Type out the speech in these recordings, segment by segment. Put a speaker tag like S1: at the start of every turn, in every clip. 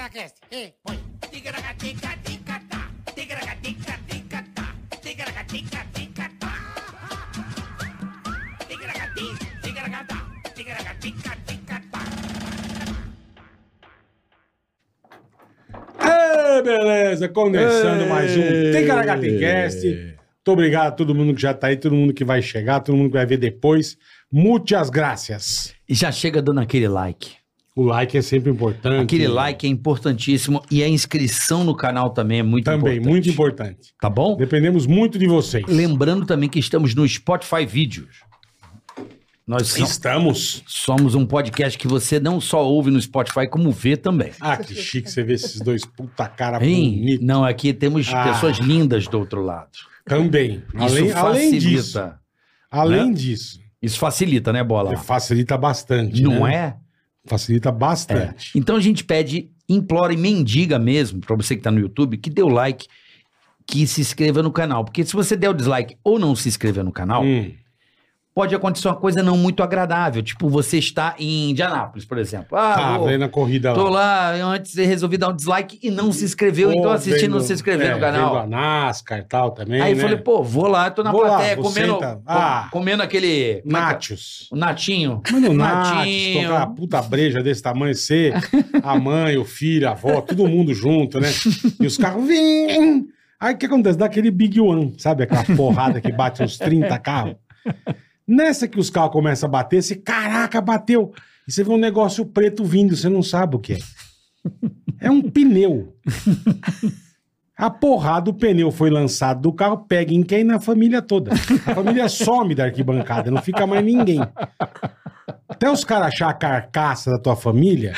S1: Tigracast, e põe.
S2: Ticaracatica-ticatá, ticaracatica-ticatá, ticaracatica-ticatá. Ticaracati, ticaracatá, ticaracatica-ticatá.
S3: Ê, Ah, beleza, começando
S4: Ê.
S3: mais um Ticaracatecast. Muito obrigado a todo mundo que já tá aí, todo mundo que vai chegar, todo mundo que vai ver depois. Muitas graças.
S4: E já chega dando aquele like.
S3: O like é sempre importante.
S4: Aquele like é importantíssimo e a inscrição no canal também é muito
S3: também,
S4: importante.
S3: muito importante.
S4: Tá bom?
S3: Dependemos muito de vocês.
S4: Lembrando também que estamos no Spotify Vídeos. Nós so-
S3: Estamos.
S4: somos um podcast que você não só ouve no Spotify, como vê também.
S3: Ah, que chique você ver esses dois puta cara
S4: Hein?
S3: bonito.
S4: Não, aqui temos
S3: Ah.
S4: pessoas lindas do outro lado.
S3: Também. Além,
S4: Isso
S3: além
S4: facilita. né?
S3: disso. Além disso.
S4: Isso facilita, né, Bola?
S3: é, Facilita bastante.
S4: Não
S3: né?
S4: é?
S3: Facilita bastante.
S4: Então a gente pede, implora e mendiga mesmo, pra você que tá no YouTube, que dê o like, que se inscreva no canal. Porque se você der o dislike ou não se inscrever no canal,
S3: Hum,
S4: pode acontecer uma coisa não muito agradável. Tipo, você está em Indianápolis, por exemplo. Ah,
S3: tá,
S4: vou-
S3: vendo a corrida
S4: tô lá, eu antes resolvi dar um dislike e não se inscreveu, então
S3: Ou
S4: assistindo não
S3: vendo-
S4: se inscreveu
S3: é,
S4: no canal.
S3: Vendo a NASCAR e tal também.
S4: Aí eu
S3: né?
S4: falei, pô, vou lá, tô na
S3: Vou lá,
S4: plateia
S3: vou
S4: comendo,
S3: sentar.
S4: com-
S3: Ah.
S4: comendo aquele... como é que é?
S3: Nachos.
S4: O natinho.
S3: Mano, Nachos, tocar uma puta breja desse tamanho, ser a mãe, o filho, a avó, todo mundo junto, né? E os carros. vim. Aí o que acontece? Dá aquele Big One, sabe? Aquela porrada que bate uns 30 carros. Nessa que os carros começam a bater, você, caraca, bateu. E você vê um negócio preto vindo, você não sabe o que é. É um pneu. A porrada, o pneu foi lançado do carro, pega em quem? Na família toda. A família some da arquibancada, não fica mais ninguém. Até os caras achar a carcaça da tua família,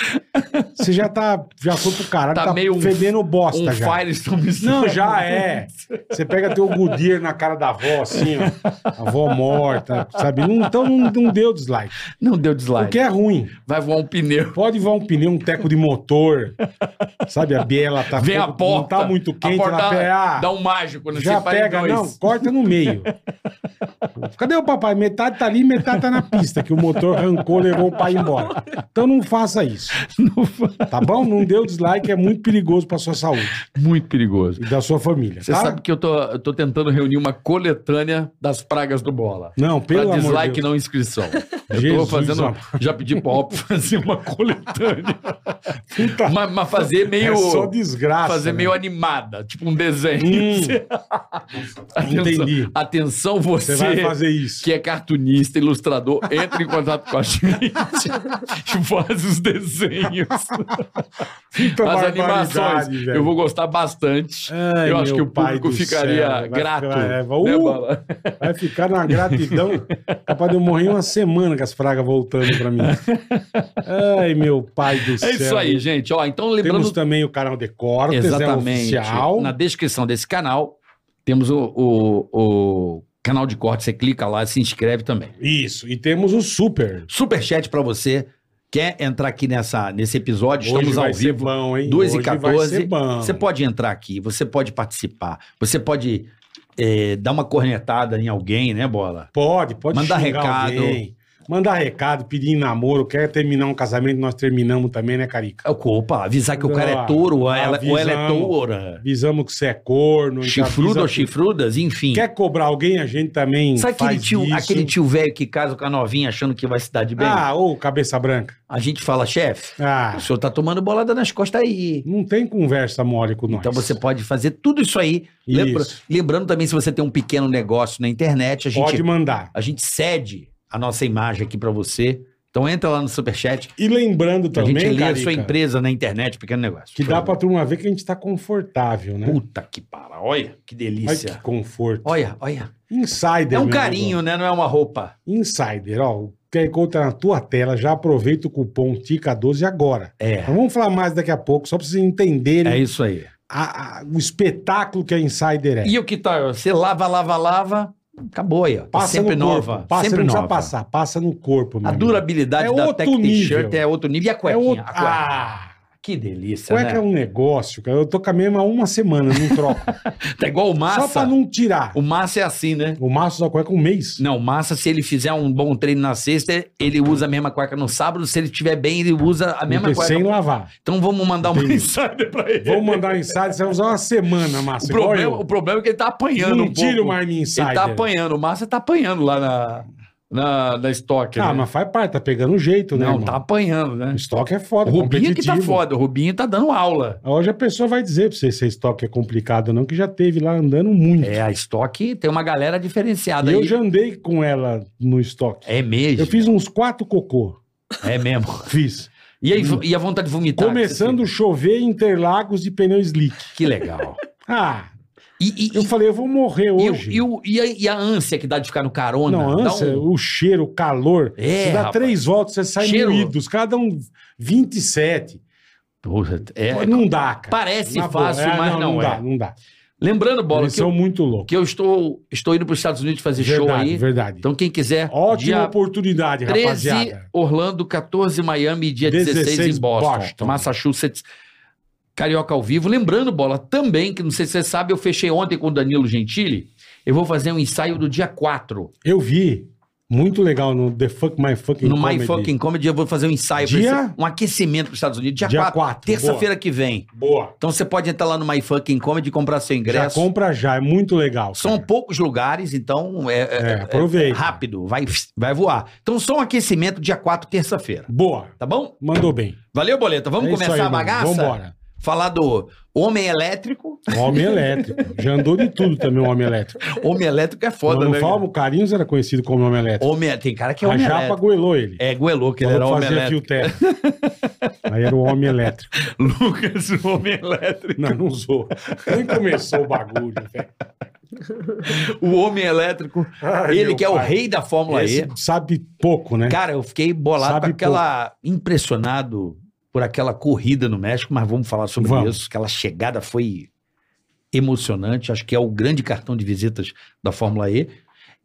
S3: você já tá, já foi pro caralho, tá,
S4: Tá meio um-
S3: fedendo bosta
S4: Um
S3: já.
S4: Firestone.
S3: Não, já é. Você pega teu Goodyear na cara da avó, assim, ó. A avó morta, sabe? Não- Então não, não deu dislike.
S4: Não deu dislike.
S3: Porque é ruim.
S4: Vai voar um pneu.
S3: Pode voar um pneu, um teco de motor. Sabe, a biela tá...
S4: Vem a
S3: não
S4: porta.
S3: tá muito quente.
S4: a porta
S3: ela pega- ah,
S4: dá um mágico. Não
S3: já pega, não, corta no meio. Cadê o papai? Metade tá ali, metade tá na pista, que o motor arrancou, levou o pai embora. Então não faça isso. Tá bom? Não dê o dislike, é muito perigoso pra sua saúde
S4: Muito perigoso.
S3: e da sua família,
S4: Você
S3: tá?
S4: sabe que eu tô, eu tô tentando reunir uma coletânea das pragas do bola.
S3: Não, pelo
S4: pra
S3: amor de
S4: dislike
S3: Deus.
S4: não inscrição. Eu tô
S3: Jesus
S4: fazendo.
S3: amado.
S4: Já pedi pro Op fazer uma coletânea.
S3: Puta,
S4: mas, mas fazer meio.
S3: é só desgraça.
S4: fazer
S3: né?
S4: meio animada, tipo um desenho.
S3: Hum.
S4: atenção,
S3: Entendi.
S4: atenção, você.
S3: Você vai fazer isso.
S4: que é cartunista, ilustrador, entre em contato com a gente e faz os desenhos,
S3: Puta
S4: é as
S3: barbaridade,
S4: animações.
S3: velho.
S4: Eu vou gostar bastante.
S3: Ai,
S4: eu
S3: meu
S4: acho que o
S3: pai
S4: público
S3: do
S4: ficaria
S3: céu, vai
S4: grato.
S3: ficar- é,
S4: né,
S3: vai- Uh!
S4: Bala?
S3: Vai ficar na gratidão. Capaz de eu morrer uma semana com as pragas voltando pra mim. Ai, meu pai do céu.
S4: é isso aí, gente. Ó, então
S3: Temos
S4: lembrando
S3: também o canal de cortes,
S4: exatamente
S3: é oficial.
S4: na descrição desse canal temos o, o- o canal de corte. Você clica lá, e se inscreve também.
S3: Isso, e temos o super.
S4: Superchat pra você. Quer entrar aqui nessa, nesse episódio? Estamos
S3: Hoje vai
S4: ao
S3: ser
S4: vivo.
S3: bom, hein?
S4: 2 e
S3: Hoje vai
S4: 14,
S3: ser bom.
S4: Você pode entrar aqui, você pode participar, você pode eh, dar uma cornetada em alguém, né, Bola?
S3: Pode, pode
S4: Mandar
S3: xingar
S4: recado.
S3: alguém. Mandar recado, pedir em namoro, quer terminar um casamento, nós terminamos também, né, Carica?
S4: É o- Opa, avisar que o cara
S3: Ah,
S4: é touro ou ela, ou ela é
S3: avisamos.
S4: toura.
S3: Avisamos que você é corno. a gente avisa
S4: Chifrudo ou
S3: que-
S4: chifrudas, enfim.
S3: Quer cobrar alguém, a gente também
S4: Sabe aquele
S3: faz
S4: tio,
S3: isso.
S4: aquele tio velho que casa com a novinha achando que vai se dar de bem?
S3: Ah, ô, cabeça branca.
S4: A gente fala, chefe,
S3: Ah,
S4: o senhor tá tomando bolada nas costas aí.
S3: não tem conversa mole com nós.
S4: Então você pode fazer tudo isso aí. Lembra-
S3: Isso.
S4: lembrando também, se você tem um pequeno negócio na internet, a gente
S3: Pode mandar.
S4: A gente cede a nossa imagem aqui pra você. Então entra lá no Superchat.
S3: E lembrando
S4: A
S3: também,
S4: gente lê a
S3: Carica,
S4: sua empresa na internet, pequeno negócio.
S3: que dá pra turma ver que a gente tá confortável, né?
S4: Puta que para. Olha, que
S3: Olha que
S4: delícia.
S3: conforto.
S4: Olha, olha.
S3: Insider.
S4: É um
S3: meu
S4: carinho, né? Não é uma roupa.
S3: amigo. Insider, ó. O QR Code tá na tua tela. Já aproveita o cupom TICA12 agora.
S4: É.
S3: Mas vamos falar mais daqui a pouco, só pra vocês entenderem
S4: É isso aí.
S3: a- a- o espetáculo que a Insider é.
S4: E o que tá? Você lava, lava, lava. Acabou aí, ó. Tá sempre
S3: no corpo.
S4: nova.
S3: Passa,
S4: sempre
S3: não precisa
S4: nova.
S3: passar. Passa no corpo, meu
S4: A
S3: amigo.
S4: durabilidade
S3: É
S4: da
S3: outro
S4: Tech T-shirt
S3: nível.
S4: é outro nível. E a cuequinha?
S3: É outro...
S4: A cueca.
S3: Ah!
S4: Que delícia,
S3: Qual é
S4: né?
S3: que é um negócio, cara? Eu tô com a mesma há uma semana, não troco.
S4: Tá igual o
S3: Só pra
S4: Massa.
S3: não tirar.
S4: O Massa é assim, né?
S3: O maço da cueca é um mês.
S4: Não, o Massa, se ele fizer um bom treino na sexta, ele usa a mesma cueca no sábado. Se ele estiver bem, ele usa a mesma
S3: Porque
S4: cueca.
S3: sem lavar.
S4: Então vamos mandar uma
S3: Entendi.
S4: mensagem pra ele.
S3: Vamos mandar um insider, você vai usar uma semana,
S4: O
S3: Márcio. igual
S4: problema,
S3: eu.
S4: o problema é que ele tá apanhando
S3: não
S4: um
S3: tira
S4: pouco.
S3: o Marmin Insider.
S4: Ele tá apanhando, o Márcio tá apanhando lá na, na, na estoque.
S3: Ah,
S4: né?
S3: mas faz parte, tá pegando o jeito, né?
S4: Não,
S3: irmão?
S4: tá apanhando, né?
S3: O estoque é foda,
S4: O Rubinho que tá
S3: competitivo.
S4: foda, o Rubinho tá dando aula.
S3: Hoje a pessoa vai dizer pra você se estoque é complicado ou não, que já teve lá andando muito.
S4: É, a estoque tem uma galera diferenciada
S3: e eu
S4: aí.
S3: já andei com ela no estoque.
S4: É mesmo,
S3: Eu fiz uns quatro cocô.
S4: é mesmo.
S3: Fiz.
S4: E, aí, e a vontade de vomitar?
S3: Hum. Começando a chover em Interlagos de pneu slick.
S4: Que legal.
S3: Ah,
S4: E, e,
S3: eu falei, eu vou morrer
S4: e,
S3: hoje.
S4: e o- e a, e a ânsia que dá de ficar no carona?
S3: Não,
S4: Dá
S3: ânsia,
S4: um-
S3: o cheiro, o calor.
S4: É,
S3: você dá
S4: rapaz.
S3: três voltas, você sai
S4: Cheiro.
S3: moído. Os caras dão um 27.
S4: Porra, é-
S3: não dá, cara.
S4: parece
S3: Na boa.
S4: fácil,
S3: É,
S4: mas não,
S3: não
S4: é.
S3: dá, não dá.
S4: Lembrando, Bola,
S3: Eles
S4: que eu,
S3: são muito loucos.
S4: que eu estou, estou indo para os Estados Unidos fazer show
S3: Verdade,
S4: aí.
S3: verdade.
S4: Então quem quiser,
S3: Ótima
S4: dia
S3: oportunidade,
S4: 13,
S3: rapaziada.
S4: Orlando, 14, Miami, dia 16,
S3: 16
S4: em Boston,
S3: Boston.
S4: Massachusetts, Carioca ao vivo. Lembrando, Bola, também, que não sei se você sabe, eu fechei ontem com o Danilo Gentili, eu vou fazer um ensaio do dia 4.
S3: Eu vi. Muito legal no The Fuck My Fucking
S4: no
S3: Comedy.
S4: My Fucking Comedy eu vou fazer um ensaio, pra
S3: Dia?
S4: esse- um aquecimento para os Estados Unidos, dia,
S3: Dia
S4: 4,
S3: 4,
S4: terça-feira que vem.
S3: Boa.
S4: Então você pode entrar lá no My Fucking Comedy e comprar seu
S3: Já
S4: ingresso.
S3: compra já, é muito legal.
S4: São
S3: cara.
S4: poucos lugares, então é, é-
S3: É, aproveita.
S4: rápido, vai, vai voar. Então só um aquecimento dia 4, terça-feira,
S3: Boa.
S4: tá bom?
S3: Mandou bem.
S4: Valeu, Boleta. Vamos
S3: É isso
S4: começar
S3: aí,
S4: a
S3: mano.
S4: bagaça?
S3: Vambora. Um
S4: Falar do homem elétrico.
S3: Homem elétrico. Já andou de tudo também o homem elétrico.
S4: Homem elétrico é foda,
S3: Mano,
S4: né?
S3: Falmo,
S4: cara?
S3: o Carinhos era conhecido como homem elétrico.
S4: Homem, tem cara que é
S3: um- A
S4: homem
S3: japa
S4: elétrico.
S3: goelou ele.
S4: É, Guelô, que ele era
S3: Falou
S4: homem
S3: que fazia fio
S4: elétrico.
S3: terra. Aí era o homem elétrico.
S4: Lucas, o homem elétrico.
S3: Não, não usou. Nem começou o bagulho, velho.
S4: O homem elétrico.
S3: Ai,
S4: ele
S3: meu
S4: que é o
S3: pai.
S4: rei da Fórmula
S3: Esse
S4: E.
S3: sabe pouco, né?
S4: Cara, eu fiquei bolado
S3: Sabe
S4: com aquela. impressionado por aquela corrida no México, mas vamos falar sobre
S3: Vamos.
S4: isso. Aquela chegada foi emocionante. Acho que é o grande cartão de visitas da Fórmula E.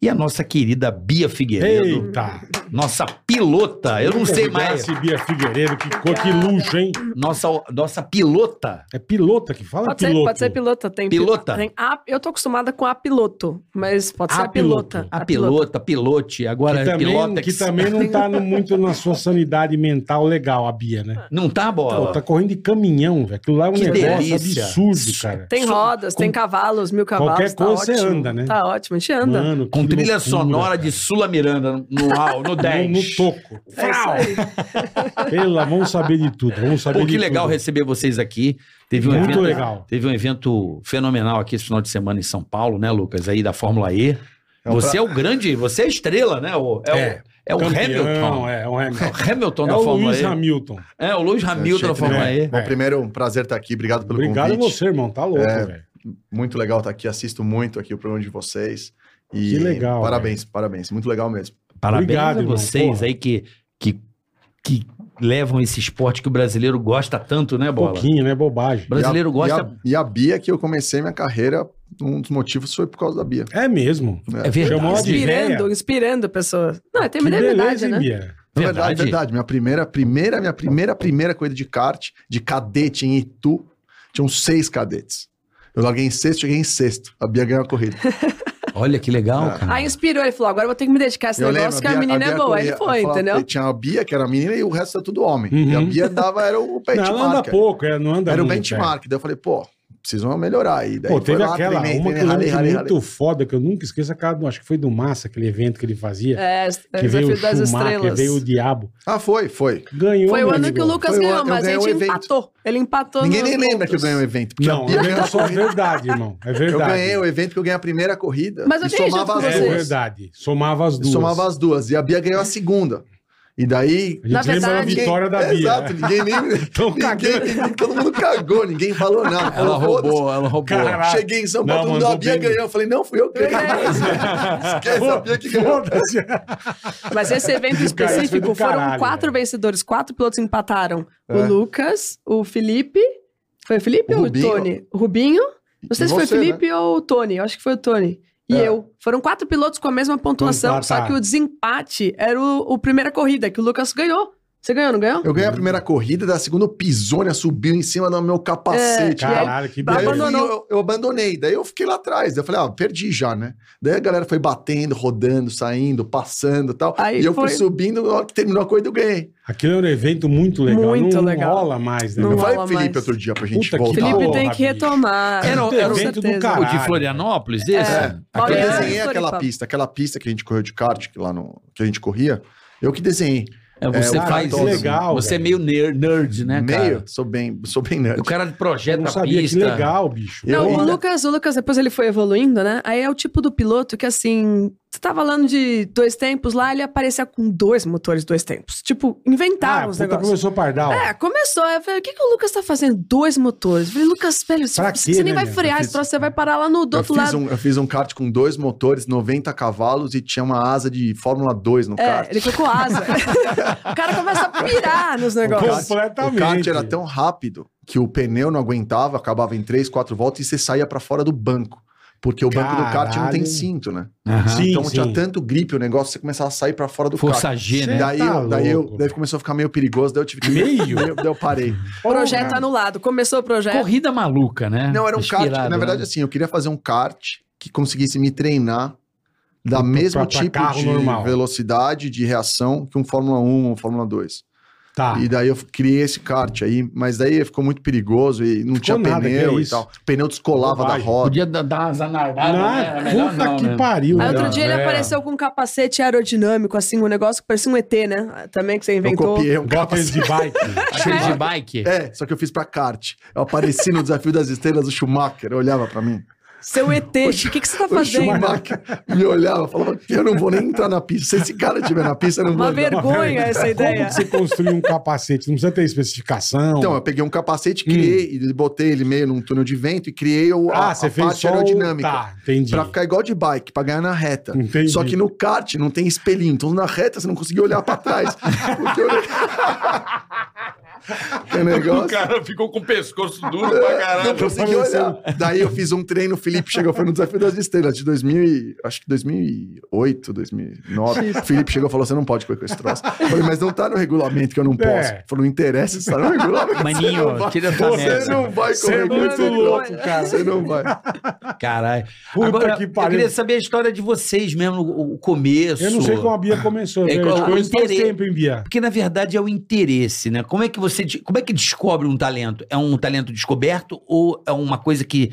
S4: E a nossa querida Bia Figueiredo.
S3: Eita!
S4: Nossa pilota, Tá, eu não
S3: Nunca
S4: sei
S3: vi
S4: mais.
S3: essa Bia Figueiredo, que cor, que luxo, hein?
S4: Nossa, nossa pilota.
S3: É pilota que fala
S1: Pode ser,
S3: piloto.
S1: pode ser pilota. Tem pi-
S4: Pilota?
S1: tem a- eu tô acostumada com a piloto, mas pode
S3: A
S1: ser a pilota.
S3: piloto.
S4: A pilota, pilote, agora
S3: Que
S4: é
S3: também,
S4: pilota
S3: que também não tá no- muito na sua sanidade mental legal, a Bia, né?
S4: não tá
S3: Pô,
S4: bola.
S3: tá correndo de caminhão, velho. Aquilo lá é um
S4: Que
S3: negócio
S4: delícia.
S3: absurdo, cara.
S1: Tem
S4: Só-
S1: rodas, tem cavalos, mil cavalos.
S3: Qualquer
S1: tá
S3: coisa você
S1: ótimo.
S3: anda, né?
S1: Tá ótimo, a gente anda.
S3: Mano,
S4: Com
S3: que
S4: trilha
S3: loucura,
S4: sonora
S3: cara.
S4: de Sula Miranda no, au- no 10.
S3: No, no toco.
S1: É isso aí.
S3: Pela, vamos saber de tudo. Vamos saber
S4: Pô,
S3: de
S4: que legal
S3: tudo.
S4: receber vocês aqui. Teve um,
S3: Muito
S4: evento,
S3: legal.
S4: teve um evento fenomenal aqui esse final de semana em São Paulo, né, Lucas? Aí da Fórmula E.
S3: É o
S4: Você é o grande, você é a estrela, né? O- é,
S3: É,
S4: o, é o
S3: campeão,
S4: Hamilton.
S3: É, o Hamilton.
S4: É o Hamilton
S3: É
S4: da
S3: o
S4: Fórmula
S3: Luiz
S4: E.
S3: Hamilton.
S4: É, o Luiz Hamilton da
S5: Achei
S4: Fórmula
S3: também.
S4: E.
S5: Bom,
S3: É.
S5: primeiro é um prazer estar aqui. Obrigado pelo
S3: Obrigado a
S5: convite.
S3: você, irmão. Tá louco,
S5: É.
S3: velho.
S5: Muito legal estar aqui. Assisto muito aqui o programa de vocês. E
S3: Que legal,
S5: Parabéns, parabéns. Muito legal mesmo.
S4: Parabéns
S3: Obrigado,
S4: a
S3: irmão,
S4: vocês
S3: porra.
S4: aí que, que, que levam esse esporte que o brasileiro gosta tanto, né, Bola?
S3: Pouquinho, né? Bobagem.
S4: O brasileiro
S5: E a-
S4: gosta.
S5: E a, e a Bia, que eu comecei minha carreira, um dos motivos foi por causa da Bia.
S3: É mesmo.
S4: É verdade.
S3: Chamou a de-
S1: Inspirando,
S3: véia.
S1: inspirando pessoas. Não, tem
S3: é. Que
S1: verdade,
S3: beleza, hein,
S1: né?
S3: Bia?
S5: Na
S4: Verdade.
S5: É verdade, verdade. Minha primeira, primeira, minha primeira, primeira corrida de kart, de cadete em Itu, tinham seis cadetes. Eu larguei em sexto, cheguei em sexto. A Bia ganhou a corrida.
S4: Olha que legal,
S5: É.
S4: cara.
S1: Aí inspirou, ele falou: agora eu vou ter que me dedicar a esse
S5: Eu
S1: negócio,
S5: lembro,
S1: que a menina é boa.
S5: corria-
S1: Aí ele foi,
S5: falava-
S1: entendeu?
S5: Tinha a Bia, que era menina, e o resto era tudo homem. E a
S3: Uhum.
S5: Bia dava, era o
S3: Não, ela
S5: benchmark.
S3: anda pouco, é, não anda
S5: Era o
S3: muito,
S5: benchmark. Daí eu falei, pô, precisam melhorar. E
S3: é.
S5: daí
S3: Pô, teve
S5: foi lá,
S3: aquela,
S5: treinei,
S3: uma que eu
S5: treinei,
S3: lembro
S5: ralei,
S3: que
S5: ralei, ralei.
S3: muito foda, que eu nunca esqueço, aquela, acho que foi do Massa, aquele evento que ele fazia.
S1: É,
S3: que veio o
S1: desafio das
S3: Schumacher,
S1: estrelas.
S3: veio o Diabo.
S5: Ah, foi, foi.
S3: Ganhou,
S1: Foi o
S3: meu
S1: ano que o
S3: amigo.
S1: Lucas
S5: Foi o
S1: ganhou,
S5: ano- eu
S1: mas a
S5: ganhei
S1: gente
S5: o evento.
S1: empatou. Ele empatou
S5: Ninguém
S1: nos
S5: nem lembra que eu
S1: pontos.
S5: ganhei o evento. porque a
S3: Não,
S5: Bia
S3: eu
S5: ganhou
S3: ganho
S5: a
S3: só
S5: corrida.
S3: verdade, irmão. É
S5: Eu
S3: verdade.
S5: ganhei o evento que eu ganhei a primeira corrida.
S1: Mas eu
S5: e
S1: ganhei junto
S5: somava
S1: com
S5: as
S3: É
S1: vocês.
S5: duas.
S3: verdade. Somava as duas.
S5: Somava as duas. E a Bia ganhou a segunda. E daí.
S3: A gente
S1: Na
S3: lembra da
S1: verdade-
S3: vitória da Bia. Então,
S5: Exato, ninguém nem.
S3: Tão
S5: ninguém, ninguém- todo mundo cagou, ninguém falou nada. Falou,
S4: Ela
S5: "Foda-se,
S4: roubou, ela roubou.
S3: Cara,
S5: Pô, Cheguei em São
S3: Não,
S5: Paulo, todo mundo, a
S3: mandou
S5: Bia
S3: bem.
S5: ganhou. Eu falei, não, fui eu que ganhei.
S1: É,
S5: Esquece, a Bia que ganhou.
S3: Foda-se.
S1: Mas esse evento
S3: Cara, isso foi do
S1: específico foram
S3: caralho,
S1: quatro
S3: velho.
S1: vencedores, quatro pilotos empataram.
S5: É.
S1: O Lucas, o Felipe. Foi o Felipe
S5: O
S1: ou
S5: Rubinho.
S1: o Tony? O Rubinho. Não sei
S5: E
S1: se foi o
S5: você, né?
S1: Felipe ou o Tony. Eu acho que foi o Tony. E
S5: É. tá,
S1: eu. Foram quatro pilotos com a mesma pontuação, só
S3: Empataram.
S1: que o desempate era o, o primeira corrida, que o Lucas ganhou. Você ganhou, não ganhou?
S5: Eu ganhei a primeira corrida, da segunda o Pisônia subiu em cima do meu capacete.
S1: É, e aí-
S3: Caralho, que
S5: E aí eu,
S3: beleza.
S1: Abandonou.
S5: fui- eu- eu abandonei, daí eu fiquei lá atrás. Daí eu falei, ah, perdi já, né? Daí a galera foi batendo, rodando, saindo, passando e tal.
S1: Aí
S5: e eu fui
S1: foi-
S5: subindo, na hora que terminou a corrida, eu ganhei.
S3: Aquilo era um evento muito legal.
S1: Muito
S3: não,
S1: legal.
S3: não rola mais, né?
S1: Não
S5: eu
S3: meu?
S5: falei
S1: rola.
S5: pro
S1: mais.
S5: Felipe outro dia pra gente
S3: Puta que
S5: voltar.
S1: Felipe
S3: porra,
S1: tem que
S3: bicho.
S1: retomar.
S4: Era um-
S1: com
S4: era um
S3: evento do
S1: certeza.
S3: caralho.
S4: O de Florianópolis, esse?
S1: É.
S5: Eu
S1: Olha,
S5: desenhei
S1: Floripa.
S5: aquela pista, aquela pista que a gente correu de kart, que lá no que a gente corria, eu que desenhei.
S4: É, você
S5: É, o
S4: faz
S5: cara, que
S3: legal,
S4: Você é
S3: velho.
S4: meio ner- nerd, né, cara?
S5: Meio, sou bem, sou bem nerd.
S4: O cara
S3: Eu
S4: projeta
S3: não
S4: a
S3: sabia,
S4: pista.
S3: que legal, bicho.
S5: Eu
S1: Não, o
S5: ainda-
S1: Lucas, o Lucas, depois ele foi evoluindo, né? Aí é o tipo do piloto que, assim, você tá falando de dois tempos lá, ele aparecia com dois motores, dois tempos. Tipo, inventaram
S3: ah,
S1: os
S3: puta
S1: negócios.
S3: professor Pardal.
S1: É, começou. Eu falei, o que, que o Lucas tá fazendo? Dois motores. Eu falei, Lucas, velho, você,
S3: Pra
S1: você
S3: quê,
S1: nem
S3: né,
S1: vai
S3: meu?
S1: frear
S3: Eu
S1: esse
S3: fiz-
S1: troço, você vai parar lá no do
S5: eu,
S1: outro
S5: fiz
S1: lado.
S5: um, eu fiz um kart com dois motores, 90 cavalos e tinha uma asa de Fórmula 2 no
S1: É,
S5: kart.
S1: ele colocou asa. o cara começa a pirar nos negócios.
S3: Completamente.
S5: O kart era tão rápido que o pneu não aguentava, acabava em três, quatro voltas e você saía pra fora do banco. Porque o banco do kart não
S3: Caralho.
S5: tem cinto, né?
S4: Aham.
S3: Sim,
S5: então tinha
S3: sim.
S5: tanto grip o negócio, você começava a sair pra fora do
S4: Força
S5: kart.
S4: G, né?
S3: Sim.
S5: Daí,
S3: Tá
S5: eu, daí, eu,
S3: louco.
S5: daí começou a ficar meio perigoso, daí eu tive que.
S3: Meio?
S5: Daí eu- daí eu parei.
S1: Projeto anulado. Começou o projeto.
S4: Corrida maluca, né?
S5: Não, era um
S4: Inspirado,
S5: kart. Na verdade,
S4: né?
S5: assim, eu queria fazer um kart que conseguisse me treinar da mesmo
S3: pra
S5: tipo
S3: carro
S5: de
S3: normal.
S5: velocidade, de reação que um Fórmula 1 ou Fórmula 2.
S3: Tá.
S5: E daí eu criei esse kart aí, mas daí ficou muito perigoso e não
S3: Ficou
S5: tinha
S3: nada,
S5: pneu
S3: que é
S5: e
S3: isso?
S5: tal. O pneu descolava da
S3: Bobagem.
S5: roda.
S4: Podia da- dar umas anardadas, né? Era
S3: Ah,
S4: melhor
S3: puta
S4: não,
S3: que
S4: né?
S3: pariu.
S1: Aí outro
S3: né?
S1: dia ele
S4: É.
S1: apareceu com um capacete aerodinâmico, assim, um negócio que parecia um ET, né? Também que você
S5: Eu
S1: inventou.
S5: copiei um
S3: Igual
S5: kart.
S3: aqueles de bike.
S4: Aquele de bike.
S5: É, só que eu fiz pra kart. Eu apareci no Desafio das Estrelas, o Schumacher olhava pra mim.
S1: Seu ET, o que, que você tá
S5: O
S1: fazendo?
S5: Schumacher me olhava, falava, eu não vou nem entrar na pista. Se esse cara estiver na pista, eu não vou
S1: Uma
S5: entrar."
S1: vergonha essa
S3: Como
S1: ideia.
S3: que você construiu um capacete? Não precisa ter especificação.
S5: Então, eu peguei um capacete, criei, e botei ele meio num túnel de vento e criei o, a,
S3: Hum. ah, você
S5: a
S3: fez
S5: parte
S3: só o-
S5: aerodinâmica.
S3: Tá, entendi.
S5: Pra ficar igual de bike, pra ganhar na reta.
S3: Entendi.
S5: Só que no kart não tem espelhinho, então na reta você não conseguia olhar pra trás. porque o ne- o negócio.
S4: cara ficou com o pescoço duro pra
S5: Não consegui olhar. Daí eu fiz um treino, o Felipe chegou, foi no Desafio das Estrelas de 2000, e- acho que 2008, 2009. O Felipe chegou e falou, você não pode correr com esse troço. Eu falei, mas não tá no regulamento que eu não posso.
S3: É.
S5: Falou, não interessa, isso tá no regulamento.
S4: Maninho,
S5: você não vai-
S4: tira essa
S5: Você
S4: merda.
S5: não vai
S3: Você é
S5: correr com
S3: muito
S5: esse
S3: louco,
S5: troço.
S3: cara.
S5: Você não vai.
S4: Caralho.
S3: É. Puta
S4: Agora,
S3: que
S4: eu
S3: pariu.
S4: queria saber a história de vocês mesmo, o, o começo.
S3: Eu não sei como a Bia começou.
S4: É
S3: É,
S4: igual-
S3: ficou em
S4: interesse.
S3: quanto tempo, hein, Bia?
S4: Porque, na verdade, é o interesse, né? Como é que você. de- Como é que descobre um talento? É um talento descoberto ou é uma coisa que,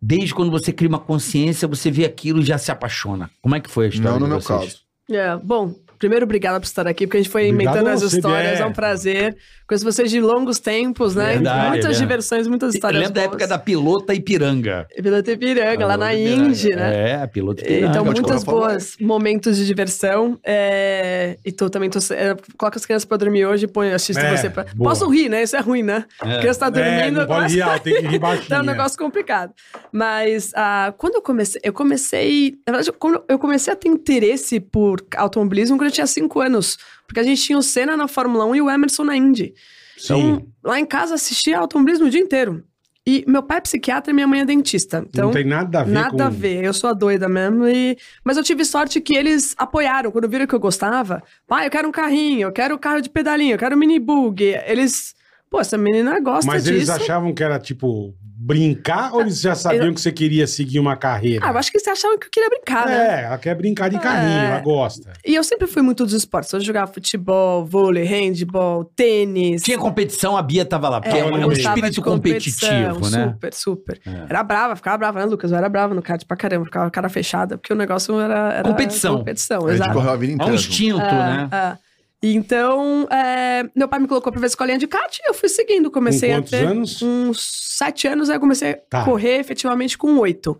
S4: desde quando você cria uma consciência, você vê aquilo e já se apaixona? Como é que foi a história?
S5: Não Então, no
S4: de
S5: meu
S4: vocês?
S5: caso.
S1: É, bom, primeiro, obrigada por estar aqui, porque a gente foi
S3: Obrigado
S1: inventando as
S3: a você,
S1: histórias,
S3: Bia.
S1: é um prazer. Conheço vocês de longos tempos, né?
S4: Verdade,
S1: muitas
S4: é.
S1: diversões, muitas
S4: Eu
S1: histórias
S4: lembro da época da pilota Ipiranga.
S1: Vila Tepiranga, lá na
S4: Pilota Ipiranga.
S1: Indy, né?
S4: É, a pilota Ipiranga.
S1: Então,
S5: Não, de
S1: muitas
S5: qualquer forma,
S1: boas momentos de diversão. É... E tô, também tô. é, coloca as crianças pra dormir hoje e põe, assisto
S3: É,
S1: você. Pra...
S3: boa.
S1: Posso rir, né? Isso é ruim, né?
S4: É.
S1: A criança tá
S3: É,
S1: dormindo.
S3: não pode
S1: começa-
S3: rir, ah, tem que rir baixinho.
S1: é um negócio complicado. Mas ah, quando eu comecei, eu comecei. Na verdade, quando eu comecei a ter interesse por automobilismo quando eu tinha 5 anos. Porque a gente tinha o Senna na Fórmula 1 e o Emerson na Indy. assim,
S3: Sim,
S1: Lá em casa assistia automobilismo o dia inteiro. E meu pai é psiquiatra e minha mãe é dentista. Então,
S3: não tem nada a ver
S1: Nada
S3: com...
S1: a ver, eu sou a doida mesmo. E... Mas eu tive sorte que eles apoiaram. Quando viram que eu gostava, pai, eu quero um carrinho, eu quero um carro de pedalinho, eu quero um mini bug. Eles, pô, essa menina gosta
S3: Mas
S1: disso.
S3: eles achavam que era, tipo, brincar ou eles já sabiam que você queria seguir uma carreira?
S1: Ah, eu acho que eles achavam que eu queria brincar, né?
S3: É, ela quer brincar de carrinho,
S1: É.
S3: ela gosta.
S1: E eu sempre fui muito dos esportes. Eu jogava futebol, vôlei, handball, tênis.
S4: Tinha competição, a Bia tava lá. Porque um é,
S3: eu
S4: um- é
S1: eu
S4: um
S3: gostava
S4: espírito
S1: de competição,
S4: competitivo, né?
S1: Super, super.
S4: É.
S1: Era brava, ficava brava, né, Lucas? Eu era brava no kart pra caramba, ficava cara fechada, porque o negócio era. era
S4: Competição.
S1: Competição,
S5: A gente
S1: exato.
S5: correu a vida
S4: É
S5: inteira.
S4: um
S5: junto.
S4: instinto, né?
S1: É. Então, é, meu pai me colocou pra ver escolinha de kart e eu fui seguindo. Comecei
S3: com
S1: a
S3: quantos
S1: ter
S3: anos?
S1: uns sete anos, aí eu comecei
S3: Tá.
S1: a correr efetivamente com oito.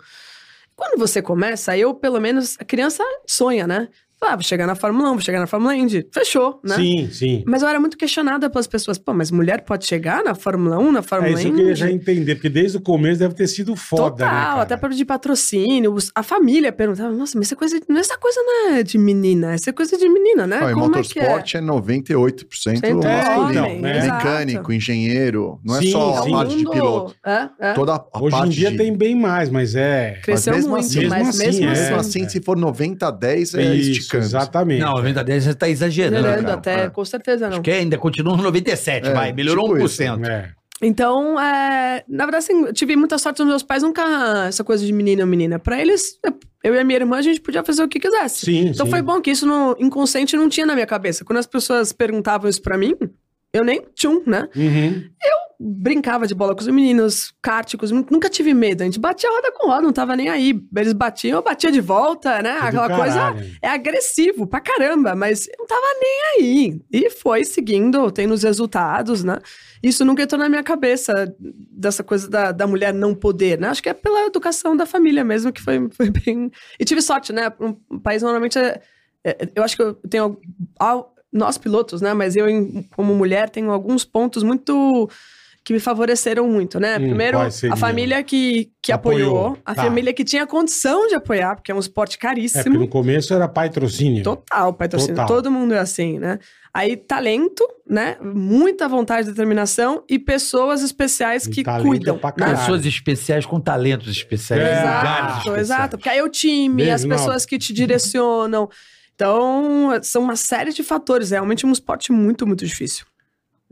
S1: Quando você começa, eu, pelo menos, a criança sonha, né? Ah, vou chegar na Fórmula 1, vou chegar na Fórmula Indy. Fechou, né?
S3: Sim, sim.
S1: Mas eu era muito questionada pelas pessoas. Pô, mas mulher pode chegar na Fórmula 1, na
S3: É
S1: Fórmula
S3: isso que eu
S1: Indy?
S3: queria já entender, porque desde o começo deve ter sido foda, né,
S1: Total,
S3: cara?
S1: até para de patrocínio. os- A família perguntava, nossa, mas essa coisa, não essa coisa não é de menina, essa é coisa de menina, né?
S5: Não, e
S1: Como é que é?
S5: motorsport é, 98%
S1: Cento- É,
S5: masculino.
S3: então, né?
S5: Mecânico, engenheiro, não é
S3: Sim,
S5: só
S1: É
S5: a
S1: um
S3: sim.
S5: parte de
S1: mundo-
S5: piloto.
S1: É, é.
S5: Toda a
S3: Hoje em
S5: parte
S3: dia
S5: de...
S3: tem bem mais, mas é...
S1: Cresceu
S5: mesmo
S1: muito,
S5: assim-
S1: mas
S3: mesmo
S1: mesmo
S3: assim,
S5: Mesmo
S1: assim.
S5: assim, se for 90 10, é
S3: Isso,
S5: brincando.
S3: Exatamente. É.
S4: Não, 90 10 você tá exagerando.
S1: Melhorando
S4: cara.
S1: até,
S5: é.
S1: com certeza não.
S4: Acho que ainda continua no 97,
S5: É,
S4: vai. Melhorou
S5: tipo
S4: 1%.
S3: É.
S1: Então, é, na verdade, assim, eu tive muita sorte dos meus pais, nunca essa coisa de menino ou menina. Pra eles, eu e a minha irmã, a gente podia fazer o que quisesse.
S3: Sim,
S1: Então
S3: sim.
S1: foi bom que isso no inconsciente não tinha na minha cabeça. Quando as pessoas perguntavam isso pra mim, eu nem tchum, né?
S3: Uhum.
S1: Brincava de bola com os meninos, kart com os meninos, nunca tive medo. A gente batia roda com roda, não tava nem aí. Eles batiam, eu batia de volta, né?
S3: do
S1: Aquela coisa
S3: caralho.
S1: é agressivo pra caramba, mas eu não tava nem aí. E foi seguindo, tendo os resultados, né? Isso nunca entrou na minha cabeça, dessa coisa da, da mulher não poder, né? Acho que é pela educação da família mesmo, que foi, foi bem. E tive sorte, né? Um, um país normalmente. É, é- eu acho que eu tenho. al- al- Nós pilotos, né? Mas eu, em- como mulher, tenho alguns pontos muito. que me favoreceram muito, né?
S3: Hum,
S1: Primeiro,
S3: quais seriam?
S1: a família que, que
S3: Apoiou,
S1: apoiou, a
S3: tá.
S1: família que tinha condição de apoiar, porque é um esporte
S3: É, porque
S1: caríssimo.
S3: no começo era patrocínio.
S1: Total, patrocínio.
S3: Total.
S1: Todo mundo é assim, né? Aí, talento, né? Muita vontade, determinação e pessoas especiais
S3: E
S1: que
S3: talento
S1: cuidam.
S3: pra
S1: né?
S3: caralho.
S4: Pessoas especiais com talentos especiais.
S3: É.
S4: lugares
S1: Exato,
S4: especiais.
S1: exato. Porque aí é o time,
S3: Beijo,
S1: as pessoas que te direcionam. Então, são uma série de fatores. É realmente um esporte muito, muito difícil.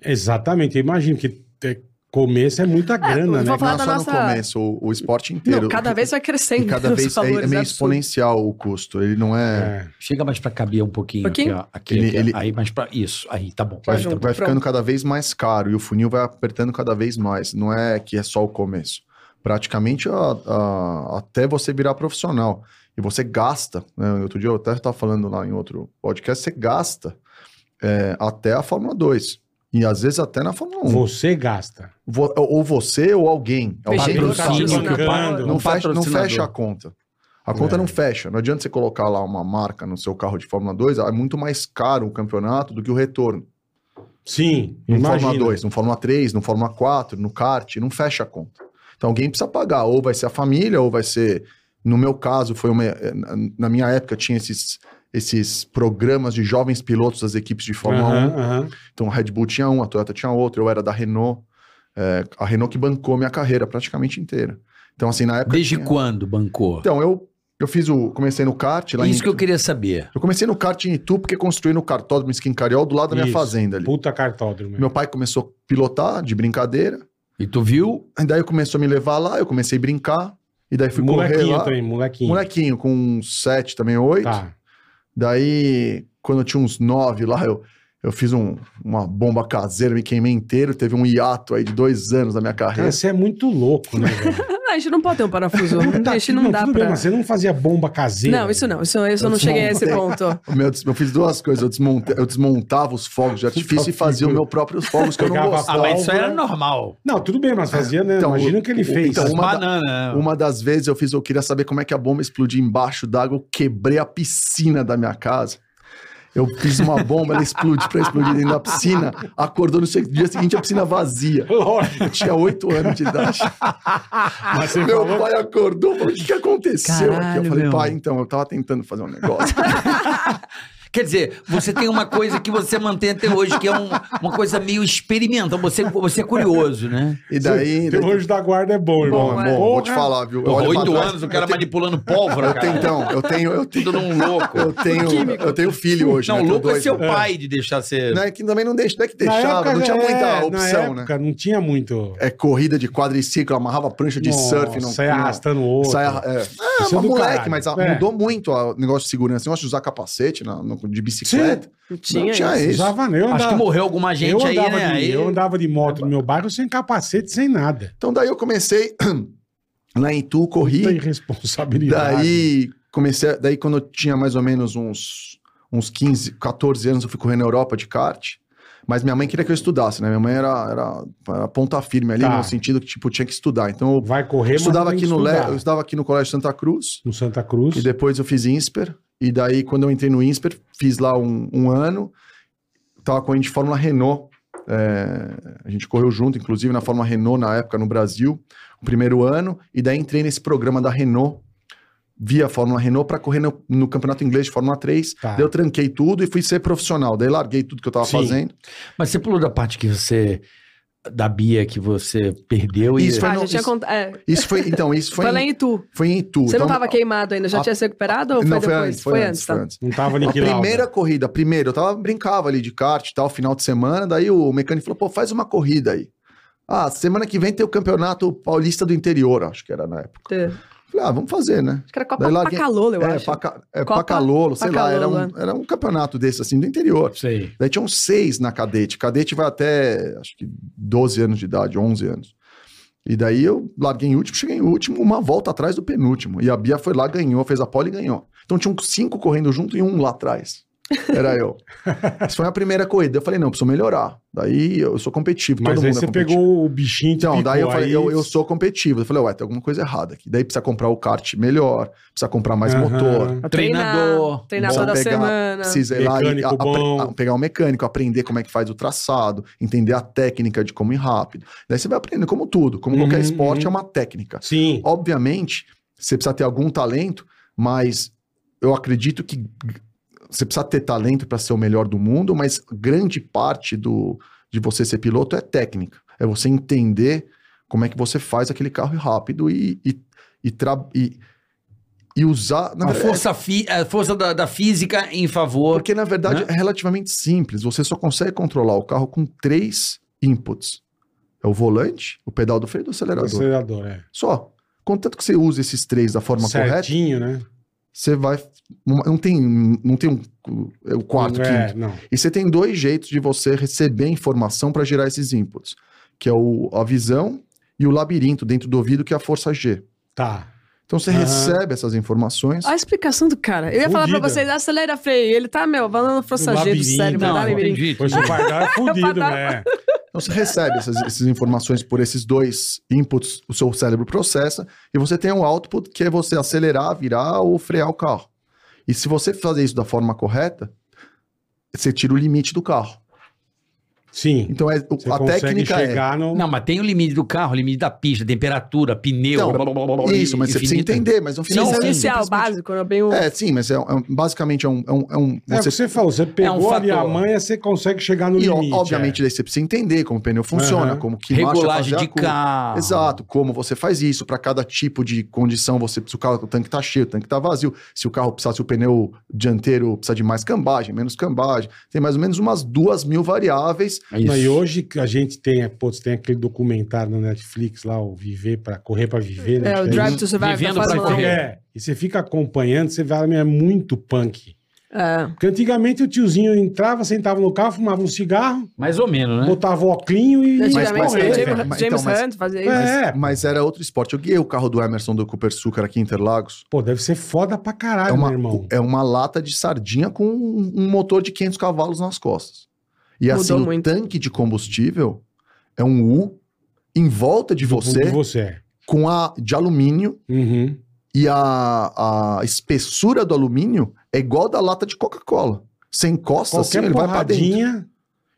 S3: Exatamente. Eu imagino que é, começo é muita grana,
S1: eu
S3: né?
S1: vou
S5: não
S1: falar da
S5: só
S1: nossa-
S5: no começo, o, o esporte inteiro.
S1: Não, cada vez vai
S5: e
S1: crescendo.
S5: cada
S1: os
S5: vez é, é
S1: valores,
S5: meio
S1: absurdo.
S5: exponencial o custo. Ele não é.
S3: É.
S4: Chega mais pra caber um pouquinho.
S1: Pouquinho?
S4: Aqui, ó. Aqui,
S5: Ele-
S4: aqui,
S5: ele-
S4: Aí mais pra... Isso, aí, tá bom.
S5: Vai,
S4: Aí, tá
S1: junto.
S4: bom.
S5: vai ficando
S1: pronto.
S5: cada vez mais caro e o funil vai apertando cada vez mais. Não é que é só o começo. Praticamente a- a- até você virar profissional. E você gasta. Né? Outro dia eu até estava falando lá em outro podcast: você gasta é, até a Fórmula 2. E às vezes até na Fórmula 1.
S3: Você gasta.
S5: Vo- ou você ou alguém. Alguém
S1: Patrocínio,
S5: que sabe.
S1: patrocinador.
S3: bancando.
S5: não,
S4: Um
S5: fecha, não
S4: patrocinador.
S5: fecha a conta. A conta
S3: É.
S5: não fecha. Não adianta você colocar lá uma marca no seu carro de Fórmula 2, é muito mais caro o campeonato do que o retorno.
S3: Sim,
S5: No
S3: imagina.
S5: Fórmula 2, no Fórmula 3, no Fórmula 4, no kart, não fecha a conta. Então alguém precisa pagar, ou vai ser a família, ou vai ser. No meu caso, foi uma. eh, na- Na minha época, tinha esses, esses programas de jovens pilotos das equipes de Fórmula
S3: Aham,
S5: 1.
S3: aham.
S5: Então a Red Bull tinha um, a Toyota tinha outro, eu era da Renault. Eh, a Renault que bancou minha carreira praticamente inteira. Então, assim, na época.
S4: Desde
S5: tinha-
S4: quando, bancou?
S5: Então, eu, eu fiz o. Comecei no kart lá
S4: Isso
S5: em.
S4: que eu queria saber.
S5: Eu comecei no kart em Itu, porque construí no cartódromo Skin Cariol do lado da minha
S3: Isso.
S5: fazenda ali.
S3: Puta cartódromo.
S5: Meu pai começou a pilotar de brincadeira.
S4: E tu viu?
S5: E Daí começou a me levar lá, eu comecei a brincar. E daí fui correr
S3: molequinho
S5: lá.
S3: também, molequinho.
S5: Molequinho, com uns 7, também 8.
S3: Tá.
S5: Daí, quando eu tinha uns 9 lá, eu, eu fiz um- uma bomba caseira, me queimei inteiro. Teve um hiato aí de dois anos da minha
S3: Cara,
S5: carreira.
S3: você é muito louco, né, velho?
S1: Ah, a gente não pode ter um parafuso.
S3: Tá,
S1: a gente não, dá
S3: tudo
S1: pra...
S3: bem, mas você não fazia bomba caseira.
S1: não, isso não. Isso, isso eu não
S5: Eu
S1: cheguei a esse ponto.
S5: Meu, eu fiz duas coisas. Eu, desmonta- eu desmontava os fogos de artifício e fazia os meus próprios fogos que eu não
S3: Pegava a
S4: Ah,
S5: gostava.
S4: mas isso
S3: Pálvora.
S4: era normal. é
S3: Não, tudo bem, mas fazia, né?
S5: Então,
S3: Imagina o que ele
S5: o-
S3: fez.
S5: né? então, uma- da-
S4: Banana.
S5: Uma das vezes eu fiz, eu queria saber como é que a bomba explodia embaixo d'água, eu quebrei a piscina da minha casa. Eu fiz uma bomba, ela explodiu pra explodir dentro da piscina. Acordou no se- dia seguinte, a piscina vazia.
S3: Lógico.
S5: Eu tinha oito anos de idade.
S3: Mas você
S5: meu
S3: falou...
S5: pai acordou e falou: o que, que aconteceu aqui? Eu
S4: Caralho,
S5: falei,
S4: meu.
S5: pai, então, eu tava tentando fazer um negócio.
S4: Quer dizer, você tem uma coisa que você mantém até hoje, que é um- uma coisa meio experimental. Você, você é curioso, né?
S5: E daí.
S3: Teu anjo da guarda é bom, irmão.
S5: Bom, é bom, vou te
S3: Porra.
S5: falar, viu? Eu
S4: Porra,
S5: olho pra
S4: oito
S5: trás-
S4: anos, o cara
S5: eu tenho-
S4: manipulando pólvora,
S5: eu tenho,
S4: cara.
S5: então, eu tenho, eu tenho,
S4: Todo um louco.
S5: eu tenho, eu tenho filho hoje.
S4: Não,
S5: né?
S4: o
S5: Tenho
S4: louco é
S5: dois,
S4: seu
S5: né?
S4: pai de deixar ser...
S5: Não, é que também não, deixa, não é que
S3: Na
S5: deixava,
S3: época
S5: não
S3: já
S5: tinha
S3: é,
S5: muita
S3: na
S5: opção, né?
S3: época, Não tinha muito.
S5: É corrida de quadriciclo, amarrava prancha de
S3: Nossa,
S5: surf. Não,
S3: Saia
S5: não-
S3: arrastando o outro.
S5: saia- é, é,
S3: Isso é
S5: mas
S3: do
S5: moleque,
S3: caralho.
S5: mas a-
S3: É.
S5: mudou muito o negócio de segurança. O negócio de usar capacete na- no- de bicicleta.
S1: Não
S5: não
S1: tinha isso.
S5: tinha É isso.
S3: Usava, né? eu
S4: Acho
S3: andava-
S4: que morreu alguma gente
S3: eu
S4: aí,
S3: andava
S4: né?
S3: de-
S4: Aí-
S3: Eu andava de moto no meu bairro sem capacete, sem nada.
S5: Então daí eu comecei lá em Tu,
S3: Puta
S5: corri.
S3: irresponsabilidade.
S5: Daí comecei. a- Daí quando eu tinha mais ou menos uns, uns 15, 14 anos, eu fui correr na Europa de kart. Mas minha mãe queria que eu estudasse, né? Minha mãe era, era, era ponta firme ali,
S3: Tá.
S5: no sentido que, tipo, tinha que estudar. Então eu
S3: Vai correr, mas
S5: estudava
S3: tem que
S5: aqui no,
S3: estudar.
S5: Le- eu estudava aqui no Colégio Santa Cruz.
S3: No Santa Cruz.
S5: E depois eu fiz INSPER. E daí, quando eu entrei no INSPER, fiz lá um, um ano. Tava com a gente Fórmula Renault. É, a gente correu junto, inclusive, na Fórmula Renault, na época, no Brasil. O primeiro ano. E daí entrei nesse programa da Renault. Via Fórmula Renault para correr no, no campeonato inglês de Fórmula 3.
S3: Tá.
S5: Daí eu tranquei tudo e fui ser profissional. Daí larguei tudo que eu tava
S3: Sim.
S5: fazendo.
S4: Mas você pulou da parte que você da Bia que você perdeu
S5: Isso
S4: e.
S5: foi
S1: Ah,
S5: no-
S1: já tinha
S5: isso-
S1: contado. É,
S5: Isso foi, então, isso foi,
S1: foi lá
S5: em,
S1: em Itu.
S5: foi em Itu.
S1: Você não
S5: Então,
S1: tava queimado ainda, já
S5: a-
S1: tinha se recuperado ou foi
S5: Não, foi,
S1: depois?
S5: antes, foi, antes,
S1: tá.
S5: foi antes.
S3: Não tava
S5: A
S3: aniquilado.
S5: primeira corrida, primeiro, eu tava, brincava ali de kart e tal, final de semana, daí o mecânico falou, pô, faz uma corrida aí. Ah, semana que vem tem o campeonato paulista do interior, acho que era na época.
S1: É. Acho
S5: Falei, ah, vamos fazer, né?
S1: que era
S5: Daí
S1: Copa
S5: lá-
S1: Pacalolo, eu
S5: é,
S1: acho.
S5: Paca, é
S1: Copa-
S5: Pacalolo, sei lá, era
S1: Pacalolo, né?
S5: um, era um campeonato desse, assim, do interior.
S3: Sei.
S5: Daí tinham seis na cadete. Cadete vai até, acho que 12 anos de idade, 11 anos. E daí eu larguei em último, cheguei em último, uma volta atrás do penúltimo. E a Bia foi lá, ganhou, fez a pole e ganhou. Então tinham cinco correndo junto e um lá atrás. Era eu. Isso foi a primeira corrida. Eu falei, não, preciso melhorar. Daí eu sou competitivo,
S3: Mas
S5: todo
S3: aí
S5: mundo é
S3: você
S5: competitivo.
S3: pegou o bichinho que
S5: Então,
S3: picou,
S5: daí eu falei,
S3: aí-
S5: eu, eu sou competitivo. Eu falei, ué, tem alguma coisa errada aqui. Daí precisa comprar o kart melhor, precisa comprar mais
S3: Aham.
S5: motor.
S1: Pra treinar,
S4: Treinador.
S1: Treinar
S5: Bom,
S1: toda
S5: pegar-
S1: semana.
S5: Precisa ir lá e
S3: Mecânico
S5: a- apre-
S3: bom.
S5: a- pegar um mecânico, aprender como é que faz o traçado, entender a técnica de como ir rápido. Daí você vai aprendendo, como tudo, como qualquer
S3: Uhum,
S5: esporte,
S3: uhum.
S5: é uma técnica.
S3: Sim.
S5: Obviamente, você precisa ter algum talento, mas eu acredito que g- você precisa ter talento para ser o melhor do mundo, mas grande parte do, de você ser piloto é técnica. É você entender como é que você faz aquele carro ir rápido e, e, e, tra- e- e usar. na
S4: A
S5: verdade,
S4: força, fi- a força da, da física em favor.
S5: porque, na verdade,
S4: né?
S5: é relativamente simples. Você só consegue controlar o carro com três inputs. É o volante, o pedal do freio e o acelerador.
S3: Acelerador, é.
S5: Só. Contanto que você use esses três da forma correta,
S3: Certinho, né?
S5: você vai... Não não tem, não tem um, é o quarto,
S3: é,
S5: quinto.
S3: não.
S5: E você tem dois jeitos de você receber informação para gerar esses inputs. Que é o, a visão e o labirinto dentro do ouvido, que é a força G.
S3: Tá.
S5: Então você
S3: Aham.
S5: recebe essas informações.
S1: Olha a explicação do cara. Eu ia falar pra
S3: Fudida.
S1: vocês, acelera freio. Ele tá, meu, falando força G do
S3: labirinto,
S1: cérebro.
S3: não,
S1: dá labirinto.
S3: Foi se guardar, é fudido, né?
S5: Então você recebe essas, essas informações por esses dois inputs, o seu cérebro processa, e você tem um output que é você acelerar, virar ou frear o carro. E se você fazer isso da forma correta, você tira o limite do carro.
S3: Sim.
S5: Então é, o-
S3: Você
S5: a
S3: consegue
S5: técnica é.
S3: chegar no...
S4: Não, mas tem o limite do carro, limite da pista, temperatura, pneu.
S5: Então,
S4: blá, blá, blá, blá, blá,
S5: Isso, mas você precisa
S4: infinito.
S5: entender, mas no
S1: Sim,
S5: final.
S1: isso é
S4: Não,
S1: o
S4: sim,
S1: inicial,
S5: simplesmente-
S1: básico, né? Bem o...
S5: É, sim, mas é, um- é um- basicamente é um. É um, é um-
S3: É o que
S5: você-
S3: você falou, você pegou ali a
S4: fator.
S3: manha, você consegue chegar no
S5: e, ó,
S3: limite. é.
S5: obviamente, daí você precisa entender como o pneu funciona,
S3: Aham.
S5: como que marcha fazer
S4: Regulagem
S5: a
S4: de
S5: curva.
S4: carro.
S5: Exato, como você faz isso para cada tipo de condição, você se o carro, o tanque tá cheio, o tanque tá vazio, se o carro precisar, se o pneu dianteiro precisa de mais cambagem, menos cambagem, tem mais ou menos umas duas mil variáveis.
S4: É
S3: Não, e
S4: isso.
S3: hoje que a gente tem, é, putz, tem aquele documentário na Netflix lá, o Viver para Correr para Viver, né?
S1: É, o
S3: Acho que
S1: Drive
S3: isso.
S1: to Survive da
S4: Vivendo pra
S1: Fórmula 1.
S4: correr.
S3: É, e você fica acompanhando, você vai, "Meu, é muito punk.
S1: É.
S3: Porque antigamente o tiozinho entrava, sentava no carro, fumava um cigarro,
S4: Mais ou menos, né?
S3: botava o oclinho e...
S5: mas-
S1: Antigamente, o
S5: mas-
S1: James,
S5: mas-
S1: James
S5: então, mas-
S1: Hunt fazia isso.
S3: É,
S5: Mas era outro esporte. Eu guiei o carro do Emerson do Cooper Sucar aqui em Interlagos.
S3: pô, deve ser foda pra caralho,
S5: É uma,
S3: meu irmão.
S5: é uma lata de sardinha com um um motor de 500 cavalos nas costas. E
S1: Mudou
S5: assim, o
S1: muito.
S5: tanque de combustível é um U em volta de você,
S3: De você. é.
S5: com a de alumínio
S3: Uhum.
S5: e a, a espessura do alumínio é igual da lata de Coca-Cola. Você encosta assim,
S3: Qualquer
S5: ele vai pra dentro.
S3: porradinha...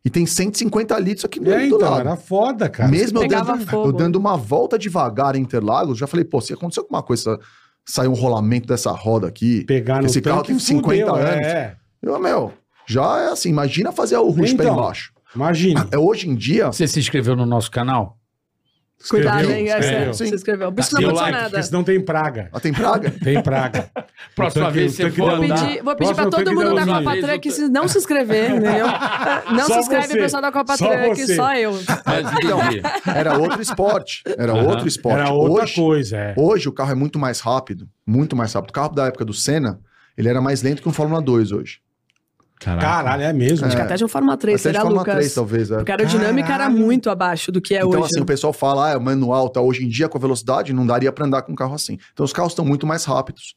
S5: E tem 150 litros aqui dentro
S3: É,
S5: do
S3: então,
S5: lado.
S3: era foda, cara.
S5: Mesmo eu
S1: Pegava
S5: dando,
S1: fogo. né?
S5: eu dando uma volta devagar em Interlagos, já falei, pô, se aconteceu alguma coisa, saiu um rolamento dessa roda aqui.
S3: Pegar no
S5: Esse carro
S3: tanque,
S5: tem 50
S3: fudeu,
S5: anos.
S3: É,
S5: Eu, meu, já é assim, imagina fazer o rush pra
S3: Então.
S5: embaixo.
S3: imagina.
S5: É, hoje em dia,
S4: Você se inscreveu no nosso canal?
S1: Cuidado,
S3: Escreveu,
S1: hein, Garcia.
S3: escreveu.
S1: Você escreveu. O bicho não
S3: Deu
S1: aconteceu
S3: like,
S1: nada.
S3: porque senão tem praga.
S5: ela tem praga.
S3: Tem praga.
S4: Próxima
S3: O tanque-
S4: vez
S3: o
S4: você
S3: tanque
S4: for
S3: dela
S1: Vou
S3: não dá.
S1: pedir, vou pedir pra
S3: Próximo
S1: todo
S3: tanque
S1: mundo
S3: dela
S1: da
S3: não dá.
S1: Copatran que se- não se inscrever, entendeu? Não
S3: Só
S1: se inscreve,
S3: você.
S1: pessoal da
S3: Só
S1: Copatran,
S3: você.
S1: que só eu.
S4: Mas então, entendi.
S5: Era outro esporte. Era
S4: Aham.
S5: outro esporte.
S3: Era outra
S5: hoje,
S3: coisa, é.
S5: Hoje o carro é muito mais rápido, muito mais rápido. O carro da época do Senna, ele era mais lento que um Fórmula 2 hoje.
S3: Caralho, é mesmo.
S1: Acho que
S3: cara.
S1: até de um Fórmula 3,
S5: Até de
S1: será,
S5: Fórmula
S1: Lucas?
S5: 3, talvez. É.
S1: Porque a aerodinâmica era
S3: Caralho.
S1: muito abaixo do que é
S5: então,
S1: hoje.
S5: assim, o pessoal fala, ah, é o manual, tá? Hoje em dia, com a velocidade, não daria pra andar com um carro assim. Então, os carros estão muito mais rápidos.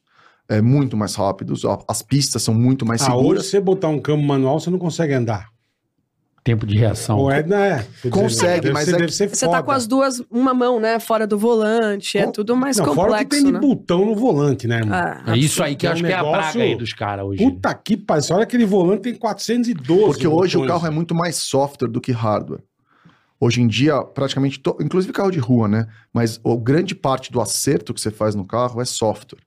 S5: É, muito mais rápidos. a- As pistas são muito mais
S3: Ah, hoje
S5: seguras.
S3: você botar um câmbio manual, você não consegue andar.
S4: Tempo de reação.
S3: Ou é, não é. Quer dizer,
S5: Consegue,
S3: deve
S5: mas
S3: ser,
S5: é
S3: deve ser
S1: Você
S3: foda.
S1: tá com as duas, uma mão, né, fora do volante, é
S5: Com-
S1: tudo mais
S3: não, fora que tem
S1: complexo,
S3: de
S1: né?
S3: botão no volante, né, irmão?
S1: Ah,
S4: É isso aí que eu
S3: É um
S4: acho que é a
S3: negócio-
S4: praga aí dos caras hoje.
S3: Puta que pariu. Você olha aquele volante, tem 412.
S5: Porque hoje o
S3: botões.
S5: carro é muito mais software do que hardware. Hoje em dia, praticamente, to- inclusive carro de rua, né? Mas o grande parte do acerto que você faz no carro é software.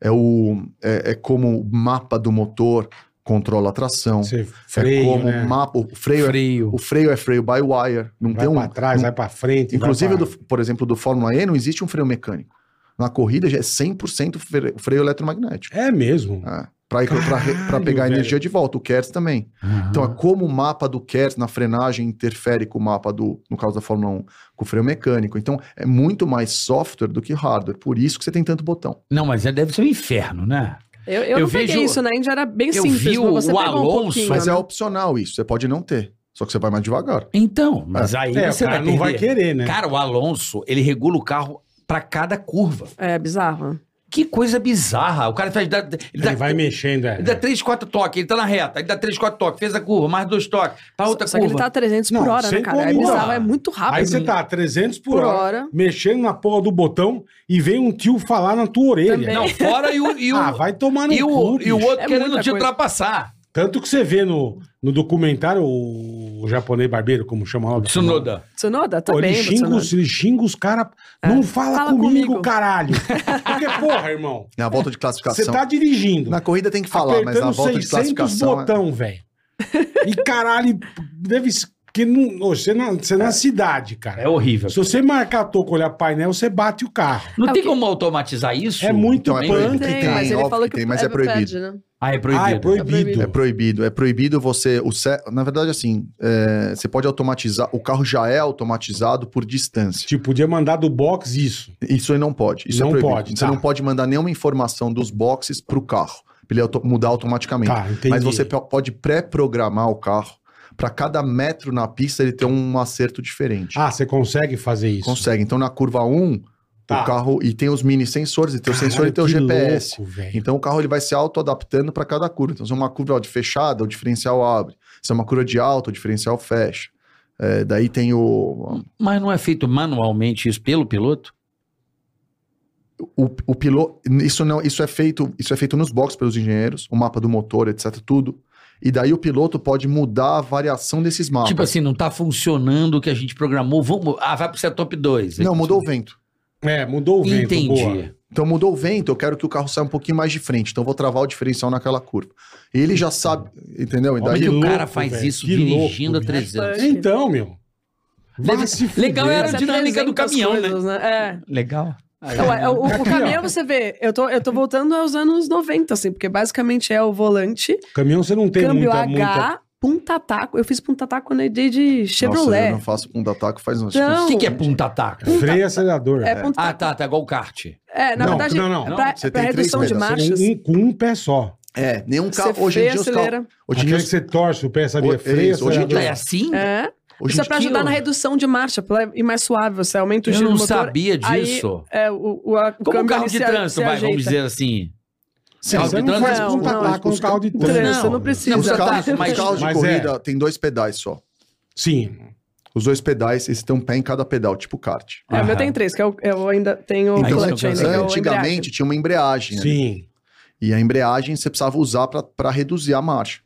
S5: É, o, é, é como o mapa do motor, controla a tração.
S3: Você freio,
S5: é como
S3: né?
S5: mapa. O freio, é,
S4: Freio.
S5: o freio é freio by wire. Não
S3: Vai
S5: tem um.
S3: pra trás,
S5: não-
S3: vai pra frente. vai
S5: inclusive,
S3: pra-
S5: do- por exemplo, do Fórmula E não existe um freio mecânico. Na corrida já é 100% fre- freio eletromagnético.
S3: É mesmo.
S5: Ah, pra, ir- pra re- pra
S3: Caralho,
S5: pegar
S3: velho.
S5: energia de volta. O Kertz também.
S4: Ah.
S5: Então, é como o mapa do Kers na frenagem interfere com o mapa do, no caso da Fórmula 1, com o freio mecânico. Então, é muito mais software do que hardware. Por isso que você tem tanto botão.
S4: Não, mas já deve ser um inferno, né?
S1: Eu, eu,
S4: Eu
S1: não peguei
S4: vejo-
S1: isso, na Índia era bem
S4: eu
S1: simples,
S4: vi
S1: mas
S4: o-
S1: você
S4: o
S1: pegou
S4: Alonso,
S1: um pouquinho,
S5: Mas
S1: né?
S5: é opcional isso. Você pode não ter. Só que você vai mais devagar.
S4: Então, mas aí
S3: É, o
S4: você
S3: cara
S4: vai
S3: não vai
S4: perder.
S3: querer, né?
S4: Cara, o Alonso, ele regula o carro pra cada curva.
S1: É bizarro.
S4: Que coisa bizarra. O cara faz. Dá, ele
S3: Ele
S4: dá-
S3: vai mexendo, é.
S4: Ele dá 3, 4 toques, ele tá na reta, ele dá 3, 4 toques, fez a curva, mais dois toques, pra outra
S1: Só que
S4: curva.
S1: ele tá a 300 por
S3: Não,
S1: hora, né,
S3: sem
S1: cara? É
S3: combinar.
S1: bizarro, é muito rápido.
S3: Aí você tá a 300 por,
S1: Por
S3: hora,
S1: hora.
S3: mexendo na porra do botão e vem um tio falar na tua orelha.
S1: Também.
S4: Não, fora e o, e o,
S3: ah, vai tomar no
S4: e o,
S3: cu,
S4: e o
S3: bicho.
S4: outro
S1: É
S4: querendo
S1: muita
S4: te
S1: coisa.
S4: ultrapassar.
S3: Tanto que você vê no, no documentário o, o japonês barbeiro, como chama lá. o
S4: Tsunoda.
S1: Tsunoda, tá
S3: Pô,
S1: bem,
S3: ele, xinga
S1: Tsunoda.
S3: os, ele xinga os caras. Não fala,
S1: Fala
S3: comigo,
S1: comigo.
S3: caralho. Porque, porra, irmão,
S5: Na É volta de
S3: você
S5: classificação.
S3: tá dirigindo. tá
S5: Na corrida tem que é falar, mas na
S3: apertando
S5: volta de
S3: 600
S5: classificação. é-
S3: botão, velho. E caralho, deve. Que não, ô, você, na, você na cidade, cara.
S4: É horrível.
S3: Se você marcar toco, olhar painel, você bate o carro.
S4: Não
S1: É
S4: tem
S1: porque-
S4: como automatizar isso?
S3: É muito
S5: Então, é
S4: Também.
S5: proibido.
S1: Tem,
S5: Tem,
S1: mas ele
S5: óbvio
S1: falou
S5: que
S1: que,
S5: tem, mas é proibido.
S1: pede, né?
S4: Ah, é proibido.
S3: Ah, é proibido.
S5: É proibido. É proibido você. O ce- Na verdade, assim, é, você pode automatizar. O carro já é automatizado por distância.
S3: Tipo, podia mandar do box isso.
S5: Isso aí não pode. Isso
S3: Não
S5: é proibido.
S3: pode,
S5: você
S3: tá.
S5: não pode mandar nenhuma informação dos boxes pro carro. Pra ele auto- mudar automaticamente.
S3: Tá, entendi.
S5: Mas você po- pode pré-programar o carro para cada metro na pista ele ter um acerto diferente.
S3: Ah, você consegue fazer isso?
S5: Consegue. Então na curva 1,
S3: Tá.
S5: o carro e tem os mini sensores, e tem o
S3: Caralho,
S5: sensor e tem o
S3: que
S5: GPS.
S3: louco, velho.
S5: Então o carro ele vai se auto-adaptando para cada curva. Então, se é uma curva de fechada, o diferencial abre. Se é uma curva de alta, o diferencial fecha. É, daí tem o,
S4: Mas não é feito manualmente isso pelo piloto?
S5: o, o piloto. Isso não, isso é feito, isso é feito nos boxes pelos engenheiros, o mapa do motor, etc. Tudo. E daí o piloto pode mudar a variação desses mapas.
S4: tipo assim, não tá funcionando o que a gente programou. Vamos, ah, vai pro ser top 2.
S5: não, mudou o
S1: assim.
S5: vento.
S3: É, mudou o vento.
S4: Entendi.
S3: boa.
S5: Então mudou o vento, eu quero que o carro saia um pouquinho mais de frente. Então eu vou travar o diferencial naquela curva. Ele já sabe, entendeu? E
S4: Como é
S5: daí
S4: que
S3: Que
S4: o cara
S3: louco,
S4: faz
S3: velho,
S4: isso
S3: que
S4: dirigindo
S3: louco, né?
S4: a 300?
S1: bicho.
S3: Então, meu. Vai
S4: Deve-
S3: se fuder.
S4: legal era- aerodinâmica do caminhão, né?
S1: 300 coisas, né? É.
S4: Legal.
S1: Então, é, o, o caminhão, você vê, eu tô, eu tô voltando aos anos 90, assim, porque basicamente é o volante,
S3: Caminhão você não tem
S1: câmbio
S3: muita,
S1: H,
S3: muita...
S1: punta taco. Eu fiz punta taco quando eu dei de
S5: Nossa,
S1: Chevrolet.
S5: eu não faço um ataque faz uns.
S1: Não.
S4: O que, que é punta-taca?
S3: Freio e acelerador.
S1: um É, punta
S4: Ah,
S1: taco.
S4: tá, tá igual o kart.
S1: É, na
S3: Não,
S1: verdade,
S3: não, não.
S1: é pra,
S5: Você
S1: é pra
S5: tem três
S1: redução de
S5: pedais,
S1: marchas.
S3: Um, um com um pé só.
S5: É, nenhum
S1: Você
S5: carro. Hoje em
S1: freia,
S5: dia os carros.
S1: acelera.
S5: Hoje em
S3: Aquele
S5: dia,
S3: que você torce o pé, sabia?
S5: Hoje-
S3: Freio,
S5: isso, hoje em
S3: acelerador.
S4: É assim?
S1: É.
S5: hoje
S1: Isso
S5: em
S1: é pra
S5: dia-
S1: ajudar na redução de marcha, pra ir mais suave, você aumenta o
S4: Eu
S1: giro
S4: não
S1: do motor.
S4: sabia
S1: aí-
S4: disso.
S1: É, o, o, a, o
S4: Como
S1: câmbio
S4: carro
S1: ali
S4: de
S1: se a- se
S4: trânsito, vai,
S1: ajeita.
S4: vamos dizer assim.
S5: Sim,
S4: Carro
S3: Você não
S4: Não,
S3: faz
S1: não,
S3: contatar
S5: não,
S3: com o
S5: os-
S3: carro de
S5: os-
S3: trânsito.
S1: Trânsito, não tá? precisa.
S4: Os
S5: os carros,
S4: mas-
S5: os carros de
S3: mas é.
S5: corrida tem dois pedais só.
S3: Sim.
S5: Os dois pedais, eles têm um pé em cada pedal, tipo kart.
S1: É, o meu
S4: Aham.
S1: tem três, que eu, eu ainda tenho o
S4: Aí
S5: Então,
S4: você
S1: clutch ainda, que é o
S5: antigamente
S1: embreagem.
S5: tinha uma embreagem. né?
S3: Sim.
S5: E a embreagem você precisava usar para reduzir a marcha.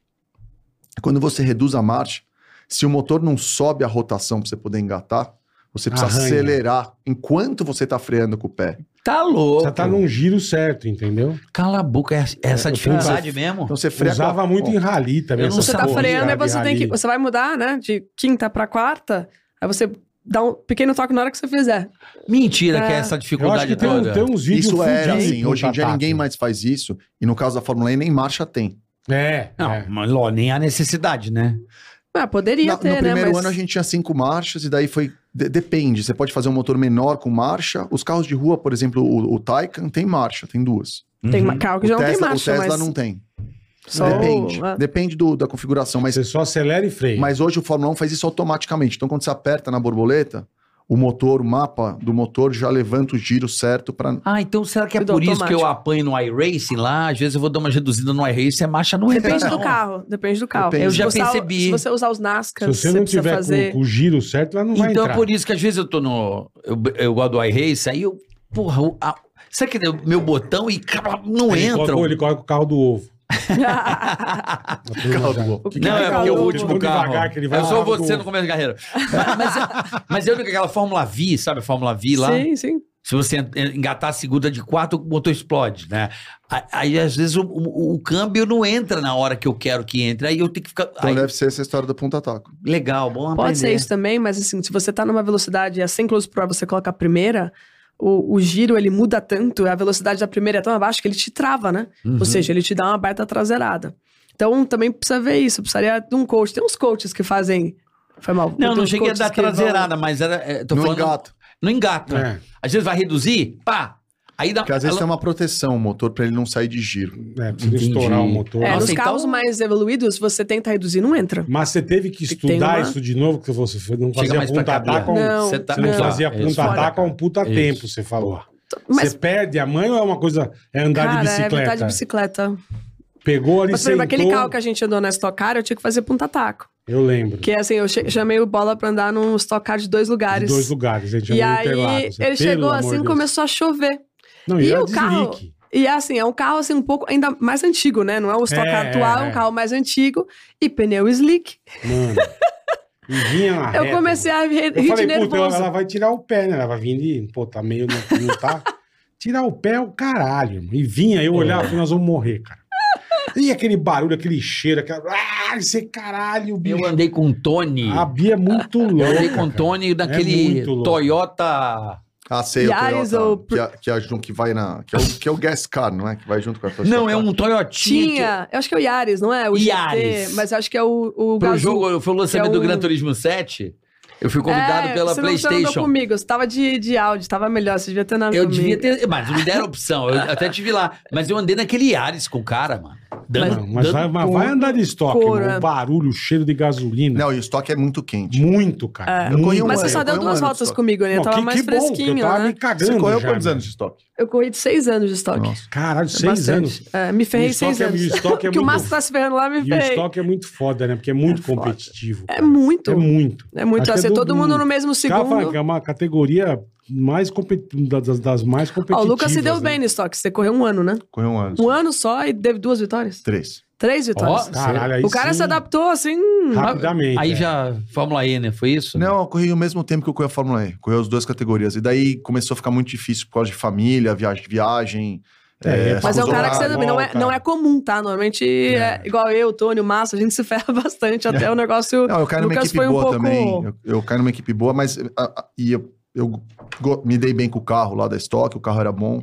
S5: Quando você reduz a marcha, se o motor não sobe a rotação para você poder engatar, você precisa
S3: Arranha.
S5: acelerar enquanto você está freando com o pé.
S4: Tá louco.
S3: Você tá num giro certo, entendeu?
S4: Cala a boca, é é essa
S3: Eu
S4: dificuldade mesmo?
S5: Então você freia. com a-
S3: Usava muito em rally também.
S4: Eu não
S3: essas
S1: você tá
S3: porra,
S1: freando e
S3: sabe,
S1: você tem que.
S3: rally.
S1: Você vai mudar, né? De quinta pra quarta, aí você dá um pequeno toque na hora que você fizer.
S4: Mentira que é
S1: É.
S4: essa
S3: Eu acho
S4: dificuldade
S3: que tem, um-
S4: toda.
S3: tem uns vídeos
S5: Isso era
S3: fudidos
S5: assim.
S3: com
S5: Hoje em dia
S3: tatá.
S5: ninguém mais faz isso. E no caso da Fórmula E, nem marcha tem.
S3: É.
S4: Não,
S3: é.
S4: mas Ló, nem há necessidade, né?
S1: Ah, poderia
S5: Na-
S1: ter,
S5: no
S1: né?
S5: primeiro
S1: mas
S5: ano a gente tinha cinco marchas e daí foi. de- depende, você pode fazer um motor menor com marcha. Os carros de rua, por exemplo, o, o Taycan tem marcha, tem duas.
S1: tem
S4: Uhum.
S1: uma carro
S5: O
S1: que já não
S5: Tesla,
S1: tem
S5: o
S1: marcha,
S5: Tesla
S1: mas.
S5: não tem.
S1: só o- é.
S5: Depende.
S1: a-
S5: Depende do- da configuração. Mas,
S3: Você só acelera e freia.
S5: mas hoje o Fórmula 1 faz isso automaticamente. Então, quando você aperta na borboleta, o motor, o mapa do motor já levanta o giro certo para.
S4: Ah, então será que é
S1: Tudo
S4: por isso que
S1: automático.
S4: eu apanho no iRacing lá? Às vezes eu vou dar uma reduzida no iRacing, a marcha não entra,
S1: Depende
S4: não.
S1: do carro. Depende do carro.
S5: Depende. Eu
S4: já
S1: Se você usar-
S4: percebi.
S1: Se você usar os
S3: Se
S1: NASCAR,
S3: você não
S1: precisa
S3: tiver
S1: fazer.
S3: com, com o giro certo, ela não vai
S4: Então
S3: entrar.
S4: é por isso que às vezes eu tô no. Eu, eu gosto do iRacing, aí eu. Porra, o- a- será que é o meu botão e cara, não
S3: ele
S4: entra?
S3: Coloca, ele coloca o carro do ovo.
S5: Carro do ovo.
S4: Não, é porque
S1: carro
S4: é o
S1: novo?
S4: último
S3: Vou
S4: carro.
S3: devagar, que ele vai
S4: eu sou
S3: lá no-
S4: você no começo da carreira. Mas, mas, é- mas eu lembro que aquela Fórmula V, sabe a Fórmula V lá?
S1: Sim, sim.
S4: Se você en- engatar a segunda de quatro, o motor explode, né? A- Aí, às vezes, o, o- o câmbio não entra na hora que eu quero que entre. Aí eu tenho que ficar.
S5: Então
S4: aí,
S5: deve ser essa história do ponta-taco.
S4: Legal, bom
S1: Pode
S4: aprender.
S1: ser isso também, mas assim, se você tá numa velocidade a 100 km por hora, você coloca a primeira, o, o giro ele muda tanto, a velocidade da primeira é tão abaixo que ele te trava, né?
S4: Uhum.
S1: Ou seja, ele te dá uma baita traseirada. Então também precisa ver isso, precisaria de um coach. Tem uns coaches que fazem. Foi mal.
S4: Não,
S1: tem
S4: não
S1: uns
S4: cheguei a
S1: coaches
S4: dar
S1: que vão-
S4: traseirada, mas era. é, tô
S5: Não
S4: falando-
S5: engata.
S4: Não engata.
S3: É,
S4: Às vezes vai reduzir, pá. Aí dá.
S5: Porque às vezes
S4: ela-
S5: tem uma proteção o motor pra ele não sair de giro.
S3: é precisa
S4: Entendi.
S3: estourar o motor.
S1: É,
S4: Nossa,
S1: nos
S4: então-
S1: carros mais evoluídos, você tenta reduzir, não entra.
S3: Mas você teve que
S1: Que tem
S3: estudar
S1: uma-
S3: isso de novo, que você foi- não
S4: Chega
S3: fazia
S4: mais pra cá,
S3: ponta-ataco.
S4: Bia.
S3: há um-
S1: Não,
S4: Você tá-
S3: Você não
S1: Não,
S3: fazia
S4: isso,
S3: ponta-ataco há um puta
S4: Isso.
S3: tempo, você falou.
S1: Mas,
S3: você perde a mãe ou é uma coisa. É andar
S1: cara,
S3: de
S1: é
S3: bicicleta?
S1: verdade bicicleta.
S3: Pegou ali,
S1: Mas, por exemplo, aquele
S3: sentou,
S1: carro que a gente andou na Stock Car, eu tinha que fazer punta-taco.
S3: Eu lembro.
S1: Que assim, eu che- chamei o Bola pra andar num Stock Car de dois
S3: De
S1: lugares.
S3: dois lugares, a gente
S1: E
S3: andou
S1: aí,
S3: Interlagos, né? Pelo
S1: ele chegou
S3: amor
S1: assim
S3: de
S1: e
S3: Deus.
S1: começou a chover.
S3: Não,
S1: e
S3: era
S1: o carro?
S3: deslique.
S1: E assim, é um carro assim um pouco ainda mais antigo, né? Não é o Stock Car
S3: É,
S1: atual, é
S3: é.
S1: um carro mais antigo. E pneu slick.
S3: Mano. E vinha na
S1: eu
S3: reta,
S1: comecei a rir,
S3: Ah, é, Eu
S1: rir
S3: falei,
S1: de
S3: puta,
S1: nervoso.
S3: ela, ela vai tirar o pé, né? Ela vai vir de. Pô, tá meio. Não, não tá. Tirar o pé é o caralho, irmão. E vinha, eu olhava, falei, nós vamos morrer, cara. E aquele barulho, aquele cheiro, aquela. Ah, esse caralho, bicho.
S4: Eu andei com o Tony.
S5: Ah,
S3: A Bia é muito louca.
S4: eu andei com o
S3: cara.
S4: Tony naquele
S5: É
S3: muito louco.
S4: Toyota.
S5: Ah, sei, o
S1: Yaris
S5: Toyota,
S1: ou-
S5: que, é, que, é, junto- que vai na... Que é, o, que é o gas car, não é? Que vai junto com a Toyota.
S4: Não, é um Toyotinha.
S1: Tinha, eu acho que é o Yaris, não é? O
S4: Yaris.
S1: GT, mas eu acho que é o, o
S4: Pro
S1: Gazoo.
S4: jogo, eu fui o lançamento
S1: Que é
S4: do
S1: o-
S4: Gran Turismo 7. Eu fui convidado
S1: É,
S4: pela
S1: você não- Você não andou
S4: PlayStation.
S1: comigo, você tava de, de áudio, tava melhor, você devia ter andado
S4: Eu
S1: comigo.
S4: devia ter. Mas me deram a opção. Eu até tive lá. Mas eu andei naquele Yaris com o cara, mano. Dando,
S3: Não, mas
S4: dando
S3: vai, mas
S4: com-
S3: vai andar de estoque,
S1: Cor,
S3: irmão.
S1: é.
S3: O barulho, o cheiro de gasolina.
S5: Não, e o estoque é muito quente.
S3: Muito, cara.
S5: Eu corri
S3: Muito.
S5: um
S1: Mas você
S5: ano,
S1: só
S5: eu
S1: deu
S5: corri um ano
S1: duas
S5: de
S1: voltas
S5: estoque.
S1: comigo, né?
S3: Não,
S1: eu tava
S3: que-
S1: mais
S3: que bom, que
S1: fresquinho,
S3: eu tava
S1: né?
S3: me cagando
S5: Você correu
S3: já,
S5: quantos
S3: meu.
S5: anos de estoque?
S1: Eu corri de seis anos de estoque.
S5: Nossa.
S3: Caralho, seis
S1: Bastante.
S3: anos.
S1: É, me
S3: E
S1: ferrei
S3: o estoque
S1: seis
S3: é-
S1: anos.
S3: e o estoque é
S1: que o
S3: muito-
S1: Márcio tá se ferrando lá, me
S3: E o
S1: ferrei.
S3: estoque é muito foda, né? Porque é muito competitivo.
S1: É
S3: cara.
S1: muito.
S3: É muito.
S1: É muito.
S3: Acho
S1: Vai
S3: que é
S1: ser
S3: do-
S1: todo
S3: do-
S1: mundo no mesmo
S3: Cara, fala que
S1: segundo.
S3: é uma categoria mais compet... da- das, das mais
S1: Ó,
S3: competitivas.
S1: o Lucas se deu
S3: né?
S1: bem no estoque. Você correu um ano, né?
S5: Correu um ano.
S1: Um ano só e teve duas vitórias?
S5: Três.
S1: Três vitórias.
S4: Ó,
S3: Caralho, aí
S1: o cara
S3: sim,
S1: se adaptou assim.
S3: Rapidamente.
S4: Hum, Aí
S3: é.
S4: já. Fórmula E, né? Foi isso?
S5: Não, eu corri o mesmo tempo que eu corri a Fórmula E. Corri as duas categorias. E daí começou a ficar muito difícil por causa de família, viagem, viagem. eh,
S3: É,
S1: Mas é um cara que você
S3: Volta,
S1: também não é, não é comum, tá? Normalmente é igual eu, o Tony, o Márcio, a gente se ferra bastante até o negócio.
S5: Não, eu caí numa
S1: Lucas
S5: equipe
S1: foi um
S5: boa
S1: pouco-
S5: também. Eu, eu caí numa equipe boa, mas a- a- e eu, eu go- me dei bem com o carro lá da Stock, o carro era bom.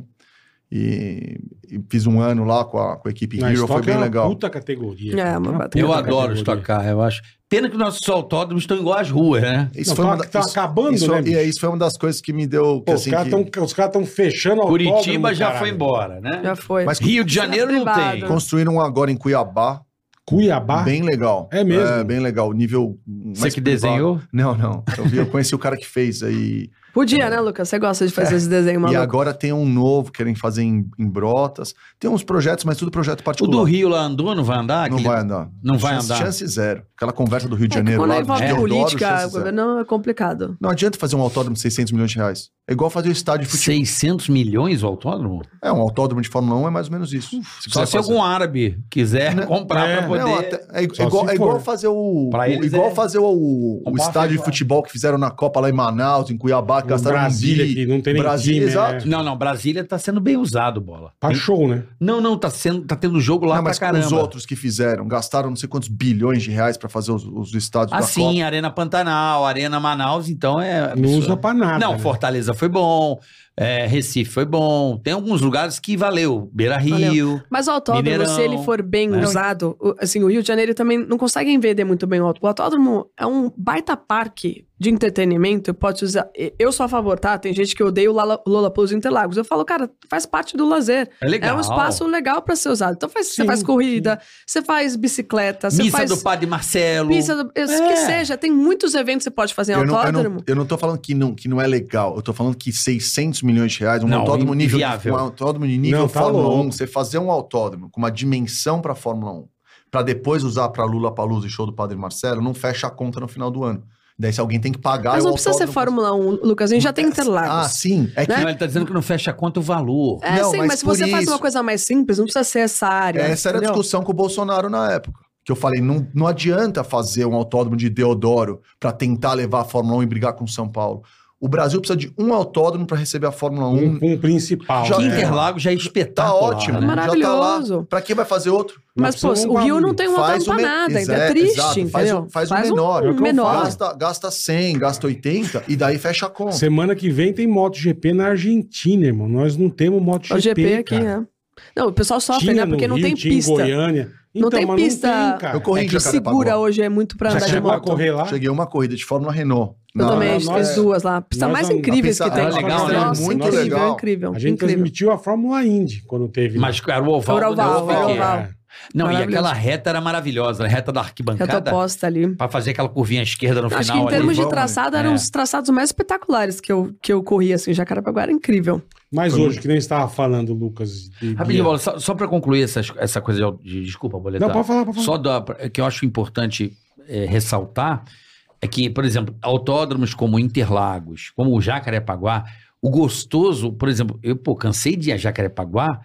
S5: E, e fiz um ano lá com a, com a equipe
S3: Na
S5: Hero, foi
S3: estoque é
S5: bem
S3: uma
S5: legal.
S3: puta categoria.
S1: É,
S3: cara.
S1: uma
S3: Uma
S1: batalha.
S4: Eu
S3: puta
S4: adoro
S3: categoria.
S4: Stock Car, eu acho. Pena que nossos autódromos estão igual às ruas, né?
S5: Isso
S3: Não,
S5: foi uma
S3: tá-
S5: da-
S3: tá
S5: isso-
S3: acabando,
S5: isso,
S3: né,
S5: E é,
S3: bicho?
S5: isso foi uma das coisas que me deu. que,
S3: Pô, os
S5: assim,
S3: caras
S5: que-
S3: estão fechando autódromo,
S4: Curitiba já
S3: caralho.
S4: foi embora, né?
S1: Já foi.
S5: Mas
S4: Rio de Janeiro não tem.
S1: Privado.
S5: construíram um agora em Cuiabá,
S3: Cuiabá.
S5: bem legal.
S3: É mesmo?
S5: É, bem legal. Nível.
S4: Você
S5: mais
S4: que
S5: privado.
S4: desenhou?
S5: Não, não. Eu, vi, eu conheci o cara que fez aí.
S1: Podia, né, Lucas? Você gosta de fazer esse desenho
S5: E
S1: maluco.
S5: agora tem um novo, querem fazer em, em Brotas. Tem uns projetos, mas tudo projeto
S4: O
S5: particular.
S4: do Rio lá andou, não vai andar?
S5: Não
S4: Aquele-
S5: vai andar.
S4: Não vai
S5: chance,
S4: andar.
S5: Chance zero. Aquela conversa do Rio de
S1: É que
S5: Janeiro
S1: quando
S5: lá,
S1: envolve
S5: de Deodoro,
S1: política,
S5: chance
S1: o
S5: zero.
S1: governo é complicado.
S5: Não adianta fazer um autódromo de 600 milhões de reais. É igual fazer o estádio de futebol.
S4: 600 milhões o autódromo?
S5: É, um autódromo de Fórmula 1 é mais ou menos isso. Se
S4: Só
S5: quiser
S4: se
S5: fazer.
S4: algum árabe quiser
S5: Não,
S4: comprar
S3: é,
S4: pra poder.
S5: Não, até- é,
S3: Só
S5: igual,
S3: se
S5: é igual
S3: for.
S5: fazer o,
S4: Pra
S5: o-
S4: eles
S5: igual
S4: é-
S5: fazer o, o
S4: Comprar
S5: estádio de
S4: feijoada.
S5: futebol que fizeram na Copa lá em Manaus, em Cuiabá, que
S3: Em
S5: gastaram
S3: Brasília,
S5: um bi.
S3: que não tem nem time,
S5: Brasília,
S3: né?
S5: exato.
S4: Não, não, Brasília tá sendo bem usado, bola.
S3: Tá show, né?
S4: Não, não, tá, sendo, tá tendo jogo lá
S5: não,
S4: pra
S5: mas
S4: caramba.
S5: os outros que fizeram, gastaram não sei quantos bilhões de reais pra fazer os, os estádios
S3: Ah,
S5: da Copa.
S4: Assim, Arena Pantanal, Arena Manaus, então é.
S3: Não usa pra nada.
S4: Não,
S3: né?
S4: Fortaleza foi bom, é, Recife foi bom. Tem alguns lugares que valeu. Beira Rio.
S1: Mas o autódromo,
S4: Mineirão,
S1: se ele for bem
S4: né?
S1: usado, o- assim, o Rio de Janeiro também não conseguem vender muito bem o autódromo. O autódromo é um baita parque de entretenimento, pode usar... Eu sou a favor, tá? Tem gente que odeia o Lala- o Lollapalooza Interlagos. Eu falo, cara, faz parte do lazer.
S4: É legal.
S1: É um espaço legal pra ser usado. Então faz, você
S3: Sim,
S1: faz corrida, você faz bicicleta, você
S4: Missa
S1: faz...
S4: do Padre Marcelo.
S1: Missa do...
S4: É.
S1: Que seja, tem muitos eventos que você pode fazer em
S5: Eu não, eu,
S1: autódromo.
S5: não, eu não tô falando que não, que não é legal. Eu tô falando que 600 milhões de reais, um
S4: Não,
S5: autódromo nível, de,
S4: inviável.
S5: um autódromo de nível
S3: Não, tá
S5: Fórmula
S3: louco.
S5: 1, você fazer um autódromo com uma dimensão pra Fórmula 1, pra depois usar pra Lula Palusa e show do Padre Marcelo, não fecha a conta no final do ano. Daí se alguém tem que pagar.
S1: Mas
S5: é o
S1: não precisa ser
S5: autódromo-
S1: Fórmula né? 1, Lucas. A gente já tem
S5: Ah,
S1: Interlagos.
S5: sim. É que
S4: Não, ele tá dizendo que não fecha conta o valor.
S1: É,
S5: Não,
S1: sim,
S5: mas
S1: mas, se você
S5: por
S1: faz
S5: isso- É,
S1: uma coisa mais simples, não precisa ser essa área.
S5: essa era a
S1: entendeu?
S5: discussão com o Bolsonaro na época. Que eu falei, não, não adianta fazer um autódromo de Deodoro pra tentar levar a Fórmula 1 e brigar um com São Paulo. O Brasil precisa de um autódromo para receber a Fórmula 1.
S3: Um, um principal.
S5: Já
S4: Que
S5: é.
S4: Interlagos Hum. já é
S5: Tá
S4: espetacular.
S5: ótimo,
S4: né?
S5: já tá lá.
S1: Maravilhoso.
S5: Para quem vai fazer outro?
S1: Mas, pô, o Rio não tem um autódromo pra
S5: me-
S1: nada, ainda é
S5: Exato,
S1: triste,
S5: exato. Faz,
S1: entendeu?
S5: o, faz, o menor.
S1: Um,
S5: É o que eu falo.
S1: menor.
S5: Gasta, gasta 100, gasta 80 e daí fecha a conta.
S3: Semana que vem tem MotoGP na Argentina, irmão. Nós não temos MotoGP.
S1: O GP aqui,
S3: cara.
S1: né? Não, o pessoal sofre,
S3: Tinha
S1: né? Porque
S3: no
S1: não
S3: Rio,
S1: tem
S3: tinha em
S1: pista.
S3: Goiânia. Então,
S1: tem
S3: mas
S1: pista.
S3: Não tem, cara.
S5: Eu corri
S1: É
S5: em
S1: que
S5: Jacarepaguá.
S1: segura hoje é muito pra
S3: Já
S1: andar de
S3: chegou a
S1: moto.
S3: correr lá?
S5: Cheguei a uma corrida de Fórmula Renault.
S1: Eu
S5: Na-
S1: também, a
S3: não,
S1: gente
S3: nós-
S1: fez duas lá. Pista
S3: nós
S1: mais
S3: vamos-
S1: incríveis que
S5: Pista-
S1: tem.
S4: Ah, legal, né?
S1: Nossa,
S5: Muito
S1: incrível,
S5: legal.
S1: incrível.
S3: A gente
S1: Então, incrível.
S3: transmitiu a Fórmula Indy quando teve. É.
S4: Mas era o oval.
S1: Era o oval,
S4: né?
S1: era o
S4: Que-
S1: oval.
S4: Não, e
S1: Maravilhoso.
S4: aquela reta era maravilhosa, a reta da
S1: Reta
S4: arquibancada.
S1: oposta ali.
S4: Pra fazer aquela curvinha à esquerda no
S1: Acho que
S4: final
S1: em
S4: ali.
S1: termos de
S5: vão, né?
S1: traçado, eram
S4: É.
S1: os traçados mais espetaculares que eu, que eu corri, assim. Jacarepaguá era incrível.
S3: Mas
S5: Foi
S3: hoje, que nem estava falando, Lucas. de-
S4: Rapidinho,
S3: de-
S4: Bola, só, só pra concluir essa, essa coisa de, de- Desculpa, boletar.
S3: Não, pode falar, pode falar.
S4: Só da- que eu acho importante é, ressaltar é que, por exemplo, autódromos como Interlagos, como o Jacarepaguá, o gostoso, por exemplo, eu pô, cansei de ir a Jacarepaguá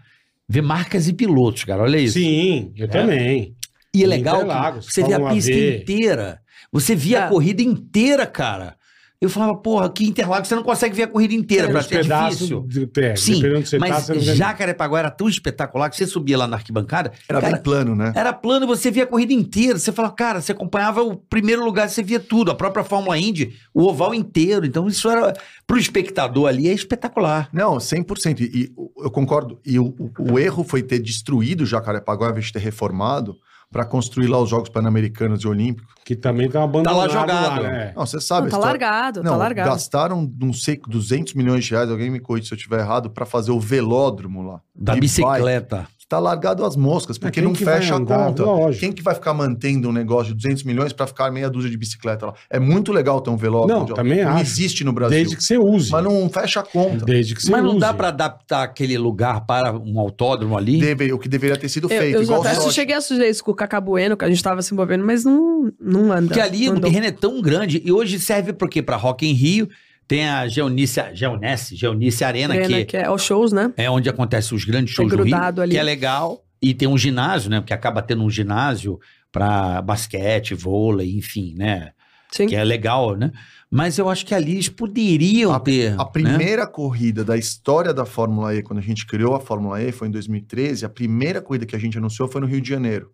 S4: ver marcas e pilotos, cara, olha isso.
S3: Sim, eu
S4: É.
S3: também.
S4: e é legal que
S3: Interlagos,
S4: você vê a
S3: Fórmula
S4: pista
S3: V. Tá.
S4: inteira, você via
S1: É.
S4: a corrida inteira, cara. Eu falava, porra, que Interlagos, você não consegue ver a corrida inteira, pra
S3: É, Os
S4: ser
S3: pedaços,
S4: difícil.
S3: de- é,
S4: Sim,
S3: dependendo onde você tá,
S4: Mas
S3: você não vê-
S4: Jacarepaguá era tão espetacular que você subia lá na arquibancada,
S5: Era
S4: cara,
S5: bem plano, né?
S4: era plano, você via a corrida inteira. Você fala, cara, você acompanhava o primeiro lugar, você via tudo. A própria Fórmula Indy, o oval inteiro. Então, isso era, pro espectador ali, é espetacular.
S5: Não, 100%. E, e o- eu concordo. E o, o- o erro foi ter destruído o Jacarepaguá, ao invés de ter reformado, para construir lá os Jogos Pan-Americanos e Olímpicos.
S3: Que também tá abandonado
S4: Tá lá jogado.
S3: lá, né?
S5: Não, você sabe.
S1: Não,
S5: a
S1: tá
S5: história-
S1: largado, tá
S5: Não,
S1: largado.
S5: gastaram, não sei, 200 milhões de reais, alguém me corrige se eu estiver errado, para fazer o velódromo lá.
S4: Da
S5: De bike.
S4: bicicleta.
S5: Tá largado as moscas, porque
S3: quem
S5: não
S3: que vai
S5: fecha a
S3: andar?
S5: conta.
S3: Lógico.
S5: Quem que vai ficar mantendo um negócio de 200 milhões para ficar meia dúzia de bicicleta lá? É muito legal ter um velódromo.
S3: Não,
S5: de-
S3: também
S5: não
S3: acho.
S5: existe no Brasil.
S3: Desde que você use.
S5: Mas não fecha a conta.
S3: Desde que você
S4: Mas não
S3: use.
S4: dá pra adaptar aquele lugar para um autódromo ali?
S5: Deve- o que deveria ter sido
S1: Eu,
S5: feito.
S1: eu
S5: igual
S1: até
S5: Sochi.
S1: cheguei a sugerir isso com o Cacá Bueno, que a gente tava se envolvendo, mas não, não anda.
S4: Porque ali
S1: não
S4: o
S1: andou.
S4: terreno é tão grande. E hoje serve pra quê? Pra Rock em Rio. Tem a Geonice, Geonice, Geonice Arena,
S1: Arena,
S4: que,
S1: que é os shows, né?
S4: é onde acontecem os grandes shows
S1: É
S4: do Rio,
S1: grudado ali.
S4: que é legal. E tem um ginásio, né? Porque acaba tendo um ginásio para basquete, vôlei, enfim, né?
S1: Sim.
S4: Que é legal, né? Mas eu acho que ali eles poderiam ter.
S5: A
S4: né?
S5: primeira corrida da história da Fórmula E, quando a gente criou a Fórmula E, foi em 2013. A primeira corrida que a gente anunciou foi no Rio de Janeiro.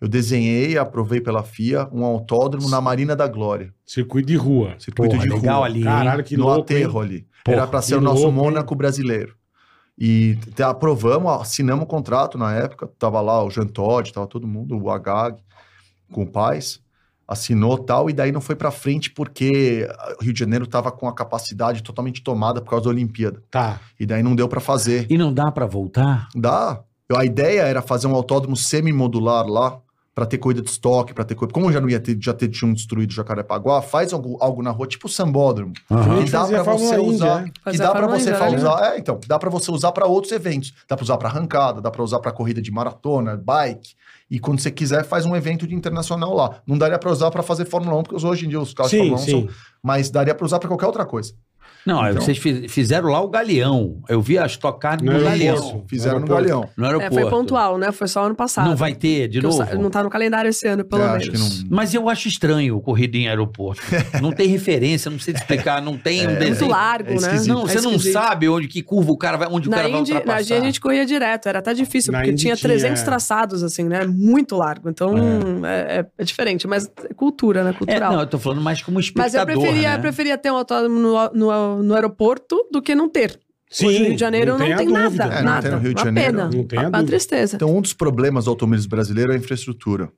S5: Eu desenhei, aprovei pela FIA, um autódromo na Marina da Glória,
S3: Circuito de rua.
S5: Circuito
S4: Porra,
S5: de
S4: legal
S5: rua.
S4: ali. hein?
S3: Caralho, que
S5: no
S3: louco. hein?
S5: aterro ali.
S3: Porra,
S5: Era para ser
S3: que
S5: o nosso
S3: louco, hein?
S5: Mônaco brasileiro. E te- aprovamos, assinamos o contrato na época. Tava lá o Jean Todt, tava todo mundo, o Agag, com o Paz. Assinou tal, e daí não foi para frente porque ah, o Rio de Janeiro tava com a capacidade totalmente tomada por causa da Olimpíada.
S3: Tá.
S5: E daí não deu para fazer.
S4: E não dá pra voltar?
S5: Dá. Eu- A ideia era fazer um autódromo semi-modular lá, para ter corrida de estoque, para ter corrida. Como já não ia ter, já ter tinha um destruído Jacarepaguá, faz algo, algo na rua, tipo o sambódromo.
S4: Aham.
S5: Que dá
S3: Fazia
S5: para
S3: Fórmula
S5: você
S3: Indy,
S5: usar.
S3: né?
S5: Que
S1: Fazia
S5: dá para
S1: Fórmula né?
S5: você
S1: Indy, era legal.
S5: usar. É, então, dá para você usar para outros eventos. Dá para usar para arrancada, dá para usar para corrida de maratona, bike. E quando você quiser, faz um evento de internacional lá. Não daria para usar para fazer Fórmula 1, porque hoje em dia os carros de
S3: Sim,
S5: Fórmula 1
S3: sim.
S5: são. Mas daria para usar para qualquer outra coisa.
S4: Não, aí
S5: Então. é
S4: vocês fi- fizeram lá o Galeão. Eu vi as tocadas
S3: No
S4: no
S3: aeroporto.
S4: Galeão.
S5: Fizeram no
S3: Aeroporto.
S5: Galeão.
S4: No
S1: É,
S4: aeroporto.
S1: foi pontual, né? Foi só ano passado.
S4: Não vai ter de
S1: Que eu
S4: novo?
S1: sa- Não tá no calendário esse ano, pelo
S5: É,
S1: menos.
S5: acho que não.
S4: Mas eu acho estranho o corrida em aeroporto. não tem referência, não sei te explicar, não tem um
S1: Muito
S4: desenho.
S1: largo,
S5: é
S1: né?
S5: esquisito.
S4: Não,
S1: É
S4: você não
S1: esquisito.
S4: sabe onde que curva o cara vai, onde o
S1: Na
S4: cara
S1: Indy,
S4: vai
S1: na
S4: ultrapassar.
S1: Indy a gente corria direto, era até difícil,
S3: Na
S1: porque
S3: Indy
S1: tinha
S3: tinha,
S1: 300
S3: é.
S1: traçados, assim, né? Muito largo. Então, é, é- é diferente, mas é cultura, né?
S4: É,
S1: Cultural.
S4: não, eu tô falando mais como espectador,
S1: mas eu preferia,
S4: né?
S1: eu preferia ter um autódromo no, no- no aeroporto do que não ter.
S3: Sim,
S1: Hoje, no Rio de Janeiro não,
S3: a
S1: tem
S3: dúvida.
S1: nada,
S5: É, não
S1: nada.
S5: tem no Rio de
S1: uma
S5: Janeiro,
S1: pena,
S3: não tem a
S1: uma
S3: dúvida.
S1: tristeza.
S5: Então, um dos problemas do automobilismo brasileiro é a infraestrutura.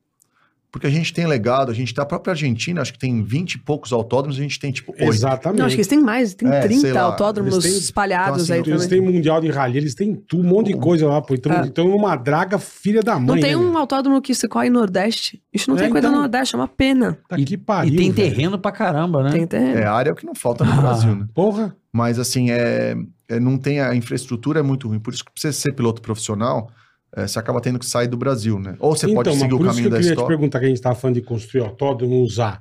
S5: Porque a gente tem legado, a gente tem a própria Argentina, acho que tem 20 e poucos autódromos, a gente tem tipo oito.
S3: Exatamente.
S1: não, acho que eles têm mais, tem
S5: É, sei
S1: 30
S5: lá,
S1: autódromos
S3: eles têm-
S1: espalhados
S5: então, assim,
S1: aí
S3: Eles
S1: também.
S3: têm mundial de rally, eles têm tu- um monte de coisa lá, pô. Então,
S1: É.
S3: então é uma draga filha da mãe.
S1: Não tem
S3: né,
S1: um
S3: meu?
S1: autódromo que se corre no Nordeste. Isso não
S3: É,
S1: tem coisa
S3: então.
S1: no Nordeste, é uma pena.
S3: Tá que pariu.
S4: e tem
S3: velho.
S4: terreno pra caramba, né?
S1: Tem até.
S5: É, área é o que não falta no
S3: Ah.
S5: Brasil, né?
S3: Porra.
S5: Mas assim, é, é- não tem a infraestrutura é muito ruim. Por isso que pra você ser piloto profissional, é, você acaba tendo que sair do Brasil, né? Ou você pode seguir o
S3: Então, por isso que
S5: caminho
S3: eu
S5: da
S3: queria te
S5: história.
S3: perguntar, que a gente tava falando de construir autódromo, usar.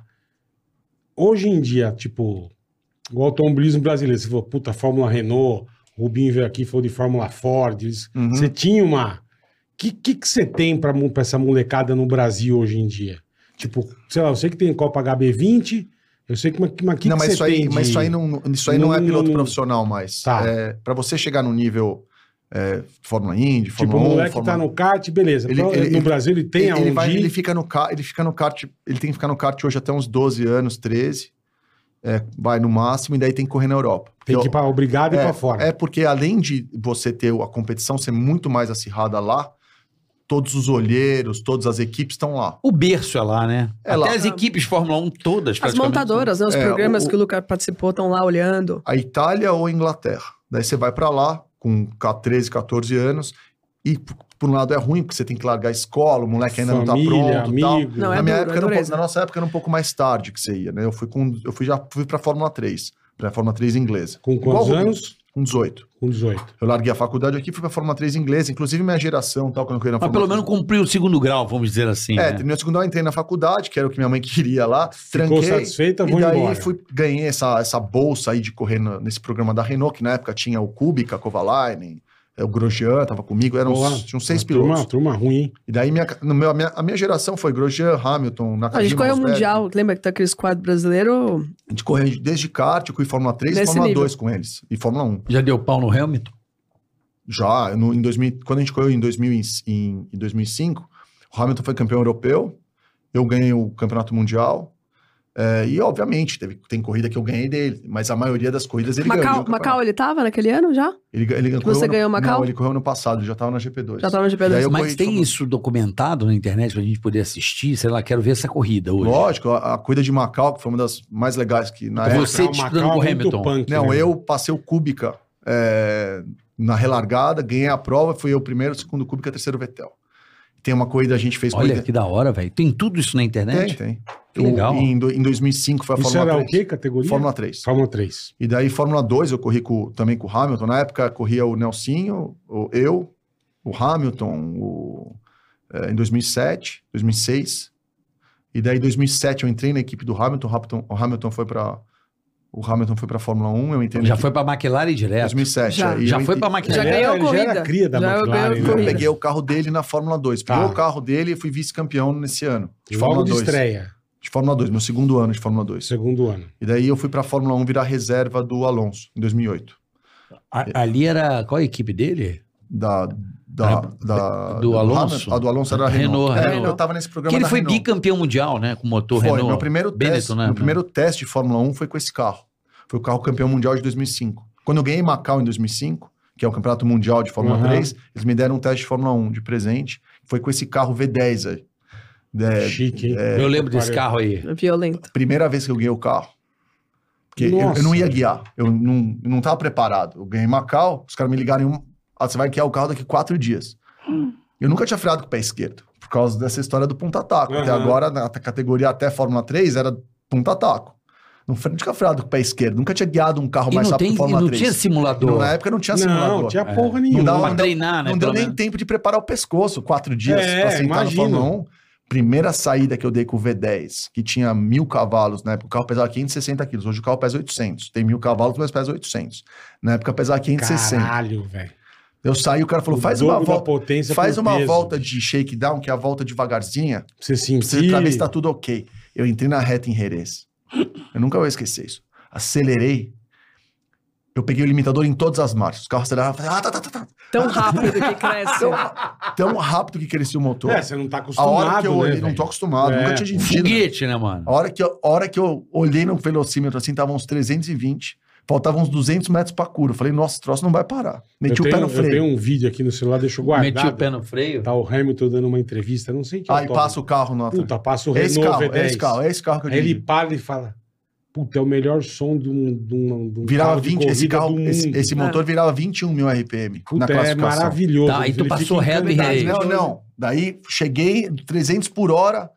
S3: Hoje em dia, tipo, o automobilismo brasileiro, você falou, puta, Fórmula Renault, Rubinho veio aqui, falou de Fórmula Ford, eles-
S5: Uhum.
S3: você tinha uma... O que, que, que você tem pra, mu- pra essa molecada no Brasil hoje em dia? Tipo, sei lá, eu sei que tem Copa HB20, Eu sei que, mas, mas que
S5: não, mas
S3: que
S5: isso
S3: você
S5: aí,
S3: tem
S5: mas
S3: de-
S5: isso aí não, isso aí não, é
S3: Não-
S5: piloto
S3: não-
S5: profissional mais.
S3: Tá.
S5: É, para você chegar no nível é, Fórmula Indy,
S3: Tipo,
S5: Fórmula
S3: o
S5: 1,
S3: moleque
S5: Fórmula
S3: tá no kart, beleza.
S5: Ele-
S3: Então,
S5: ele-
S3: no
S5: ele-
S3: Brasil ele tem
S5: ele,
S3: aonde
S5: ele vai-
S3: ir.
S5: ele fica no kart, ele fica no kart, ele tem que ficar no kart hoje até uns 12 anos, 13. é, vai no máximo e daí tem que correr na Europa.
S3: Tem que
S5: Porque
S3: ir pra obrigado e
S5: é,
S3: pra fora.
S5: É porque além de você ter a competição ser muito mais acirrada lá, todos os olheiros, todas as equipes estão lá.
S4: O berço é lá, né?
S5: É
S4: Até
S5: lá.
S4: as equipes Fórmula 1 todas,
S1: As
S4: praticamente,
S1: montadoras, né? Os
S5: É,
S1: programas
S5: o-
S1: que o Luca participou estão lá olhando.
S5: A Itália ou a Inglaterra. Daí você vai pra lá com 13, 14 anos e p- por um lado é ruim porque você tem que largar a escola, o moleque ainda não tá
S3: Família,
S5: pronto, e tal.
S3: amigo.
S1: Não, é
S5: na, minha
S1: duro,
S5: época,
S1: é
S5: era um pouco-
S1: dureza.
S5: na nossa época era um pouco mais tarde que você ia, né? Eu fui com eu fui já fui para Fórmula 3, para Fórmula 3 inglesa,
S3: Com quantos
S5: Igual o
S3: anos?
S5: com 18.
S3: Com 18.
S5: Eu larguei a faculdade aqui, fui para Fórmula 3 inglesa, inclusive minha geração, tal, quando eu queria na
S4: Mas
S5: Fórmula
S4: pelo menos
S5: 3.
S4: cumpriu o segundo grau, vamos dizer assim.
S5: É,
S4: né?
S5: terminei o segundo ano, entrei na faculdade, que era o que minha mãe queria lá,
S3: Ficou
S5: tranquei.
S3: satisfeita,
S5: E
S3: vou
S5: daí
S3: embora.
S5: fui, ganhei essa, essa bolsa aí de correr na- nesse programa da Renault, que na época tinha o Kubica, Kovalainen, eh, o Grosjean tava comigo, eram
S3: Boa.
S5: uns, tinham seis
S3: Uma turma-
S5: pilotos.
S3: Turma, ruim, hein?
S5: E daí minha, no meu, a, minha, a minha geração foi Grosjean, Hamilton,
S1: A gente
S5: Nakajima,
S1: correu o
S5: Rosberg.
S1: Mundial, lembra que tá aquele squad brasileiro?
S5: A gente correu desde kart, eu corri Fórmula 3 e
S1: Nesse
S5: Fórmula
S1: nível.
S5: 2 com eles. E Fórmula 1.
S4: Já deu pau no Hamilton?
S5: Já, no, em 2000, quando a gente correu em, 2000, e- em, em 2005, o Hamilton foi campeão europeu, eu ganhei o campeonato mundial. eh, e, obviamente, teve, tem corrida que eu ganhei dele, mas a maioria das corridas ele ganhou.
S1: Macau, Macau, ele tava naquele ano já?
S5: Ele, ga- ele
S1: você ganhou Macau?
S5: Não, ele correu no passado, ele já estava na GP2.
S1: Já tava no GP2.
S5: Daí eu
S4: Mas
S5: corri
S4: tem
S5: sobre-
S4: isso documentado na internet pra gente poder assistir? Sei lá, quero ver essa corrida hoje.
S5: Lógico, a, a corrida de Macau, que foi uma das mais legais que na época.
S4: Você
S3: Macau-
S4: disputando
S3: Macau
S4: com o
S3: é muito
S4: Hamilton.
S3: punk,
S5: Não,
S3: né?
S5: eu passei o Kubica eh, na relargada, ganhei a prova, fui eu primeiro, segundo Kubica, terceiro Vettel. Tem uma corrida a gente fez com
S4: Olha
S5: ele-
S4: que da hora, velho. Tem tudo isso na
S5: é-
S4: internet?
S5: Tem, tem.
S4: Que legal.
S5: O- em, do- em 2005 foi a
S3: Isso
S5: Fórmula
S3: era o
S5: 3.
S3: quê? Categoria?
S5: Fórmula 3.
S3: Fórmula 3.
S5: E daí Fórmula 2 eu corri com- também com o Hamilton. Na época corria o Nelsinho, o, eu, o Hamilton, o, eh, em 2007, 2006. E daí em 2007 eu entrei na equipe do Hamilton. O Hamilton, o Hamilton foi para o Hamilton foi para Fórmula 1, eu entrei na
S4: Já
S5: equipe
S4: foi pra McLaren
S5: em
S4: direto?
S5: 2007.
S1: Já.
S5: aí
S4: É. Já
S5: É, eu
S4: foi
S5: entrei-
S4: pra McLaren?
S1: Já
S3: Ele
S1: ganhou
S3: era-
S1: a
S3: ele já era
S1: corrida.
S3: cria da
S1: Já ganhou
S3: McLaren,
S1: a
S3: né?
S5: Eu
S1: corrida.
S5: peguei o carro dele na Fórmula 2.
S3: Tá.
S5: Peguei o carro dele e fui vice-campeão nesse ano. De
S3: Logo
S5: Fórmula
S3: de
S5: 2.
S3: estreia,
S5: De Fórmula 2, meu segundo ano de Fórmula 2.
S3: segundo ano.
S5: E daí eu fui pra Fórmula 1 virar reserva do Alonso, em 2008.
S4: A- ali era. Qual a equipe dele?
S5: Da, da, da,
S4: do Alonso?
S5: Hamilton. A do Alonso era a Renault.
S4: Renault,
S5: É,
S4: Renault.
S5: Eu tava nesse programa
S4: Que ele
S5: da
S4: foi
S5: Renault.
S4: bicampeão mundial, né? Com motor
S5: Foi,
S4: Renault.
S5: meu primeiro, teste,
S4: Benetton, né?
S5: meu primeiro teste de Fórmula 1 foi com esse carro. Foi o carro campeão mundial de 2005. Quando eu ganhei Macau em 2005, que é o campeonato mundial de Fórmula
S3: Uhum.
S5: 3, eles me deram um teste de Fórmula 1 de presente. Foi com esse carro V10 aí. É,
S3: Chique, hein?
S4: Eu lembro desse carro aí.
S1: Violento.
S5: primeira vez que eu ganhei o carro. Porque eu,
S3: Nossa.
S5: eu não ia guiar, eu não, eu não tava preparado. Eu ganhei Macau, os caras me ligaram em um. Ah, você vai guiar o carro daqui quatro dias. Eu nunca tinha freado com o pé esquerdo, por causa dessa história do ponta-taco. Até
S3: Aham.
S5: agora, na t- categoria até Fórmula 3, era ponta-taco. Não fre- nunca tinha freado com o pé esquerdo, nunca tinha guiado um carro
S4: E
S5: mais
S4: não,
S5: rápido que
S4: tem, e
S5: o Fórmula
S4: não
S5: 3.
S4: tinha simulador.
S5: Na época não tinha simulador.
S3: Não, tinha
S4: É.
S3: porra
S5: Não
S3: nenhuma.
S5: dava
S4: pra
S5: não-
S4: treinar, né?
S5: Não deu
S4: pelo
S5: nem
S4: menos.
S5: tempo de preparar o pescoço, quatro dias
S3: É,
S5: pra sentar
S3: imagino.
S5: no Fórmula 1. Primeira saída que eu dei com o V10, que tinha mil cavalos na época, o carro pesava 560 quilos. Hoje o carro pesa 800. Tem mil cavalos, mas pesa 800. Na época pesava 560.
S3: Caralho, velho.
S5: Eu saí, o cara falou,
S3: O
S5: faz uma
S3: dobro da
S5: volta,
S3: potência
S5: faz
S3: por
S5: uma
S3: peso.
S5: volta de shakedown, que é a volta devagarzinha,
S3: Pra você
S5: pra você-
S3: sentir.
S5: pra ver se tá tudo ok. Eu entrei na reta em Jerez. Eu nunca vou esquecer isso. Acelerei. Eu peguei o limitador em todas as marchas. O carro acelerava, fazia, ah, tá, tá, tá, tá.
S1: Tão rápido que cresce.
S5: tão rápido que crescia o motor.
S3: É, você não tá
S5: A
S3: acostumado,
S5: hora que eu
S3: né,
S5: olhei,
S3: velho?
S5: não tô acostumado,
S3: É.
S5: nunca tinha
S4: Um
S5: dirigido.
S4: foguete, né, mano?
S5: A hora, que eu, a hora que eu olhei no velocímetro, assim, tava uns 320, faltavam uns 200 metros pra curva. Eu Falei, nossa, esse troço não vai parar.
S3: Eu
S5: Meti o pé
S3: tenho-
S5: no
S3: Eu tenho
S5: freio.
S3: um vídeo aqui no celular, deixa eu guardar.
S4: Meti o pé no freio.
S3: Tá o Hamilton dando uma entrevista, não sei que
S5: Aí
S3: autógrafo.
S5: passa o carro no
S3: um Puta, passa o
S5: é esse
S3: Renault
S5: carro,
S3: V10.
S5: é esse carro, é esse carro que eu
S3: Aí ele
S5: dirigi.
S3: para e fala: Puta, é o melhor som de um. De um, de um
S5: Virava
S3: carro de
S5: 20, esse
S3: corrida
S5: carro,
S3: do
S5: esse,
S3: mundo.
S5: esse motor virava 21 mil RPM na
S3: Puta, é
S5: classificação.
S3: maravilhoso.
S4: Tá, aí tu
S3: Ele
S4: passou
S3: fica
S4: reto em
S3: encantado.
S4: Reis.
S5: não, não. Daí cheguei 300 por hora,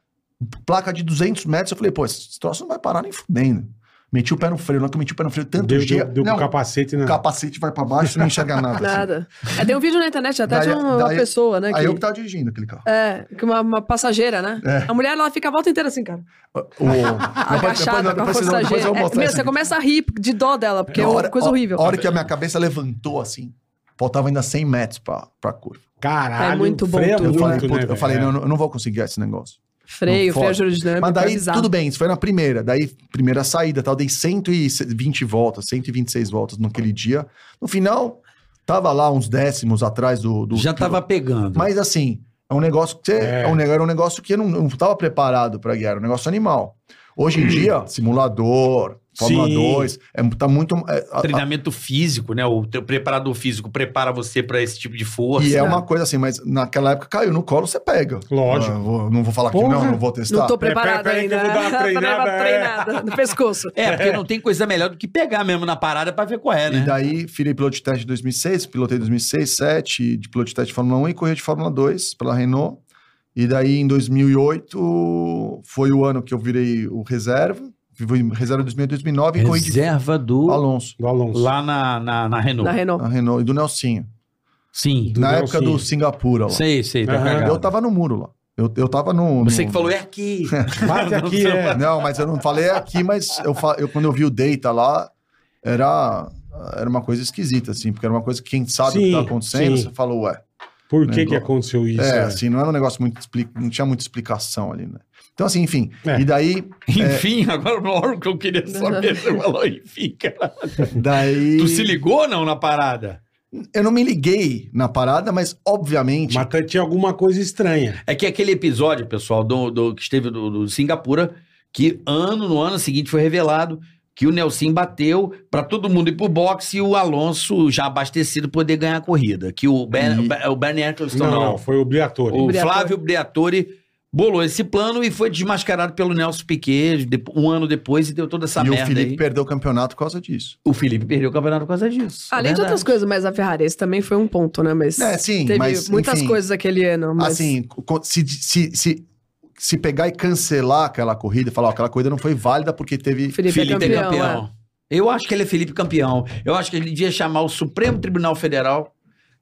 S5: placa de 200 metros. Eu falei, pô, esse troço não vai parar nem fudendo. Meti o pé no freio, na hora que eu meti o pé no freio, tanto
S3: Deu,
S5: dia.
S3: deu, deu com
S5: não,
S3: o capacete na.
S5: o capacete vai pra baixo, não enxerga nada. assim.
S1: Nada. É, tem um vídeo na internet até
S5: Daí- é-
S1: de uma
S5: daí-
S1: pessoa, né?
S5: Aí eu que tá- É. tava
S1: Que,
S5: dirigindo aquele carro.
S1: é, que uma, uma passageira, né? A mulher, ela fica a volta inteira assim, cara.
S5: O- Depois- depois-
S1: Agachada com a
S5: depois vocês- depois
S1: passageira.
S5: eu vou
S1: É,
S5: mostrar
S1: meu,
S5: esse
S1: você
S5: vídeo.
S1: começa a rir de dó dela, porque é
S5: A
S1: uma coisa
S5: a-
S1: horrível.
S5: A hora que a minha cabeça levantou assim, faltava ainda 100 metros pra, pra curva.
S3: Caralho,
S1: É muito bom
S3: freia
S1: tudo,
S5: Eu
S3: muito,
S5: falei, puta,
S3: né,
S5: eu falei
S3: velho?
S5: não, eu não vou conseguir esse negócio.
S1: Freio,
S5: Foda.
S1: freio aerodinâmico.
S5: Mas
S1: é
S5: daí,
S1: bizarro.
S5: tudo bem, isso foi na primeira. Daí, primeira saída, tal. Dei 120 voltas, 126 voltas naquele dia. No final, tava lá uns décimos atrás do... do
S4: Já
S5: do-
S4: tava pegando.
S5: Mas assim, é um negócio que você.
S3: É.
S5: É. um, ne- era um negócio que eu não, não tava preparado pra guiar, era um negócio animal. Hoje em dia, simulador, Fórmula
S3: Sim.
S5: 2, é, tá muito. é, a- a-
S4: Treinamento físico, né? O teu preparador físico prepara você pra esse tipo de força.
S5: e é uma coisa assim, mas naquela época caiu no colo, você pega.
S3: Lógico.
S5: Não, eu vou, não vou falar que
S3: Porra.
S5: não, não vou testar.
S1: Não tô
S3: Pera-
S1: preparado
S3: pera- pera aí que eu
S1: ainda.
S3: vou dar uma treinada, é.
S1: treinada no pescoço.
S4: É, porque não tem coisa melhor do que pegar mesmo na parada pra ver qual é, né?
S5: E daí, virei piloto de teste em 2006, pilotei em 2006, 7, de piloto de teste de Fórmula 1 e corri de Fórmula 2 pela Renault. E daí, em 2008, foi o ano que eu virei o reserva. Fui reserva em 2008, 2009 e corri de
S4: Reserva do.
S5: Alonso.
S3: Do Alonso.
S4: Lá na, na, na Renault.
S1: Na Renault.
S5: A Renault e do Nelsinho.
S4: Sim.
S3: Do
S5: na
S3: Nelsinho.
S5: época do Singapura lá.
S4: Sei, sei. Tá
S3: Aham.
S4: cagado.
S5: Eu tava um- no muro lá. Eu, eu tava no.
S4: Você
S5: no-
S4: que falou, é aqui.
S3: Bate aqui, é.
S5: Não, mas eu não falei aqui, mas eu, fa- eu- quando eu vi o Data lá, era, era uma coisa esquisita, assim, porque era uma coisa que quem sabe o que tá
S3: Sim,
S5: acontecendo,
S3: sim.
S5: você falou, ué.
S3: Por que
S5: Né,
S3: que
S5: do-
S3: aconteceu isso?
S5: é,
S3: né?
S5: assim, não era um negócio muito. expli- Não tinha muita explicação ali, né? Então, assim, enfim.
S3: É.
S5: E daí.
S4: Enfim, agora na hora que eu queria saber, você falou, enfim, cara.
S5: daí
S4: Tu se ligou ou não na parada?
S5: Eu não me liguei na parada, mas obviamente.
S3: Mas t- tinha alguma coisa estranha.
S4: É que aquele episódio, pessoal, do, do- que esteve do, do Singapura, que ano no ano seguinte foi revelado que o Nelson bateu pra todo mundo ir pro boxe e o Alonso, já abastecido, poder ganhar a corrida. Que o, ben,
S5: E-
S4: o Ben- o Bernie Eccleston,
S3: Não, não,
S4: não,
S3: foi obrigatório.
S4: o
S1: Briatore.
S4: Flávio Briatore bolou esse plano e foi desmascarado pelo Nelson Piquet depo- um ano depois e deu toda essa
S5: e
S4: merda
S5: o Felipe
S4: aí.
S5: perdeu o campeonato por causa disso.
S4: O Felipe perdeu o campeonato por causa disso.
S1: Além de
S4: é verdade.
S1: outras coisas, mas a Ferrari, esse também foi um ponto, né? Mas
S5: É, sim,
S1: teve
S5: mas,
S1: muitas
S5: enfim.
S1: coisas aquele ano. Mas...
S5: Assim, co- se, se, se, se pegar e cancelar aquela corrida, e falar, ó, aquela corrida não foi válida porque teve.
S1: Felipe,
S4: Felipe
S1: é campeão. é.
S4: Eu acho que ele é Felipe campeão. Eu acho que ele devia chamar o Supremo Tribunal Federal,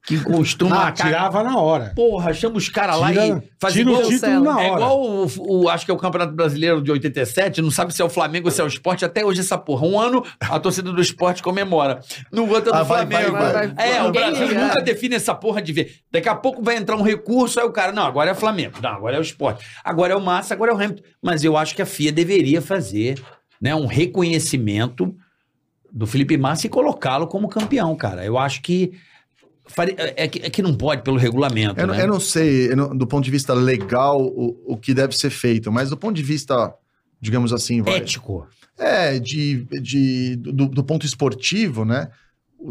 S4: que costuma.
S3: Ah, tirava na hora.
S4: Porra, chama os caras lá
S3: Tira,
S4: e faz
S3: tira o
S4: igual.
S3: título
S1: Cancela.
S3: na hora.
S4: É igual o, o- acho que é o Campeonato Brasileiro de 87, não sabe se é o Flamengo ou se é o esporte, até hoje essa porra. Um ano a torcida do esporte comemora. No outro é do
S5: Ah, vai,
S4: Flamengo.
S5: vai,
S1: vai.
S4: É, o
S1: Ninguém
S4: Brasil
S1: liga.
S4: nunca define essa porra de ver. Daqui a pouco vai entrar um recurso, aí o cara, não, agora é Flamengo, não, agora é o esporte, agora é o Massa, agora é o Hamilton. Mas eu acho que a FIA deveria fazer né, um reconhecimento do Felipe Massa e colocá-lo como campeão, cara. Eu acho que. fare- É que, é que não pode pelo regulamento.
S5: Eu, não-
S4: né?
S5: eu É, não sei, eu não- do ponto de vista legal, o, o que deve ser feito, mas do ponto de vista, digamos assim, vai,
S4: Ético.
S5: é, de, de, do, do ponto esportivo, né?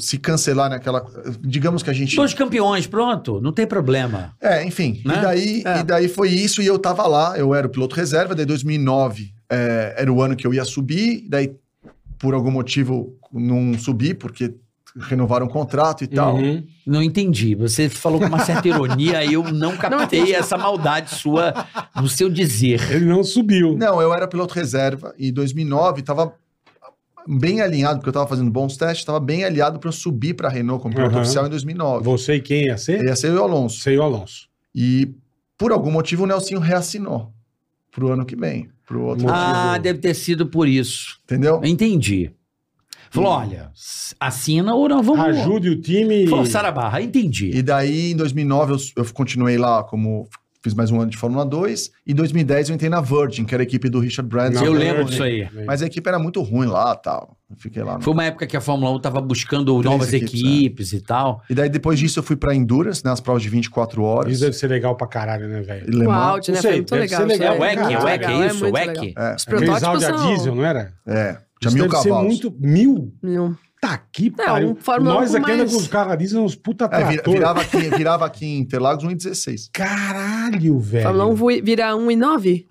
S5: Se cancelar naquela. Digamos que a gente.
S4: Dois campeões, pronto, não tem problema.
S5: É, enfim.
S4: Né?
S5: E, daí,
S1: É.
S5: e daí foi isso, e eu tava lá, eu era o piloto reserva, daí 2009 é, era o ano que eu ia subir, daí por algum motivo não subi, porque renovaram o contrato e tal.
S3: Uhum.
S4: Não entendi. Você falou com uma certa ironia, eu não captei essa maldade sua no seu dizer.
S3: Ele não subiu.
S5: Não, eu era piloto reserva, e 2009 tava bem alinhado, porque eu tava fazendo bons testes, tava bem alinhado para eu subir pra Renault como piloto
S3: Uhum.
S5: oficial em 2009.
S3: Você e quem ia ser?
S5: Ia ser o Alonso.
S3: Você e o Alonso.
S5: E por algum motivo o Nelsinho reassinou pro ano que vem, pro outro
S3: Motivo.
S4: Ah, deve ter sido por isso.
S5: entendeu?
S4: Entendi. Falou, olha, assina ou não, vamos
S3: Ajude o time.
S4: forçar a barra. Entendi.
S5: E daí, em 2009, eu, eu continuei lá como... Fiz mais um ano de Fórmula 2. E em 2010, eu entrei na Virgin, que era a equipe do Richard Branson.
S4: Eu
S3: Não,
S4: lembro
S3: não,
S4: disso aí.
S3: não.
S5: Mas a equipe era muito ruim lá tal. Eu fiquei lá. no-
S4: Foi uma época que a Fórmula 1 estava buscando
S5: Três
S4: novas
S5: equipes,
S4: equipes e tal.
S5: E daí, depois disso, eu fui pra Endurance, né? As provas de 24 horas.
S3: Isso deve ser legal pra caralho, né, velho?
S5: Le
S1: O
S5: Mans.
S1: áudio, né?
S3: Não sei,
S1: Foi muito
S3: deve
S1: legal.
S3: ser
S4: É
S1: isso
S3: legal.
S1: aí.
S4: o EC,
S3: Muito
S4: o EC,
S1: legal,
S4: isso, o
S1: muito
S4: EC.
S1: legal.
S5: É,
S1: Os
S3: Aqueles
S1: protótipos
S3: áudio a
S1: são...
S3: diesel, não era?
S5: é. Tinha
S3: Isso
S5: mil
S3: deve
S5: cavalos.
S3: ser muito... Mil?
S1: Não.
S3: Tá aqui,
S1: É,
S3: pariu.
S1: um Fórmula
S3: Nós
S1: um
S3: aqui anda
S1: mais-
S3: com os carros a diesel, uns puta
S5: É, vira-
S3: trator.
S5: virava, aqui, virava aqui em Interlagos 1,16.
S3: Caralho, velho.
S1: Fórmula 1 vui- vira 1,9?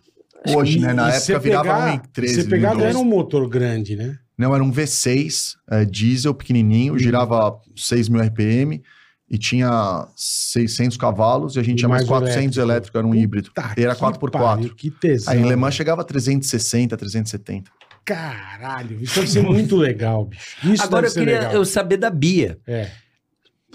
S5: Hoje, né? Na
S3: E se
S5: época, virava
S3: pegar-
S5: 1,13.
S3: Se pegar,
S5: 1,12.
S3: era um motor grande, né?
S5: Não, era um V6 eh, diesel
S3: Uhum.
S5: pequenininho, girava 6 mil RPM e tinha 600 cavalos e a gente
S3: E
S5: tinha mais
S3: mais
S5: 400
S3: elétrico.
S5: elétrico, era um híbrido.
S3: Tá
S5: E era
S3: que
S5: 4x4.
S3: pariu, Que tesão.
S5: Aí em Le Mans chegava a 360, 370.
S3: Caralho, isso deve ser muito legal, bicho. Isso
S4: Agora
S3: deve
S4: eu
S3: ser
S4: queria
S3: legal.
S4: eu saber da Bia.
S3: É.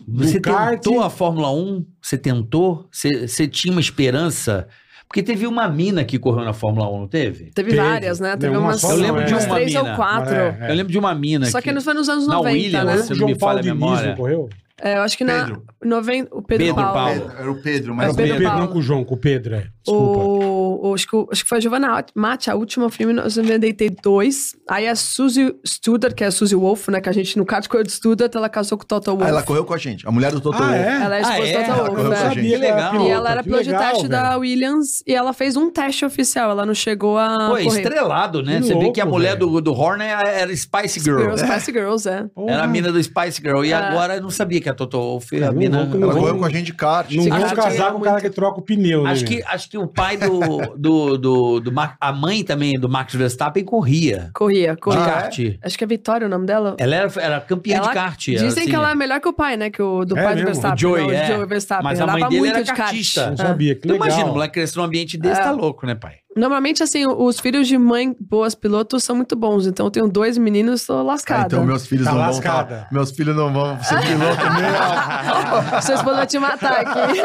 S4: Você
S3: No kart-
S4: tentou a Fórmula 1? Você tentou? Você, você tinha uma esperança? Porque teve uma mina que correu na Fórmula 1, não teve?
S1: Teve,
S3: Teve.
S1: várias, né? Teve
S3: Não, uma
S1: umas,
S3: só
S4: não, é.
S1: umas
S4: Uma
S1: três
S4: mina.
S1: ou quatro.
S3: É, é.
S4: Eu lembro de uma mina.
S1: Só que não foi nos anos 90, né?
S4: Williams, se
S3: O
S4: não
S3: João
S4: me falha
S3: Paulo
S4: a
S3: Diniz
S4: memória.
S3: não correu?
S1: É, eu acho que na...
S5: Pedro.
S1: noven- O Pedro,
S4: Pedro
S1: Paulo.
S4: Paulo.
S5: Pedro, Era o Pedro,
S1: Era
S5: mas
S1: o
S3: Com o
S1: Pedro
S3: Pedro,
S1: Paulo.
S3: não com o João, com o Pedro, é. Desculpa.
S1: O, o- acho, que, o- acho que foi a Giovanna Mate, a última filme em 1992. Aí a Suzy Studer, que é a Suzy Wolf, né? Que a gente, no caso, com de Studer, ela casou com o Toto Wolf.
S5: Ah, ela correu com a gente. A mulher do Totó.
S3: Ah, é?
S1: Ela é esposa
S4: Ah, é?
S1: do Toto
S4: Ela
S1: Wolf,
S5: correu
S1: né?
S5: com a gente.
S4: Que legal.
S1: E ela era
S3: Que
S1: pilot de
S3: legal,
S1: teste da
S3: velho.
S1: Williams e ela fez um teste oficial, ela não chegou a
S4: Pô, é
S1: correr.
S4: estrelado, né?
S3: Que
S4: Você vê
S3: louco,
S4: que a mulher
S3: velho.
S4: do, do Horner era Spice Girl.
S1: Girls, Spice Girls, é.
S3: Porra.
S4: Era a mina do Spice Girl. E
S1: É.
S4: agora eu não sabia que a Toto Wolff era a
S3: Não
S4: mina.
S3: vou- não
S5: Ela
S3: vou-
S5: correu com a gente de kart.
S3: Não
S1: Sim,
S3: vamos
S1: acho que
S3: casar
S1: era
S3: com o cara
S1: muito-
S3: que troca o pneu, né?
S4: Acho que, acho que o pai do, do, do, do Mar- A mãe também do Max Verstappen corria.
S1: Corria,
S4: De
S1: corria.
S4: kart.
S1: Acho que é Vitória o nome dela.
S4: Ela era, era campeã
S1: Ela-
S4: de kart. era
S1: Dizem
S4: assim.
S1: que ela é melhor que o pai, né? Que o do
S3: É
S1: pai
S3: mesmo?
S1: do Verstappen.
S4: O Joey,
S1: né,
S4: é.
S1: Joey Verstappen.
S4: Mas a
S1: Ela
S4: mãe
S1: andava
S4: dele
S1: muito
S4: era
S1: de É. kart.
S4: kartista.
S3: Não sabia, que
S4: Então
S3: legal.
S4: imagina, o moleque crescer num ambiente desse,
S1: É.
S4: tá louco, né, pai?
S1: Normalmente, assim, os filhos de mãe boas pilotos são muito bons. Então, eu tenho dois meninos, tô
S5: Ah,
S1: lascada. É.
S5: então meus filhos
S3: Tá
S5: não
S3: lascada. É.
S5: vão. tá? Meus filhos não vão ser piloto
S1: Sua esposa vai te matar aqui.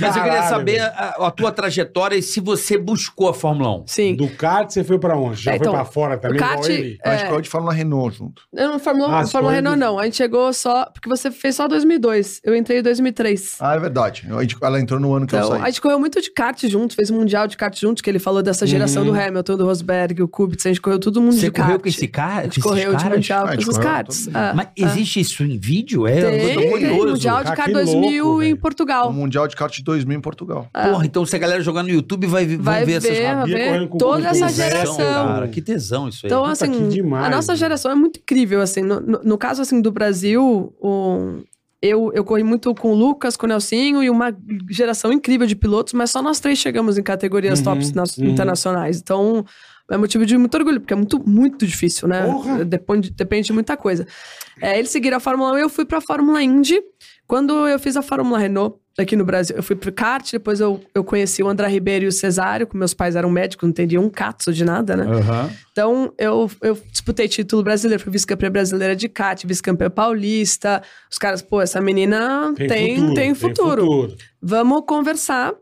S4: Mas eu queria
S3: Caralho,
S4: saber
S3: velho.
S4: a, a tua trajetória e se você buscou a Fórmula 1.
S1: Sim.
S3: Do kart você foi pra onde? Já
S1: É, então,
S3: foi pra fora também,
S1: kart-
S3: igual ele?
S5: A gente correu de Fórmula Renault junto.
S1: Eu não Fórmula, um,
S3: Ah, as
S1: Fórmula
S3: corridas.
S1: Renault, não. A gente chegou só. Porque você fez só 2002. Eu entrei em 2003.
S5: Ah, é verdade. A gente- Ela entrou no ano que eu
S1: Então,
S5: saí.
S1: a gente correu muito de kart junto, fez um mundial de kart junto, que ele falou dessa geração
S5: Uhum.
S1: do Hamilton, do Rosberg, o Kubica, a gente correu todo mundo
S4: Você
S1: de kart.
S4: correu com esse cara?
S1: A
S4: com
S1: gente
S4: esses
S1: correu de
S4: caras?
S1: mundial
S5: Ah, a
S1: com
S5: gente
S1: esses
S5: correu
S1: karts.
S5: todo
S1: Ah,
S4: Mas existe isso em vídeo? É, eu tô
S1: tem, tem
S4: curioso.
S1: mundial de
S3: Cara,
S1: kart
S3: Ah, que louco,
S1: 2000 em
S3: velho.
S5: O
S1: Portugal.
S5: Mundial de kart de 2000 em Portugal.
S4: Porra, então se a galera jogar no YouTube vai, vão
S1: Vai
S4: ver, essas
S1: ver, vai
S3: Sabia
S1: ver
S3: correndo com
S1: toda essa
S3: convulsão,
S1: geração.
S4: Cara, que tesão isso aí.
S1: Então,
S3: Puta,
S1: assim,
S3: que demais,
S1: a nossa
S3: né?
S1: geração é muito incrível, assim. No, no- no caso, assim, do Brasil, o- eu, eu corri muito com o Lucas, com o Nelsinho e uma geração incrível de pilotos, mas só nós três chegamos em categorias
S3: Uhum,
S1: tops nas-
S3: uhum.
S1: internacionais. Então, é motivo de muito orgulho, porque é muito, muito difícil, né?
S3: Porra!
S1: Depende, depende de muita coisa. É, eles seguiram a Fórmula 1 e eu fui pra Fórmula Indy. Quando eu fiz a Fórmula Renault aqui no Brasil, eu fui pro kart, depois eu, eu conheci o André Ribeiro e o Cesário, que meus pais eram médicos, não entendiam um cato de nada, né? Então, eu, eu disputei título brasileiro, fui vice-campeã brasileira de kart, vice-campeã paulista. Os caras, pô, essa menina tem, tem, futuro, Vamos conversar.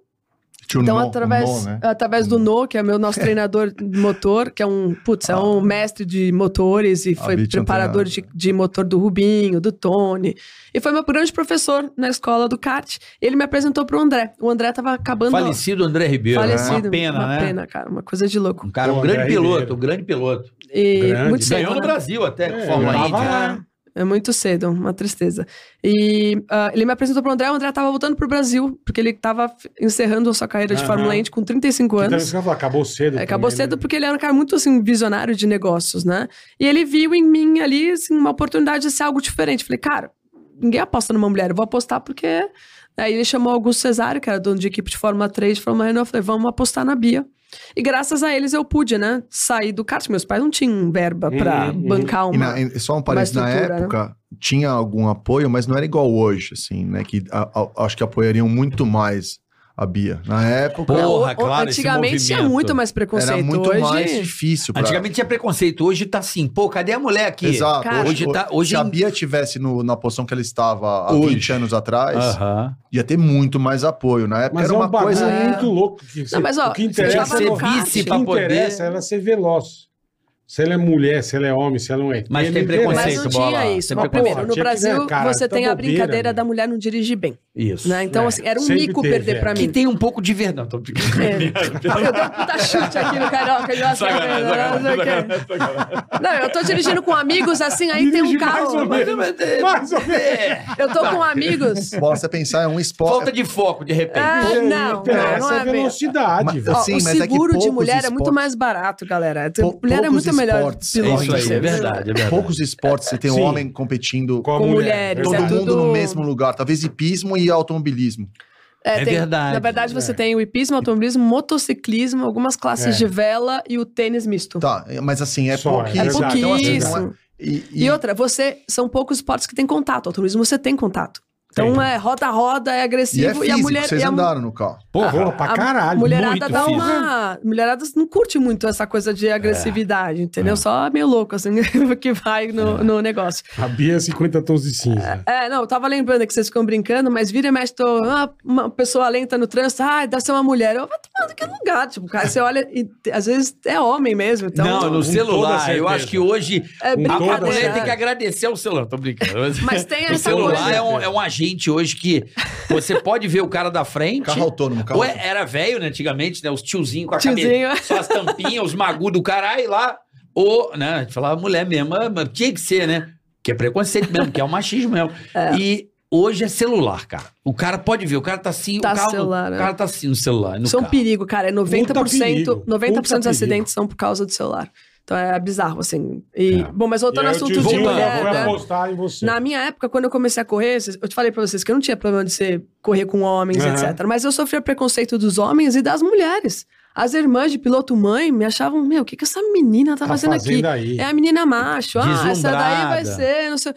S5: Tinha o
S1: então,
S5: Mo- o
S1: através,
S5: Mo, né?
S1: através do No, que é meu nosso treinador de motor, que é um, putz, é um mestre de motores e foi
S5: Beat é um
S1: preparador de, de motor do Rubinho, do Tony. E foi meu grande professor na escola do kart. Ele me apresentou pro André. O André tava acabando...
S4: Falecido André Ribeiro. né?
S1: falecido.
S4: Uma pena,
S1: uma
S4: né?
S1: pena, cara. Uma coisa de louco.
S4: Um cara, um
S3: Pô,
S4: grande
S3: André
S4: piloto,
S3: Ribeiro.
S4: um grande piloto.
S1: E
S3: Grande.
S1: muito cedo,
S4: Ganhou no
S1: né?
S4: Brasil até, com
S3: É,
S4: Fórmula
S3: eu
S4: Indy.
S3: tava lá.
S4: né?
S1: É muito cedo, uma tristeza. E ah, ele me apresentou pro André, o André tava voltando pro Brasil, porque ele tava f- encerrando a sua carreira de
S3: Aham.
S1: Fórmula Indy com 35
S3: Então,
S1: anos.
S3: isso que eu ia falar, acabou cedo.
S1: é, Acabou
S3: também,
S1: cedo
S3: né?
S1: porque ele era um cara muito assim, visionário de negócios, né? E ele viu em mim ali assim, uma oportunidade de ser algo diferente. Falei, cara, ninguém aposta numa mulher, eu vou apostar porque. Aí ele chamou Augusto Cesário, que era dono de equipe de Fórmula 3, de Fórmula Renault. Eu falei, vamos apostar na Bia. E graças a eles eu pude, né? Sair do kart. Meus pais não tinham verba pra
S3: Uhum, uhum.
S1: bancar uma.
S5: E na- e só um parênteses, na
S1: estrutura, né?
S5: época tinha algum apoio, mas não era igual hoje, assim, né? Que a- a- acho que apoiariam muito mais a Bia. Na época
S4: Porra,
S1: O- o-
S4: claro, esse
S1: Antigamente tinha
S4: movimento.
S1: muito mais preconceito.
S5: era muito
S1: Hoje,
S5: mais difícil. pra-
S4: Antigamente tinha preconceito, hoje tá assim, pô, cadê a mulher aqui?
S5: Exato.
S1: Cara,
S4: Hoje tá- hoje-
S5: se a Bia tivesse no- na posição que ela estava há
S4: Hoje.
S5: 20 anos atrás,
S4: Aham.
S5: ia ter muito mais apoio. Na época
S3: Mas
S5: era
S3: é
S5: uma
S3: um bagulho
S5: coisa.
S3: muito louco. Que você-
S1: mas, ó,
S3: o que
S1: você
S3: interessa
S1: tava
S3: é
S1: no
S3: você-
S1: kart.
S3: o que
S4: pra poder-
S3: interessa é ela ser veloz. Se ela é mulher, se ela é homem, se ela não é.
S4: Mas tem
S3: ele-
S1: Mas um
S4: preconceito.
S1: não
S4: bola.
S1: tinha isso.
S4: Tem
S1: Mas,
S4: preconceito.
S1: primeiro, no
S3: Tinha que
S1: Brasil,
S3: ver, cara,
S1: você
S3: tá
S1: tem a
S3: bobeira,
S1: brincadeira
S3: meu.
S1: da mulher não dirigir bem.
S4: Isso.
S1: Né? Então,
S3: É,
S1: assim, era um
S3: sempre
S1: mico
S3: teve,
S1: perder
S3: é.
S1: pra
S4: Que né?
S1: mim.
S4: tem um pouco de verdade. Tô brincando.
S1: É. Eu dei um puta chute aqui no carioca. eu acho que- né? não sei o quê. Não, eu tô dirigindo com amigos, assim, aí tem um
S3: Dirige Mais ou
S1: carro.
S3: menos. Mais ou menos.
S4: É.
S1: Eu tô com amigos.
S5: Bora você pensar, é um esporte.
S4: Falta de foco, de repente.
S1: Ah,
S3: Isso aí
S1: não, não,
S3: interessa
S1: não
S3: é
S1: é bem.
S3: velocidade,
S5: Mas-
S3: velho.
S1: Ó,
S5: Sim,
S1: o
S5: mas é que
S1: seguro de
S5: poucos
S1: mulher é muito
S5: esportes-
S1: mais barato, galera.
S5: Pou-
S1: mulher é
S5: poucos
S1: muito melhor.
S5: esportes
S4: É
S1: piloto.
S4: isso aí, é
S5: Lógico.
S4: verdade, é verdade.
S5: Poucos esportes você tem um
S3: Sim.
S5: homem competindo
S3: Com a
S1: com
S3: mulher.
S1: mulheres,
S5: todo
S1: é
S3: verdade.
S5: mundo
S1: tudo-
S5: no mesmo lugar. Talvez hipismo e automobilismo.
S4: É
S1: tem-
S4: verdade.
S1: Na verdade, você
S3: É.
S1: tem o hipismo, automobilismo, motociclismo, algumas classes
S3: É.
S1: de vela e o tênis misto.
S5: Tá, mas assim, é
S3: Só, é
S1: É
S5: pouquíssimo.
S3: verdade.
S5: Então, assim, não é-
S1: pouquíssimo.
S5: E,
S1: E, outra, você são poucos esportes que tem contato. Automobilismo você tem contato. Então
S3: Tem.
S1: é roda a roda, é
S5: e
S1: agressivo
S5: é
S1: e,
S5: físico,
S1: a mulher
S5: vocês
S1: e a,
S5: andaram no carro.
S3: Porra, pra
S1: a
S3: caralho.
S1: mulherada
S3: muito
S1: dá
S3: físico.
S1: uma, mulherada não curte muito essa coisa de agressividade, entendeu? Só meio louco assim que vai no, no negócio.
S3: A Bia é 50 tons de cinza.
S1: É, não, eu tava lembrando que vocês ficam brincando, mas vira e mexe, tô, ah, uma pessoa lenta no trânsito, ah, deve ser uma mulher. Eu vou tomando que lugar, tipo, cara, você olha e te- às vezes é homem mesmo, então...
S4: não, no
S3: com toda
S4: celular.
S3: certeza.
S4: Eu acho que hoje
S1: É
S3: com
S4: a
S3: toda
S4: mulher
S1: brincadeira.
S3: certeza. é
S4: tem que agradecer ao celular. Tô brincando.
S1: Mas tem
S4: o
S1: essa
S4: celular
S3: um
S1: coisa.
S4: é um, é um agente hoje que você pode ver o cara da frente.
S5: Carro autônomo. calça.
S4: Ou é- era velho, né, antigamente, né? Os tiozinhos com a cabeça.
S1: Tiozinho.
S4: Só as tampinhas, os magus do caralho lá. Ou, né? A gente falava mulher mesmo, mas- mas tinha que ser, né? Que é preconceito mesmo, que é o machismo mesmo. E hoje é celular, cara. O cara pode ver, o cara tá assim,
S1: Tá
S4: o, carro,
S1: celular,
S4: o
S1: né?
S4: cara tá assim no celular. No
S1: Isso é um
S4: carro.
S1: perigo, cara. É 90%,
S3: perigo.
S1: 90
S3: Puta
S1: dos
S3: perigo.
S1: acidentes são por causa do celular. Então é bizarro, assim. E,
S4: É.
S1: Bom, mas voltando
S3: E
S1: ao
S3: aí o
S1: assunto de
S3: tiozinho
S1: mulher,
S3: foi
S1: né?
S3: apostar em você.
S1: Na minha época, quando eu comecei a correr, vocês- eu te falei pra vocês que eu não tinha problema de ser, correr com homens,
S3: Aham.
S1: etc. Mas eu sofria preconceito dos homens e das mulheres. As irmãs de piloto mãe me achavam, meu, o que, que essa menina tá,
S3: Tá
S1: fazendo aqui?
S3: fazendo aí.
S1: É a menina macho, ah, essa
S4: Deslumbrada.
S1: daí vai ser, não sei.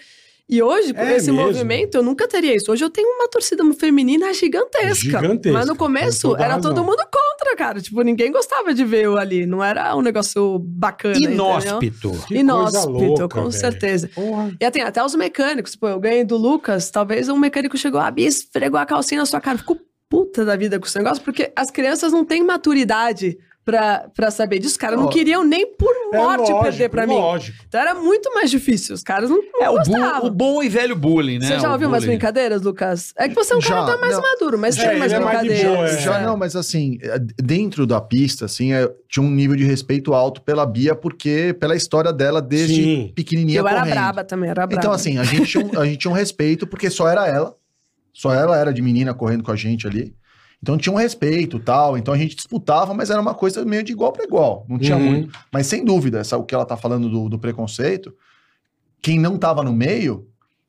S1: E hoje, com
S3: É
S1: esse
S3: mesmo.
S1: movimento, eu nunca teria isso. Hoje eu tenho uma torcida feminina gigantesca.
S3: Gigantesca,
S1: Mas no
S3: com
S1: começo
S3: toda
S1: era
S3: razão.
S1: todo mundo contra, cara. Tipo, ninguém gostava de ver eu ali. Não era um negócio bacana. né, Entendeu?
S4: Inóspito.
S3: Que coisa
S1: Inóspito,
S3: louca,
S1: com
S3: velho.
S1: certeza.
S3: Porra.
S1: E tem até os mecânicos. Pô, eu ganhei do Lucas. Talvez um mecânico chegou, ah, Bia, esfregou a calcinha na sua cara. Ficou puta da vida com esse negócio, porque as crianças não têm maturidade pra, pra saber disso. Cara, não
S5: Ó,
S1: queriam nem por
S3: É
S1: morte
S3: lógico,
S1: perder pra mim.
S3: Lógico.
S1: Então era muito mais difícil. Os caras não, não
S4: É o, bu-
S1: gostavam.
S4: o bom e velho bullying, né?
S1: Você já
S4: O
S1: ouviu umas
S4: bullying.
S1: brincadeiras, Lucas? É que você é um cara
S5: Já,
S1: até mais
S5: não.
S1: maduro, mas
S3: É,
S1: tinha
S3: ele
S1: mais
S3: é mais de
S1: brincadeiras.
S3: boa, é.
S5: Já não, mas assim, é, dentro da pista, assim, é, tinha um nível de respeito alto pela Bia, porque pela história dela desde
S3: Sim.
S5: pequenininha
S1: Eu era
S5: correndo.
S1: braba também, era braba.
S5: Então, assim, a gente, tinha um, a gente tinha um respeito, porque só era ela. Só ela era de menina correndo com a gente ali. Então tinha um respeito tal. Então a gente disputava, mas era uma coisa meio de igual para igual. Não tinha
S3: Uhum.
S5: muito. Mas sem dúvida, essa, o que ela tá falando do, do preconceito, quem não tava no meio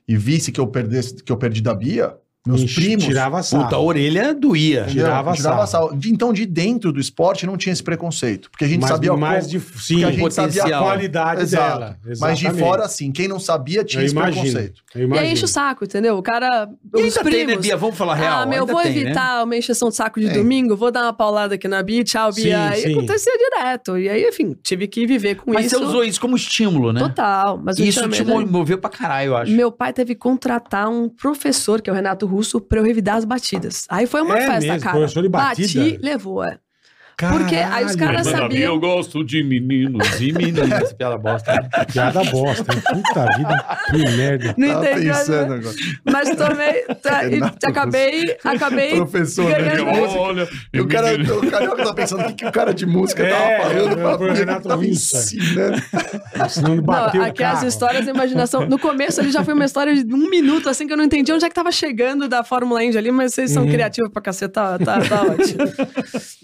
S5: e visse que eu, perdesse, que eu perdi da Bia, meus
S3: Ixi,
S5: primos.
S3: Tirava sarro.
S4: Puta, a orelha doía.
S5: entendeu?
S3: tirava
S5: tirava
S3: sarro.
S5: sarro. De- Então, de dentro do esporte, não tinha esse preconceito. Porque a gente
S3: mas
S5: sabia
S3: mais
S5: como-
S3: de, sim,
S5: porque a gente sabia
S4: potencial.
S5: a
S3: a qualidade
S5: Exato.
S3: dela.
S5: Mas de
S3: Exatamente.
S5: fora, assim, quem não sabia tinha
S3: eu
S5: esse
S3: imagino.
S5: preconceito.
S3: Eu
S1: E
S3: imagino.
S1: aí enche o saco, entendeu? O cara.
S4: E
S1: os
S4: ainda
S1: primos.
S4: tem, né, Bia? Vamos falar real.
S1: ah, meu,
S4: ainda
S1: vou
S4: tem, né?
S1: evitar uma encheção de saco de
S5: Tem.
S1: domingo, vou dar uma paulada aqui na Bia, tchau,
S3: Sim,
S1: Bia. e
S3: sim.
S1: acontecia direto. E aí, enfim, tive que viver com
S4: Mas
S1: isso.
S4: você usou isso como estímulo, né?
S1: Total. Mas eu
S4: Isso
S1: chamei
S4: te
S1: daí.
S4: moveu pra caralho, eu acho.
S1: Meu pai teve que contratar um professor, que é o Renato Russo, pra eu revidar as batidas. Aí foi uma
S3: É
S1: festa,
S3: mesmo,
S1: cara.
S3: professor de batida?
S1: Bati, levou, é. Porque aí os
S3: Caralho,
S1: caras
S3: mano,
S1: sabiam. Eu
S4: gosto de meninos e meninas. Pela bosta.
S3: Piada bosta. hein? Puta vida, que merda.
S1: Não
S5: Tava
S1: entendi. né?
S5: pensando agora.
S1: Mas tomei. tá, e
S5: Renato
S1: acabei. Acabei.
S5: Professor, né,
S1: ganhando-
S5: de música. E o cara, o carioca tá pensando o que, que o cara de música
S3: É,
S5: tava
S3: é,
S5: falando pra
S3: foi o
S5: ele
S3: Renato
S5: tava
S3: Russo.
S5: ensinando.
S3: Senão ele
S1: Não,
S3: bateu o
S1: aqui as
S3: carro.
S1: histórias da imaginação. No começo ele já foi uma história de um minuto, assim, que eu não entendi onde é que tava chegando da Fórmula Indy ali, mas vocês são
S4: Uhum.
S1: criativos pra caceta, tá, tá ótimo.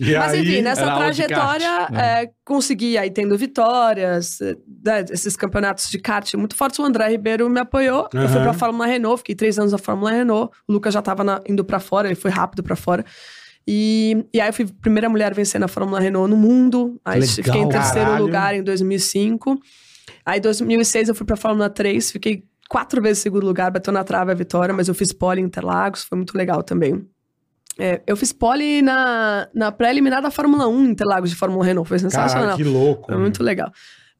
S3: E
S1: Mas
S3: aí,
S1: enfim, nessa
S4: era aula de
S1: trajetória,
S4: kart, né?
S1: é, consegui aí tendo vitórias, eh, né, esses campeonatos de kart muito fortes. O André Ribeiro me apoiou. Eu fui
S3: Aham.
S4: Uhum.
S1: pra Fórmula Renault, fiquei três anos na Fórmula Renault. O Lucas já tava na- indo pra fora, ele foi rápido pra fora. E, e aí eu fui a primeira mulher a vencer na Fórmula Renault no mundo. Aí
S4: Legal,
S1: fiquei em terceiro
S3: caralho.
S1: lugar em 2005. Aí em 2006 eu fui pra Fórmula 3, fiquei quatro vezes segundo lugar, bateu na trave a vitória, mas eu fiz pole em Interlagos, foi muito legal também. É, eu fiz pole na, na pré-eliminar da Fórmula 1 em Interlagos de Fórmula Renault. Foi
S3: Caralho,
S1: sensacional.
S3: que louco. né?
S1: Foi muito legal.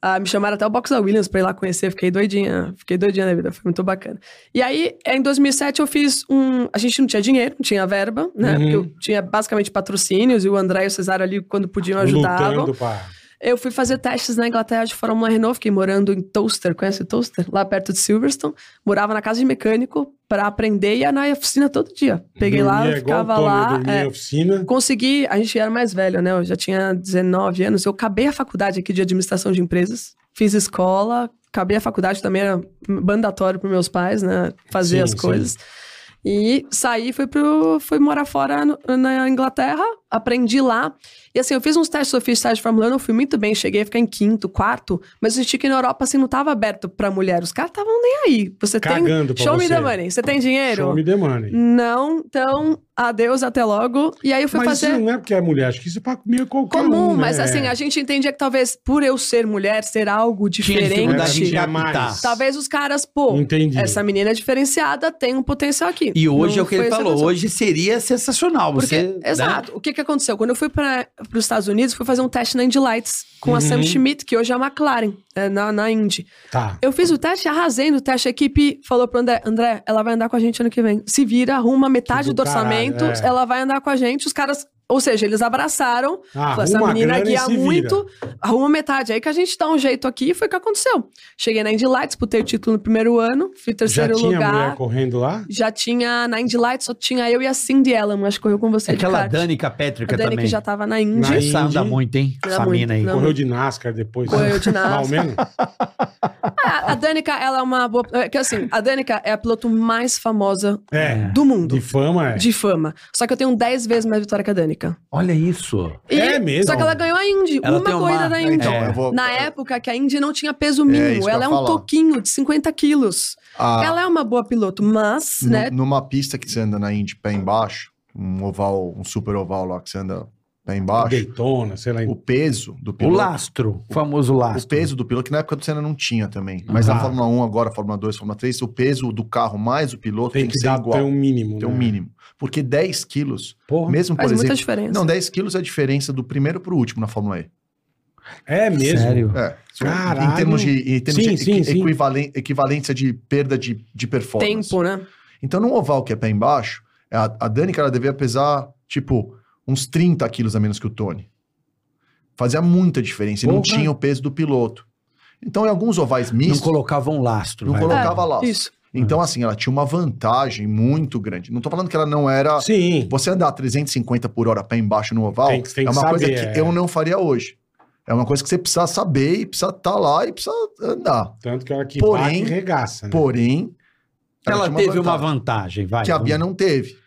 S1: Ah, me chamaram até o Box da Williams pra ir lá conhecer. Fiquei doidinha. Fiquei doidinha na vida. Foi muito bacana. E aí, é, em 2007, eu fiz um... A gente não tinha dinheiro, não tinha verba, né?
S3: Uhum.
S1: Porque eu tinha basicamente patrocínios. E o André e o Cesário ali, quando podiam, ajudavam.
S3: Lutando pra...
S1: Eu fui fazer testes na Inglaterra de Fórmula Renault, fiquei morando em Toaster, conhece Toaster? Lá perto de Silverstone. Morava na casa de mecânico pra aprender e ia na oficina todo dia. Peguei lá,
S3: Dormia
S1: eu
S3: Uhum. é igual
S1: ficava
S3: o Tony, eu
S1: lá.
S3: dormia
S1: é.
S3: em oficina.
S1: consegui, a gente era mais velho, né? Eu já tinha 19 anos. Eu acabei a faculdade aqui de administração de empresas, fiz escola, acabei a faculdade também, era mandatório para meus pais, né? Fazer
S3: Sim,
S1: as
S3: sim.
S1: coisas. E saí, fui, pro, fui morar fora no- na Inglaterra, aprendi lá. E assim, eu fiz uns testes, eu fiz teste de Fórmula 1, eu fui muito bem, cheguei a ficar em quinto, quarto, mas eu senti que na Europa, assim, não tava aberto pra mulher. Os caras estavam nem aí. Você
S3: Cagando pra
S1: tem... Show me
S3: você.
S1: the money. Você tem dinheiro?
S3: Show me the money.
S1: Não, então, adeus, até logo. E aí eu fui
S3: Mas
S1: fazer
S3: isso não é porque é mulher, acho que isso é pra comer qualquer
S1: comum,
S4: é.
S3: um,
S1: mas
S3: né?
S1: assim, a gente entendia que talvez por eu ser mulher, ser algo
S4: Tinha dificuldade em
S1: diferente,
S3: Tinha
S4: captar.
S3: mais.
S1: talvez os caras, pô,
S3: Entendi.
S1: essa menina é diferenciada, tem um potencial aqui.
S4: E hoje é
S1: Não
S4: o que ele
S1: foi essa
S4: falou.
S1: pessoa.
S4: Hoje seria sensacional.
S1: Porque,
S4: Você, né?
S1: exato. O que que aconteceu? Quando eu fui para os Estados Unidos, fui fazer um teste na Indy Lights com a Sam
S3: Uhum.
S1: Schmidt, que hoje é a McLaren, é, na, na Indy.
S3: Tá.
S1: Eu fiz o teste, arrasei no teste. A equipe falou pro André: André, ela vai andar com a gente ano que vem. Se vira, arruma metade
S3: Que Tipo
S1: do,
S3: do caralho,
S1: orçamento,
S3: é.
S1: ela vai andar com a gente. Os caras Ou seja, eles abraçaram.
S3: Ah,
S1: falou, essa
S3: arruma a
S1: menina
S3: grana e
S1: guia
S3: se vira.
S1: muito, arruma metade. Aí que a gente dá um jeito aqui e foi o que aconteceu. Cheguei na Indy Lights, disputei o título no primeiro ano, fui
S3: Já
S1: terceiro
S3: tinha mulher
S1: lugar.
S3: correndo lá?
S1: Já tinha na Indy Lights, só tinha eu e a Cindy Ellen, acho que correu com você.
S4: É
S1: de
S4: Aquela
S1: kart.
S4: Dani
S1: A
S4: Capetrica
S1: Dani
S4: também.
S1: que já tava na Indy.
S3: Na
S4: Essa anda
S3: Indy.
S4: muito, hein?
S1: Anda
S4: Essa
S1: muito,
S4: mina aí.
S1: não.
S3: Correu de NASCAR depois. né?
S1: Correu de NASCAR.
S3: Mal menos?
S1: A, a Danica, ela é uma boa. é Que assim, a Danica é a piloto mais famosa
S3: É.
S1: do mundo.
S3: De fama, é.
S1: De fama. Só que eu tenho 10 vezes mais vitória que a Danica.
S4: Olha isso.
S3: É mesmo?
S1: Só que ela ganhou a Indy.
S4: Ela tem
S1: uma
S4: uma-
S1: corrida da
S4: É,
S1: Indy.
S5: então,
S4: É.
S5: eu vou.
S1: Na época que a Indy não tinha peso
S5: isso
S1: mínimo.
S5: que eu
S1: ela é
S5: ia
S1: um
S5: falar. Ah.
S1: toquinho de 50 quilos.
S5: a-
S1: Ela é uma boa piloto, mas,
S5: nu-
S1: né?
S5: Numa pista que você anda na Indy pé embaixo, um oval, um super oval lá que você anda pé embaixo,
S3: Daytona, sei lá.
S5: o peso do
S4: O
S5: piloto.
S4: lastro. O famoso
S5: O
S4: lastro.
S5: peso do piloto, que na época do Senna não tinha também. Mas
S3: Tá.
S5: na Fórmula 1 agora, Fórmula 2, Fórmula 3, o peso do carro mais o piloto
S3: Tem que
S5: ser
S3: dar
S5: igual.
S3: até um mínimo.
S5: Tem um
S3: né?
S5: mínimo. Porque 10 quilos,
S3: Porra.
S5: mesmo, por
S1: Faz muita
S5: exemplo...
S1: diferença.
S5: Não, 10 quilos é a diferença do primeiro pro último na Fórmula E.
S3: É mesmo.
S4: Sério.
S5: É.
S3: Caralho.
S5: Em termos de, em termos
S3: Sim,
S5: de
S3: sim,
S5: equi-
S3: sim.
S5: equivalen- equivalência de perda de, de performance.
S1: Tempo, né?
S5: Então, num oval que é pé embaixo, a, a Dani, que ela devia pesar, tipo, uns 30 quilos a menos que o Tony. Fazia muita diferença. E não
S3: Porra.
S5: tinha o peso do piloto. Então, em alguns ovais
S4: Não
S5: mistos,
S4: colocavam lastro.
S5: não,
S4: vai.
S5: colocava lá.
S1: Isso.
S5: Então, assim, ela tinha uma vantagem muito grande. Não tô falando que ela não era.
S3: Sim.
S5: Você andar 350 por hora pé embaixo no oval
S3: Tem que- tem
S5: é
S3: que
S5: uma coisa
S3: saber,
S5: que
S3: é.
S5: eu não faria hoje. É uma coisa que você precisa saber e precisa estar lá e precisa andar.
S3: Tanto que a hora que
S5: Porém-
S3: bate, regaça, né?
S5: Porém,
S4: Ela
S5: tinha
S4: teve uma vantagem, vai.
S5: que a
S4: vamos-
S5: Bia não teve.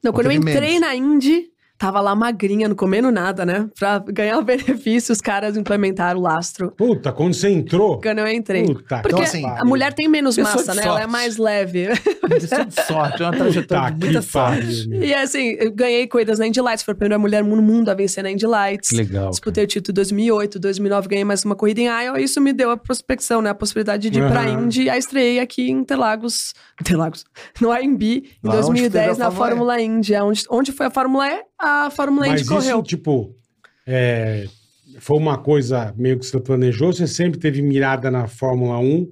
S1: Não, quando eu
S5: teve
S1: entrei
S5: menos.
S1: na Indy, tava lá magrinha, não comendo nada, né? Pra ganhar o benefício, os caras implementaram o lastro.
S3: Puta, quando você entrou...
S1: Quando eu entrei.
S3: Puta,
S1: Porque
S5: então, assim,
S1: a mulher tem menos
S4: Pessoa
S1: massa,
S4: de
S1: né? Ela é
S4: sorte.
S1: mais leve.
S4: Isso é de sorte,
S1: tá
S4: é uma trajetória de muita
S3: Puta que
S4: sorte.
S3: pariu. meu.
S1: E assim, eu ganhei coisas na Indy Lights. Foi a primeira mulher no mundo a vencer na Indy Lights.
S4: Que legal.
S1: Disputei o título em 2008, 2009, ganhei mais uma corrida em Iowa. Isso me deu a prospecção, né? A possibilidade de ir pra
S3: Aham.
S1: Indy. Aí estreiei aqui em Interlagos, Interlagos, no AMB, em
S5: Lá onde
S1: 2010,
S5: teve a
S1: na
S5: Fórmula E.
S1: Fórmula Indy. É Onde, onde foi a Fórmula E, a Fórmula
S3: Mas
S1: Indy correu.
S3: isso, tipo, é, foi uma coisa meio que você planejou, você sempre teve mirada na Fórmula 1,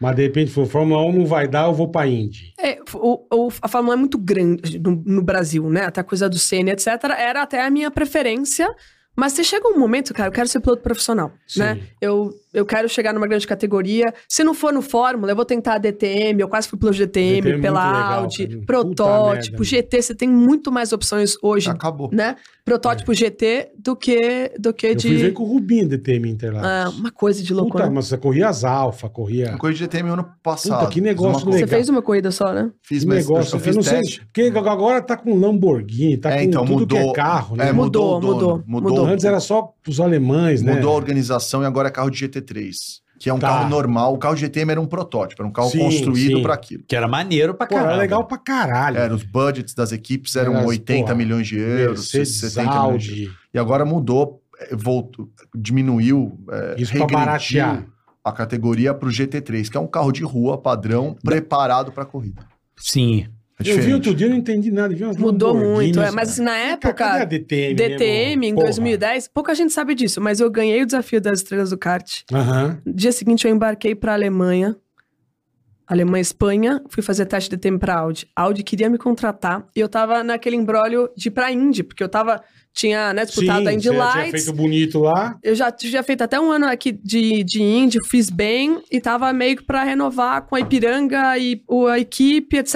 S3: mas de repente falou, Fórmula 1 não vai dar, eu vou pra Indy.
S1: É, o- o- a Fórmula é muito grande no, no Brasil, né? Até a coisa do Senna, etc. Era até a minha preferência. Mas você chega um momento, cara, eu quero ser piloto profissional,
S3: Sim.
S1: né? Eu, eu quero chegar numa grande categoria. Se não for no Fórmula, eu vou tentar a DTM. Eu quase fui pelo GTM,
S3: DTM é muito
S1: pela
S3: legal,
S1: Audi,
S3: cara. Puta merda, Tá.
S1: protótipo,
S3: meu.
S1: GT. Você tem muito mais opções hoje,
S5: Acabou.
S1: né? Protótipo GT do que, do que
S3: É. Eu fui ver
S1: de
S3: com o Rubinho DTM
S1: ah,
S3: Interlagos.
S1: uma coisa de louco.
S3: Puta,
S1: né?
S3: mas você corria as alfa, corria...
S5: Uma coisa de GTM ano passado.
S3: É. que negócio
S5: Fiz uma
S1: Você
S3: legal.
S1: fez uma corrida só, né?
S5: Fiz,
S3: Esse
S5: mas eu-
S3: negócio,
S5: eu
S3: eu,
S5: fiz
S3: não sei,
S5: teste.
S3: porque agora tá com Lamborghini, tá
S5: É,
S3: com
S5: então,
S3: tudo que é
S5: mudou.
S3: carro, né?
S5: É,
S1: Mudou,
S5: mudou, o dono,
S1: mudou,
S5: mudou.
S3: Antes era só os alemães, né?
S5: Mudou a organização e agora é carro de GT3, que é um
S3: Tá.
S5: carro normal. O carro GTM era um protótipo, era um carro
S3: Sim,
S5: construído
S3: sim.
S5: para aquilo.
S4: Que era maneiro pra
S3: Pô, era
S4: caralho.
S3: legal pra caralho.
S5: Era, os budgets das equipes eram
S3: Era,
S5: 80
S3: porra,
S5: milhões de euros,
S3: Mercedes,
S5: 70 milhões de euros.
S3: Audi,
S5: E agora mudou, é, voltou, diminuiu, é,
S3: isso pra
S5: regrediu
S3: baratear.
S5: a categoria para o GT3, que é um carro de rua padrão preparado para corrida.
S4: Sim.
S5: É
S3: eu vi
S5: diferente.
S3: outro dia, eu não entendi nada. vi umas
S1: Mudou muito, é.
S3: Lamborghinis,
S1: Mas assim, na
S3: um Cara, cadê a
S1: época,
S3: DTM, né,
S1: DTM em
S3: irmão? Porra.
S1: 2010, pouca gente sabe disso, mas eu ganhei o desafio das estrelas do kart.
S3: Aham.
S1: No dia seguinte eu embarquei pra Alemanha, Alemanha, Espanha, fui fazer teste de DTM pra Audi. A Audi queria me contratar e eu tava naquele embrólio de ir pra Indy, porque eu tava tinha, né, disputado
S3: Sim,
S1: a Indy
S3: você já
S1: Lights.
S3: tinha feito bonito lá.
S1: Eu já tinha feito até um ano aqui de, de Indy, fiz bem e tava meio que pra renovar com a Ipiranga e o- a equipe, etc.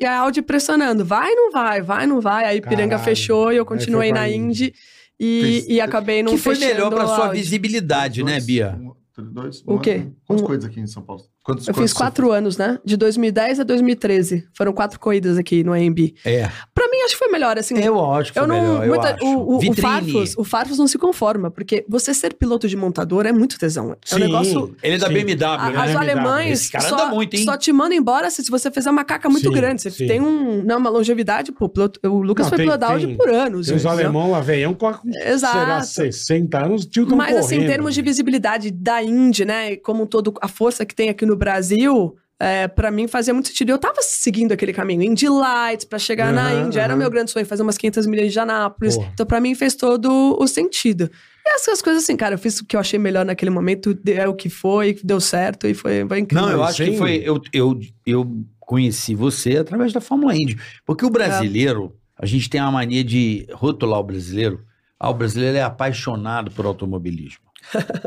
S1: E a Audi pressionando, vai, não vai, vai, não vai. A Ipiranga
S3: Caralho.
S1: fechou e eu
S3: Aí foi
S1: continuei
S3: pra
S1: na
S3: Indy.
S1: Indy e,
S5: Fez-
S1: e acabei não
S4: que foi
S1: fechando
S4: melhor pra
S1: a
S4: sua
S1: Audi.
S4: visibilidade, né,
S5: Dois,
S4: Bia?
S5: um, dois,
S1: O
S5: um,
S1: quê?
S5: Quantas
S1: Um-
S5: coisas aqui em São Paulo? Quantos,
S1: Eu
S5: quantos
S1: fiz
S5: você
S1: quatro anos, né? De 2010 a 2013. Foram quatro corridas aqui no AMB.
S4: É.
S1: Pra mim, acho que foi melhor, assim.
S4: Eu acho que
S1: Eu
S4: foi
S1: não.
S4: melhor,
S1: muita-
S4: eu acho.
S1: o, o- o,
S4: Vitrine.
S1: Farfus, o Farfus não se conforma, porque você ser piloto de montador é muito tesão. É um
S3: Sim.
S1: negócio
S4: Ele é da
S3: Sim.
S4: BMW,
S1: A-
S4: né?
S1: As
S3: BMW.
S1: alemães
S4: Esse cara
S1: só,
S4: anda muito, hein?
S1: só te mandam embora se, se você fizer uma caca muito
S3: Sim,
S1: grande. Você
S3: sim.
S1: tem um, não, uma longevidade. Pô, piloto- o Lucas
S3: Não,
S1: foi
S3: tem-
S1: piloto da Audi
S3: tem-
S1: por anos.
S3: Tem os
S1: entendeu?
S3: alemão lá, velhão, com
S1: Exato.
S3: será um 60 anos, tio tão
S1: Mas, assim, em
S3: correndo.
S1: termos de visibilidade da Indy, né? e Como um todo, a força que tem aqui no Brasil. É, para mim fazia muito sentido. Eu tava seguindo aquele caminho, Indy Lights, pra chegar na
S3: Aham,
S1: Indy. Era o
S3: aham.
S1: meu grande sonho, fazer umas 500 milhas de Anápolis.
S3: Porra.
S1: Então, pra mim, fez todo o sentido. E essas coisas, assim, cara, eu fiz o que eu achei melhor naquele momento, é o que foi, deu certo e foi, foi incrível.
S4: Não, eu
S3: Mas
S4: acho que
S3: sem-
S4: foi. Eu, eu, eu conheci você através da Fórmula Indy. Porque o brasileiro, A gente tem uma mania de rotular o brasileiro. Ah, o brasileiro é apaixonado por automobilismo.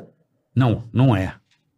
S4: não, não é.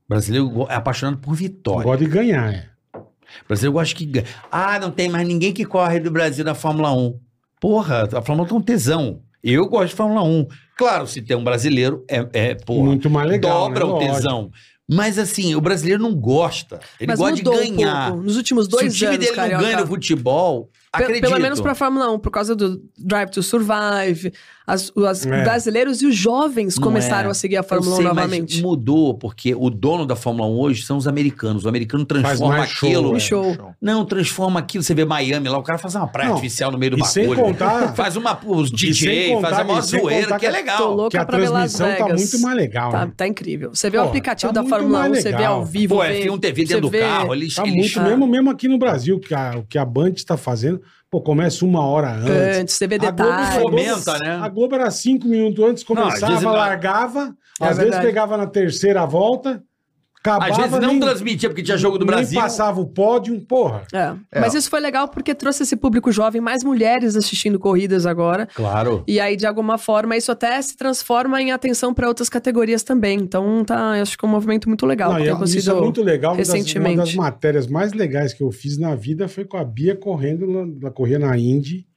S4: O brasileiro go- é apaixonado por vitória.
S3: Pode ganhar, é.
S4: O brasileiro gosta que ganha. Ah, não tem mais ninguém que corre do Brasil na Fórmula 1. Porra, a Fórmula 1 tem um tesão. Eu gosto de Fórmula 1. Claro, se tem um brasileiro, é, é porra,
S3: Muito mais legal.
S4: dobra
S3: né?
S4: o
S3: Lógico.
S4: tesão. Mas assim, o brasileiro não gosta. Ele
S1: Mas
S4: gosta de
S1: mudou
S4: ganhar.
S1: um pouco. Nos últimos
S4: se
S1: dois
S4: o time
S1: anos,
S4: dele
S1: Carioca,
S4: não ganha no futebol,
S1: pe-
S4: acredito.
S1: Pelo menos pra Fórmula 1, por causa do Drive to Survive, as, os
S3: É.
S1: brasileiros e os jovens
S4: Não
S1: começaram
S4: é.
S1: a seguir a
S4: Eu
S1: Fórmula 1
S4: sei, mas
S1: novamente.
S4: mudou, porque o dono da Fórmula 1 hoje são os americanos. O americano transforma
S3: mais show,
S4: aquilo.
S3: é.
S1: Show.
S4: Não, transforma aquilo. Você vê Miami lá, o cara faz uma praia
S3: Não,
S4: artificial no meio do
S3: e sem
S4: bagulho.
S3: contar-
S4: Faz uma, os
S3: sem
S4: DJ,
S3: contar-
S4: faz a maior
S3: e sem
S4: zoeira,
S3: contar
S4: que é
S3: que
S4: legal.
S1: tô louco.
S3: Que a
S1: Louca pra Las
S3: transmissão tá
S1: Vegas.
S3: muito mais legal.
S1: Tá,
S3: né?
S1: tá incrível. Você vê o
S3: Porra,
S1: aplicativo
S3: tá
S1: da
S3: muito
S1: Fórmula 1,
S3: mais
S1: você vê
S3: legal.
S1: ao vivo.
S4: Pô, é
S1: vê-
S4: F1 TV
S1: você
S4: dentro do
S1: vê-
S4: carro, eles,
S3: Tá
S4: eles-
S3: muito, mesmo, mesmo aqui no Brasil, que a, o que a Band está fazendo, pô, começa uma hora antes.
S1: Antes, você vê
S3: A Globo
S1: É, detalhes.
S3: falou-
S4: Fomenta, né?
S3: A Globo era cinco minutos antes,
S4: às
S3: começava,
S4: vezes-
S3: largava,
S1: É
S3: às vezes
S1: verdade.
S3: pegava na terceira volta, acabava.
S4: Às vezes não
S3: nem-
S4: transmitia, porque tinha jogo do
S3: nem
S4: Brasil.
S3: passava o pódio, porra.
S1: É.
S5: É.
S1: Mas isso foi legal porque trouxe esse público jovem, mais mulheres assistindo corridas agora.
S4: Claro.
S1: E aí, de alguma forma, isso até se transforma em atenção para outras categorias também. Então, tá, eu acho que é um movimento muito legal.
S3: Não,
S1: que
S3: e
S1: tem
S3: é- isso
S1: acontecido
S3: é muito legal. uma das-
S1: recentemente.
S3: Uma das matérias mais legais que eu fiz na vida foi com a Bia correndo, na- ela corria na Indy.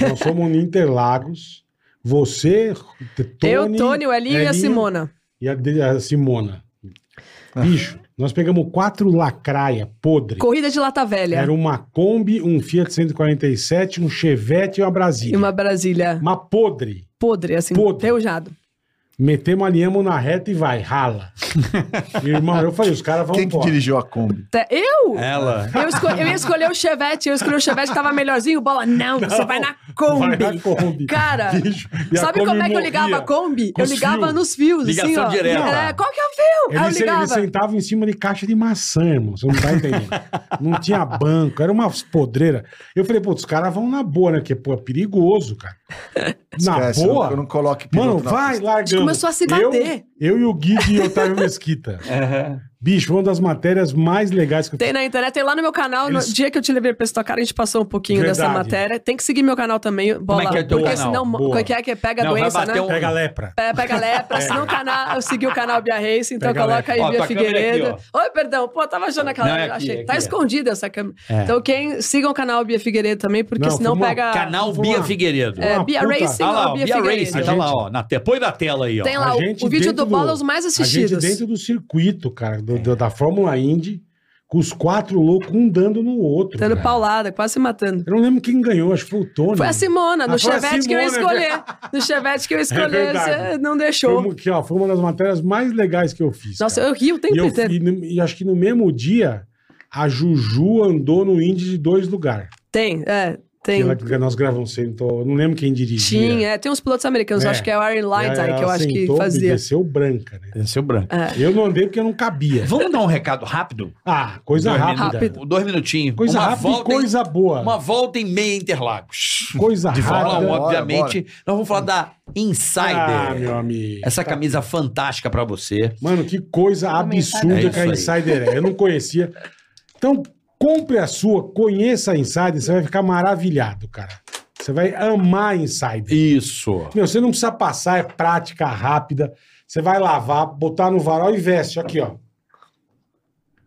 S3: Nós fomos no Interlagos. Você, Tony,
S1: eu, Tony, o Elinho e a
S3: Elinho.
S1: Simona.
S3: e a, de- a Simona.
S5: Ah.
S3: Bicho, nós pegamos quatro lacraia podre.
S1: Corrida de lata velha.
S3: Era uma Kombi, um Fiat 147, um Chevette e uma
S1: E
S3: Brasília.
S1: uma Brasília
S3: Uma podre.
S1: podre, assim,
S3: Podre.
S1: enferrujado.
S3: Metemos, alinhamos na reta e vai, rala. Irmão, eu falei, os caras vão
S5: Quem que
S3: embora.
S5: dirigiu a Kombi?
S1: Até eu?
S4: Ela.
S1: Eu, esco- eu ia escolher o Chevette, eu escolhi o Chevette que tava melhorzinho. Bola, não, você vai na Kombi.
S3: Vai na Kombi.
S1: Cara,
S3: Bicho, e a
S1: sabe
S3: Kombi
S1: como é que eu
S3: morria
S1: ligava a Kombi?
S3: com
S1: Eu
S3: os
S1: ligava
S3: fios.
S1: nos fios, assim,
S4: Ligação
S1: ó.
S4: direta.
S1: Era, qual que é o fio? Aí eu
S3: Ele, se, ele
S1: ligava.
S3: sentava em cima de caixa de maçã, irmão. Você não tá entendendo. não tinha banco, era uma podreira. Eu falei, pô, os caras vão na boa, né? Porque, pô, é perigoso, cara. Na
S5: Esquece,
S3: Ah, boa.
S5: Eu não, eu não coloque
S3: Mano,
S5: piloto na
S3: vai,
S5: pista.
S1: gente
S3: largando.
S1: começou a se
S3: Eu-
S1: bater. É.
S3: Eu, e o Gui de Otávio Mesquita. Bicho, uma das matérias mais legais que eu
S1: Tem na internet, tem lá no meu canal.
S3: Eles-
S1: No dia que eu te levei pra esse tua cara, a gente passou um pouquinho dessa
S3: Verdade.
S1: matéria. Tem que seguir meu canal também, bola.
S4: é que é teu
S1: porque
S4: canal?
S1: senão,
S3: Boa.
S1: como é que é que pega a
S4: Não, vai
S1: doença,
S4: bater
S1: né?
S4: um-
S3: Pega a lepra.
S1: Pe- Pega lepra, senão o canal, eu segui o canal Bia Race, então
S3: É. Pega
S1: coloca
S3: lepra.
S1: aí
S4: Ó,
S1: Bia
S4: tua câmera é aqui,
S1: Figueiredo. Oi, perdão, pô, tava achando aquela.
S4: Não, é aqui,
S1: achei.
S4: é aqui,
S1: tá
S4: é.
S1: escondida essa câmera.
S4: É.
S1: Então, quem sigam o canal Bia Figueiredo também, porque
S3: Não,
S1: senão
S3: fuma-
S1: pega.
S4: Canal
S3: Vamos
S4: Bia
S3: lá.
S4: Figueiredo.
S1: Ah, É,
S3: Uma
S1: Bia
S3: puta- Tá
S1: Racing
S4: Olha
S1: ou
S4: lá,
S1: Bia,
S4: Bia
S1: Figueiredo?
S4: Racing,
S3: A
S4: tá lá,
S3: gente-
S4: ó. Na te... Põe na tela aí, ó.
S1: Tem lá
S3: A
S1: o,
S3: gente
S1: o vídeo
S3: dentro
S1: do Bola, é
S3: do-
S1: os mais
S3: A gente
S1: assistidos.
S3: dentro do circuito, cara, do-
S4: É.
S3: do- da Fórmula Indy, com os quatro loucos, um dando no outro.
S1: Dando
S3: cara.
S1: paulada, quase se matando.
S3: Eu não lembro quem ganhou, acho que foi o Tony.
S1: Foi assim, a Simona, no
S3: Ah, foi a
S1: Chevette que eu ia
S3: Simona, é
S1: escolher. No Chevette que eu ia escolher,
S3: verdade.
S1: você não deixou.
S3: Foi, uma- que, ó, foi uma das matérias mais legais que eu fiz.
S1: Nossa,
S3: cara.
S1: eu rio o tempo
S3: e eu,
S1: inteiro.
S3: e, no- e acho que no mesmo dia, a Juju andou no Indy de dois lugares.
S1: Tem, é,
S3: Que
S1: tem.
S3: ela- que nós gravamos sempre, então, eu não lembro quem dirigia.
S1: Tinha, é, tem uns pilotos americanos,
S3: É.
S1: eu acho que é o Aaron
S3: E aí
S1: Lightai, que eu
S3: ela
S1: acho que
S3: sentou e
S1: fazia.
S3: desceu branca, né?
S4: Esse é o branco.
S3: Eu não andei porque eu não cabia.
S4: Vamos dar um recado rápido?
S3: Ah, coisa
S4: Dois
S3: rápida.
S4: minutos. Dois minutinhos.
S3: Coisa
S4: Uma
S3: rápida e
S4: volta em-
S3: coisa boa.
S4: Uma volta em meia Interlagos.
S3: Coisa
S4: De Fórmula 1,
S3: rápida.
S5: bora,
S4: obviamente. Nós vamos falar da
S3: Ah,
S4: Insider.
S3: meu amigo. Tá.
S4: Essa camisa fantástica pra você.
S3: Mano, que coisa
S1: tá
S3: absurda
S4: É
S3: que a
S4: isso
S3: Insider é. Eu não conhecia. Então, compre a sua, conheça a Insider, você vai ficar maravilhado, cara. Você vai amar a Insider.
S4: Isso.
S3: Meu, você não precisa passar, é prática rápida. Você vai lavar, botar no varal e veste. Aqui, ó.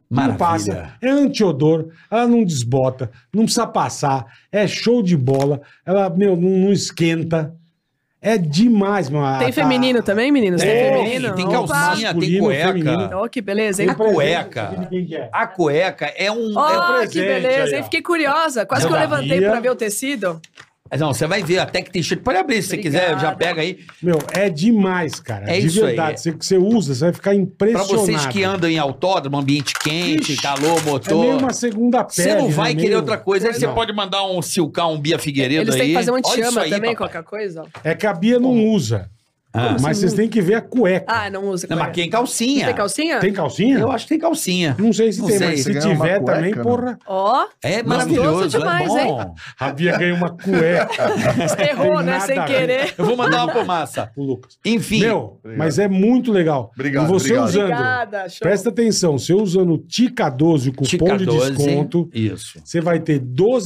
S3: Não passa.
S4: Maravilha.
S3: É antiodor, ela não desbota, não precisa passar, é show de bola, ela, meu, não, não esquenta. É demais, mano.
S1: Tem
S3: A-
S1: feminino também, meninos? Tem
S3: É,
S1: feminino?
S4: tem
S1: Opa!
S4: calcinha, tem
S3: Masculino, feminino.
S4: cueca.
S1: Oh, que beleza, hein?
S3: Tem presente,
S4: cueca.
S3: não sei quem que é.
S4: A cueca é um. é um-
S1: Oh, que
S3: presente aí,
S1: beleza,
S3: ó.
S1: hein? Fiquei curiosa. Quase
S4: Não,
S1: que eu
S4: da
S1: levantei
S3: Bia.
S1: pra ver o tecido.
S4: Não, você vai ver, até que tem cheiro. Pode abrir se você quiser,
S1: Obrigada.
S4: já pega aí.
S3: Meu, é demais, cara.
S4: É
S3: de
S4: isso aí.
S3: verdade. Você, você usa, você vai ficar
S4: Pra
S3: impressionado.
S4: vocês que andam em autódromo, ambiente quente,
S3: Ixi,
S4: calor,
S3: É meio
S4: motor.
S3: uma segunda pele.
S4: Você não vai
S3: né?
S4: querer
S3: Meio-
S4: outra coisa. Aí você
S3: Não.
S4: pode mandar um silcar, um Bia Figueiredo
S1: Eles
S4: aí.
S1: têm que fazer um
S4: Olha isso
S1: anti-chama
S4: aí,
S1: também,
S4: papai.
S1: qualquer coisa. ó.
S3: É que a Bia não usa.
S4: Ah.
S3: Mas vocês têm que ver a cueca.
S1: Ah, é. não usa
S4: Não,
S1: cueca.
S4: mas tem calcinha.
S1: Tem calcinha?
S3: Tem calcinha?
S4: Eu acho que tem calcinha.
S3: Não sei se
S4: Não
S3: tem,
S4: sei,
S3: mas
S5: você
S3: se
S5: ganha uma
S3: tiver
S5: cueca,
S3: também,
S5: né?
S3: porra.
S1: Ó,
S4: É maravilhoso,
S1: Maravilhoso demais,
S4: é bom.
S3: A Bia ganhou uma cueca
S1: errou, né?
S3: nada
S1: Sem
S3: a ver.
S1: querer.
S4: Eu vou mandar uma fumaça.
S3: pro Lucas.
S4: Enfim.
S3: Meu, mas é muito legal.
S5: Obrigado,
S3: E você
S5: obrigado.
S3: Tá usando.
S1: Obrigada, show.
S3: Presta atenção, você usando o TICA12, o cupom
S4: Tica
S3: de
S4: 12,
S3: desconto,
S4: Isso.
S3: você vai ter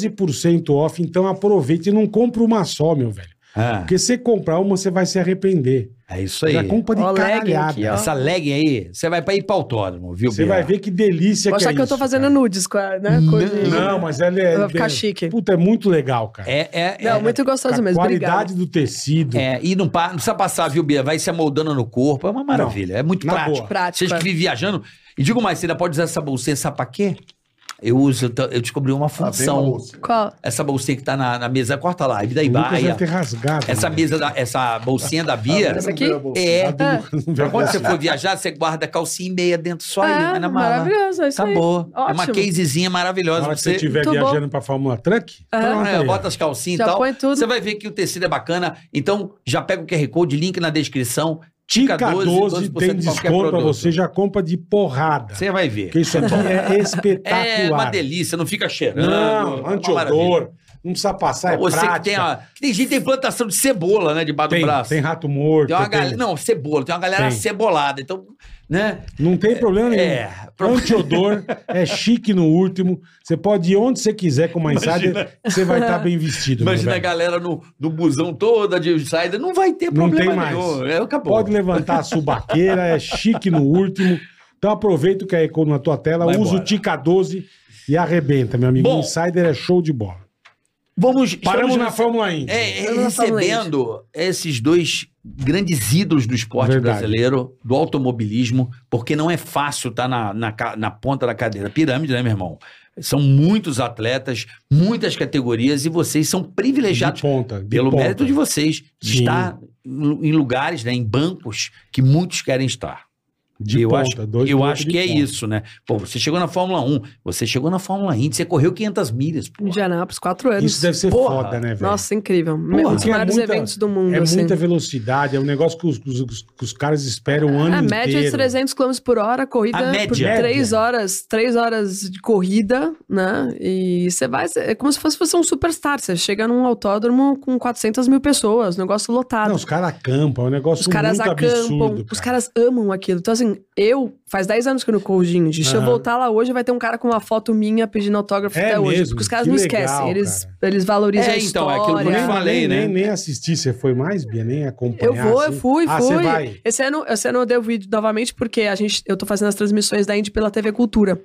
S3: 12% off, então aproveita e não compra uma só, meu velho.
S4: Ah,
S3: Porque você comprar uma, você vai se arrepender.
S4: é isso aí.
S3: É compra de
S1: Ó, legging aqui,
S3: caralhada.
S1: ó.
S4: Essa é legging aí, você vai pra ir pra autódromo, viu,
S3: Você
S4: Bia?
S3: vai ver que delícia
S1: Vou
S3: que
S1: achar
S3: é
S1: que, eu tô
S3: isso,
S1: fazendo
S3: cara.
S1: nudes, cara, né? Coisa de-
S3: Não, mas ela é...
S1: Vai ficar
S3: é-
S1: chique.
S3: Puta, é muito legal, cara.
S4: É, é,
S1: Não,
S4: é,
S1: muito gostoso
S3: a
S1: mesmo. Obrigado.
S3: qualidade do tecido.
S4: é, e não, pa- não precisa passar, viu, Bia? Vai se amoldando no corpo. É uma maravilha. é muito
S3: na
S4: prático.
S3: boa.
S1: Prático,
S4: Vocês que
S1: é.
S4: vivem viajando. E digo mais, você ainda pode usar essa bolsinha, sabe pra quê? Eu uso, eu, t- eu descobri uma função.
S1: Qual?
S4: essa bolsinha que tá na, na mesa, corta lá, e daí
S3: O Lucas
S4: vai.
S3: deve
S4: ó.
S3: ter rasgado.
S4: Essa
S3: né?
S4: mesa, da- essa bolsinha da
S5: Ah,
S4: Bia.
S1: Essa aqui?
S4: É.
S3: A do
S1: É.
S3: Lucas não
S4: Pra
S3: vai
S4: quando você
S3: conseguir.
S4: for viajar, você guarda calcinha e meia dentro só aí,
S1: É,
S4: aí na mala.
S1: maravilhoso, é isso aí.
S4: Acabou. É uma
S1: Ótimo.
S4: casezinha
S3: Na
S4: maravilhosa.
S3: hora
S4: pra
S3: que você
S4: Você
S3: estiver
S1: Muito bom.
S3: viajando pra Fórmula Truck,
S1: Aham.
S3: pronto
S4: É,
S3: aí, ó.
S4: bota as calcinhas e
S1: Já
S4: tal.
S1: põe tudo.
S4: Você vai ver que o tecido é bacana. Então, já pega o QR Code, link na descrição.
S3: Tica 12,
S4: 12%
S3: tem
S4: de qualquer
S3: desconto pra
S4: produto.
S3: você, já compra de porrada.
S4: Você vai ver.
S3: Porque isso aqui é espetacular.
S4: É uma delícia, não fica cheirando. É
S3: Não,
S4: uma maravilha.
S3: antiodor, não precisa passar, é
S4: Você
S3: prática.
S4: que tem a. que Tem gente que tem plantação de cebola, né? Debaixo do
S3: tem,
S4: braço.
S3: tem rato morto.
S4: Tem uma
S3: tem-
S4: galera. Não, cebola, tem uma galera
S3: Tem.
S4: cebolada. Então, né?
S3: Não tem problema nenhum.
S4: é, pro-
S3: Antiodor é chique no último. Você pode ir onde você quiser com uma insider, você vai estar bem vestido. meu
S4: Imagina a
S3: velho.
S4: galera no, no busão toda de saída. Não vai ter
S3: Não tem
S4: problema
S3: mais.
S4: nenhum. É, acabou.
S3: Pode levantar a subaqueira, é chique no último. Então aproveita o QR Code na tua tela,
S4: Vai
S3: usa
S4: embora.
S3: o Tica 12 e arrebenta, meu amigo.
S4: Bom.
S3: Insider é show de bola.
S4: Vamos.
S3: Paramos
S4: estamos
S3: na Fórmula um. Indy.
S4: É, é,
S1: Eu não falo
S4: recebendo esses dois grandes ídolos do esporte
S3: Verdade.
S4: brasileiro, do automobilismo, porque não é fácil estar na, na, ca- na ponta da cadeira. Pirâmide, né, meu irmão? São muitos atletas, muitas categorias, e vocês são
S3: de
S4: privilegiados
S3: ponta. de
S4: pelo
S3: ponta.
S4: mérito de vocês de
S3: Sim.
S4: estar em lu- em lugares, né, em bancos que muitos querem estar.
S3: De
S4: eu
S3: ponta,
S4: acho,
S3: dois
S4: eu
S3: pilotos
S4: acho
S3: de
S4: que é
S3: ponta.
S4: isso, né? Pô, você chegou na Fórmula 1, você chegou na Fórmula Indy, você correu 500 milhas. Pô.
S1: Indianápolis, quatro anos.
S3: Isso deve ser
S4: Porra.
S3: foda, né, velho?
S1: Nossa, incrível. Um dos
S3: Porque é
S1: maiores
S3: muita-
S1: eventos do mundo,
S3: É
S1: assim.
S3: muita velocidade, é um negócio que os, que os- que os caras esperam o ano
S1: a
S3: inteiro.
S1: média é de 300 km por hora, corrida
S4: A
S1: por
S4: média.
S1: 3
S3: Média.
S1: horas, três horas de corrida, né? E você vai, é como se fosse você um superstar, você chega num autódromo com 400 mil pessoas, negócio lotado.
S3: Não, os caras acampam, é um negócio
S1: Ah, Os caras
S3: muito
S1: acampam,
S3: absurdo.
S1: os
S3: cara.
S1: caras amam aquilo. Então, assim, eu, faz 10 anos que eu não corro ginge. Se eu
S3: Aham.
S1: voltar lá hoje, vai ter um cara com uma foto minha pedindo autógrafo
S3: É
S1: até hoje.
S3: mesmo?
S1: Porque os caras
S3: Que
S1: não
S3: legal,
S1: esquecem, eles,
S3: cara.
S1: eles valorizam
S4: É,
S1: a
S4: então, é
S1: história.
S4: aquilo que eu
S3: Nem, nem,
S4: falei, né?
S3: nem, nem assisti, você foi mais, Bia? Nem
S1: Eu
S3: acompanhar?
S1: vou, eu
S3: assim?
S1: fui,
S3: ah,
S1: fui.
S3: você vai?
S1: Esse ano, esse ano eu devo ir novamente porque a gente, eu tô fazendo as transmissões da Indy pela TV Cultura.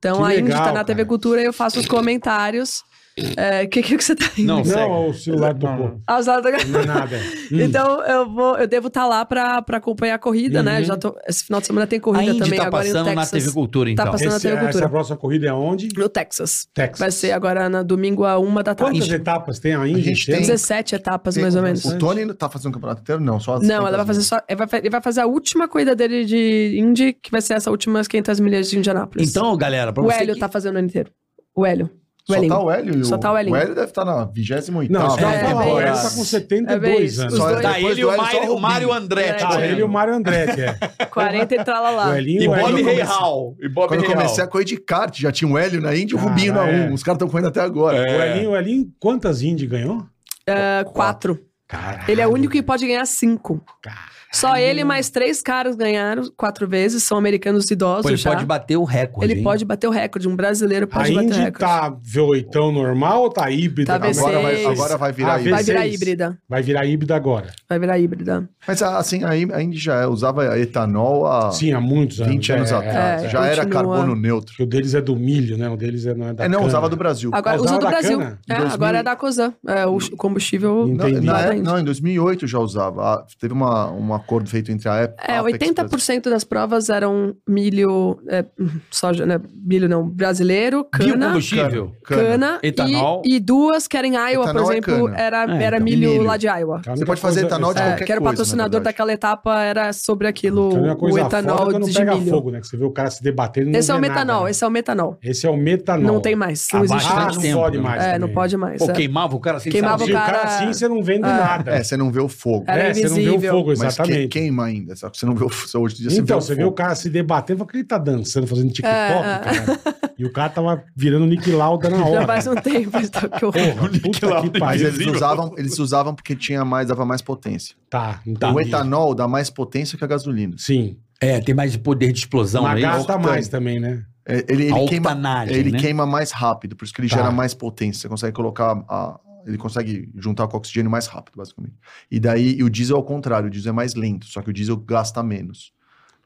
S1: Então
S3: Que
S1: a Indy
S3: legal,
S1: tá na TV
S3: cara.
S1: Cultura e eu faço os comentários. O que, que que você tá indo?
S4: Não, segue.
S3: Não, o celular tocou.
S1: Ah, os lados da-
S3: Não é nada. Hum.
S1: Então eu vou, eu devo estar lá pra, pra acompanhar a corrida, né?
S3: Uhum.
S1: Já tô- esse final de semana tem
S4: A
S1: corrida
S4: Indy
S1: também
S4: tá
S1: agora em
S4: passando
S1: Texas. tá
S4: na TV Cultura, então.
S1: passando- na
S3: Esse-
S1: TV Cultura.
S3: essa próxima corrida é onde?
S1: No Texas.
S3: Texas.
S1: Vai ser agora na domingo a uma da tarde.
S3: Quantas
S1: Isso.
S3: etapas tem ainda?
S5: A gente tem-
S1: 17 etapas, mais ou menos.
S5: O Tony tá fazendo o campeonato inteiro? Não, só as
S1: Não, ela vai
S5: 500
S1: fazer só. Ele vai, fa- ele vai fazer a última corrida dele de Indy, que vai ser essa última 500 milhas de Indianápolis.
S4: Então, galera, pra
S1: O
S4: você
S1: Hélio
S4: que-
S1: tá fazendo o ano inteiro. O Hélio. O
S5: Só
S1: Hélio.
S5: tá o Hélio. e
S1: Só tá o Hélio.
S5: O Hélio deve estar na 28
S3: Não,
S5: ª
S3: é,
S1: é,
S3: é,
S1: bem
S3: ela tá
S1: isso.
S3: com
S1: É bem
S3: 72
S1: isso.
S3: anos.
S1: Os
S5: Só
S1: dois-
S4: Tá
S5: Depois
S4: ele e
S5: do
S4: o
S5: Hélio, só
S4: Mário,
S5: o
S4: o Mário Andretti.
S1: Tá,
S3: Ah, ele e o Mário Andretti, é.
S1: 40 e
S3: O
S1: tralalá.
S3: Elinho
S4: E
S3: o
S4: Bob
S3: Elinho é.
S4: Rei
S3: começou-
S4: Hall. E Bob
S5: Quando eu
S4: Rei
S5: comecei a
S4: Hall.
S5: correr de kart, já tinha o Hélio na Indy e o Rubinho na
S3: Cara,
S5: 1.
S3: é.
S5: Os caras estão correndo até agora.
S3: O Elinho, o Elinho, quantas Indy ganhou?
S1: É, quatro.
S3: Caralho.
S1: Ele é o único que pode ganhar cinco.
S3: Caralho.
S1: Só ele e mais três caras ganharam quatro vezes. São americanos idosos
S4: Pô, ele
S1: já.
S4: pode bater o recorde.
S1: Ele
S4: hein?
S1: pode bater o recorde. Um brasileiro
S3: A
S1: pode bater o
S3: Indy
S1: recorde.
S3: tá V8 normal ou tá híbrida?
S1: Tá
S5: Agora vai,
S1: V6.
S5: agora vai virar
S3: Ah,
S5: aí.
S1: Vai virar
S3: V6.
S1: híbrida.
S3: Vai virar híbrida agora.
S1: Vai virar híbrida.
S5: Mas assim, a In- a Indy já é- usava etanol há
S3: Sim, há muitos anos.
S5: 20 anos
S3: é, é.
S5: atrás.
S1: É,
S5: já era
S1: continua.
S5: carbono neutro.
S3: Porque o deles é do milho, né? O deles é, não é da
S5: É, não,
S3: cana.
S5: usava do Brasil.
S3: Ah,
S1: Agora, usa
S3: usava
S1: do
S3: da
S1: Brasil.
S3: cana?
S1: É,
S5: Em 2000.
S1: agora é da Cosan. É, o ch- combustível. é,
S5: Na-
S3: Entendi.
S5: na
S1: Nada
S5: época-
S1: ainda.
S5: não, em 2008 já usava. Ah, teve uma, um acordo feito entre a época.
S1: É, 80% das provas eram milho, é, soja, né? Milho não, brasileiro, cana,
S4: Biocombustível.
S1: cana,
S4: Etanol.
S1: E, e duas que eram em Iowa,
S5: Etanol
S1: por
S5: é
S1: exemplo,
S5: cana.
S1: era,
S4: É,
S1: era
S4: então,
S1: milho,
S5: milho.
S1: lá de Iowa.
S3: Cara,
S5: Você
S3: muita
S5: pode fazer
S3: coisa-
S5: etanol de
S3: é,
S1: É,
S5: qualquer
S1: que era o
S5: coisa, na
S1: patrocinador
S5: verdade.
S1: daquela etapa, era sobre aquilo,
S3: Tem é Então, uma coisa
S1: É. o
S3: foda que
S1: etanol
S3: não
S1: de
S3: pega
S1: milho.
S3: fogo, né? Que você vê o cara se debatendo e não
S1: Esse é o
S3: vê nada,
S1: metanol,
S3: né?
S1: esse é o metanol.
S3: Esse é o metanol.
S1: Não tem mais, não
S4: Ah,
S1: existe
S4: bastante
S3: Ah,
S1: mais.
S3: não
S4: tempo,
S3: pode
S4: né?
S3: mais.
S1: É, não
S3: também. Então,
S1: pode mais.
S4: Pô,
S1: é.
S4: queimava o cara sem
S3: Se
S1: Queimava
S4: saber.
S3: o cara
S1: cara-
S3: assim, você não vende nada.
S5: É, você não vê o fogo.
S1: Era
S3: É, você não vê o
S1: invisível.
S3: fogo,
S5: Mas que-
S3: exatamente.
S5: queima ainda. Só que você não vê o fogo. Hoje em dia você
S3: então, você vê o
S5: fogo.
S3: cara se debatendo, fala que ele tá dançando, fazendo TikTok,
S1: É, é.
S3: cara. E o cara tava virando Nick Lauda na
S1: Já
S3: hora.
S1: faz um tempo então, que eu...
S3: Porra, puta que
S5: Mas
S3: pariu.
S5: eles usavam, eles usavam porque tinha mais, dava mais potência.
S3: Tá,
S5: O
S3: entendi.
S5: etanol dá mais potência que a gasolina.
S3: Sim.
S4: É, tem mais poder de explosão
S3: Mas
S4: aí.
S3: gasta
S5: octane.
S3: mais também, né?
S5: É, Ele, ele
S4: a
S5: queima
S4: octanagem,
S5: ele
S4: né?
S5: queima mais rápido, por isso que ele
S3: Tá.
S5: gera mais potência. Você consegue colocar a- Ele consegue juntar com o oxigênio mais rápido, basicamente. E daí, e o diesel é o contrário, o diesel é mais lento, só que o diesel gasta menos.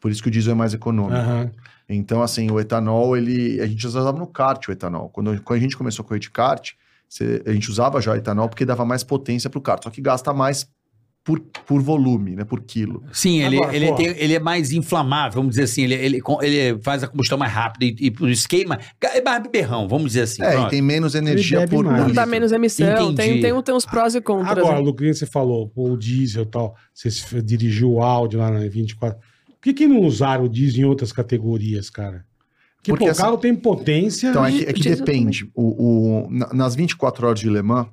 S5: Por isso que o diesel é mais econômico.
S3: Aham.
S5: Então, assim, o etanol, ele. A gente usava no kart o etanol. Quando, quando a gente começou a correr de kart, você- a gente usava já etanol porque dava mais potência pro kart, só que gasta mais por, por volume, né? Por quilo.
S4: Sim, ele,
S3: Agora,
S4: ele,
S3: porra.
S4: tem- ele é mais inflamável, vamos dizer assim. Ele, ele, com- ele faz a combustão mais rápida e, e por isso queima. É mais beberrão, vamos dizer assim.
S5: é,
S4: pronto.
S5: e tem menos energia
S3: bebe
S5: por
S3: mais.
S5: litro.
S1: Dá menos emissão, tem,
S4: Entendi.
S1: tem, um, tem uns prós e contras.
S3: Agora,
S1: né?
S3: Lucrinha, você falou, pô, o diesel e tal, você se- dirigiu o áudio lá na 24. Por que, que não usaram o diesel em outras categorias, cara? Que
S5: Porque
S3: pô, o
S5: essa-
S3: carro tem potência.
S5: Então, é
S1: E
S5: que, é que
S1: diesel
S5: depende. O, o- na- nas 24 horas de Le Mans,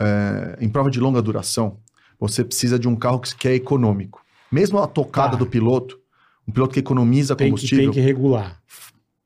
S5: é, em prova de longa duração, você precisa de um carro que, que é econômico. Mesmo a tocada
S3: Tá.
S5: do piloto, um piloto que economiza
S3: tem, que,
S5: combustível,
S3: tem que regular.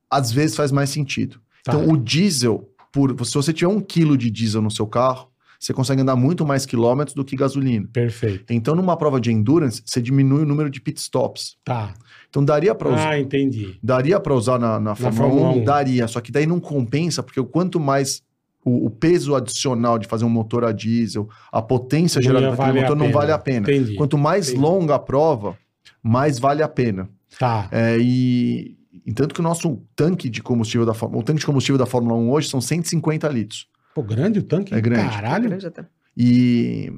S5: às vezes faz mais sentido.
S3: Tá.
S5: Então, o diesel, por, se você tiver um quilo de diesel no seu carro, você consegue andar muito mais quilômetros do que gasolina.
S3: Perfeito.
S5: Então, numa prova de endurance, você diminui o número de pit stops.
S3: Tá.
S5: Então, daria para usar.
S3: Ah, entendi.
S5: Daria para usar na, na Fórmula
S3: Fórmula
S5: 1?
S3: um.
S5: Daria, só que daí não compensa, porque o quanto mais o, o peso adicional de fazer um motor a diesel, a potência
S3: Não ia
S5: gerada daquele
S3: valer a
S5: motor então não
S3: pena.
S5: vale a pena.
S3: Entendi.
S5: Quanto mais
S3: Entendi.
S5: longa a prova, mais vale a pena.
S3: Tá.
S5: É, e, e tanto que o nosso tanque de combustível da Fórmula, o tanque de combustível da Fórmula 1 hoje são 150 litros.
S3: Pô, grande o tanque?
S5: É grande.
S3: Caralho.
S1: Grande até.
S5: E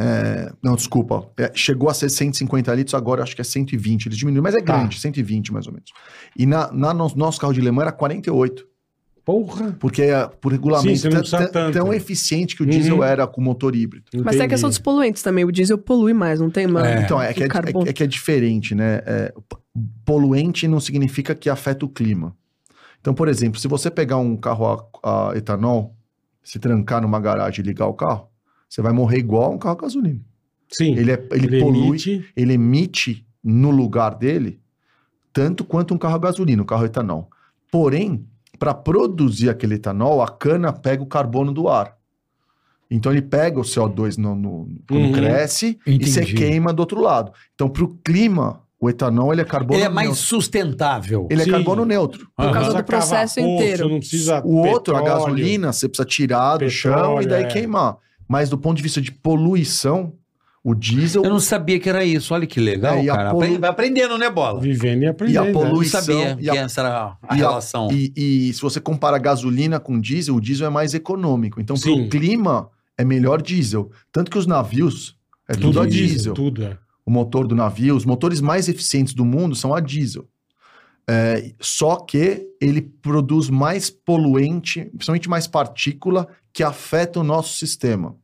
S5: é, não, desculpa, é, chegou a ser 150 litros, agora acho que é 120, eles diminuíram, mas é
S3: Tá.
S5: grande, 120 mais ou menos. E na, na no- nosso carro de Le Mans era 48.
S3: Porra.
S5: Porque é, por regulamento
S3: você não
S5: tão-
S3: precisa
S5: tão,
S3: tanto.
S5: tão eficiente que o
S3: Uhum.
S5: diesel era com motor híbrido.
S1: Mas tem a questão dos
S3: Entendi.
S1: poluentes também. O diesel polui mais, não tem, mano?
S4: É.
S5: Então, é que é,
S1: O carbono.
S5: é que é diferente, né? É, p- poluente não significa que afeta o clima. Então, por exemplo, se você pegar um carro a, a etanol, se trancar numa garagem e ligar o carro, você vai morrer igual um carro a gasolina.
S3: Sim.
S5: Ele, é- ele polui,
S3: emite.
S5: ele emite no lugar dele tanto quanto um carro a gasolina, um carro a etanol. Porém, para produzir aquele etanol, a cana pega o carbono do ar. Então ele pega o CO2 no, no- quando
S3: Uhum.
S5: cresce
S4: Entendi.
S5: e você queima do outro lado. Então, para o clima, o etanol ele é carbono
S4: Ele é mais
S5: neutro.
S4: sustentável.
S5: Ele
S3: Sim.
S5: é carbono neutro.
S1: Por causa
S3: Não precisa
S1: do processo
S3: cavar poço,
S1: inteiro.
S3: Não precisa
S5: O outro, a
S3: petróleo.
S5: gasolina, você precisa tirar do chão e
S3: Petróleo,
S5: daí
S3: é.
S5: queimar. Mas do ponto de vista de poluição, o diesel
S4: Eu não sabia que era isso. Olha que legal,
S5: É, e a
S4: cara.
S5: polu-
S4: Apre- Vai aprendendo, né, Bola?
S3: Vivendo e
S5: e
S3: aprendendo.
S5: a
S3: né?
S4: Eu não
S5: poluição
S4: sabia
S5: e a
S4: que essa era a
S5: e a-
S3: Ah.
S4: relação.
S5: E, e se você compara gasolina com diesel, o diesel é mais econômico. Então, para
S3: Sim.
S5: o clima, é melhor diesel. Tanto que os navios é tudo, a diesel.
S3: Tudo é.
S5: O motor do navio, os motores mais eficientes do mundo são a diesel. É, só que ele produz mais poluente, principalmente mais partícula, que afeta o nosso sistema.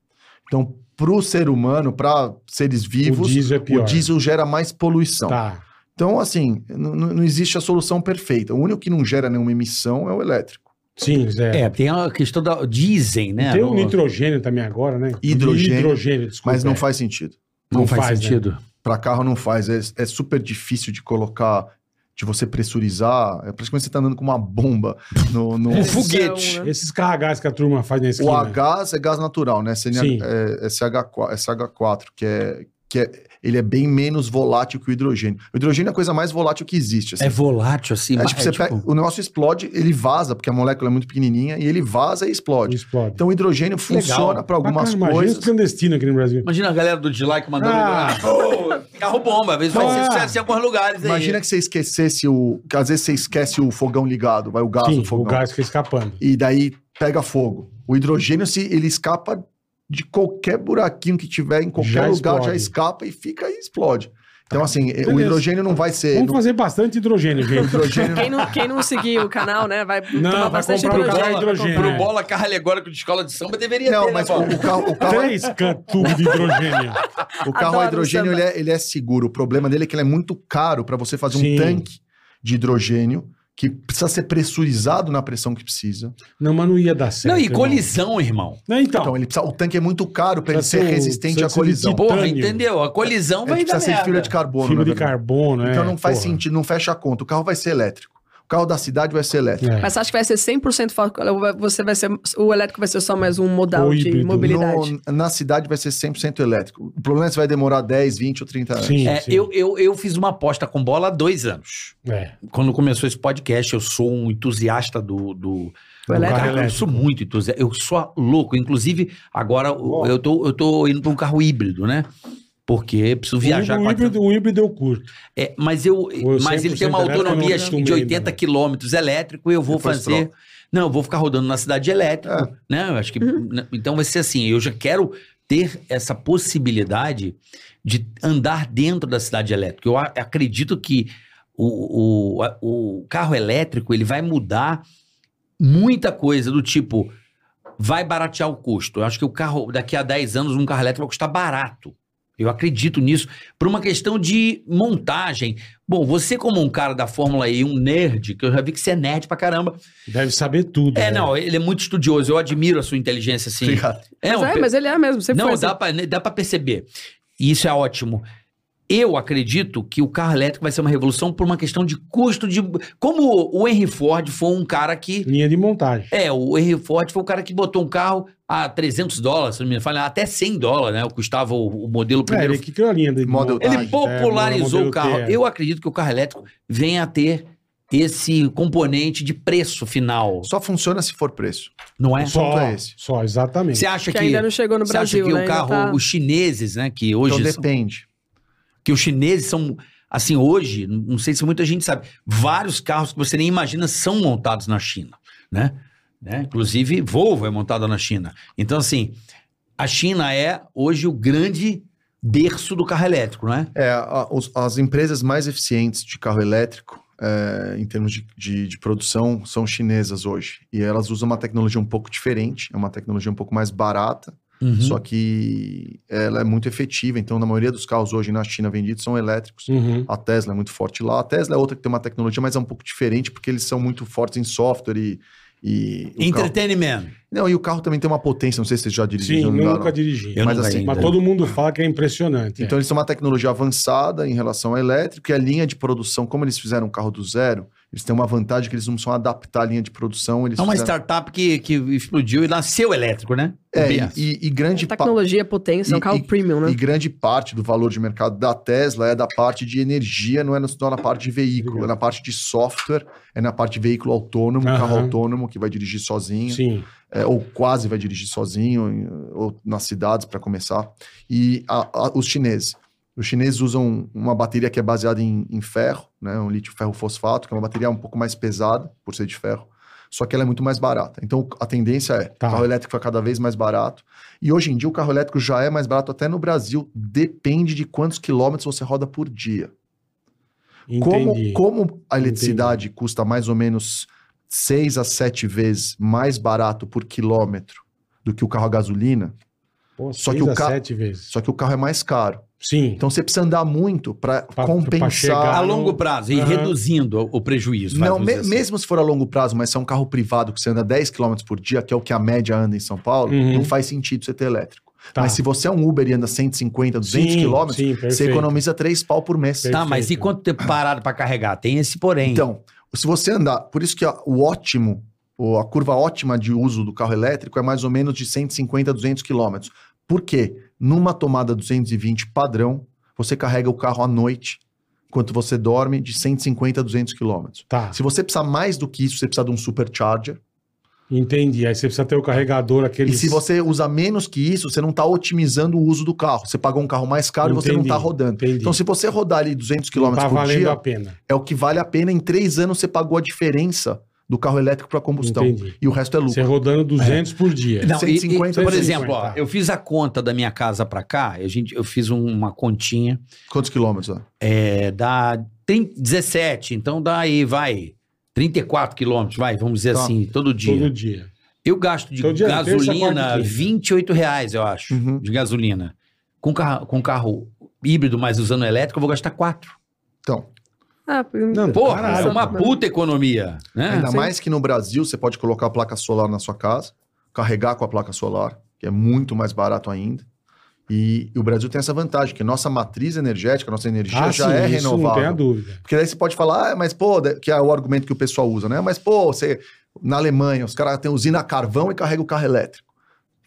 S5: Então, para o ser humano, para seres
S3: o
S5: vivos,
S3: diesel é
S5: o
S3: pior.
S5: diesel gera mais poluição.
S3: Tá.
S5: Então, assim, n- n- não existe a solução perfeita. O único que não gera nenhuma emissão é o elétrico.
S3: Sim, Zé.
S4: É, tem a questão da. Dizem, né?
S3: Tem um
S4: no-
S3: o nitrogênio também agora, né?
S5: É, Hidrogênio,
S3: Hidrogênio, desculpa.
S5: Mas não
S3: é.
S5: faz sentido.
S4: Não
S3: não
S4: faz,
S3: faz, né?
S4: sentido.
S5: Para carro não faz. É, é super difícil de colocar, de você pressurizar. É praticamente você tá andando com uma bomba no. no-
S4: Um foguete.
S1: né?
S3: Esses carragás que a turma faz na
S5: O
S3: esquina.
S5: a gás é gás natural, né? CNH,
S3: Sim.
S5: é, SH4, SH4, que é. Que é, ele é bem menos volátil que o hidrogênio. O hidrogênio é a coisa mais volátil que existe. assim.
S4: É volátil,
S5: É
S4: assim. mas
S5: tipo,
S4: é
S5: você
S4: tipo-
S5: pega- o negócio explode, ele vaza, porque a molécula é muito pequenininha, e ele vaza e explode.
S3: explode.
S5: Então o hidrogênio funciona para algumas
S3: Bacana, Imagina os
S5: coisas.
S3: clandestinos aqui no Brasil.
S4: Imagina a galera do dislike mandando.
S3: Ah.
S4: "Pô, carro bomba, às vezes
S3: Ah.
S4: faz sucesso em alguns lugares. aí."
S5: Imagina que você esquecesse o. Que às vezes você esquece o fogão ligado, vai o gás
S3: Sim,
S5: no fogão.
S3: o gás fica escapando.
S5: E daí pega fogo. O hidrogênio, se ele escapa de qualquer buraquinho que tiver, em qualquer
S3: Já
S5: lugar,
S3: explode. Tá.
S5: já escapa e fica e explode. Então, assim, o
S3: Beleza.
S5: hidrogênio não vai ser.
S3: Vamos
S5: não-
S3: fazer bastante hidrogênio, gente.
S5: hidrogênio-
S1: Quem não, quem não seguir o canal, né, vai tomar
S3: vai
S1: bastante
S3: comprar o
S4: Pro
S1: hidrogênio.
S3: carro
S4: bola,
S3: hidrogênio,
S1: um
S4: pro
S3: é.
S4: bola carro alegórico de escola de samba deveria ter,
S5: Não, é-
S4: né,
S5: mas o,
S4: Bola?
S5: o carro, o carro,
S3: Três can- tubos de hidrogênio.
S5: o carro a
S1: Adoro
S5: hidrogênio
S1: samba.
S5: ele é, ele é seguro. O problema dele é que ele é muito caro para você fazer
S3: Sim.
S5: um tanque de hidrogênio que precisa ser pressurizado na pressão que precisa.
S3: Não, mas não ia dar certo.
S4: Não, e
S3: irmão.
S4: colisão, irmão.
S3: Não,
S5: Então,
S3: então,
S5: ele precisa, o tanque é muito caro para ele
S3: Precisa
S5: ser
S3: ser o-
S5: resistente
S3: precisa um
S5: à
S3: ser
S5: colisão.
S3: de-
S4: Porra,
S3: Titânio.
S4: entendeu? A colisão
S5: Ele
S4: vai dar
S5: é tipo precisa ser
S4: merda.
S5: fibra de carbono.
S3: fibra
S5: é na
S3: de
S5: verdade.
S3: carbono, é.
S5: Então não faz
S3: porra.
S5: sentido, não fecha a conta. O carro vai ser elétrico. O carro da cidade vai ser elétrico.
S3: É.
S1: Mas você acha que vai ser 100% foco? Ou Você vai ser, o elétrico vai ser só mais um modal
S3: Ou
S1: de
S3: híbrido.
S1: mobilidade?
S5: No- na cidade vai ser 100% elétrico. O problema é se vai demorar 10, 20 ou 30 anos.
S3: Sim,
S4: É,
S3: sim.
S4: eu, eu, eu fiz uma aposta com bola há dois anos.
S3: É.
S4: Quando começou esse podcast, eu sou um entusiasta do, do,
S1: O
S4: do
S1: elétrico?
S4: carro Eu sou muito entusiasta. Eu sou louco. Inclusive, agora eu-
S3: Ó.
S4: eu, tô, eu tô indo para um carro híbrido, né? Porque preciso viajar
S3: o,
S4: quatro-
S3: híbrido, o híbrido eu curto.
S4: É, mas eu,
S3: Ou
S4: mas ele
S3: 100%
S4: tem uma
S3: elétrico, eu não
S4: autonomia acho que de
S3: acostumei ainda,
S4: 80
S3: né?
S4: quilômetros elétrico e eu vou
S5: Depois
S4: fazer. Não, eu vou ficar rodando na cidade elétrica,
S5: É.
S4: né? Eu acho que né? então vai ser assim. Eu já quero ter essa possibilidade de andar dentro da cidade elétrica. Eu a- acredito que o, o, a- o carro elétrico ele vai mudar muita coisa do tipo vai baratear o custo. Eu acho que o carro daqui a 10 anos um carro elétrico vai custar barato. Eu acredito nisso por uma questão de montagem. Bom, você como um cara da Fórmula E, um nerd, que eu já vi que você é nerd pra caramba.
S3: Deve saber tudo.
S4: É,
S3: né?
S4: não, ele é muito estudioso. Eu admiro a sua inteligência, assim.
S5: Obrigado.
S4: É, um
S1: mas,
S4: pe-
S1: é, mas ele é mesmo, sempre
S4: não,
S1: foi
S4: dá
S1: assim.
S4: pra, né, dá pra perceber. E isso é ótimo. Eu acredito que o carro elétrico vai ser uma revolução por uma questão de custo de. Como o Henry Ford foi um cara que.
S3: Linha de montagem.
S4: É, o Henry Ford foi o cara que botou um carro a 300 dólares, se não me engano, até 100 dólares, né? Custava o, o modelo
S3: É,
S4: primeiro.
S3: ele que criou a linha de
S5: Model
S3: montagem,
S4: Ele
S5: Verdade,
S4: popularizou
S3: é,
S4: o carro.
S3: modelo T, é.
S4: Eu acredito que o carro elétrico venha a ter esse componente de preço final,
S5: Só funciona se for preço.
S4: não é?
S3: Só,
S5: é esse.
S3: Então, só, exatamente.
S4: Você acha
S1: Que
S4: que,
S1: ainda não chegou no
S4: você acha
S1: Brasil,
S4: que
S1: né?
S4: o
S1: Ainda
S4: carro,
S1: tá-
S4: os chineses, né, que hoje
S5: Então
S4: são-
S5: depende.
S4: que os chineses são assim hoje, não não sei se muita gente sabe, vários carros que você nem imagina são montados na China, né? Né? Inclusive Volvo é montada na China. Então assim, a China é hoje o grande berço do carro elétrico, não é?
S5: É, a- os- as empresas mais eficientes de carro elétrico, é, em termos de, de- de produção, são chinesas hoje. E elas usam uma tecnologia um pouco diferente, é uma tecnologia um pouco mais barata,
S4: Uhum.
S3: Uhum.
S5: só que ela é muito efetiva. Então, na maioria dos carros hoje na China vendidos são elétricos.
S3: Uhum.
S5: A Tesla é muito forte lá. A Tesla é outra que tem uma tecnologia, mas é um pouco diferente, porque eles são muito fortes em software e. e o carro...
S4: Entretenimento.
S5: Não, e o carro também tem uma potência, não sei se vocês já
S3: Sim,
S5: dirigiram.
S3: eu
S5: não dá,
S3: nunca
S5: não.
S3: dirigi.
S4: Eu
S5: Mas
S4: nunca
S5: assim,
S4: ainda.
S3: Mas todo mundo fala que é impressionante.
S5: Então eles são uma tecnologia avançada em relação ao elétrico e a linha de produção, como eles fizeram um carro do zero, eles têm uma vantagem que eles não só adaptar a linha de produção, eles
S4: É uma
S5: fizeram...
S4: startup que, que explodiu e nasceu elétrico, né?
S5: É,
S4: Berço.
S5: e, e- e grande pa-
S1: Tecnologia, potência, é um
S5: E-
S1: carro
S5: e-
S1: premium, né?
S5: e grande parte do valor de mercado da Tesla é da parte de energia, não é no- só na parte de veículo, é na parte de software, é na parte de veículo autônomo,
S3: Aham.
S5: carro autônomo que vai dirigir sozinho.
S3: Sim.
S5: é, ou quase vai dirigir sozinho, em- ou nas cidades para começar. E a- a- os chineses. Os chineses usam uma bateria que é baseada em, em ferro, né, um lítio ferro fosfato, que é uma bateria um pouco mais pesada, por ser de ferro, só que ela é muito mais barata. Então a tendência é
S3: Tá.
S5: o carro elétrico é cada vez mais barato. E hoje em dia o carro elétrico já é mais barato até no Brasil, depende de quantos quilômetros você roda por dia.
S3: Entendi.
S5: Como, como a eletricidade custa mais ou menos 6 a 7 vezes mais barato por quilômetro do que o carro a gasolina,
S3: Pô,
S5: só
S3: seis
S5: que o
S3: a
S5: ca-
S3: sete vezes.
S5: só que o carro é mais caro.
S3: Sim.
S5: Então você precisa andar muito para
S3: pra chegar.
S5: compensar.
S4: A
S3: não-
S4: longo prazo, e
S3: Aham.
S4: reduzindo o, o prejuízo.
S5: tá Não,
S4: vamos
S5: me-
S4: dizer assim.
S5: mesmo se for a longo prazo, mas se é um carro privado que você anda 10 km por dia, que é o que a média anda em São Paulo,
S3: Uhum.
S5: não faz sentido você ter elétrico.
S3: Tá.
S5: Mas se você é um Uber e anda 150, 200 km,
S3: sim,
S5: você
S3: perfeito.
S5: economiza 3 pau por mês.
S4: Tá, mas e
S3: Perfeito.
S4: quanto tempo parado pra carregar? Tem esse porém.
S5: Então, se você andar, por isso que a- o ótimo, ou a curva ótima de uso do carro elétrico é mais ou menos de 150 a 200 km. Por quê? Numa tomada 220 padrão, você carrega o carro à noite, enquanto você dorme, de 150 a 200 km.
S3: Tá,
S5: Se você precisar mais do que isso, você precisa de um supercharger.
S3: entendi. Aí você precisa ter o carregador aquele.
S5: E se você usar menos que isso, você não está otimizando o uso do carro. Você pagou um carro mais caro e você não
S3: Entendi,
S5: está rodando.
S3: entendi.
S5: Então, se você rodar ali 200 km
S3: tá
S5: por
S3: valendo
S5: dia,
S3: a pena.
S5: é o que vale a pena. Em três anos você pagou a diferença do carro elétrico para combustão.
S3: Entendi.
S5: E o resto é lucro.
S3: Você rodando 200 por dia.
S4: Não, e- e,
S5: 150,
S4: por
S5: 150.
S4: exemplo, ó, eu fiz a conta da minha casa pra cá, a gente, eu fiz um- uma continha,
S5: Quantos quilômetros? Né?
S4: é, dá 30, 17, então dá aí, vai, 34 quilômetros, vai, vamos dizer
S5: Tá.
S4: assim, todo dia.
S3: Todo dia.
S4: Eu gasto de
S3: Todo dia, Então, terça,
S4: gasolina
S3: quarta e quinta.
S4: 28 reais, eu acho,
S5: Uhum.
S4: de gasolina. Com carro, com carro híbrido, mas usando elétrico, eu vou gastar 4.
S5: Então,
S1: Ah,
S3: Não,
S4: Porra,
S3: caralho, tá
S4: é uma
S1: mano.
S4: puta economia, né?
S5: Ainda
S1: sim.
S5: mais que no Brasil você pode colocar a placa solar na sua casa, carregar com a placa solar, que é muito mais barato ainda. E, e o Brasil tem essa vantagem, que nossa matriz energética, nossa energia já é
S3: Ah, sim, isso não tem a
S5: renovável.
S3: dúvida.
S5: Porque daí você pode falar, ah, mas pô, de- que é o argumento que o pessoal usa, né? Mas pô, você, na Alemanha, os caras têm usina a carvão e carregam o carro elétrico.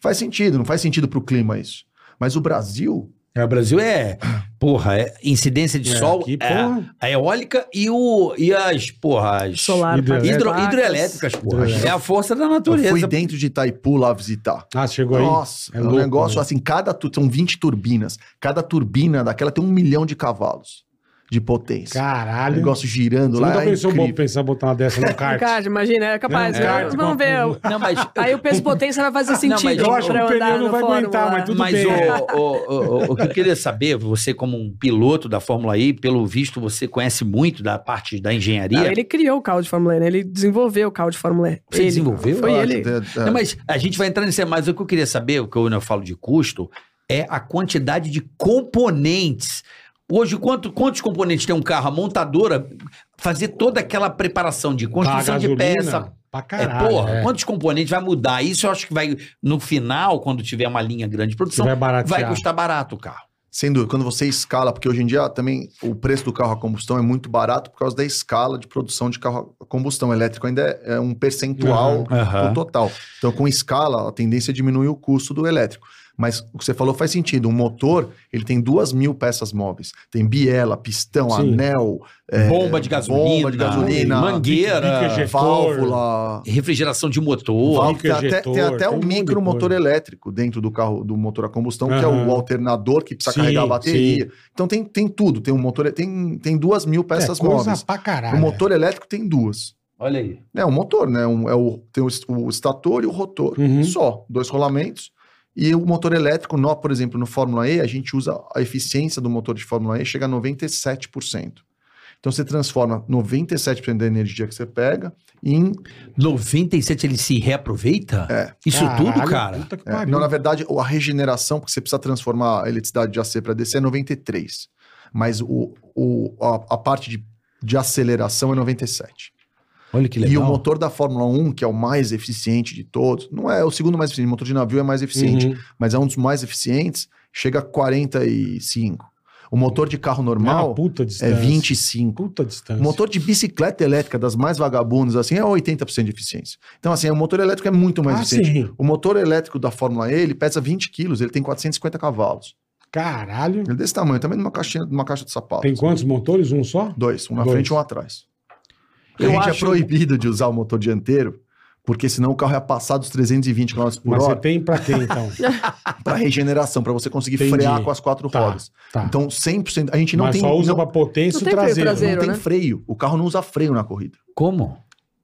S5: Faz sentido, não faz sentido pro clima isso. Mas o Brasil,
S4: É, o Brasil é, porra, é incidência de
S3: É,
S4: sol,
S3: aqui,
S4: é,
S3: porra.
S4: a eólica e, o, e as, porra, as
S1: Solar,
S3: Hidro-
S1: partes
S4: hidro-
S1: fracas.
S4: hidroelétricas, porra.
S3: Hidroelétrica.
S4: É a força da
S5: eu
S4: natureza.
S5: fui dentro de Itaipu lá visitar.
S3: Ah, chegou aí.
S5: Nossa,
S3: É
S5: é um
S3: louco,
S5: negócio
S3: né?
S5: assim, cada tu, são 20 turbinas. Cada turbina daquela tem um milhão de cavalos de potência.
S3: Caralho.
S5: negócio girando
S3: Você
S5: lá,
S3: nunca
S5: é
S3: pensou bom
S5: incrível.
S3: pensar botar uma dessa no kart?
S1: Cara, imagina, é capaz.
S3: É, um kart
S1: vamos
S3: com-
S1: ver.
S4: Não, mas...
S1: Aí o peso potência vai fazer
S4: Não, mas
S1: sentido.
S4: eu
S3: acho que
S1: pra
S3: o
S1: eu andar
S3: pneu não
S1: no
S3: vai
S1: Fórmula.
S3: aguentar, mas tudo
S4: mas
S3: bem.
S4: o, o- o- o- o que eu queria saber, você como um piloto da Fórmula I, pelo visto você conhece muito da parte da engenharia.
S1: Não, ele criou o carro de Fórmula E, né? Ele desenvolveu o carro de Fórmula E.
S4: Você
S1: Ele.
S4: desenvolveu?
S1: Foi
S5: Ah,
S1: ele.
S5: é, é.
S4: Não, mas a gente vai entrar nisso, mas o que eu queria saber, o que eu, quando eu falo de custo, é a quantidade de componentes. Hoje, quanto- quantos componentes tem um carro? A montadora fazer toda aquela preparação de construção
S3: Paga
S4: de
S3: gasolina
S4: peça.
S3: Pra
S4: É,
S3: caralho.
S4: porra,
S3: é.
S4: quantos componentes vai mudar? Isso eu acho que vai, no final, quando tiver uma linha grande de
S3: Você
S4: produção,
S3: vai
S4: vai
S3: baratear.
S4: custar barato o carro.
S5: Sem dúvida, quando você escala, porque hoje em dia também o preço do carro a combustão é muito barato por causa da escala de produção de carro a combustão. O elétrico ainda é, é um percentual
S3: Ah.
S5: do total. Então, com escala, a tendência é diminuir o custo do elétrico. Mas o que você falou faz sentido. Um motor, ele tem duas mil peças móveis. Tem biela, pistão,
S3: Sim.
S5: anel,
S4: bomba de gasolina,
S5: bomba de gasolina,
S4: mangueira,
S3: bica de-
S5: válvula.
S4: refrigeração de motor.
S5: válvula.
S3: Bico
S5: Tem até,
S3: ejetor,
S5: tem até
S3: tem um
S5: um
S3: monte de
S5: micro motor
S3: coisa.
S5: elétrico dentro do carro do motor a combustão, que é
S3: Aham.
S5: o alternador que precisa
S3: Sim,
S5: carregar a bateria. Então tem, tem tudo, tem um motor, tem, tem duas mil peças
S3: é, coisa
S5: móveis.
S3: pra caralho.
S5: O motor elétrico tem duas.
S4: Olha aí.
S5: É um motor, né? Um- é o, tem o, est- o estator e o rotor.
S3: Uhum.
S5: Só, dois rolamentos. E o motor elétrico, nó, por exemplo, no Fórmula E, a gente usa a eficiência do motor de Fórmula E, chega a 97%. Então você transforma 97% da energia que você pega em.
S4: 97 ele se reaproveita?
S5: É.
S4: Isso
S3: Caralho,
S4: tudo, cara?
S3: puta que
S5: é,
S3: pariu.
S5: não, na verdade, a regeneração, porque você precisa transformar a eletricidade de AC para DC, é 93%. Mas o, o- a, a parte de, de aceleração é 97%.
S4: Olha que
S5: E o motor da Fórmula 1, que é o mais eficiente de todos, não é o segundo mais eficiente, o motor de navio é mais eficiente,
S3: Uhum.
S5: mas é um dos mais eficientes, chega a 45. O motor de carro
S3: é uma
S5: normal
S3: puta
S5: é,
S3: distância.
S5: 25.
S3: Puta distância.
S5: O motor de bicicleta elétrica, das mais vagabundas, assim, é 80% de eficiência. Então, assim, o motor elétrico é muito mais
S3: ah,
S5: eficiente.
S3: sim.
S5: O motor elétrico da Fórmula E, ele pesa 20 quilos, ele tem 450 cavalos.
S3: Caralho.
S5: Ele é desse tamanho, também numa caixinha, numa caixa de sapato.
S3: Tem quantos motores? Um só?
S5: Dois, um na
S3: Dois.
S5: frente e um atrás.
S4: Eu
S5: a gente
S4: acho-
S5: é proibido de usar o motor dianteiro, porque senão o carro é ia passar dos 320 km por
S3: Mas você
S5: hora
S3: tem pra quê, então?
S5: para regeneração, para você conseguir
S3: Entendi.
S5: frear com as quatro
S3: Tá,
S5: rodas.
S3: tá.
S5: Então, 100%. A gente não
S3: Mas
S5: tem,
S3: só usa
S5: não,
S3: pra potência
S1: Não
S3: o
S1: tem freio
S3: traseiro.
S1: traseiro.
S5: não tem
S1: né?
S5: freio. O carro não usa freio na corrida.
S4: Como?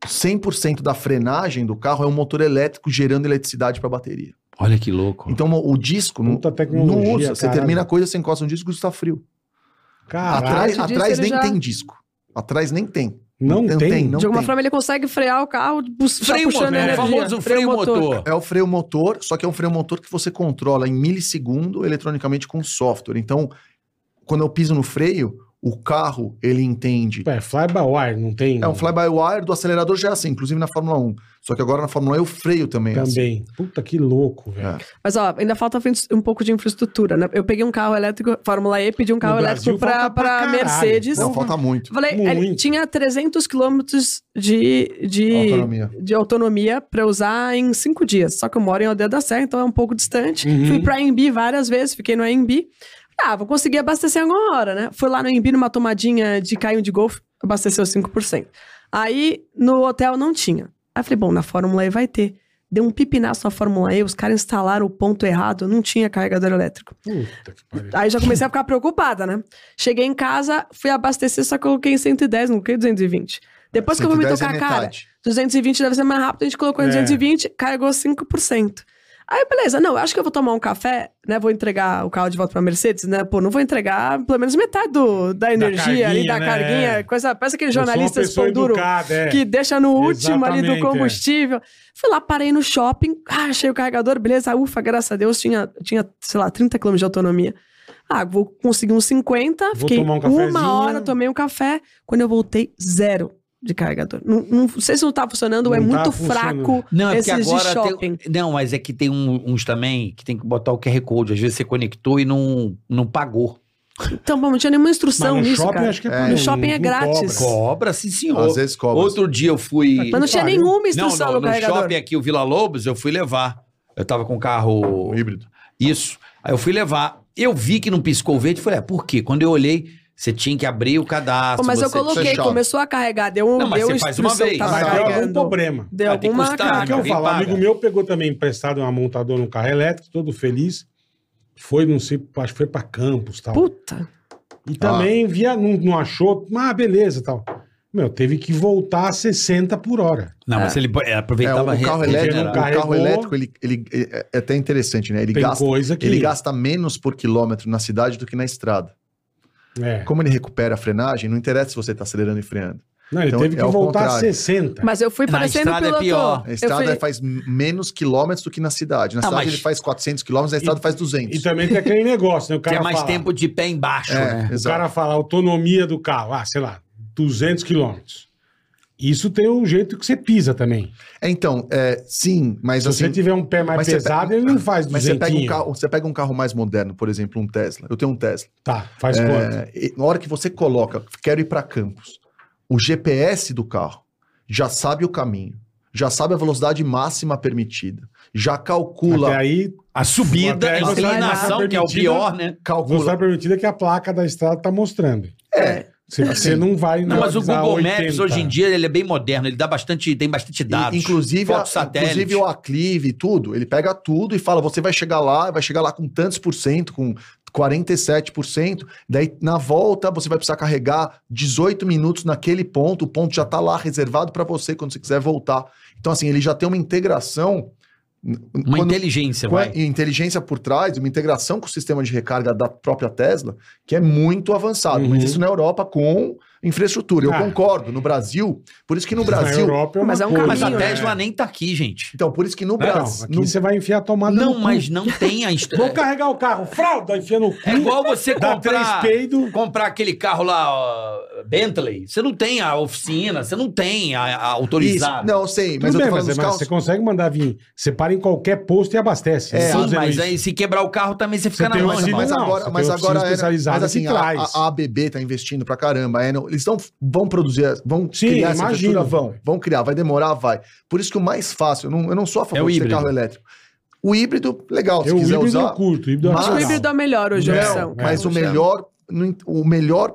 S5: 100% da frenagem do carro é um motor elétrico gerando eletricidade para a bateria.
S4: Olha que louco.
S5: Então, o disco não,
S3: Puta tecnologia,
S5: não usa. Você
S3: caralho.
S5: termina a coisa, você encosta um disco e está frio.
S3: Caralho,
S5: Atrás,
S1: Antes disso,
S5: atrás
S1: ele
S5: nem
S1: já-
S5: tem disco. Atrás nem tem.
S3: não
S5: não
S3: tem.
S5: tem, não.
S1: de alguma
S5: tem.
S1: forma ele consegue frear o carro, bus- tá
S4: freio
S1: puxando
S4: motor,
S1: energia.
S4: o famoso freio motor.
S5: É o freio motor, só que é um freio motor que você controla em milissegundo eletronicamente com software. Então, quando eu piso no freio, o carro, ele entende.
S3: É fly by wire, não tem.
S5: É um fly-by-wire do acelerador já é assim, inclusive na Fórmula 1. Só que agora na Fórmula E o freio também é assim.
S3: Também. Puta que louco, velho.
S5: É.
S1: Mas ó, ainda falta infra- um pouco de infraestrutura, né? Eu peguei um carro elétrico, Fórmula E, pedi um carro
S3: Brasil
S1: elétrico pra,
S3: falta pra
S1: pra
S3: caralho.
S1: Mercedes.
S5: Não,
S3: Porra.
S5: falta muito.
S1: Falei,
S3: Muito.
S1: ele tinha 300 quilômetros de, de,
S5: Autonomia.
S1: de autonomia pra usar em cinco dias. Só que eu moro em Aldeia da Serra, então é um pouco distante.
S3: Uhum.
S1: Fui pra Embi várias vezes, fiquei no Embi. Ah, vou conseguir abastecer alguma hora, né? Fui lá no Embi numa tomadinha de Caio de Golfe, abasteceu 5%. Aí no hotel não tinha. Aí eu falei, bom, na Fórmula E vai ter. Deu um pipinaço na Fórmula E, os caras instalaram o ponto errado, não tinha carregador elétrico.
S5: É.
S3: Puta que pariu.
S1: Aí já comecei a ficar preocupada, né? Cheguei em casa, fui abastecer, só coloquei em 110, não coloquei 220. Depois que eu fui me
S5: 110 é
S1: tocar, cara,
S5: metade.
S1: 220 deve ser mais rápido, a gente colocou em
S3: É.
S1: 220, carregou 5%. Aí, beleza, não, eu acho que eu vou tomar um café, né? Vou entregar o carro de volta pra Mercedes, né? Pô, não vou entregar pelo menos metade do, da energia
S3: carguinha,
S1: ali, da
S3: né?
S1: carguinha, coisa. Parece aquele
S3: Eu sou uma
S1: jornalista
S3: pessoa
S1: pão duro
S3: educada, é.
S1: que deixa no último ali do
S3: Exatamente, é.
S1: combustível. Fui lá, parei no shopping, ah, achei o carregador, beleza, ufa, graças a Deus, tinha, tinha sei lá, 30 km de autonomia. Ah, vou conseguir uns 50,
S3: Vou
S1: fiquei
S3: tomar um cafezinho.
S1: uma hora, tomei um café, quando eu voltei, zero de carregador. Não, não sei se não tá funcionando, ou é
S3: Não tá
S1: muito
S3: funcionando.
S1: fraco
S4: Não, é porque
S1: esses de
S4: agora
S1: shopping.
S4: tem, Não, mas é que tem um- uns também que tem que botar o QR Code. Às vezes você conectou e não, não pagou.
S1: Então, bom, não tinha nenhuma
S3: Mas
S1: instrução
S3: no
S1: nisso,
S3: shopping
S1: cara.
S3: acho que é,
S5: É,
S3: pra
S5: no
S1: shopping é
S3: não
S1: grátis.
S3: cobra.
S4: Cobra, sim senhor.
S5: Às vezes cobra.
S4: Outro dia eu fui...
S1: Mas não tinha
S3: pariu.
S1: nenhuma
S4: Não,
S1: instrução
S4: não,
S1: no
S4: no
S1: carregador.
S3: é
S4: shopping aqui, o Vila Lobos, eu fui levar. Eu tava com o carro...
S5: Um híbrido.
S4: Isso. Aí eu fui levar. Eu vi que não piscou o verde. Falei, é, por quê? Quando eu olhei, você tinha que abrir o cadastro.
S1: Pô, mas eu
S4: você-
S1: coloquei,
S5: shopping.
S1: começou a carregar, deu, um
S4: Não, mas
S1: deu
S4: você faz uma
S1: instrução que
S4: vez.
S1: tava
S3: Mas deu algum
S1: carregando.
S3: problema.
S4: Ah,
S1: Deu
S4: tem que
S1: alguma
S4: custar,
S1: carga.
S4: né?
S3: O que eu
S4: Alguém
S3: falo? Um
S4: paga.
S3: amigo meu pegou também emprestado uma montadora num carro elétrico, todo feliz. Foi, não sei, acho que foi pra Campos tal.
S1: Puta.
S3: E
S5: Ah.
S3: também via, não, não achou, ah, beleza tal. Meu, teve que voltar a 60 por hora.
S4: Não, mas ele é,
S5: É, o
S4: aproveitava... re-
S5: carro
S3: regenerar.
S5: elétrico, o carro
S3: Carregou.
S5: elétrico ele, ele- é é até interessante, né? Ele
S3: Tem
S5: gasta,
S3: coisa que.
S5: ele gasta menos por quilômetro na cidade do que na estrada.
S3: É.
S5: Como ele recupera a frenagem, não interessa se você está acelerando e freando.
S3: Não, ele
S5: Então,
S3: teve que
S5: é ao
S3: voltar a
S5: contrário.
S3: 60.
S1: Mas eu fui
S4: Na
S1: parecendo
S4: estrada é
S1: piloto.
S4: pior.
S5: A
S1: Eu
S5: estrada é
S1: fui-
S5: faz menos quilômetros do que na cidade. Na
S4: Ah,
S5: cidade
S4: mas-
S5: ele faz 400 quilômetros, na estrada faz 200.
S3: E também tem aquele negócio, né? O
S4: Quer
S3: cara
S4: mais
S3: fala,
S4: tempo de pé embaixo, né?
S5: é,
S3: O
S5: exato.
S3: cara fala autonomia do carro, ah, sei lá, 200 quilômetros. Isso tem o jeito que você pisa também.
S5: É, então, é, sim, mas
S3: Se
S5: assim...
S3: você tiver um pé mais
S5: mas você
S3: pesado,
S5: pega-
S3: ele não faz 200.
S5: Mas você pega, um carro, você pega um carro mais moderno, por exemplo, um Tesla. Eu tenho um Tesla.
S3: Tá, faz quanto?
S5: É, e na hora que você coloca, quero ir para Campos, o GPS do carro já sabe o caminho, já sabe a velocidade máxima permitida, já
S3: Até
S5: calcula,
S3: aí,
S4: A subida,
S3: Até
S4: a
S3: aí
S1: você
S4: inclinação,
S3: vai lá,
S4: que é o
S3: permitida.
S4: pior, né?
S5: calcula.
S3: velocidade permitida que a placa da estrada tá mostrando.
S5: É,
S3: Você, você não vai...
S4: Não, mas o
S3: analisar
S4: Google
S3: 80.
S4: Maps hoje em dia ele é bem moderno, ele dá bastante, tem bastante dados.
S5: e- inclusive, a,
S4: foto satélite.
S5: inclusive o aclive e tudo, ele pega tudo e fala, você vai chegar lá, vai chegar lá com tantos por cento, com 47%, daí na volta você vai precisar carregar 18 minutos naquele ponto, o ponto já tá lá reservado para você quando você quiser voltar. Então assim, ele já tem uma integração n-
S4: uma
S5: quando-
S4: inteligência,
S5: com a
S4: vai.
S5: inteligência por trás, uma integração com o sistema de recarga da própria Tesla, que é muito avançado.
S3: Uhum.
S5: Mas isso na Europa com infraestrutura. Eu
S3: Ah.
S5: concordo. No Brasil, por isso que no
S3: Na
S5: Brasil.
S3: Europa é uma
S1: Mas é um
S3: coisa,
S4: Mas a
S1: caminho, né?
S4: Tesla nem tá aqui, gente.
S5: Então, por isso que no
S3: Não,
S5: Brasil.
S3: aqui você vai enfiar a tomada no
S4: Não,
S5: um
S3: cu.
S4: mas não tem a
S3: Vou
S4: história.
S3: carregar o carro, fralda, enfia no cu,
S4: É igual você
S3: dá três
S4: comprar,
S3: peidos...
S4: comprar aquele carro lá, ó, Bentley. Você não tem a oficina, você não tem a, a autorizada.
S5: não, sei, mas
S3: Tudo bem,
S5: eu tô
S3: mas, é,
S5: falando dos
S3: mas
S5: carros.
S3: você consegue mandar vir. Você para em qualquer posto e abastece. Não
S5: É,
S3: tô
S4: Sim,
S3: dizendo
S4: mas
S3: isso.
S4: aí se quebrar o carro também você fica
S3: Você
S4: na
S3: tem
S4: mão,
S3: uma
S4: irmão.
S5: Mas
S3: Não,
S5: agora,
S3: você tem
S5: mas
S3: uma oficina
S5: agora era-
S3: especializada
S5: mas
S3: que
S5: assim, a,
S3: traz.
S5: a, a ABB tá investindo pra caramba. a Enel- eles tão, vão produzir, as- vão
S3: Sim,
S5: criar essa
S3: imagino.
S5: estrutura, vão, vão criar, vai demorar, vai. Por isso que o mais fácil, eu não, eu não sou a favor
S4: É o
S5: de ser
S4: híbrido.
S5: carro elétrico. O híbrido, legal, se
S3: Eu, É o
S5: quiser
S3: híbrido
S5: usar.
S3: eu curto. O híbrido eu
S5: Mas-
S1: Acho
S3: acho
S1: que o
S5: Não.
S1: híbrido é a melhor hoje, a
S3: Ah, Não,
S1: opção.
S3: É,
S5: Mas o melhor, no en- o melhor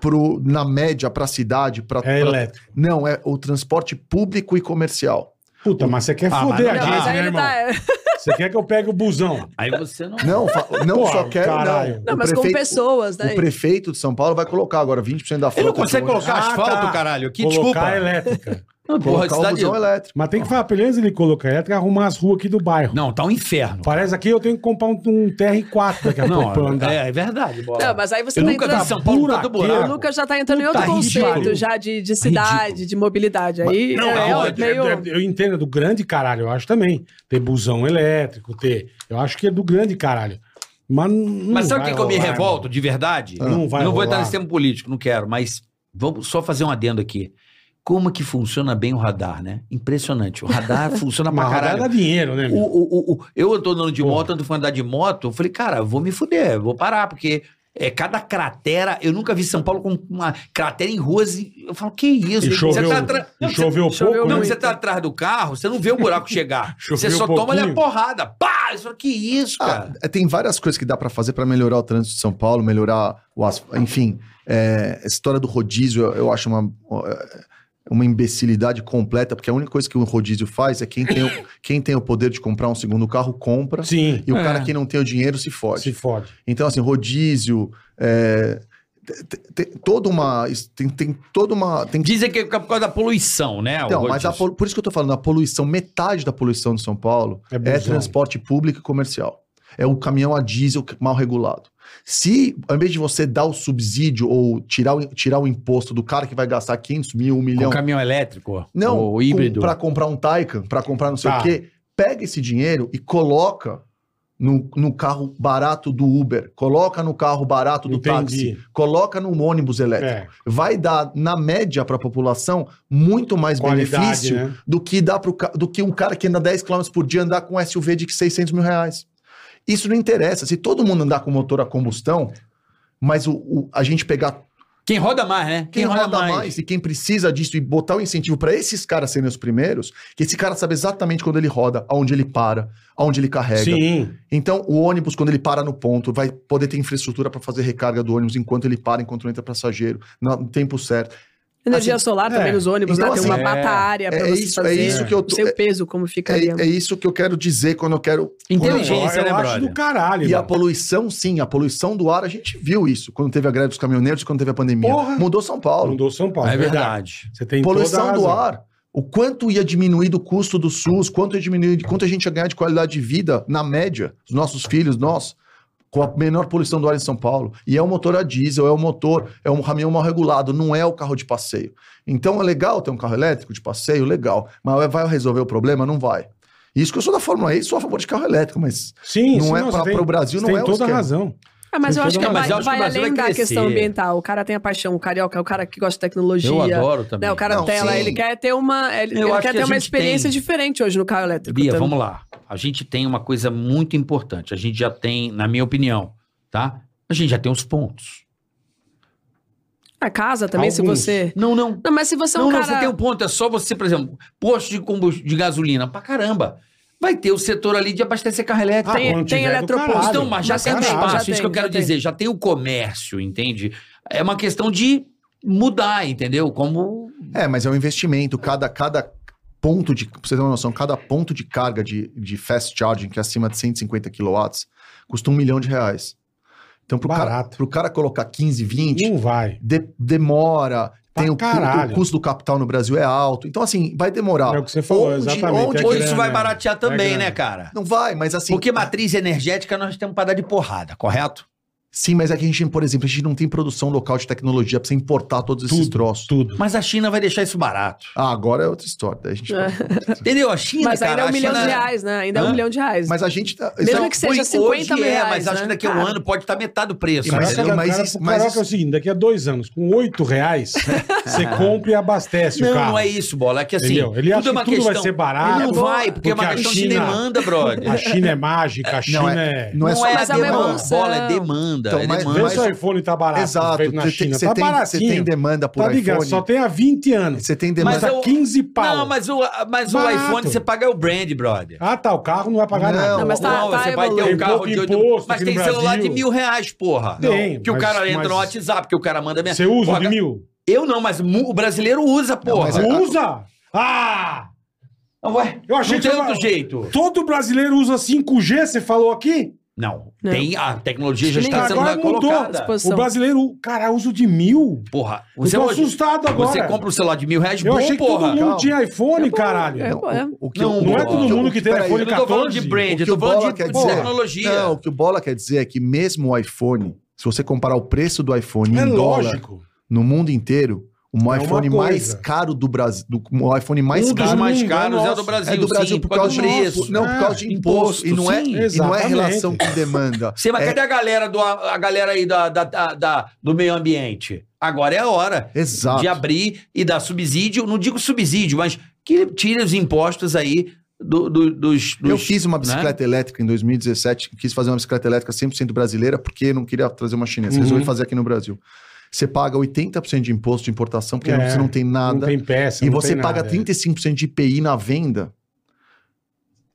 S5: pro, na média para a cidade, para
S3: É elétrico.
S5: não é o transporte público e comercial.
S3: Puta, mas você quer
S4: Ah,
S3: foder a
S4: mas
S1: Não,
S3: gente,
S4: não
S1: mas
S3: né,
S1: aí
S3: irmão?
S1: tá...
S3: Você quer que eu pegue o busão?
S4: Aí você não.
S5: Não, fa- não
S3: Porra,
S5: só quero
S3: caralho.
S5: não.
S1: Não,
S5: O
S1: mas com
S5: prefeito-
S1: pessoas, né?
S5: O prefeito de São Paulo vai colocar agora 20% da frota.
S4: Ele não consegue
S5: de ônibus.
S4: colocar
S3: Ah,
S4: asfalto,
S3: tá.
S4: caralho. Aqui,
S3: Colocar
S4: desculpa.
S3: elétrica.
S4: Não, porra,
S5: colocar o
S4: cidade...
S5: busão elétrico.
S3: Mas tem que falar, beleza, ele colocar elétrica e arrumar as ruas aqui do bairro.
S4: não, tá um inferno.
S3: Parece aqui eu tenho que comprar um, um TR4 daqui a pouco pra eu
S4: Não,
S3: andar.
S4: é, é verdade, bola.
S1: Não, mas aí você
S4: Eu
S1: tá
S4: nunca
S1: entrando...
S4: vi São Paulo
S3: Buraqueira.
S4: tanto
S1: O
S4: buraco.
S1: Lucas já tá entrando em outro
S4: Puta,
S1: conceito
S4: ridículo.
S1: já de, de cidade,
S4: Ridículo.
S1: de mobilidade. Aí
S4: Não,
S1: é,
S4: não,
S1: é
S3: É,
S1: meio...
S3: é, Eu entendo, é do grande caralho, eu acho também. Ter busão elétrico, ter. Eu acho que é do grande caralho. Mas, não
S4: Mas sabe o
S3: vai
S4: que, que eu me
S3: rolar,
S4: revolto de verdade?
S3: irmão. Ah, Não vai
S4: não vou
S3: rolar.
S4: entrar nesse tempo político, não quero, mas vamos só fazer um adendo aqui. Como que funciona bem o radar, né? Impressionante. O radar funciona Tá pra
S3: Mas radar
S4: caralho.
S3: dá dinheiro, né,
S4: O,
S3: meu?
S4: o, o, o- eu tô andando de
S3: Porra.
S4: moto, ando fui andar de moto, eu falei, cara, eu vou me fuder, eu vou parar, porque é cada cratera, eu nunca vi São Paulo com uma cratera em ruas, e eu falo, que isso?
S3: E choveu,
S4: você tá atra-
S3: e
S4: não, você-
S3: choveu
S1: choveu
S3: pouco,
S4: não,
S3: né?
S1: muito.
S4: você tá atrás do carro, você não vê o buraco chegar.
S3: Choveu
S4: você só
S3: um
S4: toma ali a
S3: pouquinho.
S4: porrada. Pá! Eu falo, que isso, cara?
S5: Ah, tem várias coisas que dá pra fazer pra melhorar o trânsito de São Paulo, melhorar o asfalto. Enfim, é, essa história do rodízio eu, eu acho uma, é, uma imbecilidade completa, porque a única coisa que o rodízio faz é quem tem o, quem tem o poder de comprar um segundo carro compra,
S3: Sim,
S5: e o
S4: É.
S5: cara que não tem o dinheiro se
S3: se
S5: fode.
S3: fode.
S5: Então, assim, rodízio. é, te- tem toda uma. isso- Tem, tem toda uma. Tem
S4: Dizem que é por causa da poluição, né? o
S5: Então, mas
S4: rodízio.
S5: a polu- por isso que eu tô falando, a poluição, metade da poluição de São Paulo
S3: É
S5: é,
S3: busão.
S5: transporte público e comercial. É o caminhão a diesel mal regulado. Se, ao invés de você dar o subsídio ou tirar o, tirar o imposto do cara que vai gastar 500 mil, 1
S4: Com
S5: milhão,
S4: caminhão elétrico?
S5: não,
S4: Ou híbrido?
S5: para comprar um Taycan, para comprar não sei
S3: Tá.
S5: o quê, pega esse dinheiro e coloca no, no carro barato do Uber, coloca no carro barato do táxi,
S3: Entendi.
S5: coloca no ônibus elétrico.
S3: É,
S5: Vai dar, na média, para a população, muito mais benefício
S3: qualidade, né?
S5: do que dá pro, ca- do que um cara que anda 10 km por dia andar com um SUV de 600 mil reais. Isso não interessa. Se todo mundo andar com motor a combustão, mas o, o- a gente pegar
S4: Quem roda mais, né?
S5: quem, roda, mais. e quem precisa disso e botar o incentivo para esses caras serem os primeiros, que esse cara sabe exatamente quando ele roda, aonde ele para, aonde ele carrega.
S3: Sim.
S5: Então, o ônibus, quando ele para no ponto, vai poder ter infraestrutura para fazer recarga do ônibus enquanto ele para, enquanto entra passageiro, no tempo certo.
S1: Energia solar
S3: é.
S1: também nos ônibus,
S5: Então,
S1: né? Tem
S5: assim,
S1: uma
S4: é.
S1: bata área pra
S5: É
S1: você
S5: isso, é
S1: fazer.
S5: isso que eu
S1: O
S5: tô.
S1: seu
S5: É,
S1: peso, como fica ali.
S5: é- é isso que eu quero dizer quando eu quero
S4: Inteligência,
S3: eu,
S4: né,
S3: eu acho
S4: brother?
S3: do caralho.
S5: E a
S3: mano.
S5: poluição, sim, a poluição do ar, a gente viu isso quando teve a greve dos caminhoneiros, quando teve a pandemia.
S3: Porra!
S5: Mudou São Paulo.
S3: Mudou São Paulo.
S4: É verdade.
S3: Você tem
S5: poluição
S3: toda a
S5: do
S3: razão.
S5: ar, o quanto ia diminuir do custo do SUS, quanto ia diminuir, quanto a gente ia ganhar de qualidade de vida, na média, os nossos filhos, nós, com a menor poluição do ar em São Paulo. E é um motor a diesel, é um motor, é um caminhão mal regulado, não é o carro de passeio. Então é legal ter um carro elétrico de passeio, legal. Mas vai resolver o problema? Não vai. Isso que eu sou da Fórmula E, sou a favor de carro elétrico, mas
S3: Sim,
S5: Não
S3: sim,
S5: é
S3: você
S5: pra-
S3: tem-
S5: pro Brasil,
S3: você
S5: não
S3: tem
S5: é o
S3: toda a
S5: esquema.
S3: razão.
S1: Ah, mas eu
S3: Tem
S1: acho que
S4: toda-
S1: vai,
S4: Mas eu acho que o
S1: vai
S4: Brasil
S1: além
S4: vai
S1: da
S4: crescer.
S1: questão ambiental. O cara tem a paixão, o carioca é o cara que gosta de tecnologia.
S4: Eu adoro também.
S1: Né, o cara
S5: Não,
S1: tela,
S5: sim.
S1: ele quer ter uma, ele,
S4: Eu
S1: ele
S4: acho
S1: quer
S4: que
S1: ter
S4: a
S1: uma
S4: gente
S1: experiência
S4: tem.
S1: diferente hoje no carro elétrico.
S4: Bia,
S1: Então,
S4: vamos lá. A gente tem uma coisa muito importante. A gente já tem, na minha opinião, tá? A gente já tem os pontos.
S1: A casa também, se
S3: Alguns.
S1: você.
S4: Não, não.
S1: Não, mas se você é
S4: não,
S1: um
S4: não,
S1: cara.
S4: você tem um ponto. É só você, por exemplo, posto de combustível de gasolina. Pra caramba. Vai ter o setor ali de abastecer carro elétrico.
S1: Tem-
S3: quando
S1: tem
S3: tiver do
S1: eletroposto,
S3: caralho.
S4: Então, mas já
S1: Ah, Mas
S4: tem um
S1: caralho,
S4: espaço,
S1: já
S4: isso
S1: tem,
S4: que eu quero
S1: já tem.
S4: dizer. Já tem o comércio, entende? É uma questão de mudar, entendeu? Como.
S5: É, mas é um investimento. Cada, cada ponto de. Pra você ter uma noção, cada ponto de carga de, de fast charging, que é acima de 150 kW, custa um milhão de reais. Então, pro, cara,
S3: Barato.
S5: pro cara colocar 15, 20,
S3: Não vai.
S5: de- demora.
S3: Pra
S5: Tem o, cu-
S3: caralho.
S5: o custo do capital no Brasil é alto. Então, assim, vai demorar.
S3: É o que você falou,
S5: Onde-
S3: exatamente.
S5: onde-
S3: É
S4: Ou
S3: grana,
S4: isso vai
S3: é.
S4: baratear também,
S3: grana.
S4: né, cara?
S5: Não vai, mas assim.
S4: Porque matriz energética nós temos para dar de porrada, correto?
S5: Sim, mas é que a gente, por exemplo, a gente não tem produção local de tecnologia pra você importar todos esses
S3: Tudo,
S5: troços.
S3: Tudo.
S4: Mas a China vai deixar isso barato.
S5: Ah, agora é outra história. daí a gente-
S1: É.
S4: Entendeu? A China,
S1: Mas ainda
S4: cara,
S1: é um
S4: a
S1: milhão
S4: China-
S1: de reais, né? Ainda é
S4: Hã?
S1: um milhão de reais.
S5: Mas a gente. tá-
S1: Mesmo que seja
S4: Hoje-
S1: 50
S4: hoje
S1: mil
S4: é,
S1: reais,
S4: mas acho que
S1: né,
S4: daqui a um
S1: cara?
S4: ano pode estar metade do preço.
S5: E mas-
S4: entendeu?
S5: mas
S3: cara,
S5: isso-
S3: o
S5: mas
S3: Carioca
S5: isso-
S3: é o seguinte, daqui a dois anos, com oito reais, você compra e abastece o
S4: Não,
S3: carro.
S4: não é isso, bola. É que assim,
S3: Entendeu? Ele acha que tudo vai ser barato,
S4: Ele não vai, porque, é uma
S3: porque a
S4: questão
S3: China-
S4: de demanda, brother.
S3: A China é mágica, a China é...
S5: Não é só-
S1: Mas
S4: a
S1: a
S4: demanda,
S1: evolução-
S4: bola, é demanda.
S5: Então,
S4: é
S5: mas-
S3: Vê
S4: demanda.
S5: mas-
S3: se o iPhone tá barato,
S5: Exato.
S3: feito na
S5: Você tem,
S3: China.
S5: você
S3: tá
S5: tem, você tem
S3: baratinho.
S5: demanda por
S3: Tá ligado?
S5: iPhone.
S3: Só tem há 20 anos.
S5: um, Você tem demanda.
S3: Mas tá
S4: eu-
S3: 15 pau.
S4: Não, mas o, mas o
S3: Barato.
S4: iPhone você paga é o brand, brother.
S3: Ah, tá, o carro não vai pagar
S5: Não,
S3: nada.
S1: Não, mas tá,
S4: Não,
S1: tá
S4: você vai ter
S1: evoluindo.
S4: um
S3: Tem
S4: carro
S3: pouco
S4: de
S3: imposto
S4: Mas
S3: aqui no
S4: tem celular de
S3: Brasil.
S4: mil reais, porra.
S3: Tem,
S4: que o
S3: mas-
S4: cara entra
S3: mas-
S4: no WhatsApp, que o cara manda
S3: Você usa o
S4: Porra,
S3: de mil?
S4: Eu não, mas mu- o brasileiro usa, porra.
S5: mas é-
S3: Usa! Ah!
S4: Ué,
S3: Eu achei
S4: não
S3: que
S4: tem
S3: eu-
S4: outro jeito.
S3: Todo brasileiro usa 5G, você falou aqui?
S4: Não,
S1: Não.
S4: tem a tecnologia já
S1: Nem-
S4: está sendo
S3: Agora mudou.
S4: colocada.
S1: Disposição.
S3: O brasileiro, cara, usa o de mil?
S4: Porra,
S3: Eu
S4: você
S3: tô
S4: hoje-
S3: assustado agora.
S4: Você compra um celular de mil reais,
S3: Eu
S4: bom,
S3: achei que
S4: porra.
S3: todo mundo
S5: Calma.
S3: tinha iPhone, caralho.
S1: É, pô, é.
S5: o que
S4: Não,
S5: o-
S4: não é
S5: o-
S4: todo
S5: o-
S3: mundo que tem
S5: peraí,
S3: iPhone
S4: Eu não tô falando
S3: 14,
S4: de brand,
S5: o
S4: eu
S5: que o
S4: tô falando
S5: Bola
S4: de,
S5: quer
S4: de
S5: dizer-
S4: tecnologia.
S5: Não, o que o Bola quer dizer é que mesmo o iPhone, se você comparar o preço do iPhone
S3: É
S5: em dólar
S3: lógico.
S5: no mundo inteiro, o
S3: uma
S5: iPhone mais
S3: coisa.
S5: caro do Brasil, do, o iPhone mais
S4: um dos
S5: caro
S4: mais
S3: mundo,
S4: caros é,
S3: é
S4: do
S3: nosso.
S4: Brasil,
S5: é do Brasil
S4: sim,
S5: por causa de
S4: do preço.
S5: imposto. Não, por causa
S4: É,
S5: de imposto. E não é,
S4: sim,
S5: e não é
S3: exatamente.
S5: relação com demanda.
S4: Sim, mas
S5: É-
S4: cadê a galera, do, a galera aí da, da- da- da- do meio ambiente? Agora é a hora
S5: Exato.
S4: de abrir e dar subsídio. Não digo subsídio, mas que tire os impostos aí do- do- dos, dos-
S5: Eu fiz
S1: Né?
S5: uma bicicleta elétrica em 2017, quis fazer uma bicicleta elétrica 100% brasileira, porque não queria trazer uma chinesa.
S3: Uhum.
S5: Resolvi fazer aqui no Brasil. Você paga 80% de imposto de importação, porque
S3: É,
S5: não- você não tem nada.
S3: Não tem peça,
S5: e
S3: não
S5: você
S3: tem
S5: paga
S3: nada. é.
S5: 35% de IPI na venda.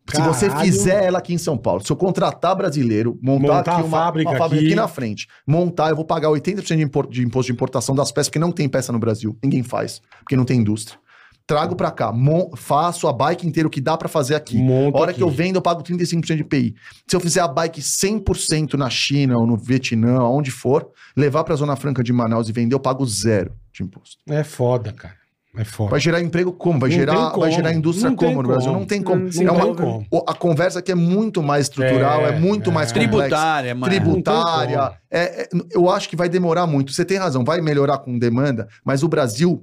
S3: Caralho.
S5: Se você fizer ela aqui em São Paulo, se eu contratar brasileiro, montar,
S3: Montar
S5: aqui
S3: a
S5: uma
S3: fábrica
S5: uma fábrica
S3: aqui.
S5: aqui na frente, montar, eu vou pagar 80% de, impor- de imposto de importação das peças, porque não tem peça no Brasil. Ninguém faz, porque não tem indústria. trago pra cá, mon- faço a bike inteira o que dá pra fazer aqui.
S3: Monta
S5: A hora que eu
S3: aqui.
S5: vendo, eu pago 35% de PI. Se eu fizer a bike 100% na China ou no Vietnã, aonde for, levar pra Zona Franca de Manaus e vender, eu pago zero de imposto.
S3: É foda, cara. É foda.
S5: Vai gerar emprego como? Vai,
S3: Não tem
S5: gerar,
S3: como.
S5: vai gerar indústria
S3: Não tem
S5: como no Brasil?
S3: como.
S5: Não tem como.
S1: Não
S5: é uma,
S3: tem como.
S5: o- A conversa aqui é muito mais estrutural, é,
S3: É,
S5: muito
S3: é.
S5: mais complexa.
S4: Tributária,
S3: Não
S4: mano.
S3: tem
S5: Tributária. É, é, eu acho que vai demorar muito. Você tem razão, vai melhorar com demanda, mas o Brasil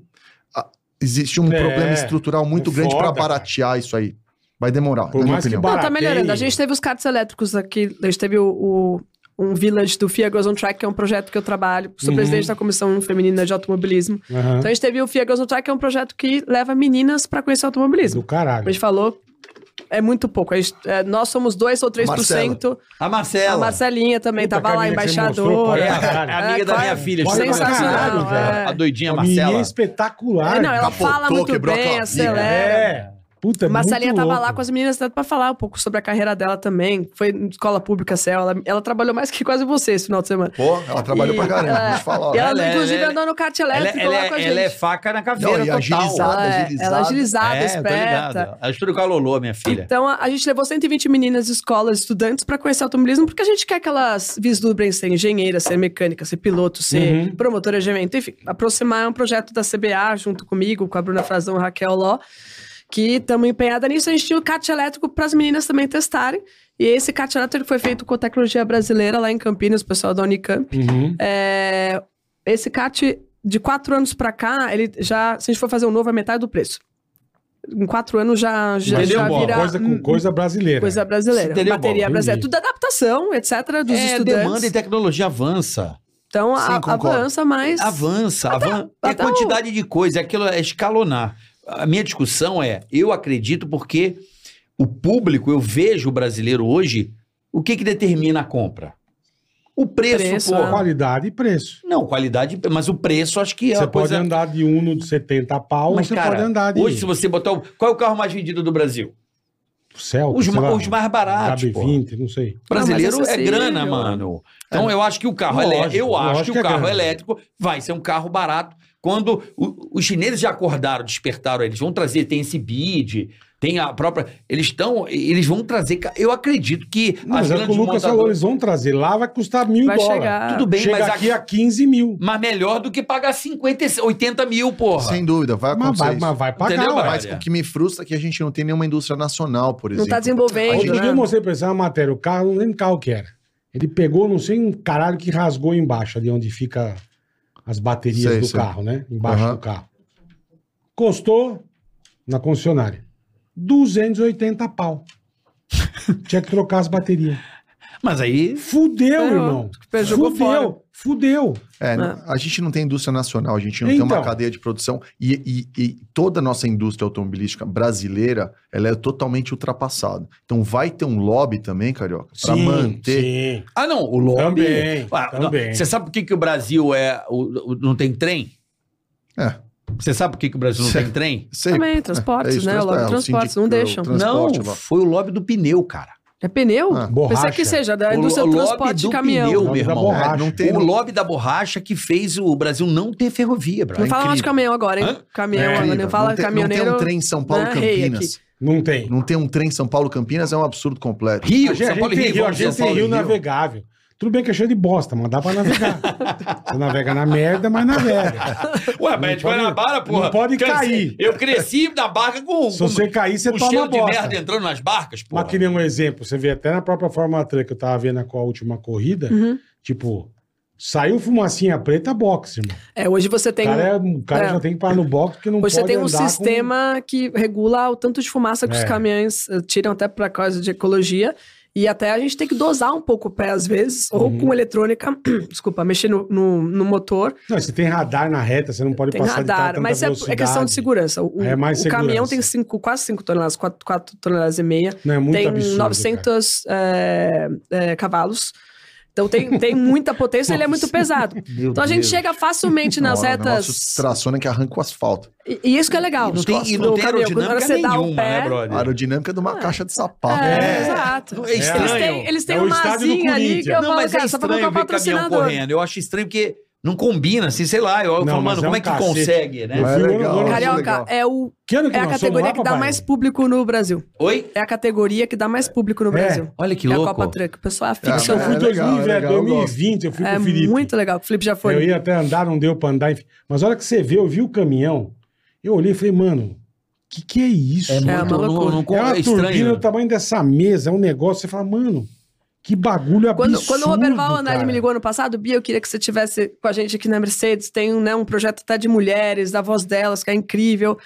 S5: a- existe um
S3: É,
S5: problema estrutural muito
S3: é
S5: grande para
S3: foda, cara.
S5: baratear isso aí. Vai demorar,
S3: Por
S5: na minha
S3: mais que
S5: opinião.
S3: ba-
S1: Não, tá
S3: Barateio.
S1: melhorando. A gente teve os cartos elétricos aqui. A gente teve o, o- um village do FIA Girls on Track, que é um projeto que eu trabalho. Sou
S3: Uhum.
S1: presidente da Comissão Feminina de Automobilismo.
S3: Aham.
S1: Então a gente teve o FIA Girls on Track, que é um projeto que leva meninas pra conhecer automobilismo.
S3: É Do caralho.
S1: A gente falou, é muito pouco. A gente- é, nós somos 2 ou 3%.
S4: A Marcela.
S1: A Marcelinha também
S3: Puta,
S1: tava
S3: que a
S1: lá,
S3: mina que você mostrou,
S1: embaixadora.
S4: É,
S3: olha.
S4: a, a amiga
S1: É,
S4: da
S1: claro.
S4: minha filha.
S3: Olha pra
S1: Sensacional,
S3: caralho, velho.
S1: é.
S4: A doidinha
S3: Uma menina
S4: Marcela.
S3: espetacular.
S1: É, não, ela
S5: Capotou,
S1: fala muito
S5: quebrou a
S1: bem,
S5: calcinha.
S1: acelera.
S3: É. Puta, é
S1: Marcelinha
S3: muito
S1: tava
S3: louco.
S1: lá com as meninas tanto pra falar um pouco sobre a carreira dela também. Foi em escola pública, Céu. Ela, ela trabalhou mais que quase você esse final de semana.
S5: Pô, ela trabalhou
S1: E-
S5: pra caramba,
S1: é.
S5: deixa eu falar. ó.
S1: E ela,
S4: Ela é-
S1: inclusive,
S4: ela é-
S1: andou no kart
S4: Ela,
S1: elétrico
S4: ela
S1: lá
S4: é-
S1: com a gente.
S4: ela é faca na caveira
S5: Não, e
S4: total.
S5: agilizada,
S1: ela é
S5: agilizada.
S1: ela é agilizada,
S4: É, eu tô
S1: esperta.
S4: ligado. Ela estuda com a Lolô, minha filha.
S1: Então, a, a gente levou 120 meninas, escolas, estudantes pra conhecer automobilismo, porque a gente quer que elas vislumbrem ser engenheira, ser mecânica, ser piloto, ser
S3: Uhum.
S1: promotora de evento, enfim. Aproximar é um projeto da CBA, junto comigo, com a Bruna Frazão e Raquel Ló, que estamos empenhada nisso. A gente tinha o kart elétrico para as meninas também testarem. E esse kart elétrico foi feito com tecnologia brasileira lá em Campinas, o pessoal da Unicamp.
S3: Uhum.
S1: É, esse kart de quatro anos pra cá, ele já, se a gente for fazer um novo, é metade do preço. Em quatro anos já, já,
S3: Mas
S1: já
S3: boa,
S1: vira
S3: coisa com coisa brasileira.
S1: Hum, coisa brasileira.
S4: Entendeu,
S1: bateria
S3: Bob?
S1: brasileira.
S3: Entendi.
S1: Tudo adaptação, etc., dos
S4: é,
S1: estudantes.
S4: demanda e tecnologia avança.
S1: Então, a-
S5: Sim, concordo.
S1: avança mais.
S4: Avança, avança. É
S1: até tá
S4: quantidade de coisa, aquilo é escalonar. A minha discussão é, eu acredito porque o público, eu vejo o brasileiro hoje, o que que determina a compra? O preço,
S1: Preço, né?
S4: porra.
S3: Qualidade e preço.
S4: Não, qualidade, mas o preço acho que é
S3: você
S4: a
S3: pode
S4: coisa...
S3: andar de Uno de 70 a pau,
S4: Mas,
S3: você
S4: cara,
S3: pode andar de
S4: Hoje se você botar... O... Qual é o carro mais vendido do Brasil?
S3: Celta,
S4: Os,
S3: sei
S4: ma-
S3: lá,
S4: os mais baratos, pô.
S3: HB20, não sei.
S4: Brasileiro
S1: Não, mas é
S4: é grana,
S1: acessível.
S4: mano. Então eu acho que o carro elé-
S3: É. Lógico,
S4: eu acho
S3: lógico
S4: que o
S3: que é
S4: carro
S3: grana.
S4: elétrico vai ser um carro barato. Quando o- os chineses já acordaram, despertaram, eles vão trazer tem esse bid, tem a própria, eles estão, eles vão trazer. ca- Eu acredito que
S3: Não, mas é o que o Lucas falou, eles vão trazer. Lá vai custar mil
S1: vai
S3: dólares.
S1: chegar.
S4: tudo bem,
S3: Chega
S4: mas,
S3: aqui
S4: aqui,
S3: a 15 mil.
S4: mas melhor do que pagar 50, e 80 mil, porra.
S5: Sem dúvida, vai
S3: Mas
S5: acontecer
S3: vai,
S5: isso.
S3: mas vai pagar,
S4: Entendeu,
S3: ué.
S5: Mas o que me frustra é que a gente não tem nenhuma indústria nacional, por
S1: Não
S5: exemplo.
S1: tá desenvolvendo.
S3: Outro dia
S1: né?
S3: eu mostrei pra você uma matéria, o carro, não lembro que carro que era. Ele pegou, não sei, um caralho que rasgou embaixo, ali onde fica as baterias
S5: Sei,
S3: do
S5: sei.
S3: carro, né? Embaixo
S5: Aham.
S3: do carro. Custou, na concessionária, 280 pau. Tinha que trocar as baterias.
S4: Mas aí
S3: Fudeu,
S1: Ferrou.
S3: irmão.
S1: Jogou fora.
S3: Fudeu, fudeu.
S5: É,
S1: Ah.
S5: a gente não tem indústria nacional, a gente não tem
S3: Então.
S5: uma cadeia de produção. E, e- e toda a nossa indústria automobilística brasileira, ela é totalmente ultrapassada. Então vai ter um lobby também, Carioca, para manter.
S3: Sim.
S4: Ah, não, o lobby.
S3: Também,
S4: Ah, não.
S3: também.
S4: Você sabe por que, que o Brasil é. o- o- não tem trem?
S5: É.
S4: Você sabe por que, que o Brasil não
S5: Sei.
S4: tem trem?
S5: Sei,
S1: Também, transportes,
S5: isso,
S1: né?
S5: transpo-
S1: Logo,
S5: é, o
S1: transportes, não
S5: sindic-
S1: deixam.
S5: o trans- Transporte,
S4: não,
S5: Val.
S4: foi o lobby do pneu, cara.
S1: É pneu?
S5: Ah,
S1: Pensei
S3: borracha.
S1: que seja, da
S4: O
S1: indústria
S4: lo-
S1: do
S4: lobby
S1: transporte de
S4: do
S1: caminhão.
S4: pneu,
S3: Não,
S4: meu
S3: da
S4: irmão.
S3: borracha.
S5: É, não tem.
S3: um-
S4: O lobby da borracha que fez o Brasil não ter ferrovia, bro.
S1: Não fala mais
S4: É
S1: de
S4: Incrível.
S1: caminhão agora, hein?
S4: Hã?
S1: Caminhão,
S3: É,
S1: agora,
S5: Incrível.
S1: não fala
S5: não, tem, não
S1: caminhoneiro.
S5: tem um trem São Paulo
S1: né, rei
S5: Campinas.
S3: Não tem.
S5: Não tem um trem São Paulo Campinas, é um absurdo completo.
S4: Rio,
S3: A gente, a
S4: São
S3: gente
S4: Paulo e
S3: tem
S4: Rio,
S3: rio, a
S4: vamos
S3: gente
S4: São Paulo
S3: tem
S4: e
S3: rio
S4: Rio.
S3: navegável. Tudo bem que é cheio de bosta, mas dá pra navegar. Você navega na merda, mas navega.
S4: Ué, mas de
S3: pode-
S4: Guanabara,
S3: não
S4: porra.
S3: pode
S4: Cresci-
S3: cair.
S4: Eu cresci na barca com,
S3: Se
S4: com,
S3: você cair, você
S4: com
S3: toma
S4: Um cheiro de
S3: bosta.
S4: merda entrando nas barcas, porra.
S3: Mas que nem um exemplo, você vê até na própria Fórmula 3 que eu tava vendo com a última corrida,
S1: Uhum.
S3: tipo, saiu fumacinha preta, boxe, irmão.
S1: É, hoje você
S3: O
S1: tem.
S3: cara, é- o cara
S1: é.
S3: já tem que parar no box porque não
S1: Hoje você
S3: pode
S1: tem um
S3: andar com-
S1: sistema que regula o tanto de fumaça que os
S3: É.
S1: caminhões eh, tiram até para causa de ecologia. E até a gente tem que dosar um pouco o pé às vezes, ou
S3: Uhum.
S1: com eletrônica, desculpa, mexer no, no, no motor.
S3: Não, você tem radar na reta, você não pode
S1: Tem
S3: passar de tal
S1: radar,
S3: tanta
S1: mas é, é
S3: velocidade.
S1: questão de segurança. O,
S3: É mais
S1: o caminhão
S3: segurança.
S1: tem cinco, quase 5 toneladas, 4 toneladas e meia.
S3: Não, é muito
S1: tem
S3: absurdo, cara.
S1: 900 eh, eh, cavalos. Então tem, tem muita potência, ele é muito pesado.
S4: Meu
S1: Então a gente
S4: Deus.
S1: chega facilmente nas
S5: Não, o negócio
S1: retas.
S5: traciona que arranca o asfalto.
S1: E, e isso que é legal.
S4: E não tem, e
S1: Do
S4: não tem
S1: caminhão, quando
S4: aerodinâmica
S1: você dá o
S4: nenhuma,
S1: pé,
S4: né, brother?
S5: A aerodinâmica é de uma caixa de sapato.
S1: É,
S3: É.
S1: exato.
S4: É estranho.
S1: Eles têm, eles têm
S3: É o
S1: uma
S3: estádio do
S1: asinha ali
S3: Corinthians.
S1: que eu
S4: não,
S1: falo,
S4: mas
S1: cara,
S4: é
S1: só pra colocar
S4: estranho
S1: o
S4: ver caminhão
S1: patrocinador.
S4: correndo. Eu acho estranho porque Não combina, assim, sei lá. Eu, eu
S3: Não,
S4: falo,
S3: mas é
S4: mano, como
S3: um
S4: é que
S3: cacete.
S4: consegue, né?
S3: Eu
S5: É
S3: fui o
S5: legal.
S3: ano- ano-
S5: Cara-
S1: Carioca
S5: legal.
S1: é, o,
S3: Que ano que
S1: é a
S3: nós somos
S1: categoria
S3: lá,
S1: que dá
S3: papai?
S1: mais público no Brasil.
S4: Oi?
S1: É a categoria que dá mais público no
S3: É?
S1: Brasil.
S4: Olha que
S1: é
S4: louco.
S1: a Copa Truck. O pessoal
S3: Isso eu
S1: afixa.
S3: fui em
S5: É legal,
S3: 2000,
S5: é
S3: velho,
S5: legal, eu
S3: 2020, eu fui
S1: É,
S3: com o Felipe.
S1: muito legal. O Felipe já
S3: Eu
S1: foi.
S3: ia até andar, não deu pra andar. enfim. Mas a hora que você vê, eu vi o caminhão, eu olhei e falei, mano, o que, que é isso?
S4: É,
S3: É,
S1: uma
S4: muito,
S1: loucura.
S4: não, não,
S3: uma
S4: é
S3: turbina
S4: estranho.
S3: do tamanho dessa mesa, é um negócio. Você fala, mano, que bagulho
S1: Quando,
S3: absurdo.
S1: quando o Robert Valonade
S3: cara.
S1: me ligou no passado, Bia, eu queria que você tivesse com a gente aqui na Mercedes. Tem né, um projeto até de mulheres, da voz delas, que é incrível.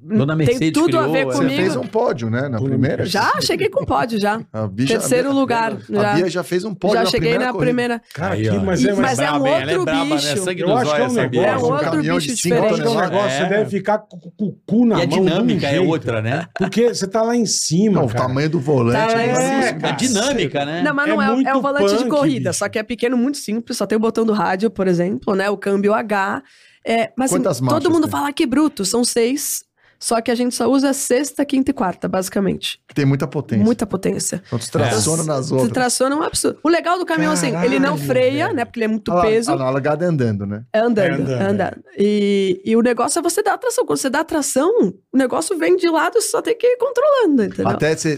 S4: Dona Mercedes
S1: Tem tudo a
S4: criou,
S1: ver
S4: é.
S5: Você
S1: comigo.
S5: fez um pódio, né? Na
S3: Tudo
S5: primeira?
S1: Já cheguei com pódio, já.
S5: A Bia já- a
S1: Terceiro
S5: Bia-
S1: lugar,
S5: A
S1: já.
S5: Bia já fez um pódio
S1: já
S5: na
S1: cheguei
S5: primeira
S1: na
S5: corrida.
S1: primeira.
S3: Cara,
S4: Aí,
S3: que-
S4: ó.
S3: mas é,
S1: Mas
S3: mas
S1: é um
S4: hein?
S1: outro bicho.
S4: né? Sangue
S3: Eu
S4: nos
S3: acho que é
S4: olhos,
S3: um
S4: sabia?
S1: É
S3: negócio,
S1: um outro
S5: caminhão de
S1: bicho
S5: cinco
S3: eu
S1: diferente.
S3: acho que é um
S5: Olha,
S3: negócio,
S4: é.
S3: você deve ficar com, com- com o cu na
S4: E a
S3: mão. de um
S4: dinâmica é
S3: jeito.
S4: outra, né?
S3: Porque você tá lá em cima,
S5: Não, o
S3: cara.
S5: tamanho do volante.
S1: Tá,
S5: né?
S3: é,
S4: A
S3: cara.
S4: dinâmica, né?
S1: Não, mas
S3: É
S1: não é, é,
S3: muito
S1: um volante de
S3: punk,
S1: corrida,
S3: bicho.
S1: só que é pequeno, muito simples, só tem o botão do rádio, por exemplo, né? O câmbio H. É, mas assim,
S5: Quantas marchas
S1: todo mundo
S5: tem?
S1: fala que bruto, são seis. Só que a gente só usa sexta, quinta e quarta, basicamente.
S5: Tem muita potência.
S1: Muita potência.
S5: Então tu traciona
S1: É.
S5: nas
S1: Se
S5: outras.
S1: traciona é um absurdo. O legal do caminhão, assim, ele não
S3: Caralho,
S1: freia,
S3: velho.
S1: né? Porque ele é muito
S5: Ah lá,
S1: peso.
S5: ah lá, A largada é andando, né?
S1: É andando,
S3: É
S1: é
S3: andando,
S1: andando.
S3: é.
S1: E, e o negócio é você dar atração. Quando você dá atração, o negócio vem de lado, você só tem que ir controlando, entendeu?
S5: Até você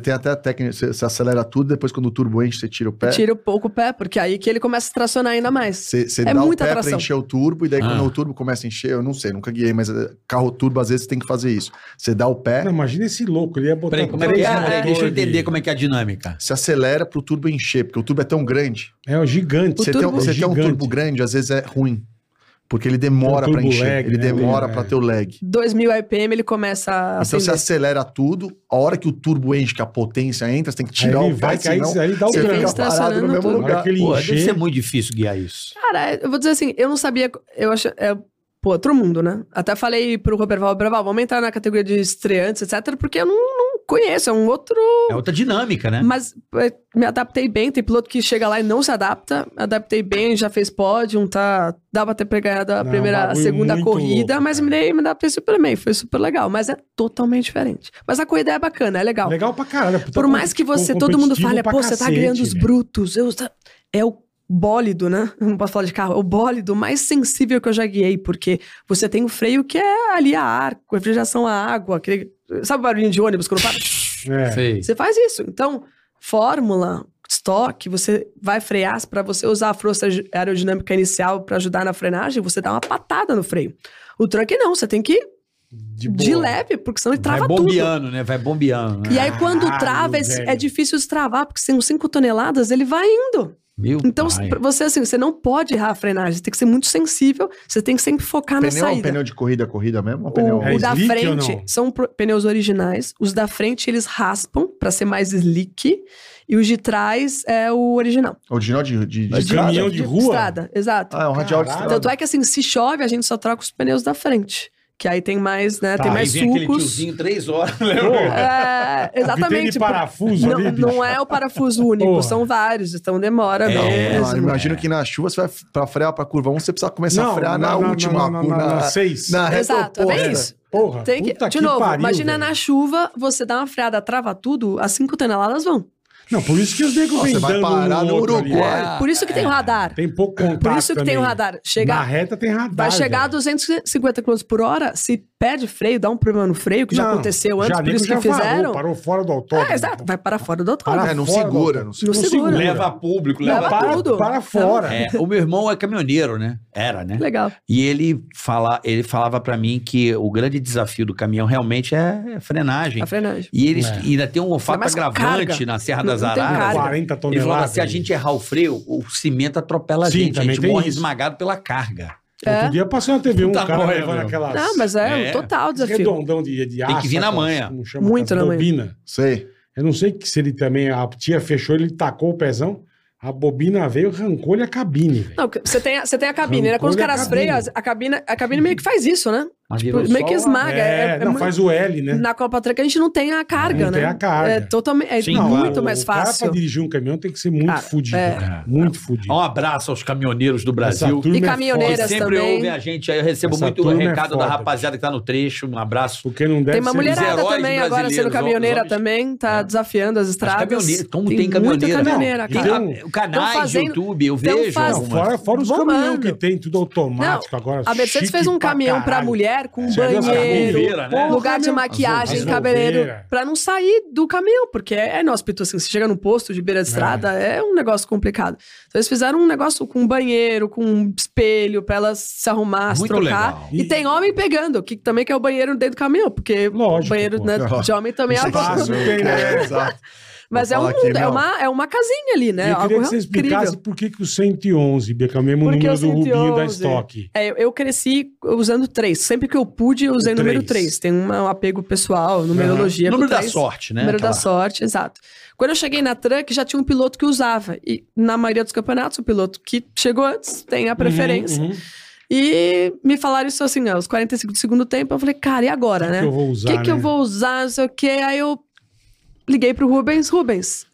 S5: tem até a técnica, você acelera tudo, depois quando o turbo enche, você tira o pé.
S1: Tira um pouco o pé, porque aí que ele começa a tracionar ainda mais.
S5: Você você
S1: É
S5: dá o
S1: muita
S5: pé pra
S1: tração.
S5: encher o turbo, e daí quando
S4: Ah.
S5: o turbo começa a encher, eu não sei, nunca guiei, mas eh, carro turbo às vezes tem que fazer isso. Você dá o pé,
S3: Não, imagina esse louco, ele ia botar
S4: Peraí, como é que
S3: três
S4: é?
S3: motores
S4: Deixa eu
S3: de-
S4: entender como é que é a dinâmica.
S5: você acelera pro turbo encher, porque o turbo é tão grande.
S3: É o gigante.
S1: O
S5: Você tem, um-
S1: turbo-
S5: você tem um
S3: Gigante.
S5: turbo grande, às vezes é ruim. Porque ele demora
S3: Tem um
S5: pra
S3: turbo
S5: encher,
S3: lag,
S5: ele
S3: né?
S5: demora
S3: É.
S5: pra ter o lag.
S1: 2000 RPM ele começa a
S5: Então você
S1: acender.
S5: acelera tudo, a hora que o turbo enche, que a potência entra, você tem que
S3: Aí
S5: tirar
S3: ele
S5: o
S3: vai,
S5: pé,
S3: que aí,
S5: senão
S3: aí dá o
S5: você
S1: Ele
S5: fica
S3: tranco.
S1: está
S5: parado no
S1: acionando
S5: mesmo
S1: tudo.
S3: Na hora
S5: lugar.
S3: que ele
S4: Pô, deve ser
S3: encher,
S4: muito difícil guiar isso.
S1: Cara, eu vou dizer assim, eu não sabia. Eu acho. É, pô, outro mundo, né? Até falei pro Robert Val, Braval, vamos entrar na categoria de estreantes, etc., porque eu não, não conheço, é um outro.
S4: É outra dinâmica, né?
S1: Mas é, me adaptei bem. Tem piloto que chega lá e não se adapta. Me Adaptei bem, já fez pódio, tá. Dá pra ter pegado a
S3: Não, um
S1: primeira, a
S3: bagulho
S1: segunda
S3: muito
S1: corrida,
S3: louco,
S1: mas
S3: cara.
S1: me dei, me adaptei super bem. Foi super legal. Mas é totalmente diferente. Mas a corrida é bacana, é legal.
S3: legal pra caralho. puta
S1: Por mais que você, todo mundo
S3: Então, competitivo
S1: fale,
S3: pra
S1: pô, você tá
S3: cacete, né?"
S1: ganhando os
S3: velho.
S1: brutos. Eu, tá- É o bólido, né? Não posso falar de carro. É o bólido mais sensível que eu já guiei, porque você tem o freio que é ali a ar, com refrigeração a água. aquele- Sabe o barulhinho de ônibus quando para?
S3: É.
S4: Sei.
S1: Você faz isso. Então, fórmula, estoque, você vai frear para você usar a força aerodinâmica inicial para ajudar na frenagem, você dá uma patada no freio. O truck não, você tem que ir
S3: De,
S1: de
S3: boa.
S1: leve, porque senão ele
S4: Vai
S1: trava tudo.
S4: bombeando, né? Vai bombeando. né?
S1: E aí, quando
S3: Caralho,
S1: trava, é-
S3: velho.
S1: é difícil destravar, porque são 5 toneladas, ele vai indo.
S4: Meu
S1: Então,
S4: pai.
S1: pra você, assim, você não pode errar a frenagem, você tem que ser muito sensível, você tem que sempre
S3: Tá
S1: focar
S5: Pneu
S1: na
S5: é um
S1: saída.
S5: pneu de corrida, corrida mesmo? Um pneu...
S1: O,
S3: É
S1: o da
S3: slick ou
S1: frente
S3: não?
S1: são pro- pneus originais. Os da frente eles raspam pra ser mais slick. E os de trás é o original.
S5: Original de, de, de
S3: De caminhão
S5: estrada?
S3: Ah, de rua?
S1: Estrada, exato.
S5: Ah, é um radial de
S3: Caralho.
S5: estrada.
S1: Tanto é que assim, se chove, a gente só troca os pneus da frente. Que aí tem mais, né?
S3: Tá,
S1: tem
S4: Aí
S1: mais
S4: vem aquele
S1: sucos.
S4: tiozinho três horas.
S3: Porra,
S1: É,
S3: o que tem de
S1: exatamente. por-
S3: parafuso
S1: Não,
S3: ali, bicho.
S1: não é o parafuso único,
S3: Porra.
S1: são vários, então demora
S4: É,
S5: Ah,
S1: mesmo.
S5: imagino que na chuva você vai pra frear pra curva 1, você precisa começar a frear na, última.
S3: Não, não, não,
S5: na,
S3: na seis.
S5: na reta
S1: Exato, é bem
S5: oposta.
S1: isso.
S3: Porra,
S1: Tem que,
S3: puta
S1: de novo,
S3: pariu,
S1: imagina
S3: velho.
S1: na chuva, você dá uma freada, trava tudo, as 5 toneladas vão.
S3: Não, por isso que os negros
S5: Nossa,
S3: vêm
S5: você vai
S3: dando um
S5: parar no
S3: outro ali,
S5: Uruguai.
S3: né?
S1: Por isso que tem o radar.
S3: Tem pouco contato
S1: Por isso que tem o
S3: também.
S1: radar.
S3: Na
S1: Chega,
S3: reta tem radar.
S1: vai chegar a
S3: velho.
S1: 250 km por hora, se perde freio, dá um problema no freio, que já
S3: Não,
S1: aconteceu antes,
S3: já
S1: por
S3: nego
S1: isso que
S3: já parou,
S1: fizeram.
S3: Parou fora do autódromo.
S1: é, exato, vai para fora do autódromo.
S5: Ah,
S3: Para
S5: não
S3: fora do
S5: segura,
S3: autódromo.
S5: não segura.
S1: Não segura.
S4: Leva a público,
S3: Não,
S4: leva a
S3: para,
S4: público.
S1: tudo.
S3: para fora.
S4: É, o meu irmão é caminhoneiro, né? Era, né?
S1: Legal.
S4: E ele, fala, ele falava pra mim que o grande desafio do caminhão realmente é a frenagem.
S1: A frenagem.
S4: E eles
S3: É.
S4: ainda tem um olfato
S1: Mas com
S4: agravante
S1: carga.
S4: na Serra
S1: Não-
S4: das
S1: não tem
S4: Araras.
S1: carga.
S3: 40
S4: Ele falava,
S3: toneladas.
S4: se a gente errar o freio, o cimento atropela a
S3: Sim,
S4: gente. A
S3: também
S4: gente
S3: tem
S4: morre
S3: isso.
S4: esmagado pela carga.
S1: É.
S3: Outro dia passou na TV um
S4: Puta
S3: cara
S4: noia,
S3: levando
S4: meu.
S3: aquelas...
S1: Não, mas é,
S4: É.
S1: um total
S3: aqueles
S1: desafio.
S3: Redondão de, de
S4: que
S3: aço,
S4: vir na
S3: aquelas-
S4: manhã.
S3: Como chama?
S1: Muito
S3: aquelas
S1: na manhã.
S3: bobina.
S5: Sei.
S3: Eu não sei que se ele também... A tia fechou, ele tacou o pezão, a bobina veio, arrancou-lhe a cabine, velho.
S1: Não, porque você tem, a- você tem a cabine, né? Quando os
S3: Rancor e a
S1: caras
S3: cabine.
S1: freiam, as- a cabine, a cabine meio que faz isso, né?
S4: Mas
S1: Tipo,
S4: virou
S1: meio que
S4: só uma-
S1: esmaga. É, é
S3: não,
S1: muito-
S3: faz o L, né?
S1: Na Copa Truck a gente não tem a carga,
S3: Não
S1: né?
S3: tem a carga.
S1: É, totalmente, é
S4: Sim,
S3: Não,
S1: muito
S3: o-
S1: mais
S3: O cara
S1: fácil.
S3: pra dirigir um caminhão tem que ser muito
S1: Cara,
S3: fudido.
S1: é.
S3: cara. Muito
S4: Um
S3: fudido.
S4: abraço aos caminhoneiros do
S3: Essa
S4: Brasil.
S3: turma
S1: E
S3: é
S4: Que
S1: caminhoneiras.
S3: foda.
S4: sempre
S1: também.
S4: ouvem a gente aí. Eu recebo
S3: Essa
S4: muito
S3: turma é
S4: recado da
S3: foda,
S4: rapaziada que tá no trecho. Um abraço.
S3: Porque não deve
S1: Tem uma
S3: ser
S4: Os
S1: mulherada
S4: heróis
S1: também agora
S4: brasileiros,
S1: sendo
S4: os
S1: caminhoneira
S4: homens- É.
S1: também, tá desafiando as
S4: As
S1: estradas.
S4: caminhoneiras. Então, tem, caminhoneira.
S1: Muita caminhoneira,
S4: Não,
S1: cara.
S4: tem a- canais,
S1: Tão fazendo-
S4: YouTube, eu
S1: tão
S4: vejo.
S1: fazendo-
S3: Não,
S4: algumas.
S3: fora, fora os
S1: Bombando.
S3: caminhões que tem, tudo automático agora.
S1: A Mercedes
S3: chique
S1: fez um caminhão pra
S3: caralho.
S1: mulher com um
S3: Você viu as
S1: banheiro, um
S4: caminhoneiras, né?
S1: lugar de
S3: Porra, meu.
S1: maquiagem,
S3: As
S1: cabeleireiro,
S3: roupeiras.
S1: pra não sair do caminhão, porque é, é inóspito assim. Você chega no posto de beira de estrada, é, um negócio complicado. Então eles fizeram um negócio com banheiro, com um espelho pra elas se arrumar, se
S4: Muito
S1: trocar.
S4: legal.
S1: E,
S3: E-
S1: tem homem pegando, que também que é o banheiro dentro do caminhão, porque
S3: Lógico,
S1: banheiro
S3: pô.
S1: né, de homem também é uma
S3: Espaço. tem, né?
S5: É, exato.
S1: Mas
S5: Vou
S1: é, um,
S5: falar aqui,
S1: mundo, é,
S5: não.
S1: uma, é uma casinha ali,
S3: E
S1: né?
S3: eu
S1: Algo
S3: queria que você explicasse
S1: incrível.
S3: por que, que o 111, Beca, é o mesmo
S1: Por que
S3: número
S1: o
S3: do Rubinho da
S1: 111?
S3: Stock.
S1: É, eu, eu cresci usando três. Sempre que eu pude, eu usei
S3: O
S1: o número
S3: três.
S1: 3. Tem um apego pessoal, numerologia.
S4: é
S1: pro
S4: Número da
S1: três.
S4: sorte, né?
S1: Número da
S4: Aquela-
S1: sorte, exato. Quando eu cheguei na Truck, já tinha um piloto que usava. E na maioria dos campeonatos, o piloto que chegou antes tem a preferência.
S3: Uhum, uhum.
S1: E me falaram isso assim, ó, os 45 do segundo tempo. Eu falei, cara, e agora,
S3: O
S1: né?
S3: que eu vou
S1: O
S3: usar?
S1: que, que eu
S3: né?
S1: vou usar, não sei o quê. Aí eu liguei pro Rubens, Rubens,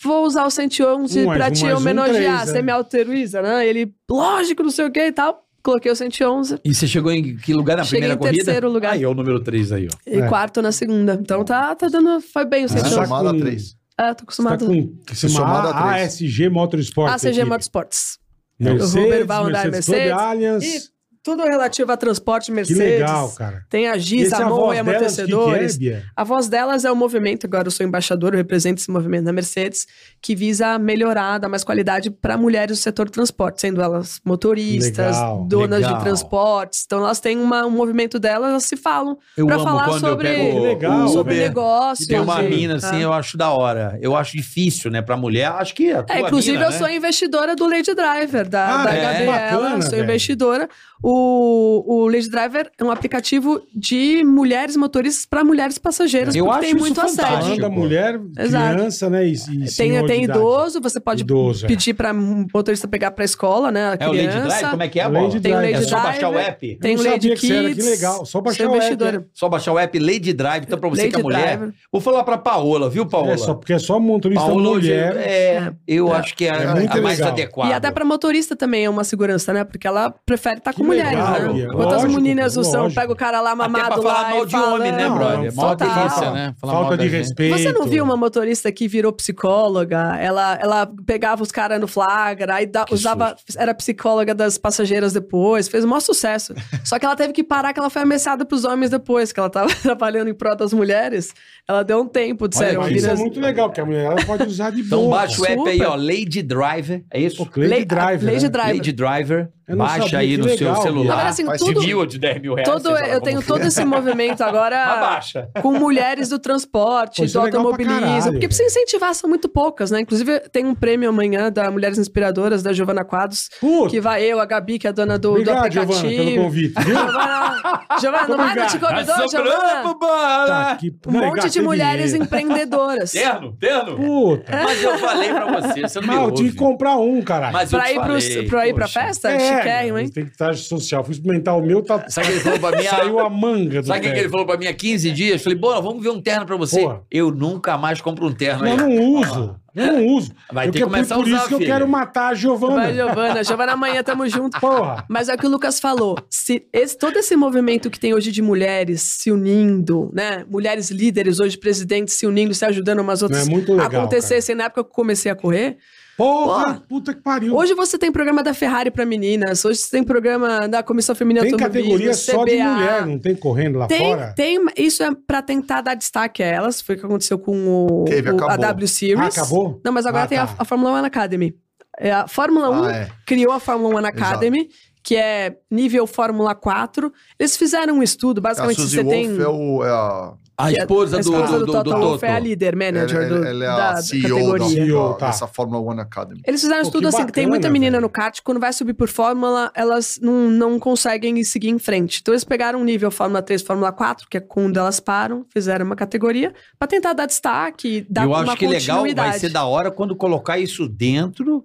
S1: vou usar o 111
S3: Um mais
S1: pra
S3: um
S1: te
S3: mais um,
S1: homenagear,
S3: três,
S1: você
S3: é.
S1: me autoriza, né? Ele, lógico, não sei o quê e tal. Coloquei o 111
S4: E você chegou em que lugar na
S1: Cheguei
S4: primeira
S1: em
S4: corrida?
S1: terceiro lugar.
S4: Aí, é o número 3 aí, ó.
S1: e
S3: É.
S1: quarto na segunda. Então tá, tá dando, foi bem o
S5: Se
S3: Você tá
S1: 111.
S5: somado a
S3: com-
S5: três.
S1: Ah,
S3: Você
S1: tô
S3: tá
S1: acostumado.
S3: com se chamar
S5: somado a três.
S3: ASG Motorsport.
S1: ACG
S3: equipe.
S1: Motorsports.
S3: Mercedes,
S1: O Robert Baum da
S3: Mercedes,
S1: Mercedes.
S3: Club Allianz.
S1: Tudo relativo a transporte
S3: Que
S1: Mercedes.
S3: legal, cara.
S1: Tem a é
S3: E
S1: Giz,
S3: essa
S1: a mão
S3: voz
S1: e
S3: delas,
S1: amortecedores.
S3: que que é, Bia?
S1: A voz delas é o movimento, agora eu sou embaixador, eu represento esse movimento da Mercedes, que visa melhorar, dar mais qualidade para mulheres do setor transporte, sendo elas motoristas,
S3: Legal,
S1: donas
S4: legal.
S1: de transportes. Então elas têm uma- um movimento delas, elas se falam
S4: Eu
S1: Pra
S4: amo
S1: falar
S4: quando
S1: sobre-
S4: eu pego
S3: Que legal,
S1: sobre
S3: velho.
S1: negócios.
S4: E tem uma
S1: e-
S4: mina, assim,
S1: tá?
S4: eu acho da hora. Eu acho difícil, né? Pra mulher, acho que a tua
S1: É, inclusive
S4: mina,
S1: eu
S4: né?
S1: sou investidora do Lady Driver, da,
S3: Ah,
S1: da
S4: é?
S1: Gabriela,
S3: Bacana,
S1: né? sou
S3: velho.
S1: investidora. O, o Lady Driver é um aplicativo de mulheres motoristas para mulheres passageiras,
S4: Eu
S1: porque
S4: acho
S1: tem
S4: isso
S1: muito
S4: fantástico.
S1: assédio.
S3: Falando da mulher,
S1: Tá Exato.
S3: criança, né? E, e
S1: Tem,
S3: senhor de
S1: tem
S3: idade.
S1: idoso, você pode
S3: Idoso, é.
S1: pedir para motorista pegar para escola, né? A
S4: É o
S1: criança.
S4: Lady Drive? Como é que é,
S3: Lady
S4: bola?
S3: Drive.
S1: Tem o Lady
S4: É
S1: Drive.
S4: só baixar o app?
S1: Tem
S3: Eu
S1: o
S3: não
S1: Lady
S3: sabia que você
S1: Kids.
S3: era, que legal. Só baixar
S1: sou
S3: o app, é.
S1: investidora.
S4: Só baixar o app Lady Drive. Então, pra você que é
S1: Lady
S4: mulher.
S1: Driver.
S4: Vou falar pra Paola, viu, Paola?
S3: É só, porque é só motorista
S4: Paola hoje
S3: mulher.
S4: é, eu acho que é,
S3: É
S4: a-
S3: muito
S4: a mais
S3: legal.
S4: adequada.
S1: E até para motorista também é uma segurança, né? Porque ela prefere estar com
S3: Que
S1: mulheres,
S3: legal,
S1: né?
S3: Bia.
S1: Enquanto as
S3: Lógico,
S1: meninas não são,
S3: lógico.
S1: pega o cara lá mamado
S4: pra falar
S1: lá
S4: mal
S1: e
S4: de homem, né,
S1: falando.
S4: brother? Mó
S1: Total.
S4: delícia, né? Falar mal
S3: Falta
S4: da
S3: de
S4: gente.
S3: respeito.
S1: Você não viu uma motorista que virou psicóloga? Ela, ela pegava os caras no flagra, aí da-
S4: Que
S1: usava, era psicóloga das passageiras depois, fez o maior sucesso. Só que ela teve que parar, que ela foi ameaçada pros homens depois, que ela tava trabalhando em prol das mulheres. Ela deu um tempo de
S4: Olha
S1: ser
S4: que
S1: uma
S3: Mas isso é
S1: mina-
S3: muito legal, porque a mulher ela pode usar de boa.
S4: Então, baixa o app aí,
S1: Super.
S4: ó. Lady Driver. É isso?
S3: Pô, Lady
S1: Lei-
S3: Drive.
S1: Lady
S3: né?
S1: Driver.
S4: Lady Driver.
S3: Eu não
S4: Baixa
S3: sabia,
S4: aí
S3: que
S4: no seu
S3: legal,
S1: Na
S4: celular.
S1: verdade, assim,
S5: Faz
S4: de
S1: tudo,
S4: mil ou de 10 mil reais.
S1: todo,
S4: sei lá
S1: eu
S4: como
S1: tenho
S4: for.
S1: todo esse movimento agora.
S4: Mas baixa.
S1: com mulheres do transporte,
S3: Pô, isso
S1: do
S3: é legal pra
S1: automobilismo.
S3: caralho,
S1: porque precisa incentivar, são muito poucas, né? Inclusive, tem um prêmio amanhã da Mulheres Inspiradoras, da Giovana Quadros,
S3: Puta,
S1: que vai eu, a Gabi, que é a dona do, do
S3: obrigado, Giovana, pelo
S1: aplicativo.
S3: convite. Viu?
S1: Giovana, Giovana, não mais não te convidou, Giovana?
S3: Tá
S4: bola!
S3: aqui.
S1: Um
S3: Não, e
S1: monte de
S3: gastei
S1: mulheres É.
S3: dinheiro.
S1: empreendedoras.
S4: Terno, terno.
S3: Puta.
S4: Mas eu falei pra você, você não me
S3: Mas eu tive
S4: ouve.
S3: que comprar um, cara.
S4: Mas eu
S1: Pra
S4: te
S1: ir, pros,
S4: falei,
S1: pra, ir pra
S4: poxa.
S3: É,
S1: festa? Chiquérrimo, hein?
S3: Tem que estar social. Fui experimentar o meu, tá...
S4: Sabe o que ele falou pra mim? ah,
S3: saiu a manga do
S4: Sabe o que
S3: pé.
S4: que ele falou pra mim há 15 dias? Falei, bora, vamos ver um terno pra você.
S3: Porra.
S4: Eu nunca mais compro um terno aí.
S3: Eu não uso. Eu não uso.
S4: Vai
S3: eu
S4: ter que
S3: que-
S4: começar a
S3: por
S4: usar,
S3: isso que eu
S4: filho.
S3: quero matar a Giovana.
S1: Vai, Giovana. Giovana, amanhã tamo junto.
S3: Porra.
S1: Mas é o que o Lucas falou. Se esse- todo esse movimento que tem hoje de mulheres se unindo, né? Mulheres líderes hoje, presidentes se unindo, se ajudando umas outras.
S3: É muito legal,
S1: acontecessem na época que eu comecei a correr.
S3: Porra,
S1: Porra.
S3: puta que pariu.
S1: Hoje você tem programa da Ferrari para meninas, hoje você tem programa da Comissão Feminina
S3: tem
S1: Automobilismo,
S3: categoria só de
S1: CBA.
S3: mulher, né? não tem correndo
S5: Tá
S3: lá
S1: Tem,
S3: fora?
S1: tem, isso é pra tentar dar destaque a elas. Foi o que aconteceu com o,
S5: Teve,
S1: o- a
S5: acabou.
S1: W Series.
S3: Ah, acabou?
S1: Não, mas agora
S3: Ah,
S1: tem a,
S3: tá.
S1: a Fórmula 1 Academy. É, a Fórmula 1
S5: Ah, é.
S1: criou a Fórmula 1 Academy, que é nível Fórmula 4. Eles fizeram um estudo,
S5: A
S1: basicamente
S5: Suzy
S1: você tem.
S5: Wolf é, o, é a,
S4: A esposa,
S1: a esposa do, Toto Wolff é a
S4: Toto.
S1: líder, manager
S5: ela,
S1: do,
S5: ela- ela é a
S1: da, da
S5: CEO da,
S1: categoria.
S3: CEO,
S5: da-
S3: tá.
S5: dessa Fórmula 1 Academy.
S1: Eles fizeram um
S3: Pô,
S1: estudo
S3: que
S1: assim, que tem muita
S3: bacana,
S1: menina
S3: velho.
S1: no kart, quando vai subir por fórmula, elas não, não conseguem seguir em frente. Então eles pegaram um nível Fórmula 3, Fórmula 4, que é quando elas param, fizeram uma categoria, pra tentar dar destaque, dar
S4: Eu
S1: uma
S4: acho que legal
S1: continuidade.
S4: vai ser da hora quando colocar isso dentro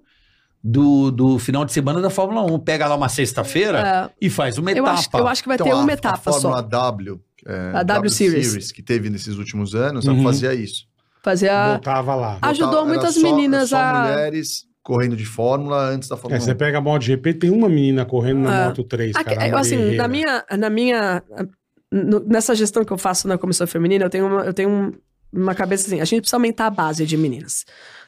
S4: do, do final de semana da Fórmula 1. Pega lá uma sexta-feira
S1: É,
S4: e faz uma
S1: eu,
S4: etapa.
S1: acho, eu acho que vai ter
S5: Então, a-
S1: uma
S5: a
S1: etapa
S5: Fórmula
S1: só.
S5: W, é,
S1: A W Series.
S5: que teve nesses últimos anos,
S3: Uhum.
S5: ela fazia isso.
S1: Fazer a.
S3: Voltava lá.
S1: Ah, Ajudou
S5: Botava- era
S1: muitas
S5: só-
S1: meninas
S5: só
S1: a-
S5: mulheres correndo de Fórmula antes da
S3: É,
S5: Fórmula
S3: você
S5: 1.
S3: pega a MotoGP, tem uma menina correndo na
S1: Ah.
S3: Moto 3,
S1: Ah, que-
S3: cara.
S1: eu,
S3: uma
S1: assim,
S3: guerreira.
S1: na minha, na minha no- nessa gestão que eu faço na comissão feminina, eu tenho uma, eu tenho um- uma cabeça assim, a gente precisa aumentar a base de meninas.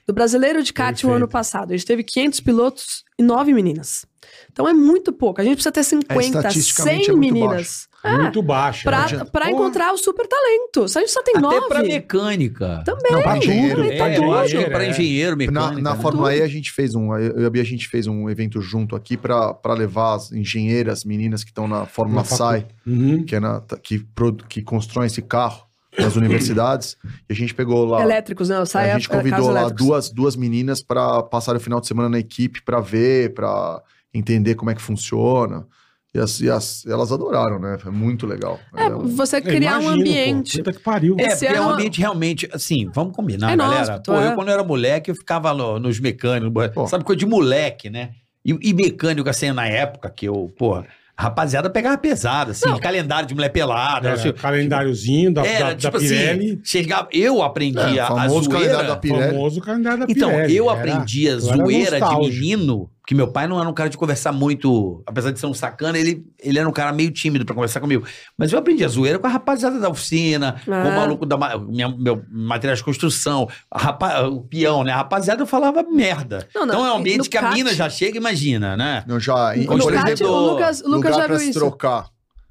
S1: Do brasileiro de kart o
S3: Perfeito.
S1: ano passado, a gente teve 500 pilotos e 9 meninas. Então é muito pouco. A gente precisa ter 50,
S5: estatisticamente é
S1: 100
S5: muito
S1: meninas. É,
S3: Muito baixa.
S1: pra,
S3: né?
S1: pra
S5: Porra.
S1: encontrar o super talento. Se a gente só tem
S4: Até
S1: 9,
S4: pra mecânica.
S1: também.
S5: Não, pra
S1: Ai,
S5: dinheiro.
S1: tá
S4: é, eu
S1: tudo.
S4: acho que
S3: Engenheiro,
S4: pra
S3: é.
S4: engenheiro,
S5: Na,
S4: mecânica.
S5: na
S4: né?
S5: Fórmula E a gente fez um, eu e a Bia, a gente fez um evento junto aqui pra pra levar as engenheiras, meninas que estão na Fórmula
S3: Na facu-
S5: SAI,
S3: Uhum.
S5: que, é na, que, produ- que constroem esse carro nas universidades, e a gente pegou lá.
S1: Elétricos, não, sai
S5: É, a gente convidou lá duas, duas meninas para passar o final de semana na equipe para ver, para entender como é que funciona. E, as, e as- elas adoraram, né? Foi muito legal.
S1: É,
S5: um-
S1: você
S3: É,
S1: criar um
S3: imagino,
S1: ambiente.
S3: Pô, puta que pariu.
S4: É,
S1: Esse
S4: porque é um
S1: ano-
S4: ambiente realmente, assim, vamos combinar,
S1: É nosso,
S4: galera.
S1: tu
S4: Pô,
S1: é.
S4: eu quando eu era moleque, eu ficava no- nos mecânicos,
S5: Pô.
S4: sabe, coisa de moleque, né? E, e mecânico, assim, na época que eu, pô, a rapaziada pegava pesado, assim, calendário de mulher pelada.
S5: É,
S3: Era
S4: assim,
S3: É, calendáriozinho da,
S4: era,
S3: da,
S4: tipo
S3: da Pirelli.
S4: assim, chegava, eu aprendi
S5: É,
S4: a, a
S5: famoso
S4: zoeira.
S5: calendário da
S3: O
S5: Pirelli.
S3: famoso calendário da
S4: Então,
S3: Pirelli.
S4: eu
S3: era-
S4: aprendi a
S3: eu era
S4: zoeira de
S3: nostálgico.
S4: menino, que meu pai não era um cara de conversar muito, apesar de ser um sacana, ele, ele era um cara meio tímido pra conversar comigo. Mas eu aprendi a zoeira com a rapaziada da oficina, com
S1: Ah.
S4: o maluco da ma- minha, meu material de construção, a rapa- o peão, né? A rapaziada eu falava merda.
S1: Não, não,
S4: então é um
S1: e no
S4: ambiente que a
S1: kart-
S4: mina já chega, imagina, né?
S5: não, já, em-
S1: No
S4: Por
S1: kart,
S4: exemplo,
S1: o Lucas, o Lucas
S5: lugar
S1: já
S5: pra
S1: viu
S5: se
S1: isso.
S5: trocar.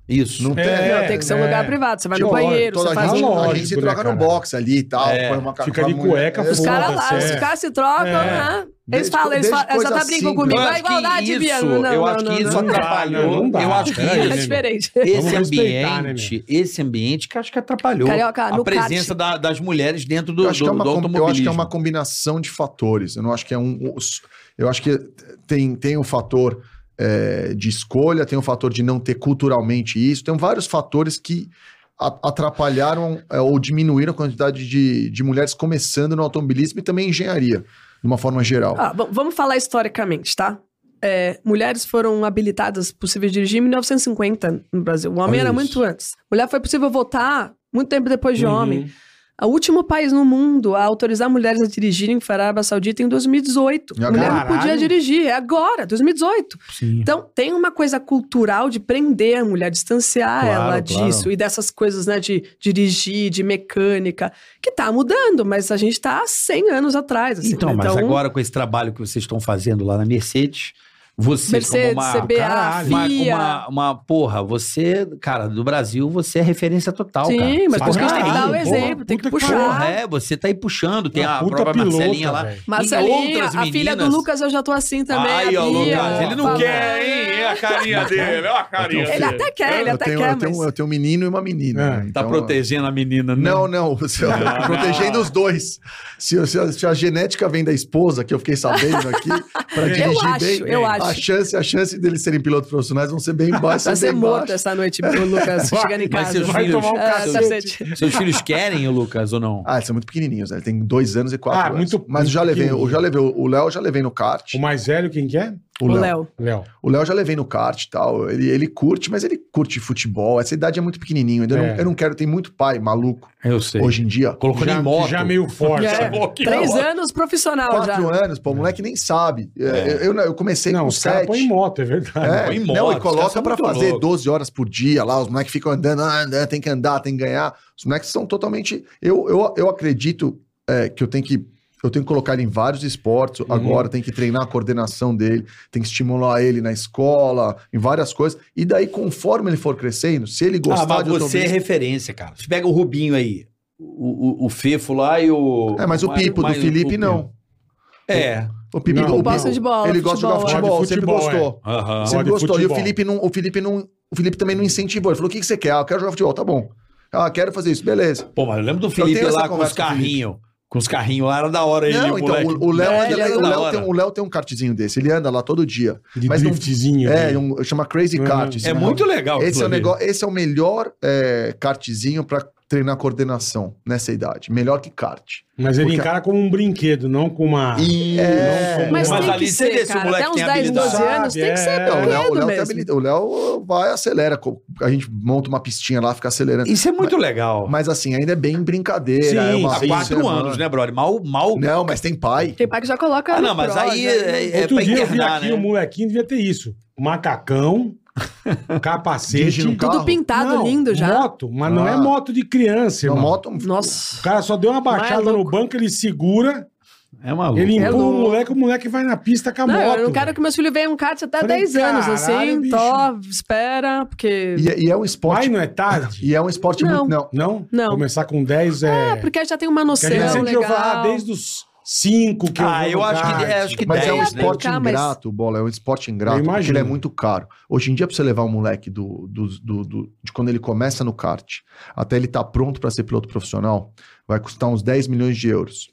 S4: Isso.
S5: Não tem.
S3: É,
S1: Não, tem que ser um
S3: é.
S1: lugar privado. Você vai
S5: Tipo,
S1: no banheiro,
S5: toda
S1: você faz
S5: a, gente,
S1: um.
S3: uma
S5: a
S3: lógico,
S5: gente se
S3: né,
S5: troca
S3: cara?
S5: no box ali e tal.
S4: É,
S5: põe uma ca-
S3: fica
S5: uma
S3: de
S5: mulher.
S3: cueca,
S5: É,
S1: Os caras lá,
S3: Foda-se, é.
S1: os caras se trocam,
S3: É.
S1: né? Eles
S5: Desde-
S1: falam, eles
S5: desde
S1: falam, essa tá
S5: coisa
S1: brincando
S5: simples.
S1: comigo.
S4: Eu
S1: A
S4: acho que
S1: igualdade,
S4: isso-
S1: Biano. Não,
S4: eu acho
S1: não,
S4: que
S1: não,
S4: isso é
S1: não.
S3: Não dá,
S4: atrapalhou.
S3: não dá.
S4: eu acho que
S3: Peraí, né,
S1: É
S4: isso,
S1: diferente.
S4: esse
S3: Vamos respeitar, né,
S4: ambiente, esse ambiente que acho que atrapalhou
S1: Carioca,
S4: a
S1: Ah, no kart-
S4: presença da- das mulheres dentro do,
S5: Eu acho,
S4: do,
S5: que é uma,
S4: do
S5: com- eu acho que é uma
S4: automobilismo.
S5: combinação de fatores. Eu não acho que é um. os- Eu acho que tem, tem um fator é, de escolha, tem um fator de não ter culturalmente isso, tem vários fatores que a- atrapalharam é, ou diminuíram a quantidade de, de mulheres começando no automobilismo e também em engenharia, de uma forma geral.
S1: Ah, bom, vamos falar historicamente, tá? É, mulheres foram habilitadas possível de dirigir em 1950 no Brasil. O homem
S5: Olha
S1: era
S5: isso.
S1: muito antes. Mulher foi possível votar muito tempo depois de
S3: Uhum.
S1: homem. O último país no mundo a autorizar mulheres a dirigirem foi a Arábia Saudita em 2018.
S5: E
S1: Mulher não
S3: caralho.
S1: podia dirigir, é agora, 2018. Então, tem uma coisa cultural de prender a mulher, distanciar
S4: Claro,
S1: ela
S4: claro.
S1: disso e dessas coisas, né, de dirigir, de mecânica, que tá mudando, mas a gente tá há 100 anos atrás, assim.
S4: Então,
S1: né?
S4: mas agora com esse trabalho que vocês estão fazendo lá na Mercedes, você
S1: Mercedes,
S4: como uma,
S1: CBA,
S3: caralho,
S4: uma,
S1: FIA.
S4: uma, uma- porra, você, cara, do Brasil, você é referência total, cara.
S1: Sim, mas
S3: Faz
S1: porque a gente tem que dar o
S3: caralho, porra,
S1: exemplo, tem que
S3: puta que
S1: puxar.
S3: pariu.
S4: Porra, é, você tá aí puxando,
S5: É
S4: tem
S3: Uma
S5: um
S4: a
S3: puta
S4: própria
S3: pilota,
S4: Marcelinha lá.
S3: velho.
S4: E
S1: Marcelinha,
S4: outras
S1: a filha do
S4: meninas.
S1: Lucas, eu já tô assim também.
S4: Aí,
S1: a
S4: ó,
S1: Bia,
S4: Lucas, ele não
S1: falando.
S4: quer, hein? É a carinha dele, é a carinha
S1: Ele até quer, é, ele
S5: eu,
S1: até
S5: tenho,
S1: quer,
S5: eu, tenho,
S1: mas...
S5: eu tenho um menino e uma menina.
S3: É.
S5: né?
S4: Tá
S5: Então,
S4: protegendo a menina, né?
S5: Não, não, você- protegendo os dois. Se, se a, se a genética vem da esposa, que eu fiquei sabendo aqui, para
S3: Eu
S5: dirigir
S1: acho,
S5: bem,
S1: eu
S5: a
S1: acho.
S5: chance, a chance deles serem pilotos profissionais vão ser bem baixas.
S1: Vai ser
S5: bem
S1: morto
S5: baixas.
S1: essa noite, o Lucas, chegando em
S4: Vai
S1: casa.
S4: ser os filhos.
S3: tomar um
S1: Ah,
S3: cacete.
S1: cacete.
S4: Seus filhos querem o Lucas ou não?
S5: Ah, eles são muito pequenininhos, né? Ele tem dois anos e quatro
S3: Ah,
S5: anos.
S3: muito-
S5: Mas eu já
S3: muito
S5: levei, eu já
S3: pequenininho.
S5: levei o Léo, eu já levei no kart.
S3: O mais velho, quem que é?
S5: O
S1: O
S5: Léo.
S1: Léo.
S3: Léo.
S5: O Léo já levei no kart e tal. Ele, ele curte, mas ele curte futebol. Essa idade é muito pequenininho. ainda Eu,
S3: É.
S5: não, eu não quero, tem muito pai maluco
S4: Eu sei.
S5: hoje em dia.
S4: Colocou
S3: já,
S4: em moto.
S3: já meio forte.
S1: É,
S3: né?
S1: Três anos profissional já.
S5: Quatro anos, pô, o moleque nem sabe. É, Eu, eu não- eu comecei
S3: Não,
S5: com
S3: os caras
S5: sete.
S3: põem moto, é verdade.
S5: É,
S4: Põe moto,
S5: não,
S4: os
S5: e
S4: caras
S5: coloca
S4: são
S5: pra
S4: muito
S5: fazer
S4: loucos.
S5: 12 horas por dia lá, os moleques ficam andando, ah, andando, tem que andar, tem que ganhar. Os moleques são totalmente. Eu, eu, eu acredito é, que eu tenho que. Eu tenho que colocar ele em vários esportes
S4: Uhum.
S5: agora, tem que treinar a coordenação dele, tem que estimular ele na escola, em várias coisas. E daí, conforme ele for crescendo, se ele
S4: Ah,
S5: gostar
S4: mas
S5: de
S4: você é
S5: automobilismo-
S4: referência, cara. Você pega o Rubinho aí, o, o, o Fefo lá e o...
S5: É, mas o Pipo do
S4: mas o-
S5: Felipe,
S4: o-
S5: não.
S4: É.
S5: O Pipo
S3: Não,
S5: do
S3: não.
S1: Gosta de bola,
S5: Ele gosta de jogar
S1: futebol,
S5: futebol,
S1: é.
S3: Gosta de
S5: sempre
S3: futebol,
S5: gostou.
S4: Aham.
S3: Gosta de
S5: Sempre gostou. E o
S3: futebol.
S5: Felipe, não, o Felipe não, o Felipe também não incentivou. Ele falou: o que, que você quer? Ah, eu quero jogar futebol, tá bom. Ah, quero fazer isso, beleza.
S4: Pô, mas eu lembro do Felipe
S5: tenho essa
S4: lá com os
S5: conversa com o
S4: carrinhos. Com os carrinhos lá, era da hora ele,
S5: não,
S4: o
S5: então,
S4: moleque.
S5: o- o Léo
S4: É,
S5: anda-
S4: ele era
S5: o
S4: da
S5: Léo
S4: hora.
S5: tem, o Léo tem um kartzinho desse, ele anda lá todo dia.
S3: De
S5: Mas não-
S3: driftzinho.
S5: É,
S3: né?
S5: um, chama Crazy
S3: Uhum.
S5: Kart.
S4: Uhum. É
S5: esse
S4: muito legal.
S5: Esse é, o
S4: aquilo ali.
S5: negócio, esse é o melhor é, kartzinho pra treinar coordenação nessa idade. Melhor que kart.
S3: Mas ele
S5: Porque-
S3: encara como um brinquedo, não como uma.
S5: E...
S3: É.
S5: não-
S1: Mas
S4: Mas
S1: tem
S4: ali
S1: que
S4: você vê
S1: ser,
S4: se o
S1: cara.
S4: moleque
S1: Até uns
S4: tem
S1: 10, 12
S3: habilidade.
S1: anos tem que ser
S3: É,
S5: Não, o Léo, o
S1: brinquedo
S5: Léo tem
S1: mesmo.
S5: habilidade. O Léo vai, acelera. co- A gente monta uma pistinha lá, fica acelerando.
S4: Isso é muito legal.
S5: Mas assim, ainda é bem brincadeira. é
S3: Sim,
S5: uma
S3: sim.
S4: Há
S5: vez por
S4: quatro
S5: semana.
S4: anos, né, brother? Mal, mal.
S5: Não, mas tem pai.
S1: Tem pai que já coloca.
S4: Ah, não,
S1: no
S4: mas
S1: prós,
S4: aí
S1: né?
S4: é, é
S3: Outro
S4: pra
S3: dia eu vi
S4: internar,
S3: aqui,
S4: né?
S3: o molequinho devia ter isso. Macacão, capacete.
S5: Dirige
S4: um
S5: no
S1: Tudo
S5: carro.
S1: pintado,
S3: Não,
S1: Tá lindo já.
S3: Moto, mas não é
S5: Ah.
S3: moto de criança,
S5: Uma
S3: irmão.
S5: moto.
S1: um
S3: O
S1: Nossa.
S3: cara só deu uma baixada no
S1: é louco.
S3: banco, ele segura,
S4: É maluco.
S3: ele
S1: É
S3: empurra o
S1: louco.
S3: moleque, o moleque vai na pista com a
S1: Não,
S3: moto.
S1: eu não quero que meus filhos vejam um kart até
S3: Falei,
S1: 10 anos,
S3: caralho,
S1: assim.
S3: bicho.
S1: Tó, espera, porque.
S5: E, é- e é um
S3: Pai
S5: esporte.
S3: não é tarde?
S5: E é um esporte
S1: Não.
S5: muito. Não.
S3: Não?
S1: Não.
S3: Começar com 10 é...
S1: É, porque já tem uma
S3: Que
S1: noção
S3: a gente sempre
S1: legal.
S3: ouve falar ah, desde os 5 que eu
S4: Ah,
S3: vou
S4: eu
S3: no
S4: acho que,
S3: kart.
S4: é, acho que
S5: Mas é um
S4: 10, né?
S5: esporte
S1: Brincar, mas-
S5: ingrato, bola. É um esporte ingrato.
S3: Eu
S5: Porque ele é
S3: imagino.
S5: muito caro. Hoje em dia, pra você levar um moleque do, do, do- do- de quando ele começa no kart até ele estar pronto pra ser piloto profissional, vai custar uns 10 milhões de euros.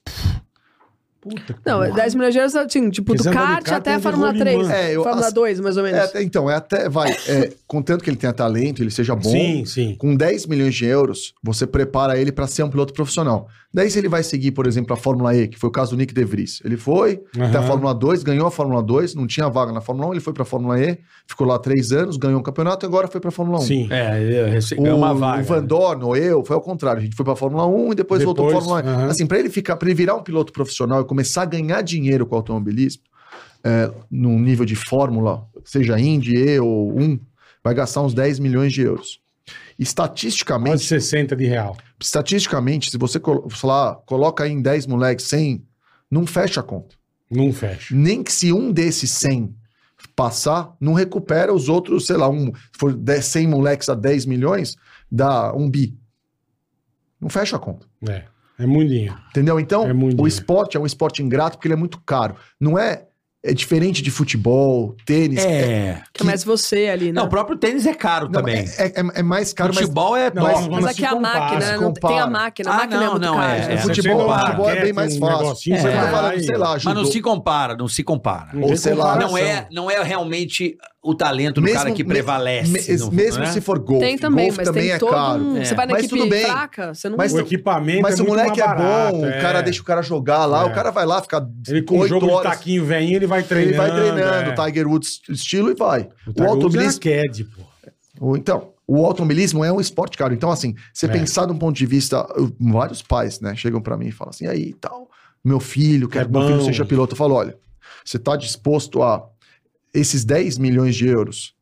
S3: Puta,
S1: Não,
S3: porra.
S1: 10 milhões de euros, assim, tipo,
S3: Porque
S1: do
S3: você anda de
S1: kart
S3: kart,
S1: até a
S3: anda de
S1: Fórmula
S3: rolimã.
S1: 3.
S5: É, eu-
S1: Fórmula
S5: as-
S1: 2, mais ou
S5: É,
S1: menos.
S5: até- então, é até. Vai. É, contanto que ele tenha talento, ele
S4: Tá
S5: seja bom.
S3: Sim, sim.
S5: Com 10 milhões de euros, você prepara ele para ser um piloto profissional. Daí, se ele vai seguir, por exemplo, a Fórmula E, que foi o caso do Nick De Vries. Ele foi até a
S3: Aham.
S5: Fórmula 2, ganhou a Fórmula 2, não tinha vaga na Fórmula 1, ele foi para a Fórmula E, ficou lá três anos, ganhou um campeonato e agora foi para a Fórmula 1.
S3: Sim.
S4: É,
S5: O,
S4: é uma vaga.
S5: o Van Dorn, ou eu, foi ao contrário. A gente foi para a Fórmula 1 e depois, voltou para a
S3: Depois,
S5: Fórmula 1.
S3: aham.
S5: Assim, para ele ficar, para ele virar um piloto profissional e começar a ganhar dinheiro com o automobilismo, é, num nível de Fórmula, seja Indy, E ou 1, vai gastar uns 10 milhões de euros. Estatisticamente,
S3: Quase 60 de real.
S5: estatisticamente, se você, colo- sei lá, coloca aí em 10 moleques 100, não fecha a conta.
S3: Não fecha.
S5: Nem que se um desses 100 passar, não recupera os outros, sei lá, um, se for 10, 100 moleques a 10 milhões, dá um bi. Não fecha a conta.
S3: É. É muito dinheiro.
S5: Entendeu? Então,
S3: É muito
S5: o
S3: dinheiro.
S5: esporte é um esporte ingrato porque ele é muito caro. Não é. É diferente de futebol, tênis.
S4: É.
S1: Que é mais você ali, né?
S4: Não, o próprio tênis é caro
S5: Não,
S4: também.
S5: É, é- é mais caro, mas
S4: Futebol é
S3: Não,
S4: top.
S3: mas-
S1: mas
S3: mas
S1: aqui
S3: se
S1: é a
S3: compara,
S1: máquina,
S5: se
S1: né? Não tem a
S5: compara.
S1: máquina.
S4: Ah,
S1: A máquina
S4: não,
S1: é muito
S4: não,
S1: cara.
S4: é.
S1: né?
S5: futebol- futebol é bem mais fácil.
S3: Negocinho,
S4: É.
S3: você
S5: Eu tô
S3: vai lá
S5: falando,
S3: e-
S5: sei lá,
S4: Mas não
S5: judô.
S4: se compara, não se compara.
S3: Não
S5: Ou
S3: tem
S5: sei lá,
S3: comparação.
S4: Não é, não é realmente o talento do
S5: Mesmo-
S4: cara que
S5: me-
S4: prevalece.
S5: Me-
S4: não-
S5: mesmo
S4: né?
S5: se for golfe.
S1: Tem também,
S5: golfe
S1: mas
S5: também
S1: tem
S5: é
S1: todo
S5: caro.
S1: um...
S4: É.
S1: Você vai na
S5: Mas tudo
S1: equipe
S5: bem.
S1: fraca, você não...
S5: Mas
S3: O equipamento
S5: Mas
S3: é
S5: o
S3: muito
S5: moleque é
S3: mais barato,
S5: bom,
S3: é.
S5: o cara deixa o cara jogar lá,
S3: É.
S5: o cara vai lá ficar
S3: Ele com o
S5: oito
S3: jogo de
S5: horas,
S3: taquinho velhinho, ele vai treinando.
S5: ele vai treinando,
S3: é.
S5: Tiger Woods estilo e vai.
S3: O
S5: O
S3: automobilismo...
S5: automobilismo-
S3: É CAD, pô.
S5: Ou então, o automobilismo é um esporte caro. Então, assim, você
S3: É.
S5: pensar de um ponto de vista, eu- vários pais, né, chegam pra mim e falam assim, "E aí, tal, meu filho, quero
S3: É
S5: que meu filho
S3: bom."
S5: seja piloto. Eu falo, olha, você tá disposto a esses 10 milhões de euros,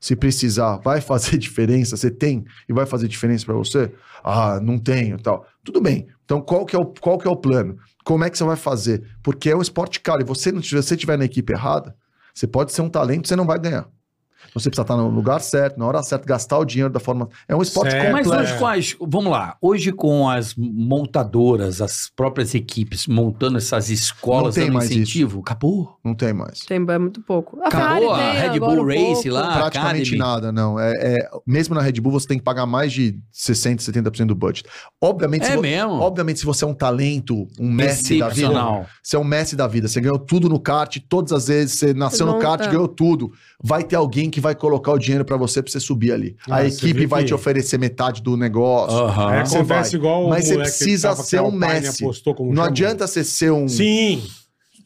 S5: se precisar, vai fazer diferença? Você tem e vai fazer diferença pra você? Ah, não tenho, tal. Tudo bem. Então, qual que é o, qual que é o plano? Como é que você vai fazer? Porque é um esporte caro. E você não, se você tiver na equipe errada, você pode ser um talento, você não vai ganhar. Então, Você precisa estar no lugar certo, na hora certa, gastar o dinheiro da forma. É um esporte
S3: Certo.
S4: Mas
S5: complexo.
S4: hoje com as, vamos lá, hoje com as montadoras, as próprias equipes montando essas escolas,
S5: Não tem
S4: dando
S5: mais
S4: incentivo, acabou.
S5: Não tem mais.
S1: Tem é muito pouco. A
S4: Acabou a
S1: Ferrari tem
S4: Red
S1: agora
S4: Bull
S1: um
S4: Race
S1: pouco.
S4: lá,
S5: Praticamente
S4: Ah, Academy.
S5: nada, não. É, é- mesmo na Red Bull, você tem que pagar mais de 60%, 70% do budget. Obviamente,
S4: É
S5: se vo-
S4: mesmo.
S5: obviamente, se você é um talento, um mestre da vida,
S4: Excepcional.
S5: você é um mestre da vida, você ganhou tudo no kart, todas as vezes você nasceu no
S1: Não,
S5: kart,
S1: é.
S5: ganhou tudo. Vai ter alguém que vai colocar o dinheiro pra você pra você subir ali.
S3: Ah,
S5: A
S3: você Ah, vê
S5: equipe vai
S3: que-
S5: te oferecer metade do negócio.
S4: Aham.
S3: Aí
S5: você
S3: acontece
S5: vai.
S3: igual o
S5: Mas você
S3: moleque que
S5: precisa
S3: tava com
S5: ser um
S3: Alpine,
S5: Messi.
S3: apostou como
S5: Não
S3: chama.
S5: adianta você ser um.
S3: Sim.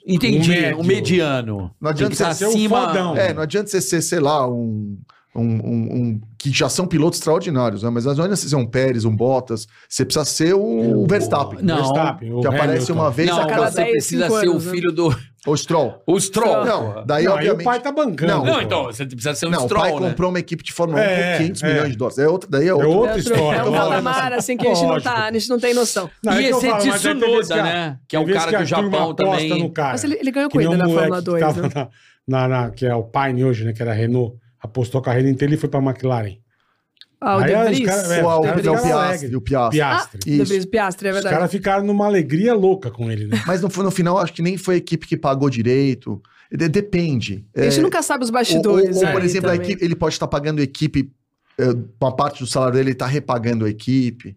S4: Entendi,
S3: O médio.
S4: o mediano.
S5: Não
S4: Tem
S5: adianta
S4: que estar
S3: ser um fodão.
S4: acima.
S5: É, não adianta você ser, sei lá, um. um- um- um- que já são pilotos extraordinários, né? Mas não adianta você ser um Pérez, um Bottas, você precisa ser um Verstappen.
S4: Não.
S3: Verstappen, o
S5: Que aparece
S3: Hamilton.
S5: uma vez
S4: Não,
S5: a
S1: cada
S5: cada...
S4: você
S1: 10,
S4: precisa
S1: 5
S4: ser o
S1: anos, né?
S4: filho do.
S5: O Stroll.
S4: O Stroll.
S5: Não, daí
S3: Não, aí
S5: obviamente...
S3: o pai tá bancando.
S5: Não,
S4: Não,
S3: pô.
S4: então, você precisa ser um
S5: não, o pai
S4: Stroll, né?
S5: comprou uma equipe de Fórmula 1
S3: É,
S5: por 500
S3: é.
S5: milhões de dólares. É outra, daí é
S3: É
S5: outra.
S3: outra história.
S1: É um
S5: tô falando
S1: patamar, assim, que a gente não tá, a gente não tem noção.
S3: Não, é
S4: e
S3: que eu
S4: esse é
S3: falo, mas aí tem vezes
S4: Tsunoda,
S3: a-
S4: né? Que é o
S3: tem vezes
S4: cara do
S3: a turma
S4: Japão
S3: aposta
S4: também.
S3: no cara.
S1: Mas ele, ele ganhou
S3: Que nem
S1: corrida
S3: um
S1: na
S3: moleque
S1: Fórmula
S3: que
S1: 2,
S3: tava
S1: né?
S3: na, na- na- que é o Pine hoje, né? Que era a Renault. Apostou a carreira inteira e foi pra McLaren.
S1: Ah, o
S3: Aí
S1: De
S3: os
S1: Vries.
S3: cara- é,
S5: Ou a
S3: os
S5: outra
S3: caras
S5: é o
S3: ficaram
S5: Piastri.
S3: alegres.
S5: O Piastri.
S1: Ah,
S3: Piastre.
S1: De
S5: Isso.
S1: Vries, Piastre, é
S3: Os
S1: verdade.
S3: caras ficaram numa alegria louca com ele, né?
S5: Mas no, no final, acho que nem foi a equipe que pagou direito. De- depende.
S1: A gente
S5: É,
S1: nunca sabe os bastidores. né?
S5: Ou, ou, ou, por
S1: ali
S5: exemplo, a
S1: também.
S5: equipe- ele pode estar pagando a equipe, é, uma parte do salário dele ele está repagando a equipe.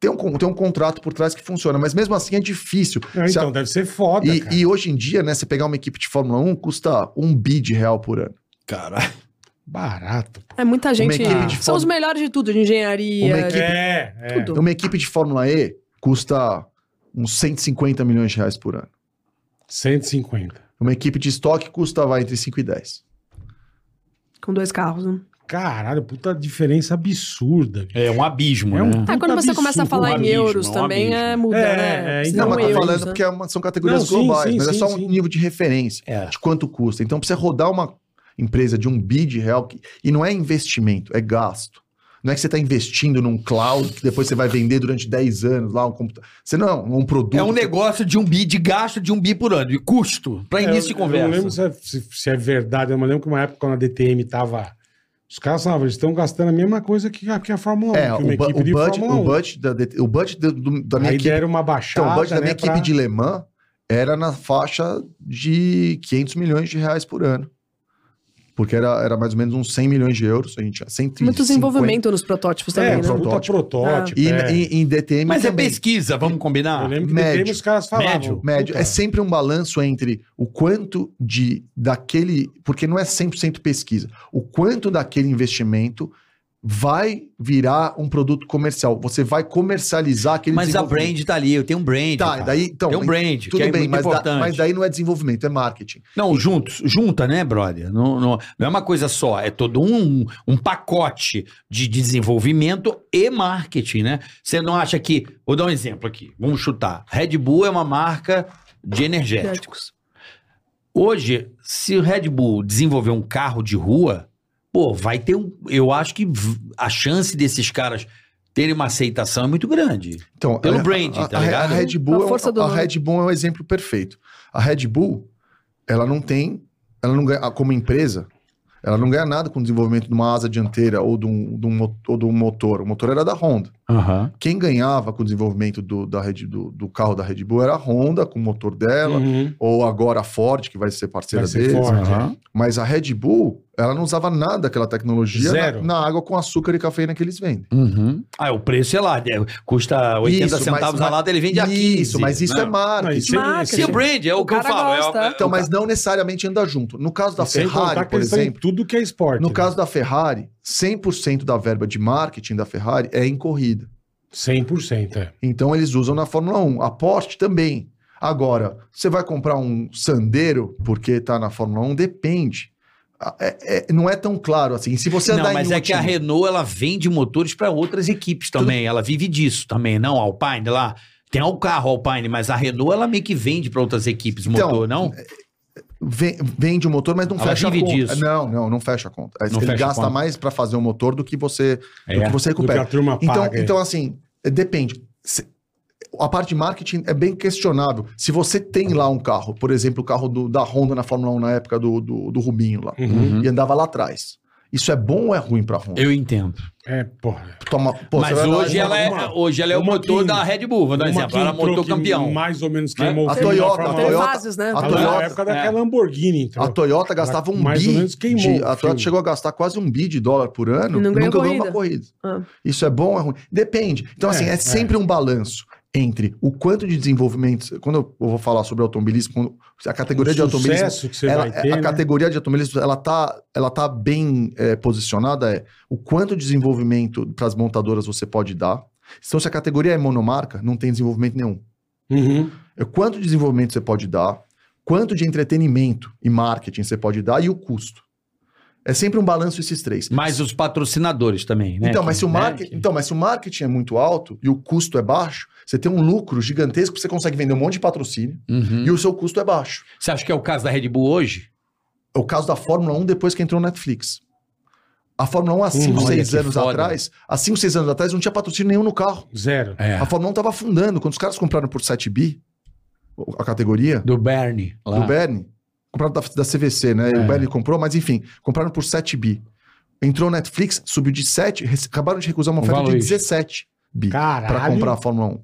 S5: Tem um, con- tem um contrato por trás que funciona, mas mesmo assim é difícil.
S3: Não,
S5: Se a-
S3: então, deve ser foda,
S5: e,
S3: cara.
S5: um e hoje em dia, né, você pegar uma equipe de Fórmula 1 custa um bi de real por ano.
S4: Caralho.
S3: Barato. pô.
S1: É muita gente.
S5: equipe de
S1: São
S5: forma-
S1: os melhores de tudo, de engenharia.
S5: Uma equipe-
S1: de
S3: É, é.
S1: Tudo.
S5: Uma equipe de Fórmula E custa uns 150 milhões de reais por ano.
S3: 150.
S5: Uma equipe de estoque custa vai entre 5 e 10.
S1: Com dois carros, né?
S3: Caralho, puta diferença absurda. bicho.
S4: É um abismo,
S3: É um-
S4: né?
S1: Ah, quando você
S3: absurdo,
S1: começa a falar
S4: um
S1: em
S4: abismo,
S1: euros
S4: um
S1: também,
S4: abismo.
S1: é, muda,
S3: É,
S1: né?
S3: é,
S1: Precisa
S3: Não,
S5: Não,
S1: de
S5: mas tô
S1: euros,
S5: falando
S1: né?
S5: porque é uma- são categorias
S3: Não, sim,
S5: globais,
S3: sim,
S5: mas é
S3: sim,
S5: só um
S3: sim.
S5: nível de referência
S4: É.
S5: de quanto custa. Então precisa rodar uma empresa de um bid real que- e não é investimento, é gasto. Não é que você está investindo num cloud que depois você vai vender durante 10 anos lá um computador. Você não, um produto.
S4: É um negócio de um bi, de gasto de um bi por ano, de custo, pra É início
S3: Eu-
S4: de
S3: Eu não
S4: conversa.
S3: lembro se é, se- se é verdade, eu não lembro que uma época quando a DTM tava. Os caras falavam, eles estão gastando a mesma coisa que a, que a Fórmula 1,
S5: É,
S3: que
S5: o, bu- o budget,
S3: um Fórmula
S5: o
S3: 1.
S5: budget da, DT o budget do- do- da minha
S3: Aí
S5: equipe.
S3: deram uma
S5: Então,
S3: baixada.
S5: o budget da
S3: né,
S5: minha equipe
S3: pra-
S5: de Le Mans era na faixa de 500 milhões de reais por ano. Porque era, era mais ou menos uns 100 milhões de euros. A gente tinha 150.
S1: Muito desenvolvimento nos protótipos também,
S3: É,
S1: né?
S3: puta protótipo.
S5: Protótipo.
S3: protótipo
S5: E
S3: é.
S5: em, em DTM
S4: Mas Tipo, é
S5: também.
S4: pesquisa, vamos combinar?
S3: Eu lembro que
S5: médio,
S3: DTM os caras falavam.
S4: médio,
S5: Médio.
S3: puta,
S5: É sempre um balanço entre o quanto de daquele. Porque não é 100% pesquisa. O quanto daquele investimento vai virar um produto comercial. Você vai comercializar aquele
S4: Mas a
S5: desenvolvimento.
S4: brand tá ali, eu tenho um brand.
S5: Tá,
S4: cara.
S5: daí. Então,
S4: Tem um brand,
S5: tudo
S4: que é
S5: bem,
S4: muito
S5: mas, da-
S4: importante.
S5: mas daí não é desenvolvimento, é marketing.
S4: Não, juntos, junta, né, brother? Não, não, não é uma coisa só, é todo um, um pacote de desenvolvimento e marketing, né? Você não acha que. Vou dar um exemplo aqui, vamos chutar. Red Bull é uma marca de energético.
S1: Médicos.
S4: Hoje, se o Red Bull desenvolver um carro de rua, pô, vai ter um. Eu acho que v- a chance desses caras terem uma aceitação é muito grande.
S5: Então,
S4: Pelo
S5: a-
S4: brand,
S5: a,
S4: tá
S5: a- a
S4: ligado?
S5: Red Bull,
S1: A
S5: é um-
S1: força do
S5: a
S1: nome.
S5: Red Bull é um exemplo perfeito. A Red Bull, ela não tem, ela não ganha, como empresa, ela não ganha nada com o desenvolvimento de uma asa dianteira ou de um, de um mo- ou de um motor. O motor era da Honda. Quem ganhava com o desenvolvimento do, da Red- do, do carro da Red Bull era a Honda, com o motor dela,
S3: uhum,
S5: ou agora a Ford, que vai ser parceira
S3: vai ser
S5: deles.
S3: forte, é.
S5: Mas a Red Bull, ela não usava nada daquela tecnologia na-
S3: Zero.
S5: na água com açúcar e cafeína que eles vendem.
S4: Ah, o preço é lá, é, custa 80
S5: Isso, mas-
S4: centavos a
S5: mas-
S4: lata, ele vende a 15.
S5: Isso, mas isso
S4: né?
S5: é marketing.
S3: Mas isso é-
S1: Marketing.
S3: isso é-
S4: Se o brand, é o,
S1: O
S4: que eu
S1: cara
S4: falo.
S1: gosta.
S4: é- é-
S5: Então, mas não necessariamente anda junto. No caso da
S3: sem contar
S5: Ferrari,
S3: que
S5: por
S3: eles têm
S5: exemplo,
S3: tudo que é esporte.
S5: no
S3: né?
S5: caso da Ferrari, 100% da verba de marketing da Ferrari é em corrida.
S3: 100%, é.
S5: Então eles usam na Fórmula 1. A Porsche também. Agora, você vai comprar um Sandero porque tá na Fórmula 1? Depende. Ah, é- é- não é tão claro assim. Se você andar
S4: não, mas
S5: em
S4: é que a
S5: último-
S4: Renault ela vende motores para outras equipes também. Ela vive disso também, não? A Alpine lá tem o carro Alpine, mas a Renault ela meio que vende para outras equipes o
S5: Então,
S4: motor, não?
S5: Ven- vende o motor, mas não
S4: Ela
S5: fecha a
S4: vive
S5: conta.
S4: disso.
S5: Não, não, não fecha a conta. É
S4: Não
S5: Ele
S4: fecha a
S5: gasta
S4: conta. É,
S5: mais para fazer o motor do que você, do que você
S3: Do que
S5: recupera.
S3: a turma
S5: Então,
S3: paga. é.
S5: então assim, eh, depende. Se- a parte de marketing é bem questionável. Se você tem lá um carro, por exemplo, o carro do- da Honda na Fórmula 1 na época do, do, do Rubinho lá,
S3: Uhum.
S5: e andava lá atrás. Isso é bom ou é ruim pra Honda?
S4: Eu entendo.
S3: É, porra.
S5: Toma- pô,
S4: mas
S5: você vai
S4: hoje
S5: lá-
S4: ela, é,
S3: uma-
S4: hoje ela é o
S3: uma
S4: motor
S3: que-
S4: da Red Bull, vou dar um
S3: Uma
S4: exemplo.
S3: que
S4: Ela é
S3: entrou
S4: motor
S3: que
S4: campeão. Né?
S3: Mais ou menos queimou
S5: A
S3: o filme da
S5: Toyota,
S3: Fórmula
S5: a
S1: Tem
S5: Toyota-
S1: fases, né?
S5: a
S3: Tá
S5: Toyota-
S3: Na
S4: É.
S3: época daquela Lamborghini, então.
S5: A Toyota gastava um
S3: mais ou
S5: bi.
S3: menos queimou
S5: de-
S3: o
S5: a Toyota
S3: filme.
S5: chegou a gastar quase um bi de dólar por ano
S1: E não ganhou
S5: uma corrida.
S1: Ah.
S5: Isso é bom ou é ruim? Depende. Então,
S3: É,
S5: assim,
S3: é.
S5: é sempre um balanço entre o quanto de desenvolvimento. Quando eu vou falar sobre automobilismo, quando- a categoria de
S3: O
S5: automobilismo
S3: sucesso que você
S5: Ela- é
S3: vai ter,
S5: a
S3: né?
S5: categoria de automobilismo ela tá, ela tá bem eh, posicionada é o quanto desenvolvimento para as montadoras você pode dar. Então, se a categoria é monomarca, não tem desenvolvimento nenhum.
S3: Uhum.
S5: É quanto desenvolvimento você pode dar, quanto de entretenimento e marketing você pode dar e o custo. É sempre um balanço esses três.
S4: Mas os patrocinadores também, né?
S5: Então, mas se o
S4: Né?
S5: marketing, então, mas se o marketing é muito alto e o custo é baixo, você tem um lucro gigantesco, porque você consegue vender um monte de patrocínio
S4: Uhum.
S5: e o seu custo é baixo.
S4: Você acha que é o caso da Red Bull hoje?
S5: É o caso da Fórmula 1 depois que entrou no Netflix. A Fórmula 1 há 5,
S3: Hum, Olha
S5: 6
S4: que
S5: anos
S4: foda.
S5: atrás, há 5, 6 anos atrás, não tinha patrocínio nenhum no carro.
S3: Zero.
S4: É.
S5: A Fórmula 1 estava afundando. Quando os caras compraram por 7 bi, a categoria
S4: Do Bernie. Lá.
S5: do Bernie, compraram da, da CVC, né?
S4: É.
S5: O Bernie comprou, mas enfim, compraram por 7 bi. Entrou no Netflix, subiu de 7, rec- acabaram de recusar uma
S4: O
S5: oferta
S4: valor.
S5: de 17 bi
S3: Um Caralho.
S5: para comprar a Fórmula 1.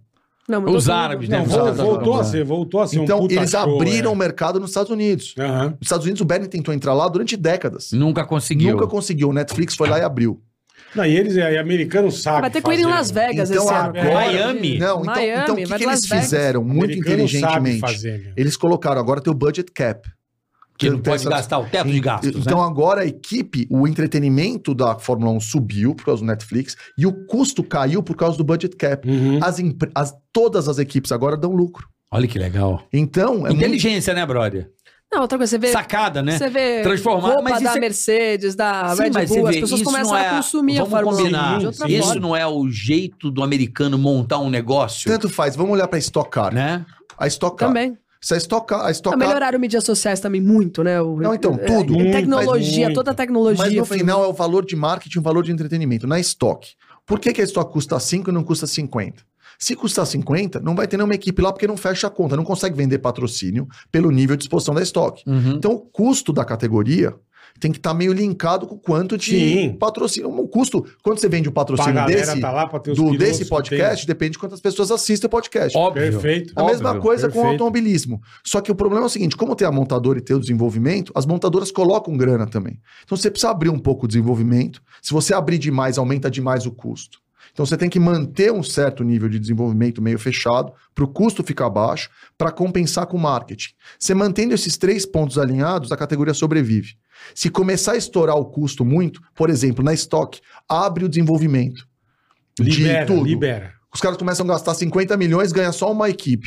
S1: Não, mas
S4: Os
S1: todo mundo-
S4: árabes, né?
S3: Não,
S4: Os
S5: vol-
S4: árabes
S5: vol-
S3: voltou,
S4: adoram.
S3: a ser, voltou a ser um
S5: então,
S3: puta
S5: eles
S3: show,
S5: abriram
S3: é.
S5: o mercado nos Estados Unidos.
S3: Aham.
S5: Nos Estados Unidos, o Bernie tentou entrar lá durante décadas.
S4: Nunca conseguiu.
S5: Nunca conseguiu. O Netflix foi lá e abriu.
S3: Não, e eles, aí, americanos sabem.
S1: Vai ter corrida em
S3: fazer,
S1: Las
S3: né?
S1: Vegas
S5: Então,
S1: esse ano.
S5: agora-
S4: Miami?
S5: Não, então,
S1: Miami,
S5: então o que,
S1: vai
S5: que
S1: de
S5: eles
S1: Las Vegas.
S5: fizeram muito
S3: Americano sabe
S5: inteligentemente?
S3: fazer, meu.
S5: Eles colocaram agora teu budget cap.
S4: Que não
S5: Então,
S4: pode
S5: essa-
S4: gastar o teto de gastos, né?
S5: Então agora a equipe, o entretenimento da Fórmula 1 subiu por causa do Netflix e o custo caiu por causa do budget cap.
S3: Uhum.
S5: As empre- as- todas as equipes agora dão lucro.
S4: Olha que legal.
S5: Então, é muito...
S4: Inteligência, né, brother?
S1: Não, outra coisa, você vê.
S4: Sacada, né?
S1: Você vê
S4: Transformar,
S1: roupa
S4: mas
S1: da
S4: isso é-
S1: Mercedes,
S4: Sim,
S1: da Ah, Red
S4: mas
S1: Bull,
S4: você
S1: as
S4: vê,
S1: pessoas
S4: isso
S1: começam
S4: não é-
S1: a consumir a
S4: Vamos
S1: Fórmula 1
S4: combinar,
S1: de outra
S3: sim.
S1: forma.
S4: Isso não é o jeito do americano montar um negócio,
S5: Tanto faz, vamos olhar pra Stock Car.
S4: né?
S5: A Stock Car.
S1: Também.
S5: Se a Stock Car... A Stock
S1: Ah,
S5: Car-
S1: Melhoraram mídias sociais também muito, né? O-
S5: Não, então, tudo.
S1: É, tecnologia,
S3: Muito, muito.
S1: toda a tecnologia.
S5: Mas no
S1: foi- um
S5: final é o valor de marketing, o valor de entretenimento. Na estoque. Por que, que a estoque custa 5 e não custa 50? Se custar 50, não vai ter nenhuma equipe lá porque não fecha a conta, não consegue vender patrocínio pelo nível de exposição da estoque.
S4: Uhum.
S5: Então o custo da categoria tem que estar meio linkado com o quanto de
S3: Sim.
S5: patrocínio. O custo, quando você vende o
S3: Pra
S5: patrocínio
S3: galera
S5: desse,
S3: tá lá pra ter os
S5: do,
S3: pilotos
S5: desse
S3: que
S5: podcast, depende de quantas pessoas assistem o podcast.
S3: tem.
S4: Óbvio.
S3: Perfeito.
S5: É A mesma
S3: Óbvio,
S5: coisa com o
S3: perfeito.
S5: automobilismo. Só que o problema é o seguinte: como tem a montadora e tem o desenvolvimento, as montadoras colocam grana também. Então você precisa abrir um pouco o desenvolvimento. Se você abrir demais, aumenta demais o custo. Então você tem que manter um certo nível de desenvolvimento meio fechado para o custo ficar baixo, para compensar com o marketing. Você mantendo esses três pontos alinhados, a categoria sobrevive. Se começar a estourar o custo muito, por exemplo, na estoque, abre o desenvolvimento.
S3: Libera,
S5: de tudo.
S3: libera.
S5: Os caras começam a gastar 50 milhões, ganha só uma equipe.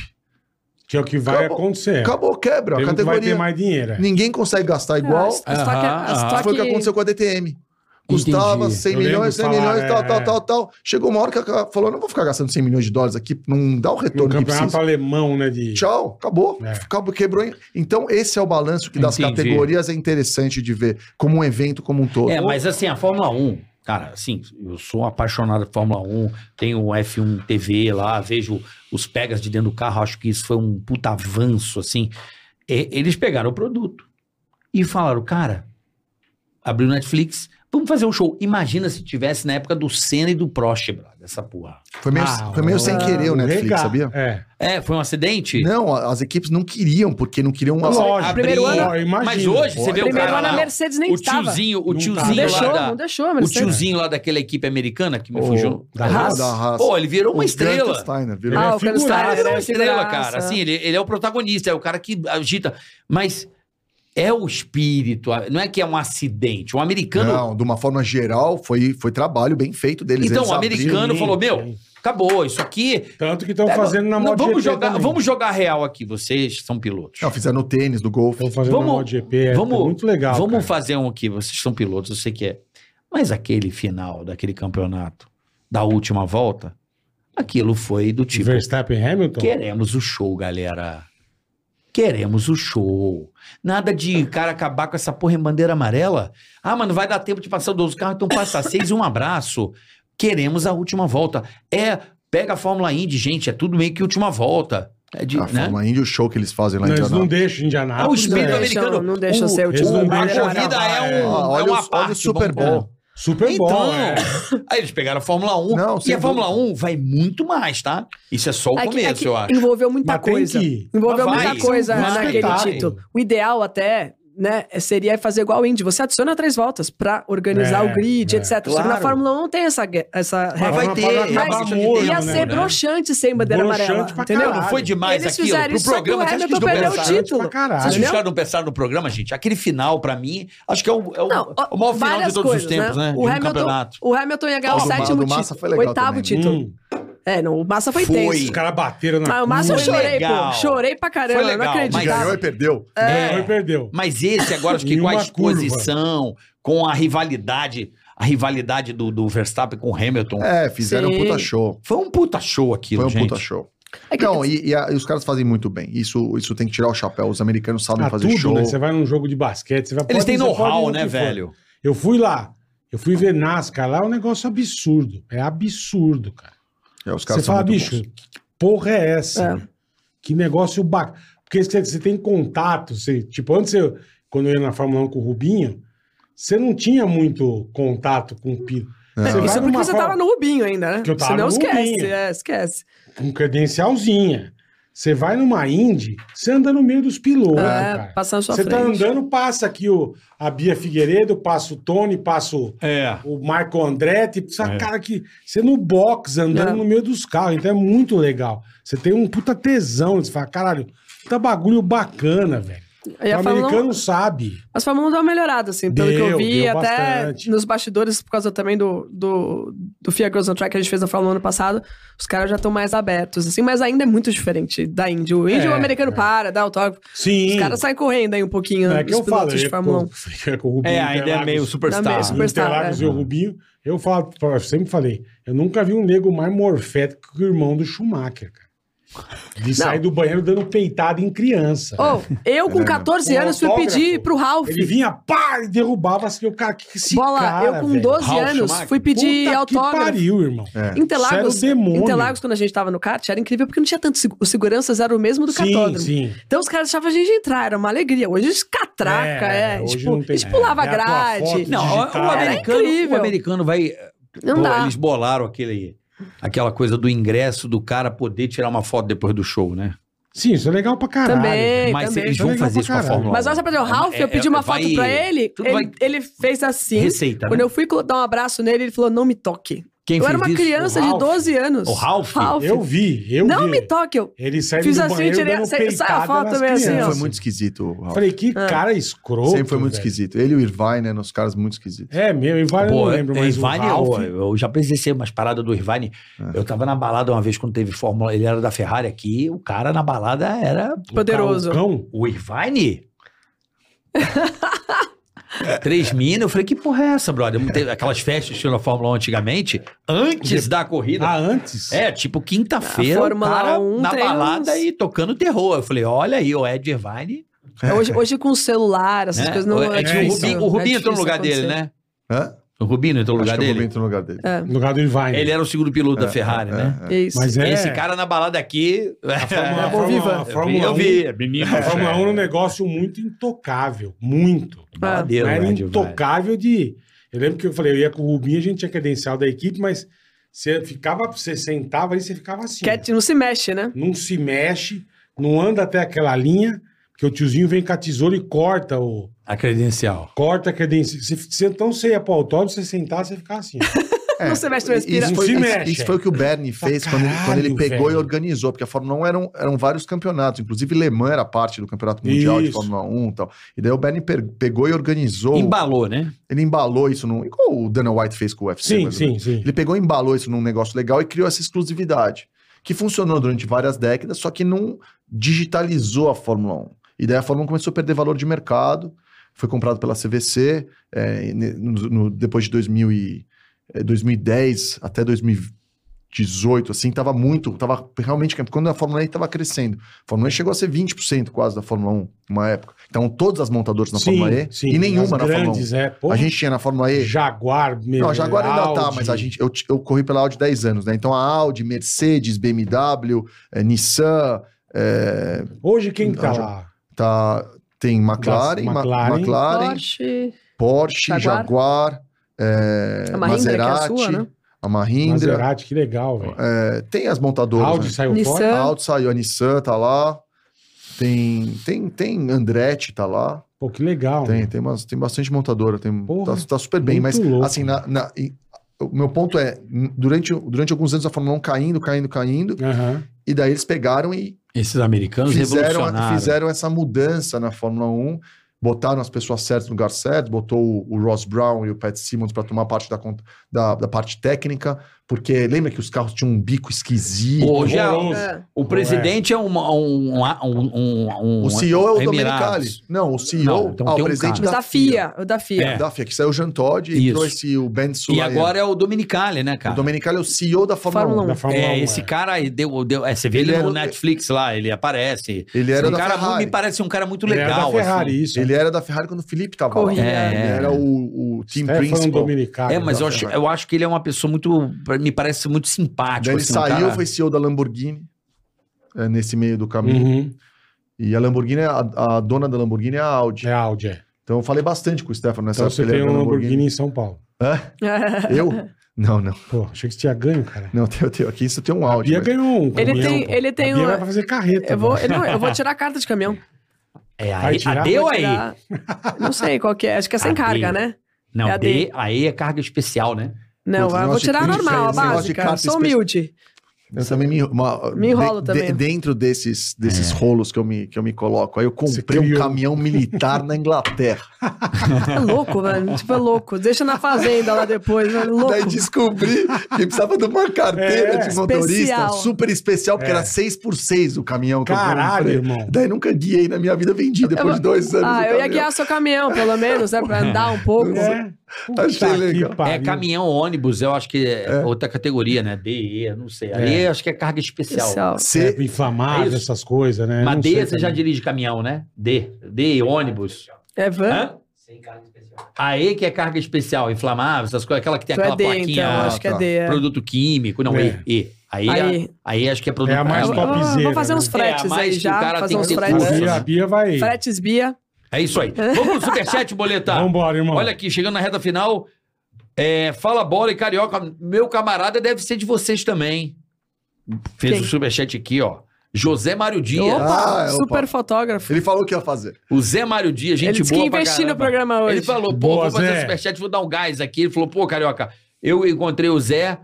S3: Que é o que vai
S5: Acabou.
S3: acontecer.
S5: Acabou, quebra. A
S3: Tem um que vai ter
S5: categoria.
S3: mais dinheiro. é.
S5: Ninguém consegue
S4: Ah,
S5: gastar
S1: É,
S5: igual.
S1: a estoque- a
S4: Aham,
S1: estoque-
S5: Foi o que aconteceu com a DTM. Custava
S4: Entendi.
S5: 100
S3: Eu lembro
S5: milhões, 100
S3: falar,
S5: milhões, tal,
S3: é.
S5: tal, tal, tal. Chegou uma hora que ela falou: não vou ficar gastando 100 milhões de dólares aqui, não dá o
S3: No
S5: retorno que
S3: Um campeonato
S5: precisa.
S3: alemão, né? De...
S5: Tchau, acabou.
S3: É.
S5: Acabou, quebrou. hein? Então, esse é o balanço que das
S4: Entendi.
S5: categorias é interessante de ver, como um evento como um todo.
S4: É, mas assim, a Fórmula 1, cara, assim, eu sou apaixonado por Fórmula 1, tenho o F1 TV lá, vejo os pegas de dentro do carro, acho que isso foi um puta avanço, assim. E- eles pegaram o produto e falaram, cara, abriu o Netflix, vamos fazer um show. Imagina se tivesse na época do Senna e do Prost, brother, essa porra.
S5: Foi meio,
S3: Ah,
S5: foi meio sem querer o Netflix,
S3: Regar.
S5: sabia?
S3: É.
S4: É, foi um acidente? Ah,
S5: Não, a- as equipes não queriam, porque não queriam.
S3: Lógico.
S1: primeiro ano-
S3: Ó, imagina. é
S4: Mas hoje, você vê o
S1: Primeiro
S4: cara
S1: ano a
S4: lá,
S1: Mercedes nem
S4: o
S1: estava.
S4: tiozinho, o
S3: Não
S1: Não
S4: tiozinho
S3: tava.
S1: deixou,
S4: lá da-
S1: não deixou a
S4: O
S1: Mercedes.
S4: tiozinho lá daquela equipe americana que me
S5: O-
S4: fugiu.
S5: da Haas. Da Haas.
S4: Pô, ele virou uma
S5: o
S4: estrela.
S5: Frankensteiner virou-
S1: Ah, o
S3: Ele é
S1: Frankenstein,
S4: cara virou
S1: né?
S4: uma estrela,
S1: Figuraça.
S4: cara. Assim, ele, ele é o protagonista, é o cara que agita. Mas é o espírito, a- não é que é um acidente. O americano.
S5: Não, de uma forma geral, foi, foi trabalho bem feito deles.
S4: Então,
S5: Eles
S4: o
S5: abriram-
S4: americano falou: Meu,
S3: Sim.
S4: acabou, isso aqui.
S3: Tanto que estão
S4: Pega-
S3: fazendo na
S4: Não,
S3: MotoGP.
S4: vamos, jogar,
S3: também.
S4: vamos jogar real aqui, vocês são pilotos.
S5: Não, fizeram no tênis, no golfe.
S3: Estão fazendo
S4: Vamos-
S3: na MotoGP. É,
S4: vamos-
S3: tá muito legal.
S4: Vamos
S3: cara.
S4: fazer um aqui, vocês são pilotos, eu sei que é. Mas aquele final daquele campeonato, da última volta, aquilo foi do tipo. é
S3: Verstappen e
S5: Então.
S3: Hamilton?
S4: Queremos o show, galera. Queremos o show. Nada de cara acabar com essa porra em bandeira amarela. Ah, mas não vai dar tempo de passar 12 carros, então passa seis e um abraço. Queremos a última volta. É, pega a Fórmula Indy, gente, é tudo meio que última volta. É de,
S5: A
S4: né?
S5: Fórmula Indy, o show que eles fazem lá
S3: Não,
S5: em
S3: eles não
S5: Indianápolis.
S3: deixam
S4: É o
S3: Indianápolis.
S4: espírito
S1: deixam,
S3: né?
S4: americano.
S1: não deixam
S4: o, o,
S1: ser última
S4: o,
S3: volta.
S4: a corrida é um,
S5: Ah, olha
S4: é uma
S5: o- olha
S4: parte.
S5: o Super
S4: vamos
S5: Bowl.
S4: dizer.
S3: Super bom.
S4: Então,
S3: é.
S4: Aí eles pegaram a Fórmula 1.
S5: Não,
S4: e
S5: sem
S4: a Fórmula 1 vai muito mais, tá? Isso é só o
S1: É que-
S4: começo,
S1: é que
S4: eu acho.
S1: Envolveu muita
S3: Mas tem
S1: coisa.
S3: que ir.
S1: Envolveu
S4: Mas vai,
S1: muita coisa
S3: isso é um
S1: naquele
S3: espetáculo.
S1: título. O ideal até, né, seria fazer igual o Indy. Você adiciona três voltas pra organizar
S3: É,
S1: o grid,
S3: é.
S1: etc. Só que na
S4: Claro.
S1: Fórmula 1 não tem essa, gue- essa
S4: Mas
S1: regra.
S4: vai
S3: Mas
S4: ter.
S3: vai acabar
S4: Mas
S3: morno,
S1: Ia
S3: né?
S1: ser broxante sem bandeira
S3: Broxante
S1: amarela.
S3: pra
S1: Entendeu?
S4: Não
S3: caralho.
S4: foi demais
S1: Eles
S4: aquilo.
S1: fizeram
S4: Pro
S1: isso, só que
S4: programa,
S1: o
S4: você acha que eles
S1: Hamilton
S4: não
S1: perdeu o
S4: pensaram?
S1: título.
S3: é Pra caralho.
S4: Vocês
S1: Entendeu?
S4: ficaram não pensaram no programa, gente? Aquele final, pra mim, acho que é o, é o-
S1: Não, ó,
S4: o maior final de
S1: várias
S4: todos os
S1: coisas,
S4: tempos, né?
S1: né?
S4: De
S1: O
S4: um
S1: Hamilton-
S4: campeonato.
S1: O Hamilton ia ganhar
S5: Ah,
S1: o
S5: o do
S1: sétimo
S5: Massa
S1: título.
S5: foi legal
S1: oitavo
S5: também.
S1: título.
S3: Hum,
S1: É, não, o Massa foi,
S4: Foi.
S3: os
S1: tenso.
S3: caras bateram na.
S1: Mas Ah, o Massa eu
S4: Foi
S1: chorei,
S4: legal.
S1: pô. Chorei pra caramba,
S4: Foi legal,
S1: não
S4: mas- é
S5: Ele
S1: acreditava.
S5: Ganhou e perdeu.
S1: É.
S3: Ganhou
S5: É.
S3: e perdeu.
S4: Mas esse agora, acho que
S3: Em
S4: com a
S3: uma
S4: exposição, com a rivalidade, a rivalidade do, do Verstappen com o Hamilton.
S5: É, fizeram um
S1: Sim.
S5: puta show.
S4: Foi um puta show
S5: Foi
S4: aquilo,
S5: um
S4: gente.
S5: puta show.
S1: É
S3: então,
S1: que-
S5: Não, e, e a- e os caras fazem muito bem. Isso, isso tem que tirar o chapéu. Os americanos sabem
S3: Ah,
S5: fazer
S3: tudo,
S5: show.
S3: né? Você vai num jogo de basquete, você vai pode-
S4: Eles têm
S3: você pode ir
S4: know-how,
S3: no
S4: né,
S3: que for.
S4: velho?
S3: Eu fui lá. Eu fui ver NASCAR lá, é um negócio absurdo. É absurdo, cara.
S5: É, os
S3: Você
S5: caras são
S3: fala,
S5: muito
S3: bicho,
S5: bons.
S3: que porra é essa?
S1: É.
S3: meu? Que negócio bacana. Porque você, você tem contato, você, tipo, antes eu, quando eu ia na Fórmula 1 com o Rubinho, você não tinha muito contato com o Pino.
S5: Não.
S3: Você vai
S1: Isso é porque
S3: numa
S1: você
S3: Fórmula-
S1: tava no Rubinho ainda, né?
S3: Que eu tava
S1: Você não
S3: no
S1: esquece,
S3: Rubinho.
S1: é, esquece.
S3: com credencialzinha. Você vai numa Indy, você anda no meio dos pilotos,
S1: É,
S3: cara.
S1: passando sua
S3: Você tá
S1: frente.
S3: andando, passa aqui o, a Bia Figueiredo, passa o Tony, passa o,
S4: É.
S3: o Marco Andretti, essa
S4: É.
S3: cara que você no box andando
S1: É.
S3: no meio dos carros, então é muito legal. Você tem um puta tesão, você fala, caralho, puta bagulho bacana, velho.
S1: E
S3: o
S1: a Fórmula 1
S3: americano sabe.
S1: Mas foi uma melhorada, assim, pelo
S3: Deu,
S1: que eu vi,
S3: deu
S1: até
S3: bastante.
S1: nos bastidores, por causa também do, do, do FIA Girls on Track que a gente fez na Fórmula 1 ano passado, os caras já estão mais abertos, assim, mas ainda é muito diferente da Indy. O Indy,
S3: É,
S1: o americano para, dá autógrafo,
S3: Sim.
S1: os caras saem correndo aí um pouquinho,
S3: É que
S1: os
S3: eu falo.
S1: pilotos de
S3: eu-
S1: Fórmula 1.
S3: eu- com o Rubinho
S4: É, ainda é
S3: Interlagos-
S4: meio
S1: Dá
S4: superstar.
S1: meio super- Superstar,
S3: Interlagos
S1: é.
S3: e o Rubinho. Eu falo, eu sempre falei, eu nunca vi um nego mais morfético que o irmão do Schumacher, cara. De sair do banheiro dando peitada em criança.
S1: Oh, eu com 14
S3: Um
S1: anos fui
S3: É. autógrafo.
S1: pedir pro Ralph.
S3: Ele vinha, pá, e derrubava assim, o cara, que que esse
S1: Bola,
S3: cara,
S1: eu com
S3: velho?
S1: 12
S4: Ralph
S1: anos
S4: Schumacher.
S1: fui pedir
S3: Puta
S1: autógrafo.
S3: Que pariu, irmão.
S5: É.
S1: Interlagos,
S3: Isso era o demônio.
S1: Interlagos, quando a gente tava no kart, era incrível porque não tinha tanto. seg- O seguranças era o mesmo do
S3: Sim,
S1: cartódromo.
S3: sim.
S1: Então os caras deixavam a gente entrar, era uma alegria. Hoje eles catraca, é.
S3: hoje
S1: tipo,
S3: não tem-
S1: a gente pulava
S3: é, é a tua
S1: grade.
S3: foto.
S4: Não,
S3: Digital.
S4: o
S1: Era
S4: americano, o
S1: É incrível.
S4: americano vai.
S1: Não
S4: Pô,
S1: dá.
S4: Eles bolaram aquele, aquela coisa do ingresso do cara poder tirar uma foto depois do show, né?
S3: Sim, isso é legal pra caralho.
S1: Também. Ei,
S4: Mas
S1: também.
S4: eles vão
S3: Legal
S4: fazer
S3: pra
S4: isso com a
S3: caralho.
S4: Fórmula 1.
S1: Mas olha só pra dizer, o Ralph, eu pedi uma
S4: é, vai-
S1: foto pra ele,
S4: tudo vai-
S1: ele, ele fez assim.
S4: Receita,
S1: Quando
S4: né?
S1: eu fui colo- dar um abraço nele, ele falou, não me toque.
S4: Quem
S1: eu
S4: fez
S1: era uma
S4: isso?
S1: criança
S3: O
S1: de
S3: Ralph.
S1: 12 anos.
S4: O Ralph?
S3: Eu vi, eu
S1: não
S3: vi.
S1: me toque. Eu...
S3: Ele saiu
S1: Fiz
S3: do
S1: assim,
S3: banheiro
S1: tirei-
S3: dando
S1: sai- sai a
S3: peitada
S1: foto
S3: nas
S1: também, assim, ó. Ah.
S3: crianças.
S1: Nossa.
S5: Foi muito esquisito, o Ralph.
S3: Falei, que cara escroto.
S5: Sempre foi muito
S3: velho.
S5: esquisito. Ele e o Irvine eram uns caras muito esquisitos.
S3: É, meu, Ivan eu não
S4: Pô,
S3: lembro, mas
S4: Irvine,
S3: o Ralph... Ah.
S4: eu, eu já presenciei umas paradas do Irvine. Eu tava na balada uma vez quando teve Fórmula, ele era da Ferrari aqui, o cara na balada era
S1: Poderoso.
S3: Cão,
S4: o Irvine. Três minas, eu falei, que porra é essa, brother? Teve Aquelas festas que tinham na Fórmula 1 antigamente, antes da corrida.
S3: ah, antes?
S4: É, tipo, quinta-feira,
S1: A
S4: o
S1: Fórmula
S4: cara
S1: 1
S4: na
S1: tem uns-
S4: balada e tocando terror. Eu falei, olha aí, o Ed Irvine.
S1: Hoje, hoje com o celular, essas
S4: né?
S1: coisas não...
S4: é, que o
S1: difícil,
S4: Rubinho, o Rubinho
S1: é
S4: entrou
S1: difícil
S4: no lugar dele,
S1: acontecer.
S4: né?
S5: Hã?
S4: O Rubinho entrou no
S5: Acho
S4: lugar
S5: que eu vou
S4: dele.
S5: entrar no lugar dele.
S3: No lugar do Irvine.
S4: Ele era o segundo piloto da
S5: É,
S4: Ferrari,
S5: é, um,
S4: né?
S1: É isso.
S3: Mas é...
S4: Esse cara na balada aqui.
S3: A Fórmula, a
S1: Bom, É. viva.
S3: Fórmula, a Fórmula
S4: eu
S3: 1,
S4: vi,
S5: É
S4: menino.
S3: a Fórmula 1 era um negócio muito intocável, muito.
S1: É.
S4: Baladeiro,
S3: Não era
S4: né, Ed Irvine?
S3: intocável de... Eu lembro que eu falei, eu ia com o Rubinho, a gente tinha credencial da equipe, mas você ficava, você sentava ali, você ficava assim.
S1: Cat não se mexe, né?
S3: não se mexe, não anda até aquela linha, porque o tiozinho vem com a tesoura e corta o
S4: A credencial.
S3: corta a credencial. Se, se- então você ia pro autódromo, você sentar, você ficar assim.
S5: É,
S1: Não se mexe, não respira.
S5: Isso
S3: Não
S5: foi,
S3: se
S5: isso-
S3: mexe.
S5: isso foi o que o Bernie fez quando, ele- quando ele
S3: caralho,
S5: pegou e
S3: velho.
S5: organizou, porque a Fórmula 1 eram, eram vários campeonatos, inclusive Le Mans era parte do campeonato mundial de
S3: Isso.
S5: Fórmula 1 e tal. E daí o Bernie per- pegou e organizou,
S4: Embalou, né?
S5: ele embalou isso num. Igual o Dana White fez com o UFC.
S3: sim,
S5: mais ou menos.
S3: sim, sim.
S5: Ele pegou e embalou isso num negócio legal e criou essa exclusividade, que funcionou durante várias décadas, só que não digitalizou a Fórmula 1. E daí a Fórmula 1 começou a perder valor de mercado, foi comprado pela CVC, é, e ne- no- no- depois de 2000 e, é, 2010 até 2018, assim, tava muito, tava realmente, quando a Fórmula E estava crescendo, a Fórmula E chegou a ser 20% quase da Fórmula 1, uma época. Então todas as montadoras na Fórmula E,
S3: sim,
S5: e nenhuma
S3: as
S5: na Fórmula 1.
S3: grandes, é. Pô,
S5: A gente tinha na Fórmula E
S3: Jaguar, mesmo.
S5: não, a Jaguar ainda tá, mas a gente, eu, eu corri pela Audi 10 anos, né? Então a Audi, Mercedes, BMW, eh, Nissan, eh,
S3: Hoje quem tá
S5: Não,
S3: lá?
S5: tá, tem McLaren, Ma-
S3: McLaren.
S5: McLaren,
S1: Porsche,
S5: Porsche,
S1: Jaguar.
S5: Jaguar, eh,
S1: A Mahindra, que é a
S5: Maserati,
S1: sua, né?
S5: a Mahindra.
S3: Maserati, que legal, velho.
S5: eh, tem as montadoras.
S3: Audi
S5: né?
S3: saiu fora.
S5: A
S1: Nissan.
S5: Audi saiu, a Nissan tá lá. Tem, tem, tem Andretti tá lá.
S3: Pô, que legal.
S5: Tem,
S3: mano.
S5: tem, umas, tem bastante montadora, tem,
S3: Porra,
S5: tá, tá super bem,
S3: muito
S5: mas
S3: louco.
S5: assim, na, na- e- o meu ponto é, n- durante, durante alguns anos a Fórmula 1 caindo, caindo, caindo,
S3: Aham.
S5: e daí eles pegaram e
S4: Esses americanos
S5: fizeram,
S4: revolucionaram.
S5: fizeram essa mudança na Fórmula 1, botaram as pessoas certas no lugar certo, botou o, o Ross Brown e o Pat Simmons para tomar parte da, cont- da, da parte técnica, porque lembra que os carros tinham um bico esquisito?
S4: Hoje é-
S3: Horroroso.
S1: É.
S4: o presidente é uma- um, um, um, um-
S5: o CEO é o Domenicali.
S4: Emiratos.
S5: Não, o CEO
S4: Não, então
S5: ah, o
S4: tem um
S5: presidente
S4: cara.
S1: Mas da FIA, o da FIA.
S4: É.
S5: Da FIA, que saiu o Jean Todt e
S4: Isso.
S5: entrou esse, o Ben né?
S4: E
S5: Sulayem.
S4: agora é o Dominicali, né, cara?
S5: O Domenicali é o CEO da Fórmula,
S1: Fórmula
S5: 1.
S3: Da Fórmula 1.
S4: É, esse cara aí deu, deu, é, você vê
S5: Ele
S4: ele,
S5: era
S4: no
S5: o-
S4: Netflix lá, ele aparece.
S5: Ele era
S4: um
S5: da
S4: cara
S5: Ferrari.
S4: me parece um cara muito
S3: Ele era
S4: legal.
S3: da Ferrari,
S4: assim.
S3: isso.
S5: Ele é era da Ferrari quando o Felipe tava
S1: Corria.
S5: lá.
S4: É,
S5: Ele
S4: é.
S5: era o, o team
S3: É, foi um
S5: principal.
S3: dominicano.
S4: É, mas eu
S5: da
S4: acho,
S5: Ferrari.
S4: eu acho que ele é uma pessoa muito. Me parece muito simpático.
S5: Daí ele
S4: assim, um
S5: saiu,
S4: cara-
S5: foi CEO da Lamborghini é, nesse meio do caminho.
S3: Uhum.
S5: E a Lamborghini, é- a, a dona da Lamborghini é a Audi.
S3: É Audi, é.
S5: Então eu falei bastante com o Stefano nessa
S3: Então você
S5: época, ele
S3: tem
S5: era
S3: um
S5: da
S3: Lamborghini em São Paulo.
S5: Hã? Eu? Não, não.
S3: Pô, achei que você tinha ganho, cara.
S5: Não, eu tenho aqui, isso tem um Audi.
S3: Bia
S5: mas-
S3: ganhou um.
S1: Ele tem,
S3: pô.
S1: ele tem
S3: a Bia
S1: um.
S3: vai pra fazer carreta.
S1: Eu vou,
S3: mano.
S1: eu não, eu vou tirar a carta de caminhão.
S4: É,
S3: Vai
S4: aí,
S3: tirar?
S4: a deu
S1: Vou
S4: aí.
S1: tirar- Não sei qual que é. Acho que é sem
S4: A
S1: carga,
S4: D.
S1: né?
S4: Não,
S1: É a
S4: D, aí é carga especial, né?
S1: Não,
S5: Puta,
S1: eu
S5: negócio
S1: vou
S5: de
S1: tirar a
S5: carta,
S1: normal, a
S5: esse negócio de
S1: básica.
S5: carta
S1: Sou
S5: espe-
S1: humilde.
S5: Eu também me, uma-
S1: Me enrolo também.
S5: dentro desses, desses
S4: É.
S5: rolos que eu, me, que eu me coloco. Aí eu comprei um
S3: criou.
S5: caminhão militar na Inglaterra.
S1: É louco, velho. Tipo, é louco. Deixa na fazenda lá depois. É louco.
S5: Daí descobri que precisava de uma carteira
S3: É.
S5: de motorista
S1: Especial.
S5: super especial, porque
S3: É.
S5: era 6 por 6 o caminhão que
S3: Caralho,
S5: eu comprei.
S3: irmão.
S5: Daí nunca guiei na minha vida, vendi depois
S1: Eu-
S5: de dois anos. o
S1: Ah, eu ia
S5: caminhão.
S1: guiar seu caminhão, pelo menos, né? Pra andar um pouco.
S3: É. Puta
S5: Achei
S3: que
S5: legal.
S4: É
S3: pariu.
S4: caminhão, ônibus, eu acho que é, outra categoria, né? DE, eu não sei. Ali eu acho que é carga especial.
S1: Especial.
S5: Você-
S3: É, inflamado,
S4: É isso.
S3: essas coisas, né?
S4: Mas
S3: Não
S4: D
S3: sei
S4: você já
S3: também.
S4: dirige caminhão, né? D. D, ônibus.
S1: É van?
S4: Hã? Aí que é carga especial, inflamável, essas coisas, aquela que tem
S1: Tu é
S4: aquela
S1: D,
S4: plaquinha,
S1: então. Acho que é
S5: tá.
S1: D. é.
S4: produto químico, não,
S3: É.
S4: E. e. Aí,
S1: Aí.
S4: aí. acho que é produto
S3: É a mais
S1: Ah, Eu- eu-
S4: químico.
S3: topzera,
S1: Vamos fazer
S3: né?
S1: uns fretes
S4: É, mas
S1: aí
S4: que o cara
S1: já. Fazer
S4: tem
S1: uns
S4: que assim. ter
S1: fretes.
S4: curso,
S3: Então, A Bia, a Bia vai.
S1: Fretes Bia.
S4: É isso aí. Vamos pro superchat, boletar.
S3: Vambora, irmão.
S4: Olha aqui, chegando na reta final. é, fala bola e carioca. Meu camarada deve ser de vocês também. Fez
S1: Quem?
S4: o superchat aqui, ó. José Mário Dias.
S1: Opa,
S5: Ah,
S1: é super
S5: opa.
S1: fotógrafo.
S5: Ele falou o que ia fazer.
S4: O Zé Mário Dias, gente
S1: Ele disse que
S4: boa.
S1: ia
S4: pra
S1: investir no
S4: caramba.
S1: programa hoje.
S4: Ele falou, pô,
S3: Boa,
S4: vou fazer
S3: Zé.
S4: o superchat, vou dar um gás aqui. Ele falou, pô, carioca, eu encontrei o Zé,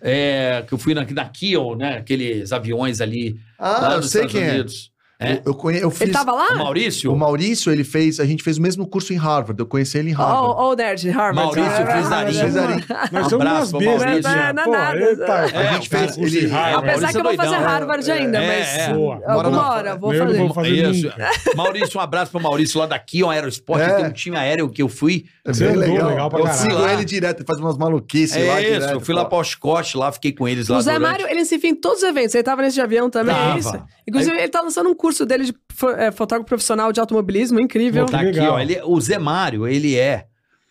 S4: é, que eu fui na, na Kiel, né? Aqueles aviões ali.
S5: Ah,
S4: lá
S5: eu
S4: nos
S5: sei
S4: Estados
S5: quem é.
S4: Unidos. É?
S5: Eu, eu conhe... eu fiz...
S1: Ele tava lá?
S4: O Maurício?
S5: O Maurício, ele fez... A gente fez o mesmo curso em Harvard. Eu conheci
S1: Oh,
S5: ele em Harvard.
S1: Ó, ó, o Nerd, Harvard.
S4: Maurício
S1: Ah,
S4: Frisarinho.
S5: Frisarinho.
S3: Nós somos umas
S4: Abraço,
S3: bestas.
S4: Maurício.
S3: né?
S1: Não é
S3: Pô,
S1: nada.
S3: eita,
S4: É,
S3: a
S5: o
S3: gente
S5: cara-
S3: fez curso de
S5: ele-
S3: Harvard.
S1: Apesar que eu vou
S4: Maurício é
S1: fazer
S4: doidão.
S1: Harvard ainda,
S4: É,
S1: mas
S4: é.
S3: Boa.
S5: Mora
S1: alguma
S5: na-
S1: hora eu vou
S3: Eu não
S1: fazer.
S3: vou fazer
S4: Isso.
S3: nunca.
S4: Maurício, um abraço pro Maurício lá da Kiel Aerosport.
S5: É.
S4: Tem um time aéreo que eu fui.
S5: É
S3: Você
S5: bem
S3: andou
S5: legal.
S3: legal pra
S5: eu
S3: caralho.
S5: sigo
S4: Lá.
S5: ele direto, ele faz umas maluquices lá
S4: É isso,
S5: direto,
S4: eu fui lá
S5: pô.
S4: pra Oscote, lá fiquei com eles lá
S1: O Zé
S4: durante-
S1: Mário, ele se enfia em todos os eventos. Ele tava nesse de avião também,
S4: Tava.
S1: é isso? Inclusive, ele tá lançando um curso dele de fo- é, fotógrafo profissional de automobilismo, incrível.
S3: Pô,
S4: Tá aqui,
S3: Legal.
S4: ó. Ele, o Zé Mário, ele é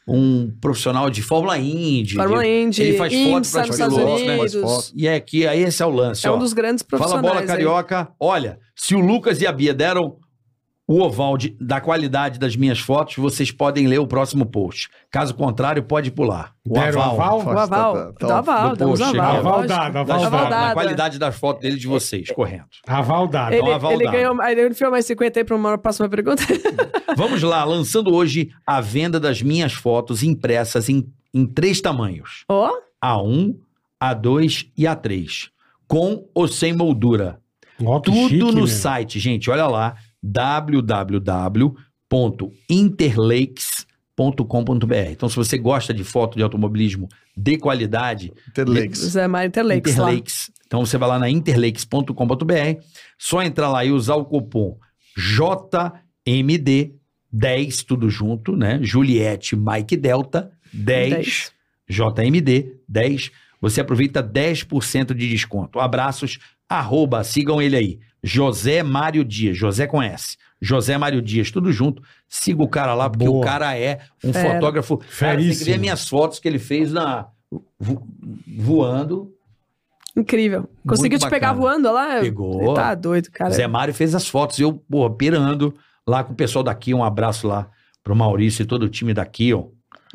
S4: um profissional de Fórmula Indy.
S1: Fórmula
S4: de-
S1: Indy,
S4: ele faz foto
S1: IMSA
S4: pras
S1: nos Estados
S4: pilotos, né?
S1: Unidos.
S5: Faz foto.
S4: E é aqui, aí esse é o lance,
S1: É
S4: ó.
S1: um dos grandes
S4: Fala
S1: profissionais.
S4: bola,
S1: aí.
S4: carioca. Olha, se o Lucas e a Bia deram o oval de- da qualidade das minhas fotos, vocês podem ler o próximo post. Caso contrário, pode pular. O
S3: Deram
S4: aval.
S3: aval?
S1: O
S5: Tá,
S1: aval.
S5: tá,
S1: Dá
S5: tá.
S1: aval,
S4: Do
S1: damos
S4: post,
S1: aval.
S4: aval
S1: lógico.
S3: dado, aval
S4: Das
S1: Aval
S4: fotos,
S1: dado,
S4: na
S1: é.
S4: qualidade das fotos dele de vocês, correto.
S3: Aval dado.
S1: Ele,
S4: aval
S1: ele
S4: dado.
S1: ganhou. ah, Ele enfiou mais 50 aí pra uma próxima pergunta.
S4: Vamos lá, lançando hoje a venda das minhas fotos impressas em, em três tamanhos:
S1: Ó,
S4: A1, A2 e A3. Com ou sem moldura.
S3: Ó, que
S4: Tudo
S3: chique, né?
S4: no
S3: meu.
S4: site, gente. Olha lá: www.interlakes.com.br. Então, se você gosta de foto de automobilismo de qualidade,
S5: Interlakes.
S1: Zé Mário Interlakes lá.
S4: Interlakes. Então você vai lá na interlakes.com.br, só entrar lá e usar o cupom JMD10, tudo junto, né? Juliette Mike Delta 10,
S1: 10.
S4: JMD 10. Você aproveita 10% de desconto. Abraços, arroba, sigam ele aí. José Mário Dias, José conhece. José Mário Dias, tudo junto. Siga o cara lá, porque
S3: Boa.
S4: o cara é um
S1: Fera.
S4: fotógrafo. Cara, tem que ver
S3: Feríssimo.
S4: minhas fotos que ele fez na vo- voando.
S1: Incrível. Conseguiu te
S4: bacana.
S1: pegar voando lá?
S4: Pegou.
S1: Tá doido, cara.
S4: Zé Mário fez as fotos, eu, porra, pirando lá com o pessoal daqui. Um abraço lá pro Maurício e todo o time daqui, ó.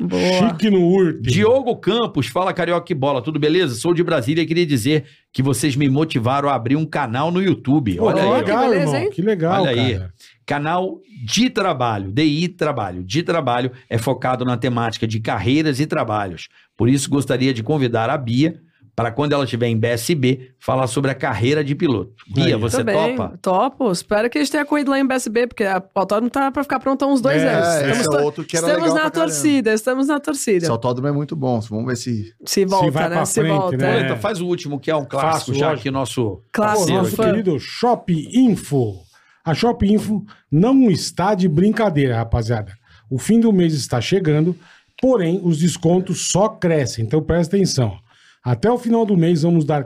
S1: Boa.
S3: Chique no urte.
S4: Diogo Campos, fala Carioca e Bola, tudo beleza? Sou de Brasília e queria dizer que vocês me motivaram a abrir um canal no YouTube.
S3: Pô,
S4: Olha
S3: que
S4: aí, ó.
S3: legal,
S1: beleza,
S3: irmão.
S1: hein?
S3: Que legal,
S4: Olha aí.
S3: cara.
S4: Canal de trabalho, DI Trabalho. De trabalho é focado na temática de carreiras e trabalhos. Por isso, gostaria de convidar a Bia para quando ela estiver em BSB, falar sobre a carreira de piloto.
S3: Aí.
S4: Bia,
S1: Tô
S4: você
S1: bem,
S4: topa?
S1: Topo. Espero que a gente tenha corrido lá em BSB, porque a- o autódromo tá pra ficar pronto há uns dois
S3: É,
S1: anos.
S5: É,
S1: Estamos,
S5: esse é outro que era
S1: estamos
S5: legal
S1: na
S5: pra caramba.
S1: torcida, estamos na torcida.
S5: Esse autódromo é muito bom. Vamos ver se.
S1: Se volta,
S3: vai
S1: né?
S3: pra
S1: Se
S3: frente, né?
S1: volta. né?
S4: Aproveita, faz o último, que é um clássico,
S3: Faço,
S4: já
S3: lógico.
S4: que nosso.
S3: Pô,
S1: Clássico,
S3: nosso
S1: fã.
S3: querido Shop Info. A Shop Info não está de brincadeira, rapaziada. O fim do mês está chegando, porém os descontos só crescem, então presta atenção. Até o final do mês vamos dar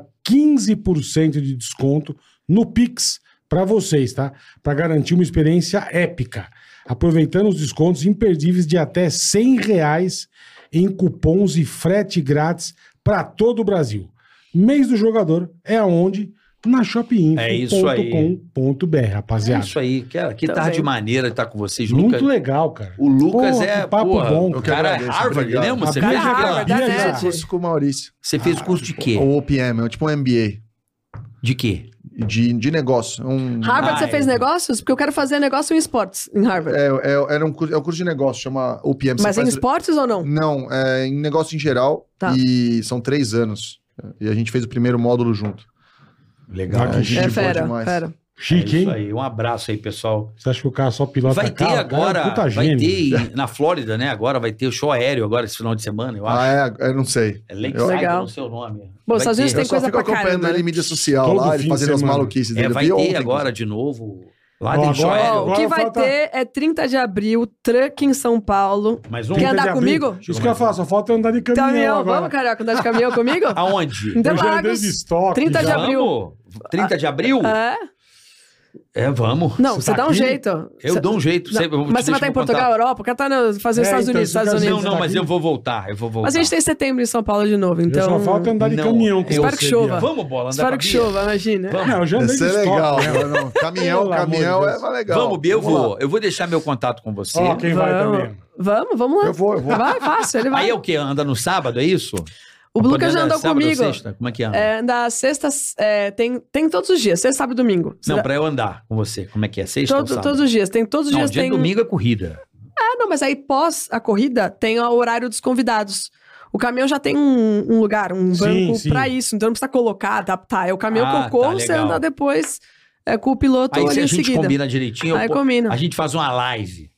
S3: 15% de desconto no Pix para vocês, tá? Para garantir uma experiência épica. Aproveitando os descontos imperdíveis de até R$ 100 reais em cupons e frete grátis para todo o Brasil. Mês do jogador é aonde? Na
S4: É isso aí.
S3: shopinfo.com.br,
S4: É
S3: rapaziada.
S4: isso aí, que, que
S1: Tá
S4: tarde
S1: bem.
S4: maneira estar com vocês,
S3: Muito
S4: Lucas.
S3: legal, cara.
S4: O Lucas
S3: Porra,
S4: é.
S3: que papo
S4: porra,
S3: bom,
S4: o
S5: cara. Eu
S4: cara é
S5: que agradeço,
S4: Harvard,
S5: obrigado.
S4: lembra? Você
S1: O cara
S4: fez,
S1: é
S4: aquela,
S1: Harvard, da
S3: Bia já-
S1: NET.
S5: Curso com o Maurício.
S4: você fez o curso de quê?
S3: Ah,
S5: Ou OPM, é tipo um MBA
S4: De quê?
S5: de, de negócio. Um,
S1: Harvard,
S4: Ah,
S1: você fez
S4: é.
S1: negócios? Porque eu quero fazer negócio em esportes, em Harvard.
S5: é, é, era um curso, é um curso de negócio, chama OPM. Você
S1: Mas em
S5: faz-
S1: esportes ou não?
S5: Não, é em negócio em geral.
S1: Tá.
S5: E são três anos. E a gente fez o primeiro módulo junto.
S4: Legal.
S5: Ah,
S1: É
S5: Gente boa
S1: fera,
S5: demais.
S1: fera.
S3: Chique,
S4: É isso
S3: hein?
S4: aí. Um abraço aí, pessoal.
S3: Você acha que o cara só pilota
S4: Vai ter
S3: carro? O cara é um
S4: agora,
S3: puta
S4: vai
S3: gênio.
S4: ter em- na Flórida, né? Agora vai ter o show aéreo agora esse final de semana, eu acho.
S5: Ah, é, eu não sei.
S4: é Lakeside,
S5: eu-
S1: Legal.
S4: eu não sei o nome.
S1: Bom,
S4: Vai
S1: os Estados Unidos
S4: ter.
S5: Eu
S1: tem
S5: só
S1: coisa
S5: fico
S1: pra
S5: acompanhando
S1: caramba,
S5: ele em
S1: né?
S5: mídia social
S3: Todo
S5: lá,
S3: fim
S5: ele
S3: de
S5: fazendo as
S3: semana.
S5: maluquices dele.
S4: É,
S5: Eu
S4: vai
S5: vi
S4: ter
S5: ontem.
S4: agora de novo. Lá
S3: Bom,
S4: tem show
S3: agora-
S4: aéreo.
S1: Ó, o que
S3: Agora
S1: vai
S3: falta-
S1: ter é 30 de abril, truck em São Paulo.
S4: Mais um.
S1: Quer
S3: 30
S1: andar
S3: de abril.
S1: comigo?
S3: Isso que eu ia falar, só falta andar de caminhão,
S1: Caminhão,
S3: agora.
S1: vamos, Então carioca, andar de caminhão comigo?
S4: Aonde?
S3: Eu já andei
S1: Interlagos,
S3: de estoque.
S1: 30 de
S3: já.
S1: abril.
S4: Vamos? 30 de abril?
S1: É?
S4: É, vamos.
S1: Não,
S3: Você
S1: você
S3: tá
S1: dá um
S3: aqui?
S1: jeito.
S4: Eu
S1: Você-
S4: dou um jeito.
S1: Não,
S4: você- eu vou te
S1: mas você vai
S4: deixar
S1: estar em
S4: meu
S1: Portugal,
S4: contato.
S1: Europa, o cara tá no- fazendo
S3: É,
S1: Estados
S3: então,
S1: Unidos,
S3: isso que
S1: Estados
S3: às
S1: Unidos.
S4: Não, não,
S3: Tá
S4: mas
S3: aqui.
S4: eu vou voltar. Eu vou voltar.
S1: Mas a gente tem setembro em São Paulo de novo,
S3: Eu
S1: então.
S3: só falta andar de
S4: Não,
S3: caminhão. com
S4: eu
S1: espero que
S3: você,
S1: chova.
S3: Bia.
S4: Vamos, bola. andar com
S1: Espero
S4: a
S1: que
S4: Bia?
S1: chova, imagina.
S4: é Vamos.
S3: Não, eu já andei
S5: Isso
S3: de
S5: é
S3: estoque.
S5: legal.
S3: né?
S5: né, mano? Caminhão,
S3: Pelo amor de
S5: caminhão
S3: Deus.
S5: é mais legal.
S4: Vamos, Bia, eu
S5: Vamos lá.
S4: vou. Eu vou deixar meu contato com você.
S3: Ó, quem vai
S1: Vamos.
S3: também.
S1: Vamos, vamos lá.
S5: Eu vou, eu vou.
S1: Vai, fácil, ele vai.
S4: Aí é o quê? Anda no sábado, é isso?
S1: O Lucas já
S4: Podendo
S1: andou
S4: é sábado ou
S1: comigo.
S4: Sexta? Como é que anda?
S1: É, na sexta, é, tem, tem todos os dias, sexta, sábado e domingo.
S4: Não, pra eu andar com você. Como é que é? Sexta
S1: Todo-
S4: ou sábado?
S1: todos os dias, tem todos os
S4: Não,
S1: dias.
S4: dia
S1: Tem...
S4: domingo é corrida.
S1: Ah, não, mas aí pós a corrida tem o horário dos convidados. O caminhão já tem um, um lugar, um
S3: Sim,
S1: banco
S3: sim.
S1: pra isso, então não precisa colocar, adaptar. É o caminhão
S4: Ah,
S1: que eu corro,
S4: tá,
S1: você
S4: legal.
S1: anda depois é, com o piloto
S4: Aí
S1: ali
S4: se a
S1: em
S4: gente
S1: seguida.
S4: combina direitinho, eu
S1: Aí
S4: po-
S1: combina.
S4: a gente faz uma live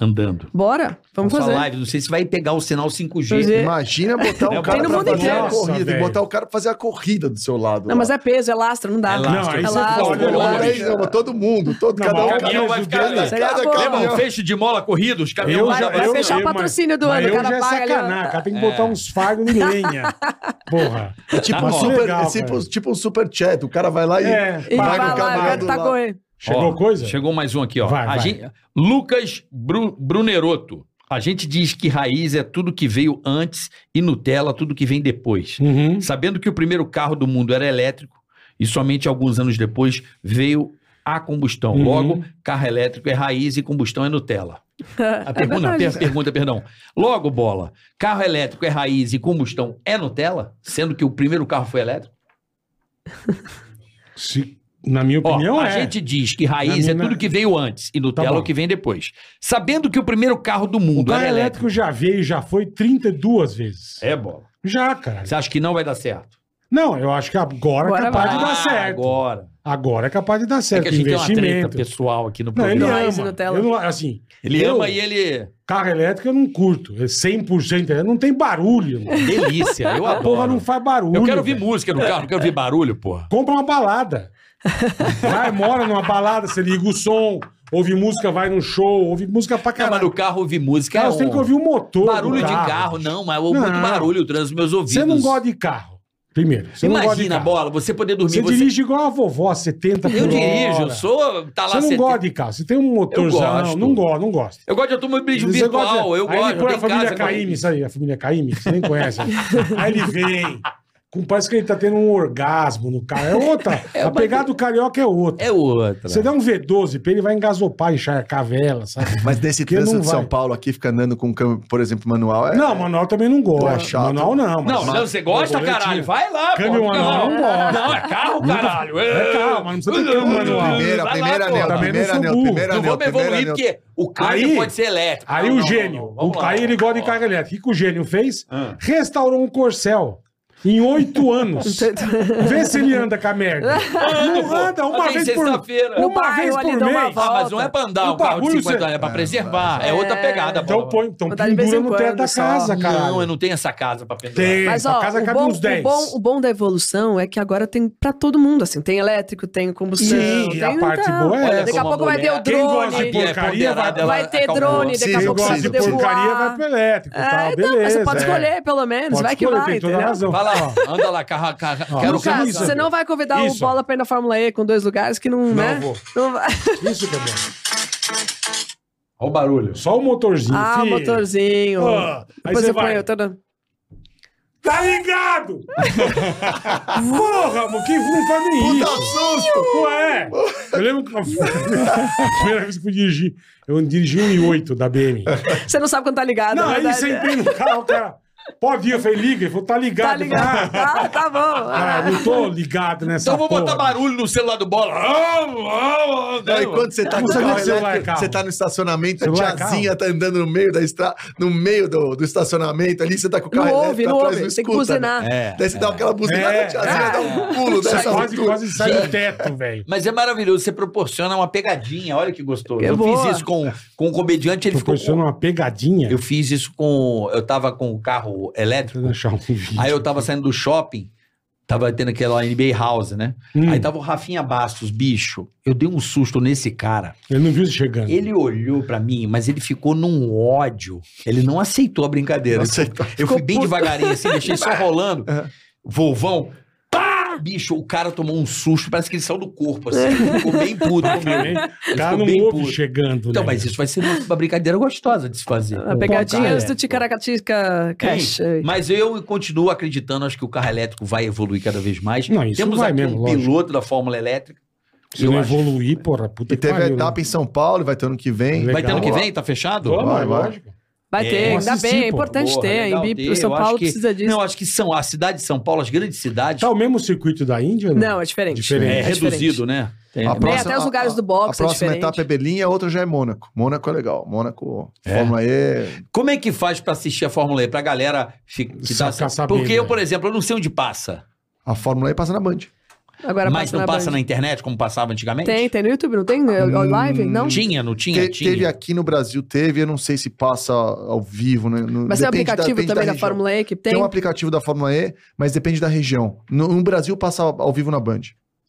S4: andando.
S1: Bora, vamos
S4: Faço
S1: fazer.
S4: uma live, não sei se vai pegar o sinal 5G.
S1: Fazer.
S5: Imagina botar
S4: Tem
S5: o
S4: no
S5: cara pra
S1: mundo
S5: fazer
S1: inteiro.
S5: a corrida. Tem
S3: Nossa,
S5: que botar o cara pra fazer a corrida do seu lado.
S1: Não, mas é peso, é lastro, não dá.
S4: É lastro.
S3: Não, aí
S1: É
S3: você
S1: lá,
S3: olha
S1: olha lá.
S3: longe.
S5: todo mundo, todo,
S3: Não,
S5: cada
S3: mas
S5: um
S3: o caminhão
S4: vai ficar
S5: cada-
S4: ali.
S1: Seria
S5: cada
S1: bom.
S5: caminhão.
S4: Lembra um feixe de mola corrida? Os
S3: Eu
S4: caminhões
S1: Vai-
S4: já...
S3: já,
S1: vai
S3: eu,
S1: fechar o
S3: eu- mas-
S1: patrocínio do
S3: mas
S1: ano,
S3: eu
S1: cara
S3: já é
S1: paga né? ali, ó.
S3: sacanagem, cara. Tem que
S4: É.
S3: botar uns fardos de lenha. Porra.
S5: É tipo,
S4: Tá
S5: um
S4: bom.
S5: super,
S3: Legal,
S5: é tipo-
S3: cara.
S5: tipo um super chat. O cara vai lá e.
S3: É,
S5: Paga
S1: E
S5: o
S1: vai lá,
S5: camarada
S1: o gato
S5: do
S1: tá
S5: lado.
S1: correndo.
S3: Chegou
S4: Ó,
S3: coisa?
S4: Chegou mais um aqui, ó.
S3: Vai,
S4: A
S3: vai.
S4: gente- Lucas Bru- Bruneroto. A gente diz que raiz é tudo que veio antes e Nutella tudo que vem depois.
S3: Uhum.
S4: Sabendo que o primeiro carro do mundo era elétrico e somente alguns anos depois veio a combustão.
S3: Uhum.
S4: Logo, carro elétrico é raiz e combustão é Nutella.
S3: É
S4: A pergunta,
S1: verdade.
S4: per- pergunta, perdão. Logo, bola, carro elétrico é raiz e combustão é Nutella? Sendo que o primeiro carro foi elétrico?
S3: Se- na minha
S4: Ó,
S3: opinião,
S4: a
S3: é.
S4: gente diz que raiz
S3: Na
S4: é
S3: minha- Tá
S4: tudo que veio antes e Nutella
S3: bom.
S4: é o que vem depois. Sabendo que o primeiro carro do
S3: O é
S4: mundo
S3: carro
S4: era
S3: elétrico
S4: um elétrico.
S3: já veio, já foi 32 vezes.
S4: É, bola.
S3: Já, cara.
S4: Você acha que não vai dar certo? Ah,
S3: Não, eu acho que agora,
S1: Agora
S3: é capaz
S1: vai.
S3: de dar certo. Agora.
S4: Agora.
S3: é capaz de dar
S4: É
S3: certo.
S4: que a gente tem uma treta
S3: investimento.
S4: pessoal aqui no
S3: não, ele
S4: programa.
S1: Não, isso
S3: ama.
S1: Nutella.
S3: Eu não- assim,
S4: ele
S3: eu-
S4: ama e ele. é
S3: Carro elétrico eu não curto. É 100% elétrico. Não tem barulho. irmão.
S4: Delícia, eu
S3: A porra não né?
S4: adoro.
S3: faz barulho.
S4: Eu quero ouvir
S3: velho.
S4: música no carro, não quero ouvir barulho, porra.
S3: Compra uma balada. Vai, mora numa balada, você liga o som, ouve música, vai num show, ouve música pra
S4: Cara, mas
S3: caralho.
S4: no carro ouvir música
S3: Cara,
S4: é
S3: você tem
S4: um-
S3: que ouvir o motor. do
S4: Barulho de carro, não, mas eu ouço muito
S3: Não.
S4: barulho, eu transo meus ouvidos.
S3: Você não gosta de carro. Primeiro. Você não gosta de
S4: Imagina,
S3: carro.
S4: bola, você poder dormir.
S3: Você,
S4: você-
S3: dirige igual a vovó, 70 por
S4: Eu dirijo, eu
S3: hora.
S4: sou. Tá lá
S3: Você não
S4: 70.
S3: gosta de carro. Você tem um motorzão.
S4: gosto.
S3: Não, não gosta, não gosta.
S4: Eu gosto de automobilismo
S3: Você
S4: virtual,
S3: gosta-
S4: eu
S3: aí
S4: gosto.
S3: Ele põe
S4: eu
S3: a família
S4: tenho casa,
S3: Caime, isso aí, a família Caime, que você nem conhece. aí ele vem. Com, parece que ele tá tendo um orgasmo no carro. É outra. a pegada do carioca é outra.
S4: É outra.
S3: Você dá um V12 pra ele, vai engasopar, encharcar a vela, sabe?
S5: Mas nesse
S3: Porque
S5: trânsito
S3: não
S5: de
S3: vai.
S5: São Paulo aqui, fica andando com câmbio, por exemplo, manual. É...
S3: Não, manual também não
S5: Pô, é
S3: gosta.
S5: chato.
S3: manual não. mas-
S4: Não, não, você gosta,
S3: boletinha.
S4: caralho. Vai lá,
S3: Câmbio
S4: pô.
S3: manual não gosta.
S4: Não, é carro, caralho.
S3: É carro, mas não precisa ter câmbio manual.
S5: Primeira,
S4: Vai lá,
S5: primeira
S4: pô.
S5: anel,
S3: Também
S5: primeira
S3: não sou
S5: anel,
S3: burro.
S5: primeira
S4: Não
S5: anel,
S4: vamos
S5: primeira
S4: evoluir,
S5: anel.
S4: porque o
S3: Aí-
S4: carro pode ser elétrico.
S3: Aí
S4: Não,
S3: o
S4: não,
S3: gênio,
S4: não, não. Vamos
S3: o
S4: lá. Ah.
S3: aí ele gosta de
S4: Ó.
S3: carga elétrica. O que que o gênio fez? Restaurou um Corcel. Em oito anos. Vê se ele anda com a merda. Não anda, uma
S4: Mas tem
S3: vez por...
S4: Assim, sexta-feira.
S1: No
S3: Uma
S1: bairro
S3: vez
S1: ali,
S3: por
S1: dá uma
S3: mês.
S1: volta.
S4: Ah, mas não é pra andar
S3: Um
S4: um carro de
S3: bagulho você-
S4: 50 anos, é pra preservar. É, outra pegada.
S3: Então
S4: bola.
S3: põe, então
S1: Vou dar de vez
S3: pendura
S1: em
S3: no teto
S1: quando
S3: da
S1: só.
S3: casa,
S4: Não, eu
S3: caralho.
S4: não tenho essa casa pra pendurar.
S3: Tem,
S1: Mas
S3: sua
S1: ó,
S3: casa
S1: o
S3: cabe
S1: bom,
S3: uns 10.
S1: o, bom, o bom da evolução é que agora tem pra todo mundo, assim, tem elétrico, tem combustão.
S3: Sim,
S1: tem,
S3: a parte boa é
S4: Olha
S1: Daqui
S4: como
S1: a pouco vai ter
S4: mulher-
S1: o
S3: Quem gosta de
S1: drone,
S4: Quem é
S3: porcaria vai- um
S4: ponderada,
S1: vai
S4: ela
S1: ter
S4: acalmou.
S1: drone, daqui
S5: Sim,
S1: a
S3: Quem
S1: pouco
S5: eu
S1: vai
S5: gosto
S3: gosta de
S5: de
S1: poder
S3: porcaria
S1: voar.
S3: vai pro elétrico,
S1: É,
S3: tal,
S1: então, mas
S3: beleza.
S1: você pode escolher, pelo menos,
S3: Pode
S1: vai que
S3: escolher,
S1: vai,
S3: tem toda a
S1: entendeu?
S3: razão.
S4: Vai lá, anda lá, carro, carro,
S3: Ó,
S4: quero
S3: Lucas,
S4: carro.
S1: Lucas,
S3: isso,
S1: você
S3: André.
S1: não vai convidar
S3: Isso.
S1: o Bola pra ir na Fórmula E com dois lugares que não,
S3: Não
S1: né?
S3: vou.
S1: Não vai.
S3: Isso que é bom.
S4: Olha o barulho.
S3: Só o motorzinho,
S1: Ah,
S3: filho.
S1: motorzinho.
S3: Ó, aí
S1: Depois
S3: você
S1: eu
S3: vai.
S1: ponho toda...
S3: Tá ligado? Porra, mano, que não faz nem
S5: Puta
S3: isso.
S5: susto!
S3: Ué, é. eu lembro que a primeira vez que eu dirigi, eu dirigi um i8 da BM.
S1: Você não sabe quando tá ligado,
S3: Não,
S1: na
S3: aí
S1: verdade. é.
S3: sentei no carro, cara. Pode ir, eu falei, liga. Ele falou, tá ligado.
S1: Tá ligado?
S3: Ah,
S1: Tá, tá bom.
S3: ah, não tô ligado nessa
S4: Então vou
S3: porra.
S4: botar barulho no celular do bola. Ah, ah, ah,
S5: Aí quando você tá
S3: é Não
S5: com o
S3: sabia
S5: carro
S3: que celular é
S5: elétrico,
S3: carro.
S5: você tá no estacionamento, a
S3: Celular é
S5: tiazinha tá andando no meio da estrada, no meio do, do estacionamento ali, você tá com o carro
S1: Não
S5: elétrico
S1: ouve, não
S5: atrás, né?
S1: ouve. Tem que buzinar.
S4: É.
S5: Daí você dá aquela buzinada,
S3: É.
S5: a tiazinha
S3: É.
S5: dá um pulo
S3: Sai-
S5: dessa
S3: quase,
S5: altura.
S3: quase sai do teto, velho.
S4: Mas é maravilhoso, você proporciona uma pegadinha, olha que gostoso.
S1: Que
S4: eu
S1: boa.
S4: fiz isso com, com um comediante, ele ficou.
S3: É Proporciona uma pegadinha.
S4: Eu fiz isso com. Eu tava com o carro elétrico,
S3: Deixa eu achar um vídeo.
S4: aí eu tava saindo do shopping, tava tendo aquela NBA House, né?
S3: Hum,
S4: Aí tava o Rafinha Bastos, bicho. Eu dei um susto nesse cara.
S3: Ele não viu isso chegando.
S4: Ele olhou pra mim, mas ele ficou num ódio. Ele não aceitou a brincadeira.
S5: Aceitou.
S4: Eu fui bem devagarinho, assim, deixei só rolando. Volvão. Pá! Bicho, o cara tomou um susto, parece que ele saiu do corpo, assim. Ele ficou bem puto comigo.
S3: Também. O
S4: Ele
S3: cara
S4: ficou
S3: não
S4: bem
S3: ouve
S4: puto.
S3: chegando.
S4: Então,
S3: né?
S4: mas isso vai ser uma uma brincadeira gostosa de se fazer.
S1: A pegadinha
S4: Pô, cara,
S1: do Ticaracatica Cash.
S4: Tem, Mas eu continuo acreditando, acho que o carro elétrico vai evoluir cada vez mais.
S3: Não, isso
S4: Temos
S3: vai
S4: aqui
S3: mesmo,
S4: um
S3: lógico. é
S4: piloto da Fórmula Elétrica.
S3: Se não
S4: eu acho.
S3: evoluir, porra, puta
S5: E teve a
S3: pariu, né?
S5: etapa em São Paulo, e vai ter ano que vem.
S3: Legal.
S4: Vai ter ano que
S5: Vamos lá.
S4: vem? Tá fechado?
S3: Vamos,
S5: Vai, vai.
S3: lógico.
S1: Vai
S4: É,
S1: ter,
S3: eu
S1: ainda
S3: assisti,
S1: bem, é
S3: pô.
S1: importante
S4: Porra,
S1: ter.
S4: legal
S1: a Embi-
S4: ter,
S1: o São
S4: eu acho
S1: Paulo
S4: que-
S1: precisa disso.
S4: Não, acho que são a cidade de São Paulo, as grandes cidades.
S3: Tá o mesmo circuito da Índia? ou
S1: Não, é diferente.
S3: Diferente.
S4: é,
S3: é
S4: reduzido, né? Tem-
S5: A
S1: Tem
S5: próxima-
S1: até os lugares do
S5: A
S1: boxe, é
S5: próxima
S1: diferente.
S5: etapa é Berlim, a outra já é Mônaco. Mônaco é legal. Mônaco, Fórmula E.
S4: Como é que faz pra assistir a Fórmula E? Pra galera fi- que tá...
S3: Saca- saber,
S4: Porque eu,
S3: né?
S4: por exemplo, eu não sei onde passa.
S5: A Fórmula E passa na Band.
S1: Agora
S4: mas não passa
S1: Band.
S4: na internet, como passava antigamente?
S1: Tem, tem no YouTube, não tem? No-
S5: Hum,
S1: Live? Não?
S4: Tinha, não tinha?
S5: Te-
S4: tinha.
S5: Teve aqui no Brasil, teve. Eu não sei se passa ao vivo. Né? No-
S1: Mas tem um
S5: depende da-
S1: aplicativo
S5: depende
S1: também da,
S5: região.
S1: Fórmula E que tem?
S5: Tem. um aplicativo da Fórmula E, mas depende da região. No, no Brasil passa ao, ao vivo na Band.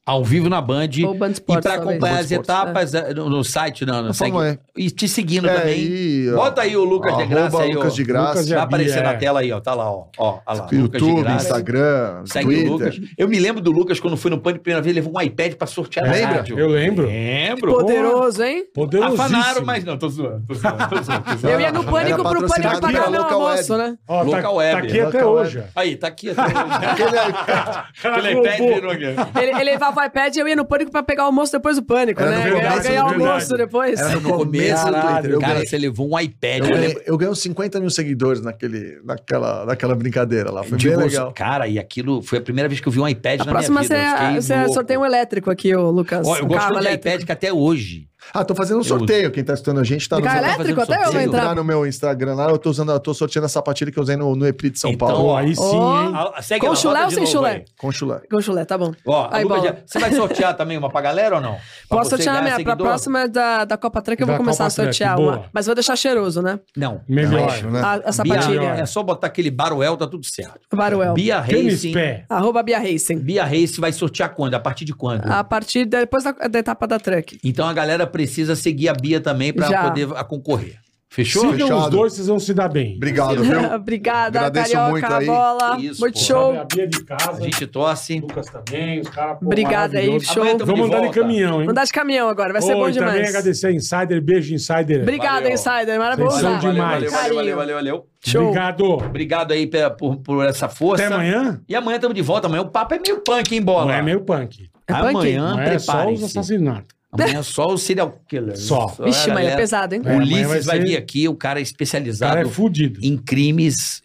S4: Ao vivo na Band.
S1: Ou Band
S4: E pra
S1: Sports, talvez.
S4: acompanhar as
S1: Band Sports, é.
S4: etapas eh, no, no site, não,
S5: Na
S4: não
S5: Fórmula
S4: segue.
S5: E.
S4: E te seguindo
S5: É,
S4: também.
S5: e, ó,
S4: Bota aí o Lucas de Graça
S5: arroba
S4: aí, ó.
S5: Lucas de Graça.
S3: Lucas de
S4: Vai aparecer
S3: é.
S4: na tela aí, ó. Tá lá, ó. ó olha lá, Lucas de
S5: YouTube,
S4: Graça.
S5: Instagram,
S4: Segue
S5: Twitter.
S4: o Lucas. Eu me lembro do Lucas quando fui no Pânico primeira vez, levou um iPad pra
S1: é
S4: sortear na
S5: Lembra?
S4: rádio.
S3: É, Eu lembro.
S4: Lembro.
S1: Poderoso, hein?
S3: Poderosíssimo.
S4: É. Afanaram, mas não, tô zoando. Tô zoando, tô zoando, tô zoando.
S1: Eu ia no pânico
S5: Era
S1: pro pânico
S5: patrocinado
S1: pagar
S5: pela
S1: meu
S5: Local
S1: almoço,
S5: Web.
S1: né?
S3: Ó, tá,
S4: né? Local web.
S3: tá aqui até
S5: Local
S3: hoje. ó.
S4: Aí, tá aqui. até hoje.
S5: Aquele é- era
S3: Cara,
S4: Aquele
S3: roubou.
S4: iPad virou aqui.
S1: Ele, ele levava o iPad e eu ia no pânico pra pegar o almoço depois do pânico,
S5: Era
S1: né?
S5: no
S1: Ganhar-
S5: começo,
S1: ganhar
S5: é
S1: o
S5: verdade.
S1: almoço depois.
S5: Era no começo do
S4: Caralho,
S5: Twitter. Eu
S4: cara,
S5: ganhei-
S4: você levou um iPad.
S5: Eu
S4: eu
S5: ganhei,
S4: lembro.
S5: eu ganhei uns 50 mil seguidores naquele, naquela, naquela brincadeira lá. Foi
S4: De
S5: bem
S4: gosto.
S5: legal.
S4: Tipo, Cara, e aquilo foi a primeira vez que eu vi um iPad
S1: A
S4: na
S1: próxima é-
S4: minha vida. Eu
S1: você,
S4: fiquei
S1: você
S4: louco.
S1: sorteia um elétrico aqui, ô Lucas.
S4: Ó, eu
S1: um
S4: gosto
S1: carro
S4: tanto de
S1: elétrico.
S4: iPad que até hoje.
S5: Ah, tô fazendo um sorteio. Quem tá escutando a gente tá
S1: De carro
S5: no...
S1: elétrico
S4: fazendo
S1: até é eu então. vou
S5: Se
S4: sorteio.
S5: entrar
S1: entrar.
S5: no meu Instagram lá, eu tô usando, eu tô sorteando a sapatilha que eu usei no, no EPRI de São
S4: Então,
S5: Paulo.
S3: Pô, aí sim,
S1: Ó.
S3: hein?
S4: Ah, segue
S1: Com
S4: lá,
S1: chulé
S4: bota
S1: ou
S4: de
S1: sem
S4: novo
S1: chulé?
S4: aí.
S5: Com chulé.
S1: Com chulé, tá bom.
S4: Ó,
S1: Aí,
S4: Lucas,
S1: bola.
S4: já- você vai sortear também uma pra galera ou não? Pra você
S1: Posso sortear a
S4: ganhar
S1: minha, pra
S4: seguidor?
S1: próxima da, da Copa Tranca eu vou
S3: Da
S1: começar
S3: Copa
S1: a sortear
S3: Tranca,
S1: uma.
S3: boa.
S1: Mas vou deixar cheiroso, né?
S4: Não.
S3: Melhor.
S5: Acho, né?
S1: A, a
S4: Bia,
S1: sapatilha.
S4: é só botar aquele Baruel, tá tudo certo.
S1: Baruel.
S4: Bia
S3: Tênis
S4: Racing.
S3: pé.
S1: Arroba Bia Racing.
S4: Bia Race vai sortear quando? A partir de quando?
S5: Ah.
S1: A partir da- depois da, da etapa da Truck.
S4: Então a galera precisa seguir a Bia também pra
S1: Já.
S4: poder a concorrer. Fechou?
S3: Sigam os
S5: Fechado.
S3: dois, vocês vão se dar bem.
S5: Obrigado, viu?
S1: Obrigada,
S5: Agradeço
S1: Carioca,
S5: muito aí.
S1: bola.
S4: Que isso,
S1: muito
S4: pô.
S3: Sabe,
S1: show.
S3: a Bia de casa,
S4: A gente torce.
S3: o Lucas também, os caras... pô,
S1: Obrigada aí,
S3: maravilhoso.
S1: show.
S4: Amanhã tamo
S3: Vamos
S4: de
S3: mandar de
S4: volta.
S3: caminhão, hein?
S1: Mandar de caminhão agora, vai ser
S3: Ô,
S1: bom
S3: e Também
S1: demais.
S3: agradecer a Insider. Beijo, Insider.
S1: Obrigada,
S4: Valeu.
S1: Insider. Maravilhoso.
S3: Vocês são
S1: Valeu,
S3: demais.
S4: Valeu, valeu, valeu, valeu, valeu.
S1: Show.
S3: Obrigado.
S4: Obrigado aí pe- por, por essa força.
S3: Até amanhã.
S4: E amanhã estamos de volta. Amanhã o papo é meio punk, hein,
S3: Não
S4: bola?
S3: é meio punk.
S1: É punk?
S4: Amanhã,
S3: Não é só os
S4: preparem-se.
S3: assassinatos.
S4: Amanhã é só o serial killer.
S3: Só.
S4: a
S1: Vixe, mas é
S4: galera-
S1: pesado, hein?
S4: O
S3: É, amanhã
S4: Ulisses
S3: vai
S4: vai,
S3: ser-
S4: vir aqui, o cara é
S3: O cara é
S4: especializado
S3: fudido.
S4: em crimes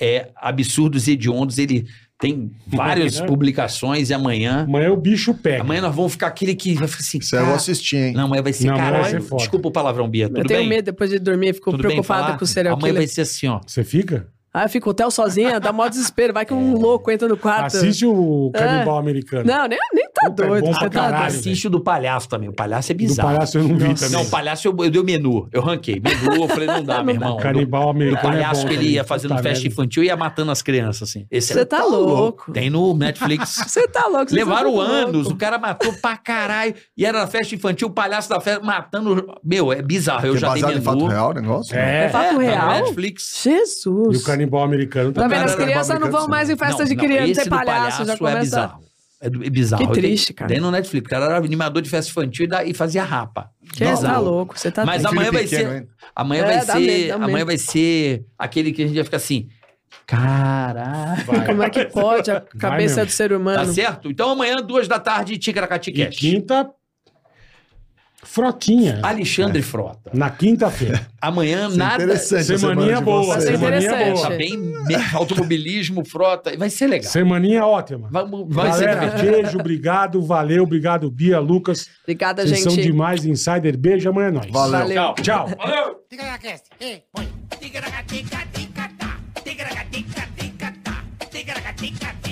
S4: é, absurdos e hediondos. Ele tem várias
S3: Amanhã-
S4: publicações e amanhã.
S3: Amanhã o bicho pega.
S4: Amanhã nós vamos ficar aquele que vai ficar assim.
S5: Isso aí eu vou
S4: cara,
S5: assistir, hein?
S4: Não, amanhã vai ser
S3: Não, amanhã
S4: caralho.
S3: vai ser foda.
S4: Desculpa o palavrão, Bia. Tudo
S1: eu tenho
S4: bem?
S1: medo depois de dormir, fico
S4: Tudo bem
S1: preocupada
S4: falar?
S1: com o serial
S4: Amanhã vai
S1: killer.
S4: ser assim, ó.
S3: Você fica?
S1: Ah, eu fico hotel sozinha, dá mó desespero. Vai que
S4: É.
S1: um louco entra no quarto.
S3: Assiste o Canibal Americano.
S1: É. Não, nem, nem tá
S3: Puta, é
S1: doido.
S3: bom
S1: você
S3: pra
S1: tá
S3: caralho.
S1: doido.
S4: Assiste o do palhaço também. O palhaço é
S3: Do
S4: bizarro.
S3: palhaço eu não vi também.
S4: Não, o palhaço eu, eu dei o menu. Eu ranquei. Menu, eu falei, não dá, meu irmão.
S3: Canibal
S4: Do
S3: americano. é
S4: palhaço
S3: bom
S4: que ele
S3: também.
S4: ia fazendo
S3: Puta
S4: festa
S3: merda.
S4: infantil e ia matando as crianças, assim. Esse
S1: Você
S4: é-
S1: tá louco.
S4: Tem no Netflix.
S1: Você tá louco. você
S4: Levaram
S1: tá louco.
S4: anos, o cara matou pra caralho. E era na festa infantil, o palhaço da festa matando. Meu, é bizarro. Eu
S5: Que é
S4: já dei
S5: baseado em fato
S4: menu.
S5: real o negócio? né?
S1: É
S3: É.
S1: fato
S4: tá no
S1: real?
S4: Netflix.
S3: E
S1: Jesus.
S3: o canibal americano
S1: Tá
S3: também.
S1: vendo? As
S5: cara-
S1: crianças não vão mais em festa
S4: Não,
S1: de
S4: não,
S1: criança,
S4: esse
S1: é
S4: do
S1: palhaço, já
S4: É
S1: começa.
S4: bizarro. É, do- é bizarro.
S1: Que
S4: Eu dei-
S1: triste, cara.
S4: Dei no Netflix. O cara era animador de festa infantil e, da- e fazia rapa.
S1: Que
S4: Bizarro.
S1: tá louco, você tá
S4: Mas
S5: Um
S1: doido.
S5: filho
S4: amanhã vai
S5: pequeno
S4: ser-
S5: ainda.
S4: Amanhã
S1: É,
S4: vai
S1: dá
S4: ser.
S1: medo, dá
S4: amanhã
S1: medo.
S4: vai ser aquele que a gente vai ficar assim. Caralho.
S3: Vai.
S1: Como é que pode a cabeça
S3: mesmo.
S1: do ser humano?
S4: Tá certo? Então amanhã, duas da tarde, Ticaracati
S3: E
S4: Cash.
S3: quinta, Frotinha.
S1: Ah.
S4: Alexandre Frota.
S3: Na quinta-feira.
S4: Amanhã nada.
S5: É. Interessante. a
S3: Semaninha
S5: semana de
S3: boa.
S5: vocês. né?
S1: Vai ser
S3: Semaninha
S1: é interessante.
S4: Tá
S3: boa.
S4: bem, me- automobilismo, frota. Vai ser legal.
S3: Semaninha ótima.
S4: Vamos, vai ser
S3: Galera,
S4: divertido.
S3: beijo, obrigado, valeu, obrigado, Bia, Lucas.
S1: Obrigada,
S3: Vocês são
S1: gente.
S3: demais, Insider. Beijo, amanhã é nóis.
S5: Valeu.
S1: Valeu.
S3: Tchau.
S2: Tigaracast, ei, põe. Tigaracá, tica, tica, tá. Tigaracá, tica, tica, tá. Tigaracá, tica, tica,